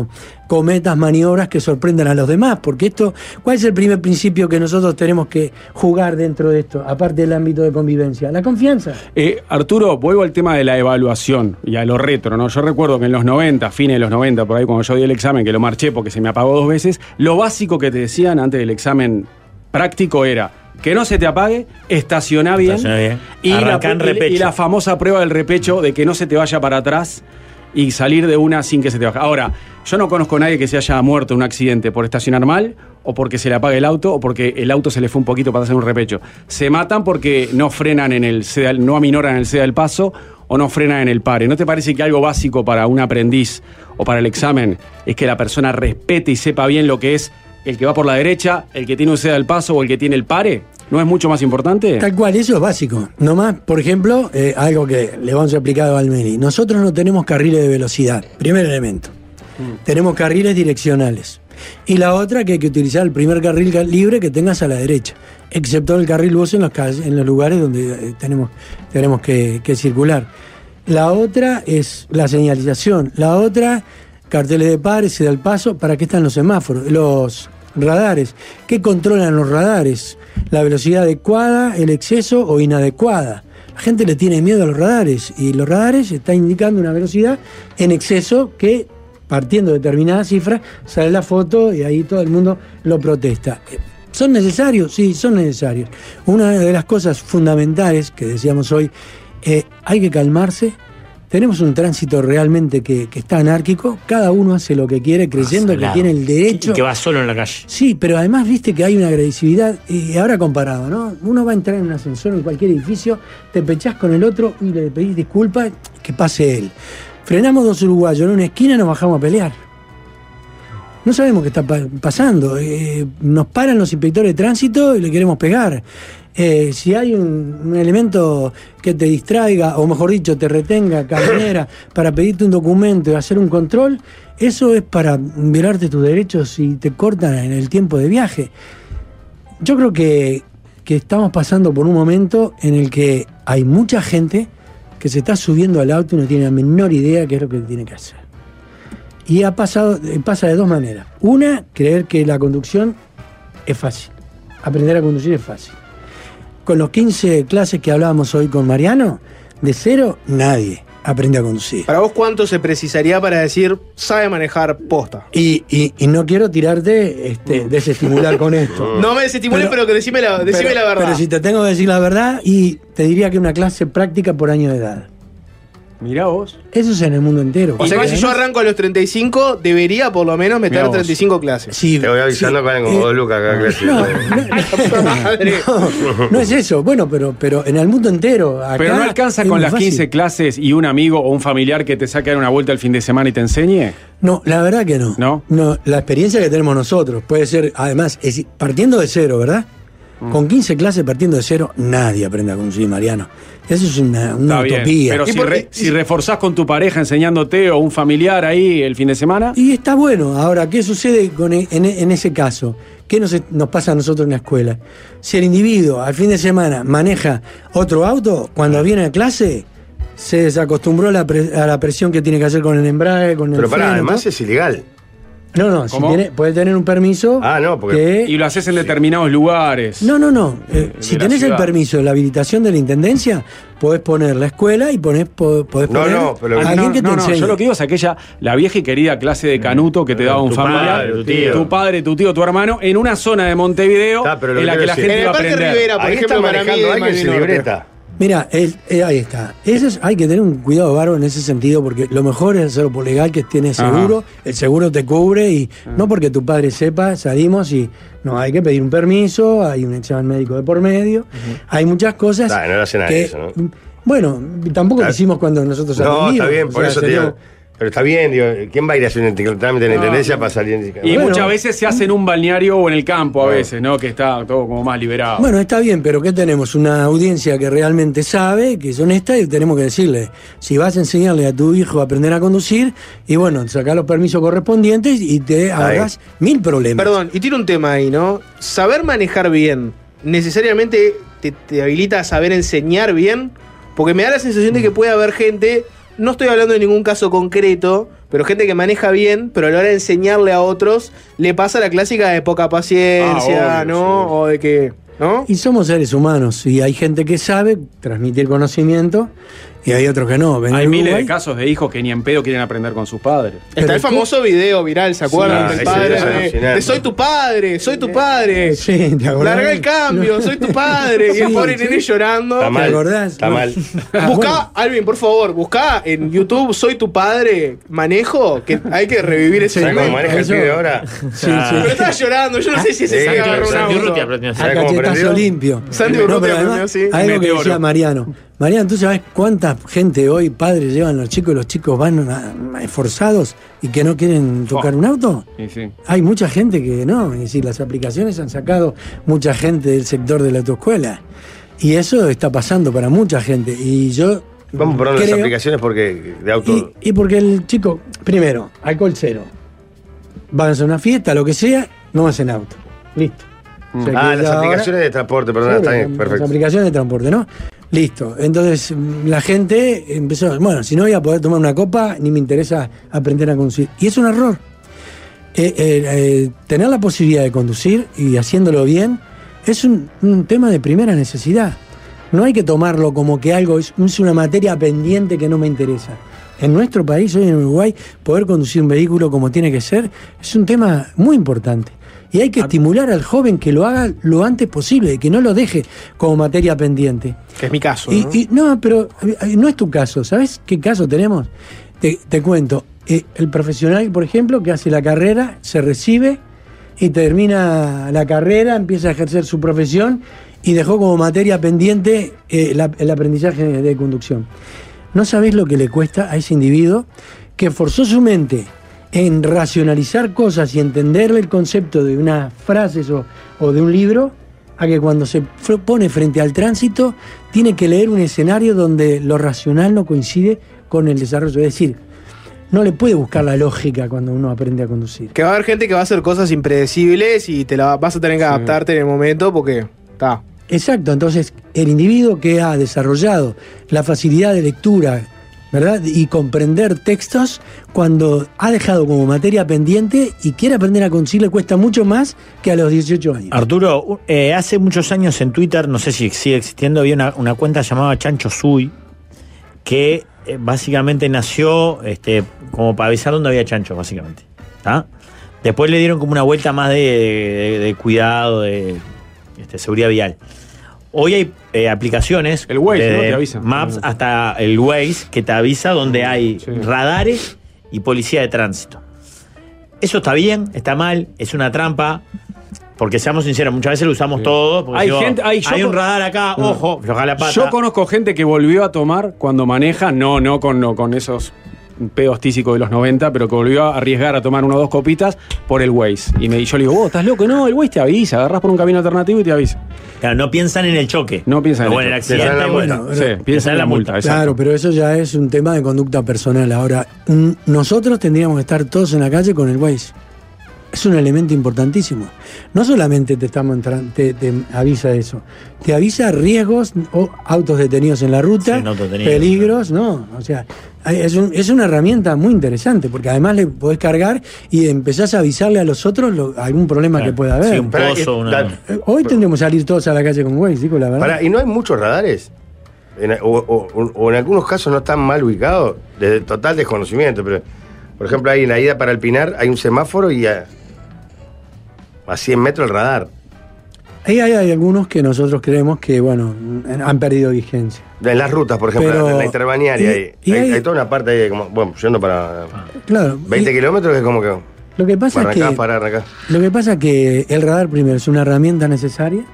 Speaker 16: o cometas maniobras que sorprendan a los demás, porque esto, ¿cuál es el primer principio que nosotros tenemos que jugar dentro de esto, aparte del ámbito de convivencia? La confianza.
Speaker 1: Eh, Arturo, vuelvo al tema de la evaluación y a lo retro, ¿no? Yo recuerdo que en los 90, fines de los 90, por ahí cuando yo di el examen, que lo marché porque se me apagó dos veces, lo básico que te decían antes del examen práctico era que no se te apague, estacioná bien,
Speaker 3: Estacioná bien.
Speaker 1: Y, la,
Speaker 3: Arrancá en
Speaker 1: y-
Speaker 3: repecho.
Speaker 1: y la famosa prueba del repecho de que no se te vaya para atrás y salir de una sin que se te baje. Ahora, yo no conozco a nadie que se haya muerto en un accidente por estacionar mal o porque se le apague el auto o porque el auto se le fue un poquito para hacer un repecho. Se matan porque no frenan en el seda- no aminoran el seda del paso o no frenan en el pare. ¿No te parece que algo básico para un aprendiz o para el examen es que la persona respete y sepa bien lo que es el que va por la derecha, el que tiene un seda del paso o el que tiene el pare? ¿No es mucho más importante?
Speaker 16: Tal cual, eso es básico. Nomás, por ejemplo, eh, algo que le vamos a aplicar a Valmeri. Nosotros no tenemos carriles de velocidad, primer elemento. Tenemos carriles direccionales. Y la otra que hay que utilizar el primer carril ca- libre que tengas a la derecha, excepto el carril bus en los, calles- en los lugares donde eh, tenemos, tenemos que, que circular. La otra es la señalización. La otra, carteles de pares, se da el paso. ¿Para qué están los semáforos? Los radares. ¿Qué controlan los radares? La velocidad adecuada, el exceso o inadecuada. La gente le tiene miedo a los radares y los radares están indicando una velocidad en exceso que, partiendo de determinada cifra, sale la foto y ahí todo el mundo lo protesta. ¿Son necesarios? Sí, son necesarios. Una de las cosas fundamentales que decíamos hoy, eh, hay que calmarse. Tenemos un tránsito realmente que, que está anárquico. Cada uno hace lo que quiere creyendo que
Speaker 3: Claro.
Speaker 16: tiene el derecho.
Speaker 3: Y que va solo en la calle.
Speaker 16: Sí, pero además viste que hay una agresividad, y ahora comparado, ¿no? Uno va a entrar en un ascensor en cualquier edificio, te pechás con el otro y le pedís disculpas, que pase él. Frenamos dos uruguayos en una esquina nos bajamos a pelear. No sabemos qué está pa- pasando. eh, nos paran los inspectores de tránsito y le queremos pegar. Eh, si hay un, un elemento que te distraiga, o mejor dicho, te retenga, caminera, para pedirte un documento y hacer un control, eso es para violarte tus derechos y te cortan en el tiempo de viaje. Yo creo que, que estamos pasando por un momento en el que hay mucha gente que se está subiendo al auto y no tiene la menor idea qué es lo que tiene que hacer. Y ha pasado, eh, pasa de dos maneras. Una, creer que la conducción es fácil. Aprender a conducir es fácil. Con los 15 clases que hablábamos hoy con Mariano, de cero, nadie aprende a conducir.
Speaker 2: ¿Para vos cuánto se precisaría para decir sabe manejar posta?
Speaker 16: Y, y- y no quiero tirarte, este, desestimular con esto.
Speaker 2: No me desestimules, pero, que decime la, decime
Speaker 16: Pero-
Speaker 2: la verdad.
Speaker 16: Pero si te tengo que decir la verdad, y te diría que una clase práctica por año de edad.
Speaker 1: Mirá vos.
Speaker 16: Eso es en el mundo entero.
Speaker 2: o sea que si yo arranco a los 35, debería por lo menos
Speaker 16: Mirá
Speaker 2: meter
Speaker 16: vos.
Speaker 2: 35 clases.
Speaker 16: Sí,
Speaker 9: Te voy avisando que con dos lucas acá, clase.
Speaker 16: No es eso, bueno, pero, pero en el mundo entero. acá
Speaker 1: Pero no alcanza
Speaker 16: es
Speaker 1: con
Speaker 16: muy
Speaker 1: las
Speaker 16: fácil.
Speaker 1: 15 clases y un amigo o un familiar que te saque a dar una vuelta el fin de semana y te enseñe.
Speaker 16: No, la verdad que no. no. la experiencia que tenemos nosotros puede ser, además, es, partiendo de cero, ¿verdad?
Speaker 1: Mm.
Speaker 16: Con 15 clases partiendo de cero, nadie aprende a conducir, Mariano. Eso es una, una
Speaker 1: Está bien,
Speaker 16: utopía.
Speaker 1: pero si, re- si reforzás con tu pareja enseñándote o un familiar ahí el fin de semana,
Speaker 16: Y está bueno. Ahora, ¿qué sucede con e- en, e- en ese caso? ¿Qué nos, e, nos pasa a nosotros en la escuela? Si el individuo al fin de semana maneja otro auto, cuando viene a clase se desacostumbró a la, pre- a la presión que tiene que hacer con el embrague, con el
Speaker 9: Pero pará,
Speaker 16: freno,
Speaker 9: además es ilegal.
Speaker 16: todo. No, no, si
Speaker 1: ¿Cómo?
Speaker 16: tiene- puede tener un permiso.
Speaker 9: Ah, no,
Speaker 1: y lo haces en determinados lugares.
Speaker 16: No, no, no. Eh,
Speaker 1: de
Speaker 16: si
Speaker 1: la
Speaker 16: tenés el
Speaker 1: ciudad.
Speaker 16: permiso, la habilitación de la intendencia, podés poner la escuela y ponés, po- podés
Speaker 1: No,
Speaker 16: poner
Speaker 1: no, pero
Speaker 16: a alguien que te
Speaker 1: no, no,
Speaker 16: enseñe.
Speaker 1: yo lo que digo es aquella, la vieja y querida clase de canuto que te daba un
Speaker 9: Eh, Tu
Speaker 1: familiar,
Speaker 9: padre, tu tío.
Speaker 1: tu padre, tu tío, tu hermano, en una zona de Montevideo en la que la gente iba a aprender.
Speaker 9: Ahí está manejando alguien sin libreta.
Speaker 16: Mira, el- eh, ahí está. Eso es- hay que tener un cuidado bárbaro en ese sentido, porque lo mejor es hacerlo por legal, que tienes
Speaker 1: Ajá. Ah.
Speaker 16: seguro, el seguro te cubre y no porque tu padre sepa, salimos y no, hay que pedir un permiso, hay un examen médico de por medio, hay muchas cosas.
Speaker 9: Ah, no le hace nada
Speaker 16: que-
Speaker 9: eso, ¿no?
Speaker 16: Bueno, tampoco lo hicimos cuando nosotros
Speaker 9: No, está
Speaker 16: aprendimos,
Speaker 9: bien,
Speaker 16: o
Speaker 9: por
Speaker 16: sea,
Speaker 9: eso te
Speaker 16: sería-
Speaker 9: digo. Pero está bien, digo, ¿quién va a ir a hacer un trámite en la intendencia para salir?
Speaker 1: Y muchas veces se hace en un balneario o en el campo a veces, ¿no? Que está todo como más
Speaker 2: Ah.
Speaker 1: liberado.
Speaker 16: Bueno, está bien, pero ¿qué tenemos? Una audiencia que realmente sabe, que es honesta, y tenemos que decirle, si vas a enseñarle a tu hijo a aprender a conducir, y bueno, sacá los permisos correspondientes y te ahorras mil problemas.
Speaker 2: Perdón, y tiene un tema ahí, ¿no? Saber manejar bien, ¿necesariamente te, te habilita a saber enseñar bien? Porque me da la sensación
Speaker 16: Mm.
Speaker 2: de que puede haber gente, no estoy hablando de ningún caso concreto, pero gente que maneja bien, pero a la hora de enseñarle a otros, le pasa la clásica de poca paciencia,
Speaker 16: Ah, obvio,
Speaker 2: ¿no? O de que... ¿No?
Speaker 16: Y somos seres humanos, y hay gente que sabe transmitir conocimiento, y hay otros que no. Ven
Speaker 1: Hay
Speaker 16: al
Speaker 1: miles de
Speaker 16: Uruguay,
Speaker 1: casos de hijos que ni en pedo quieren aprender con sus padres.
Speaker 2: Está el famoso video viral, ¿se acuerdan?
Speaker 1: Sí,
Speaker 2: del
Speaker 1: ese
Speaker 2: padre,
Speaker 1: video es
Speaker 2: de-
Speaker 1: alucinante.
Speaker 2: de soy tu padre, soy tu padre.
Speaker 16: Sí, ¿te acordás?
Speaker 2: Larga el cambio,
Speaker 16: No.
Speaker 2: soy tu padre. Y el
Speaker 16: Sí,
Speaker 2: pobre
Speaker 16: sí.
Speaker 2: nene llorando.
Speaker 16: Está ¿Te mal, acordás? está No. Ah, mal.
Speaker 2: Buscá, Alvin, por favor, buscá en YouTube Soy tu padre, manejo, que hay que revivir ese
Speaker 9: Sí, ¿Sabes cómo
Speaker 2: momento.
Speaker 9: maneja el pibe ahora?
Speaker 16: Sí,
Speaker 9: Ah.
Speaker 16: sí.
Speaker 2: Pero estaba llorando, yo no sé si ese
Speaker 9: Sí,
Speaker 2: se agarró un
Speaker 9: Santi
Speaker 2: auto.
Speaker 9: Urrutia aprendió
Speaker 16: A cachetazo limpio.
Speaker 2: Santi
Speaker 16: No,
Speaker 2: Urrutia
Speaker 16: pero
Speaker 2: aprendió,
Speaker 16: además,
Speaker 2: sí.
Speaker 16: Algo que
Speaker 2: Meteoro.
Speaker 16: decía Mariano. Mariano, ¿tú sabes cuánta gente hoy, padres, llevan a los chicos y los chicos van a- a- esforzados y que no quieren tocar
Speaker 9: Oh.
Speaker 16: un auto?
Speaker 1: Sí, sí.
Speaker 16: Hay mucha gente que no, es decir, las aplicaciones han sacado mucha gente del sector de la autoescuela. Y eso está pasando para mucha gente. Y yo.
Speaker 9: Vamos por las
Speaker 16: creo-
Speaker 9: aplicaciones porque de auto.
Speaker 16: y porque el chico, primero, alcohol cero. Van a una fiesta, lo que sea, no vas en auto. Listo. O sea que
Speaker 9: ah,
Speaker 16: ya
Speaker 9: las
Speaker 16: ahora-
Speaker 9: aplicaciones de transporte, perdón,
Speaker 16: Sí,
Speaker 9: está bien,
Speaker 16: las
Speaker 9: perfecto.
Speaker 16: aplicaciones de transporte, ¿no? Listo. Entonces mm, la gente empezó, bueno, si no voy a poder tomar una copa, ni me interesa aprender a conducir. Y es un error. eh, eh, eh, tener la posibilidad de conducir y haciéndolo bien es un, un tema de primera necesidad. No hay que tomarlo como que algo es, es una materia pendiente que no me interesa. En nuestro país, hoy en Uruguay, poder conducir un vehículo como tiene que ser es un tema muy importante. Y hay que estimular al joven que lo haga lo antes posible, que no lo deje como materia pendiente.
Speaker 2: Que es mi caso.
Speaker 16: Y-
Speaker 2: ¿no?
Speaker 16: y- no, pero eh, no es tu caso. ¿Sabes qué caso tenemos? Te, te cuento. Eh, el profesional, por ejemplo, que hace la carrera, se recibe y termina la carrera, empieza a ejercer su profesión y dejó como materia pendiente eh, la- el aprendizaje de, de conducción. No sabés lo que le cuesta a ese individuo que forzó su mente en racionalizar cosas y entenderle el concepto de unas frases o, o de un libro, a que cuando se fr- pone frente al tránsito tiene que leer un escenario donde lo racional no coincide con el desarrollo. Es decir, no le puede buscar la lógica cuando uno aprende a conducir.
Speaker 2: Que va a haber gente que va a hacer cosas impredecibles y te la vas a tener que adaptarte en el momento porque está.
Speaker 16: Exacto, entonces el individuo que ha desarrollado la facilidad de lectura, ¿verdad? Y comprender textos cuando ha dejado como materia pendiente y quiere aprender a conducir le cuesta mucho más que a los 18 años.
Speaker 3: Arturo, u- eh, hace muchos años en Twitter, no sé si sigue existiendo, había una, una cuenta llamada Chancho Sui, que eh, básicamente nació este, como para avisar dónde había chanchos, básicamente. ¿tá? Después le dieron como una vuelta más de, de- de cuidado, de este, seguridad vial. Hoy hay eh, aplicaciones, el
Speaker 1: Waze, ¿no? Te avisa.
Speaker 3: Maps hasta el Waze, que te avisa dónde hay radares y policía de tránsito. Eso está bien, está mal, es una trampa. Porque seamos sinceros, muchas veces lo usamos todo. porque
Speaker 1: Hay
Speaker 3: digo,
Speaker 1: gente- hay- yo
Speaker 3: un
Speaker 1: con-
Speaker 3: radar acá,
Speaker 1: No.
Speaker 3: ojo, floja la pata.
Speaker 1: Yo conozco gente que volvió a tomar cuando maneja, no, no con, no, con esos pedos tísicos de los 90, pero que volvió a arriesgar a tomar una o dos copitas por el Waze. Y me, y yo le digo, vos, estás loco, no, el Waze te avisa, agarrás por un camino alternativo y te avisa.
Speaker 3: Claro, no piensan en el choque.
Speaker 1: No piensan
Speaker 3: O
Speaker 1: en
Speaker 3: en el
Speaker 1: el choque.
Speaker 3: accidente,
Speaker 1: Piensan en la
Speaker 3: bueno.
Speaker 1: multa. Sí, piensan en la multa. exacto.
Speaker 16: Claro, pero eso ya es un tema de conducta personal. Ahora, mm, nosotros tendríamos que estar todos en la calle con el Waze. Es un elemento importantísimo. No solamente te, estamos entran- te, te avisa eso, te avisa riesgos o autos detenidos en la ruta,
Speaker 3: Sí, no detenidos,
Speaker 16: peligros, no. O sea, hay- es, un- es una herramienta muy interesante porque además le podés cargar y empezás a avisarle a los otros lo- algún problema que pueda haber.
Speaker 9: Sí, un Pará, pozo, eh, una- da-
Speaker 16: Eh, Hoy tendremos que salir todos a la calle con Waze, digo la verdad.
Speaker 9: Pará, ¿y no hay muchos radares? En- o, o- o- o en algunos casos no están mal ubicados, desde total desconocimiento. Pero, por ejemplo, ahí en la ida para el Pinar hay un semáforo y a, a 100 metros el radar.
Speaker 16: Ahí hay, hay algunos que nosotros creemos que, bueno, han perdido vigencia.
Speaker 9: En las rutas, por ejemplo,
Speaker 16: Pero-
Speaker 9: en la interbanearia,
Speaker 16: y-
Speaker 9: hay,
Speaker 16: y
Speaker 9: hay-
Speaker 16: hay-
Speaker 9: hay toda una parte ahí, como, bueno, yendo para
Speaker 16: Claro.
Speaker 9: 20 kilómetros, que es como que.
Speaker 16: Lo que pasa es
Speaker 9: para
Speaker 16: que,
Speaker 9: acá, para acá.
Speaker 16: lo que pasa es que el radar primero es una herramienta necesaria.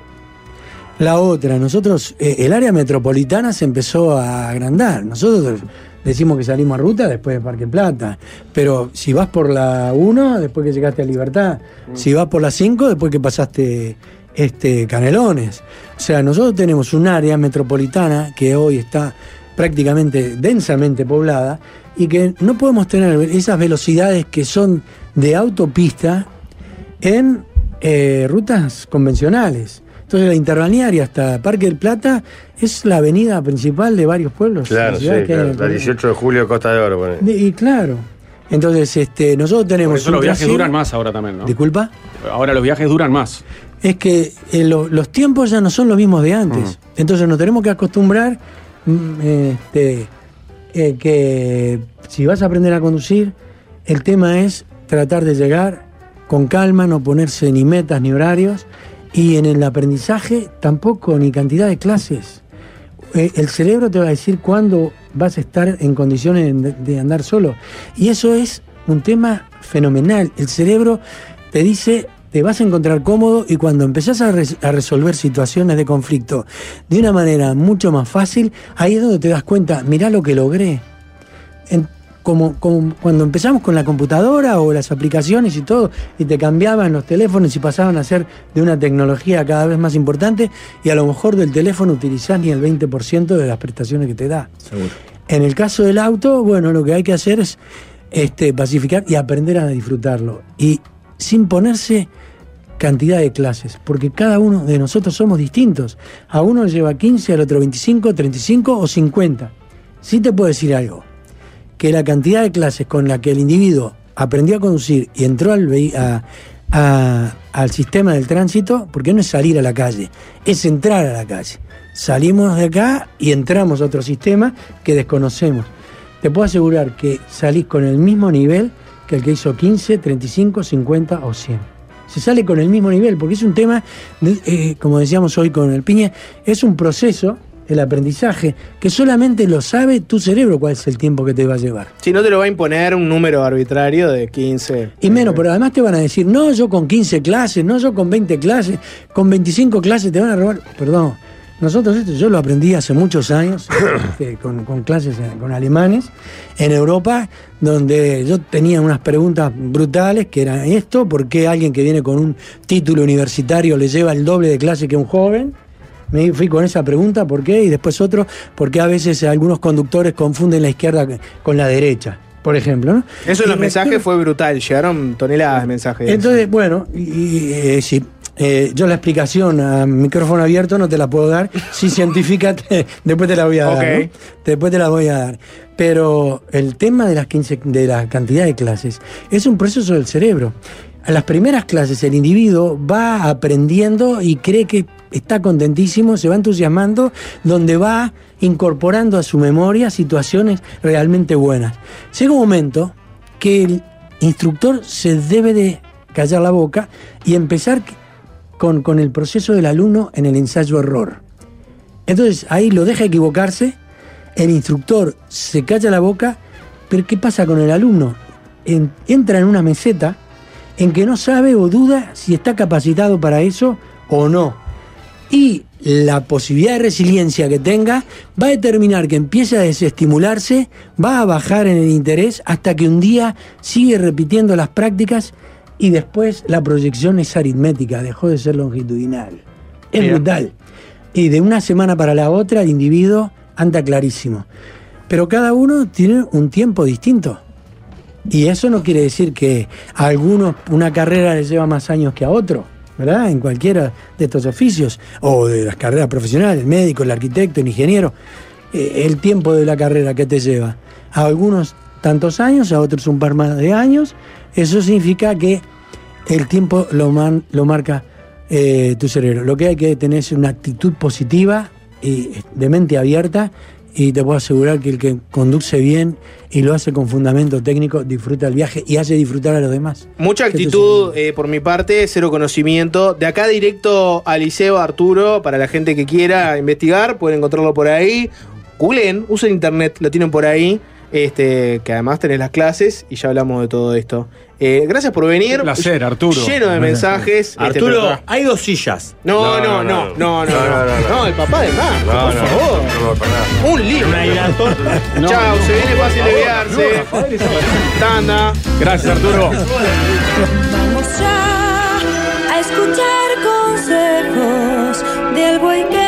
Speaker 16: La otra, nosotros, eh, el área metropolitana se empezó a agrandar. Nosotros decimos que salimos a ruta después de Parque Plata. Pero si vas por la 1, después que llegaste a Libertad.
Speaker 9: Mm.
Speaker 16: Si vas por la 5, después que pasaste este, Canelones. O sea, nosotros tenemos un área metropolitana que hoy está prácticamente densamente poblada y que no podemos tener esas velocidades que son de autopista en eh, rutas convencionales. Entonces la interbalnearia hasta Parque del Plata es la avenida principal de varios pueblos.
Speaker 9: Claro,
Speaker 16: de
Speaker 9: sí,
Speaker 16: ciudades que hay en
Speaker 9: claro.
Speaker 16: el
Speaker 9: La
Speaker 16: país.
Speaker 9: 18 de julio, Costa de Oro. pone.
Speaker 16: De- Y claro. Entonces, este, nosotros tenemos.
Speaker 1: Por eso
Speaker 16: un
Speaker 1: los viajes
Speaker 16: trasiego-
Speaker 1: duran más ahora también, ¿no?
Speaker 16: Disculpa.
Speaker 1: Ahora los viajes duran más.
Speaker 16: es que eh, lo- los tiempos ya no son los mismos de antes. Entonces nos tenemos que acostumbrar mm, este, eh, que si vas a aprender a conducir, el tema es tratar de llegar con calma, no ponerse ni metas ni horarios. Y en el aprendizaje tampoco ni cantidad de clases. Eh, el cerebro te va a decir cuándo vas a estar en condiciones de, de andar solo. Y eso es un tema fenomenal. El cerebro te dice, te vas a encontrar cómodo y cuando empezás a, res- a resolver situaciones de conflicto de una manera mucho más fácil, ahí es donde te das cuenta, mirá lo que logré. En- como, como cuando empezamos con la computadora o las aplicaciones y todo, y te cambiaban los teléfonos y pasaban a ser de una tecnología cada vez más importante, y a lo mejor del teléfono utilizás ni el 20% de las prestaciones que te da. En el caso del auto, bueno, lo que hay que hacer es este, pacificar y aprender a disfrutarlo. Y sin ponerse cantidad de clases, porque cada uno de nosotros somos distintos. A uno lleva 15, al otro 25, 35 o 50. Sí te puedo decir algo, que la cantidad de clases con la que el individuo aprendió a conducir y entró al, vehi- a- a- al sistema del tránsito, porque no es salir a la calle, es entrar a la calle. Salimos de acá y entramos a otro sistema que desconocemos. Te puedo asegurar que salís con el mismo nivel que el que hizo 15, 35, 50 o 100. Se sale con el mismo nivel, porque es un tema, de- eh, como decíamos hoy con el piña, es un proceso, el aprendizaje, que solamente lo sabe tu cerebro cuál es el tiempo que te va a llevar.
Speaker 2: Si no te lo va a imponer un número arbitrario de 15.
Speaker 16: Y menos, pero además te van a decir, no, yo con 15 clases, no, yo con 20 clases, con 25 clases te van a robar. Perdón, nosotros esto yo lo aprendí hace muchos años, este, con, con clases eh, con alemanes, en Europa, donde yo tenía unas preguntas brutales, que era esto, ¿por qué alguien que viene con un título universitario le lleva el doble de clase que un joven? Me fui con esa pregunta, ¿por qué? Y después otro, ¿por qué a veces algunos conductores confunden la izquierda con la derecha? Por ejemplo, ¿no?
Speaker 2: Eso
Speaker 16: Y
Speaker 2: en los
Speaker 16: me-
Speaker 2: mensajes fue brutal, llegaron toneladas de mensajes.
Speaker 16: entonces, bueno, y, y, eh, sí, eh, yo la explicación a micrófono abierto no te la puedo dar. Si científica, te- después te la voy a dar.
Speaker 2: Ok.
Speaker 16: ¿no? Después te la voy a dar. Pero el tema de las 15, de la cantidad de clases es un proceso del cerebro. A las primeras clases el individuo va aprendiendo y cree que está contentísimo, se va entusiasmando, donde va incorporando a su memoria situaciones realmente buenas. Llega un momento que el instructor se debe de callar la boca y empezar con, con el proceso del alumno en el ensayo error. Entonces ahí lo deja equivocarse, el instructor se calla la boca, pero ¿qué pasa con el alumno? En- entra en una meseta en que no sabe o duda si está capacitado para eso o no. Y la posibilidad de resiliencia que tenga va a determinar que empiece a desestimularse, va a bajar en el interés hasta que un día sigue repitiendo las prácticas y después la proyección es aritmética, dejó de ser longitudinal. Es
Speaker 2: Bien.
Speaker 16: brutal. Y de una semana para la otra el individuo anda clarísimo. Pero cada uno tiene un tiempo distinto. Y eso no quiere decir que a algunos una carrera les lleva más años que a otro, ¿verdad? En cualquiera de estos oficios, o de las carreras profesionales, el médico, el arquitecto, el ingeniero, eh, el tiempo de la carrera que te lleva. A algunos tantos años, a otros un par más de años, eso significa que el tiempo lo, man- lo marca eh, tu cerebro. Lo que hay que tener es una actitud positiva y de mente abierta y te puedo asegurar que el que conduce bien y lo hace con fundamento técnico disfruta el viaje y hace disfrutar a los demás.
Speaker 2: Mucha actitud eh, por mi parte, cero conocimiento. De acá directo al Liceo Arturo, para la gente que quiera investigar, pueden encontrarlo por ahí. Googleen, usen internet, lo tienen por ahí. Este, que además tenés las clases y ya hablamos de todo esto. Eh, gracias por venir.
Speaker 1: Un placer, Arturo.
Speaker 2: Lleno de mensajes. Este,
Speaker 3: Arturo,
Speaker 2: pero-
Speaker 3: hay dos sillas.
Speaker 2: No, no, no, no, no, no. No, el papá de Marco, por favor. Un libro. Chao, se viene fácil de guiarse. Tanda.
Speaker 1: Gracias, Arturo.
Speaker 17: Vamos ya a escuchar consejos del buey que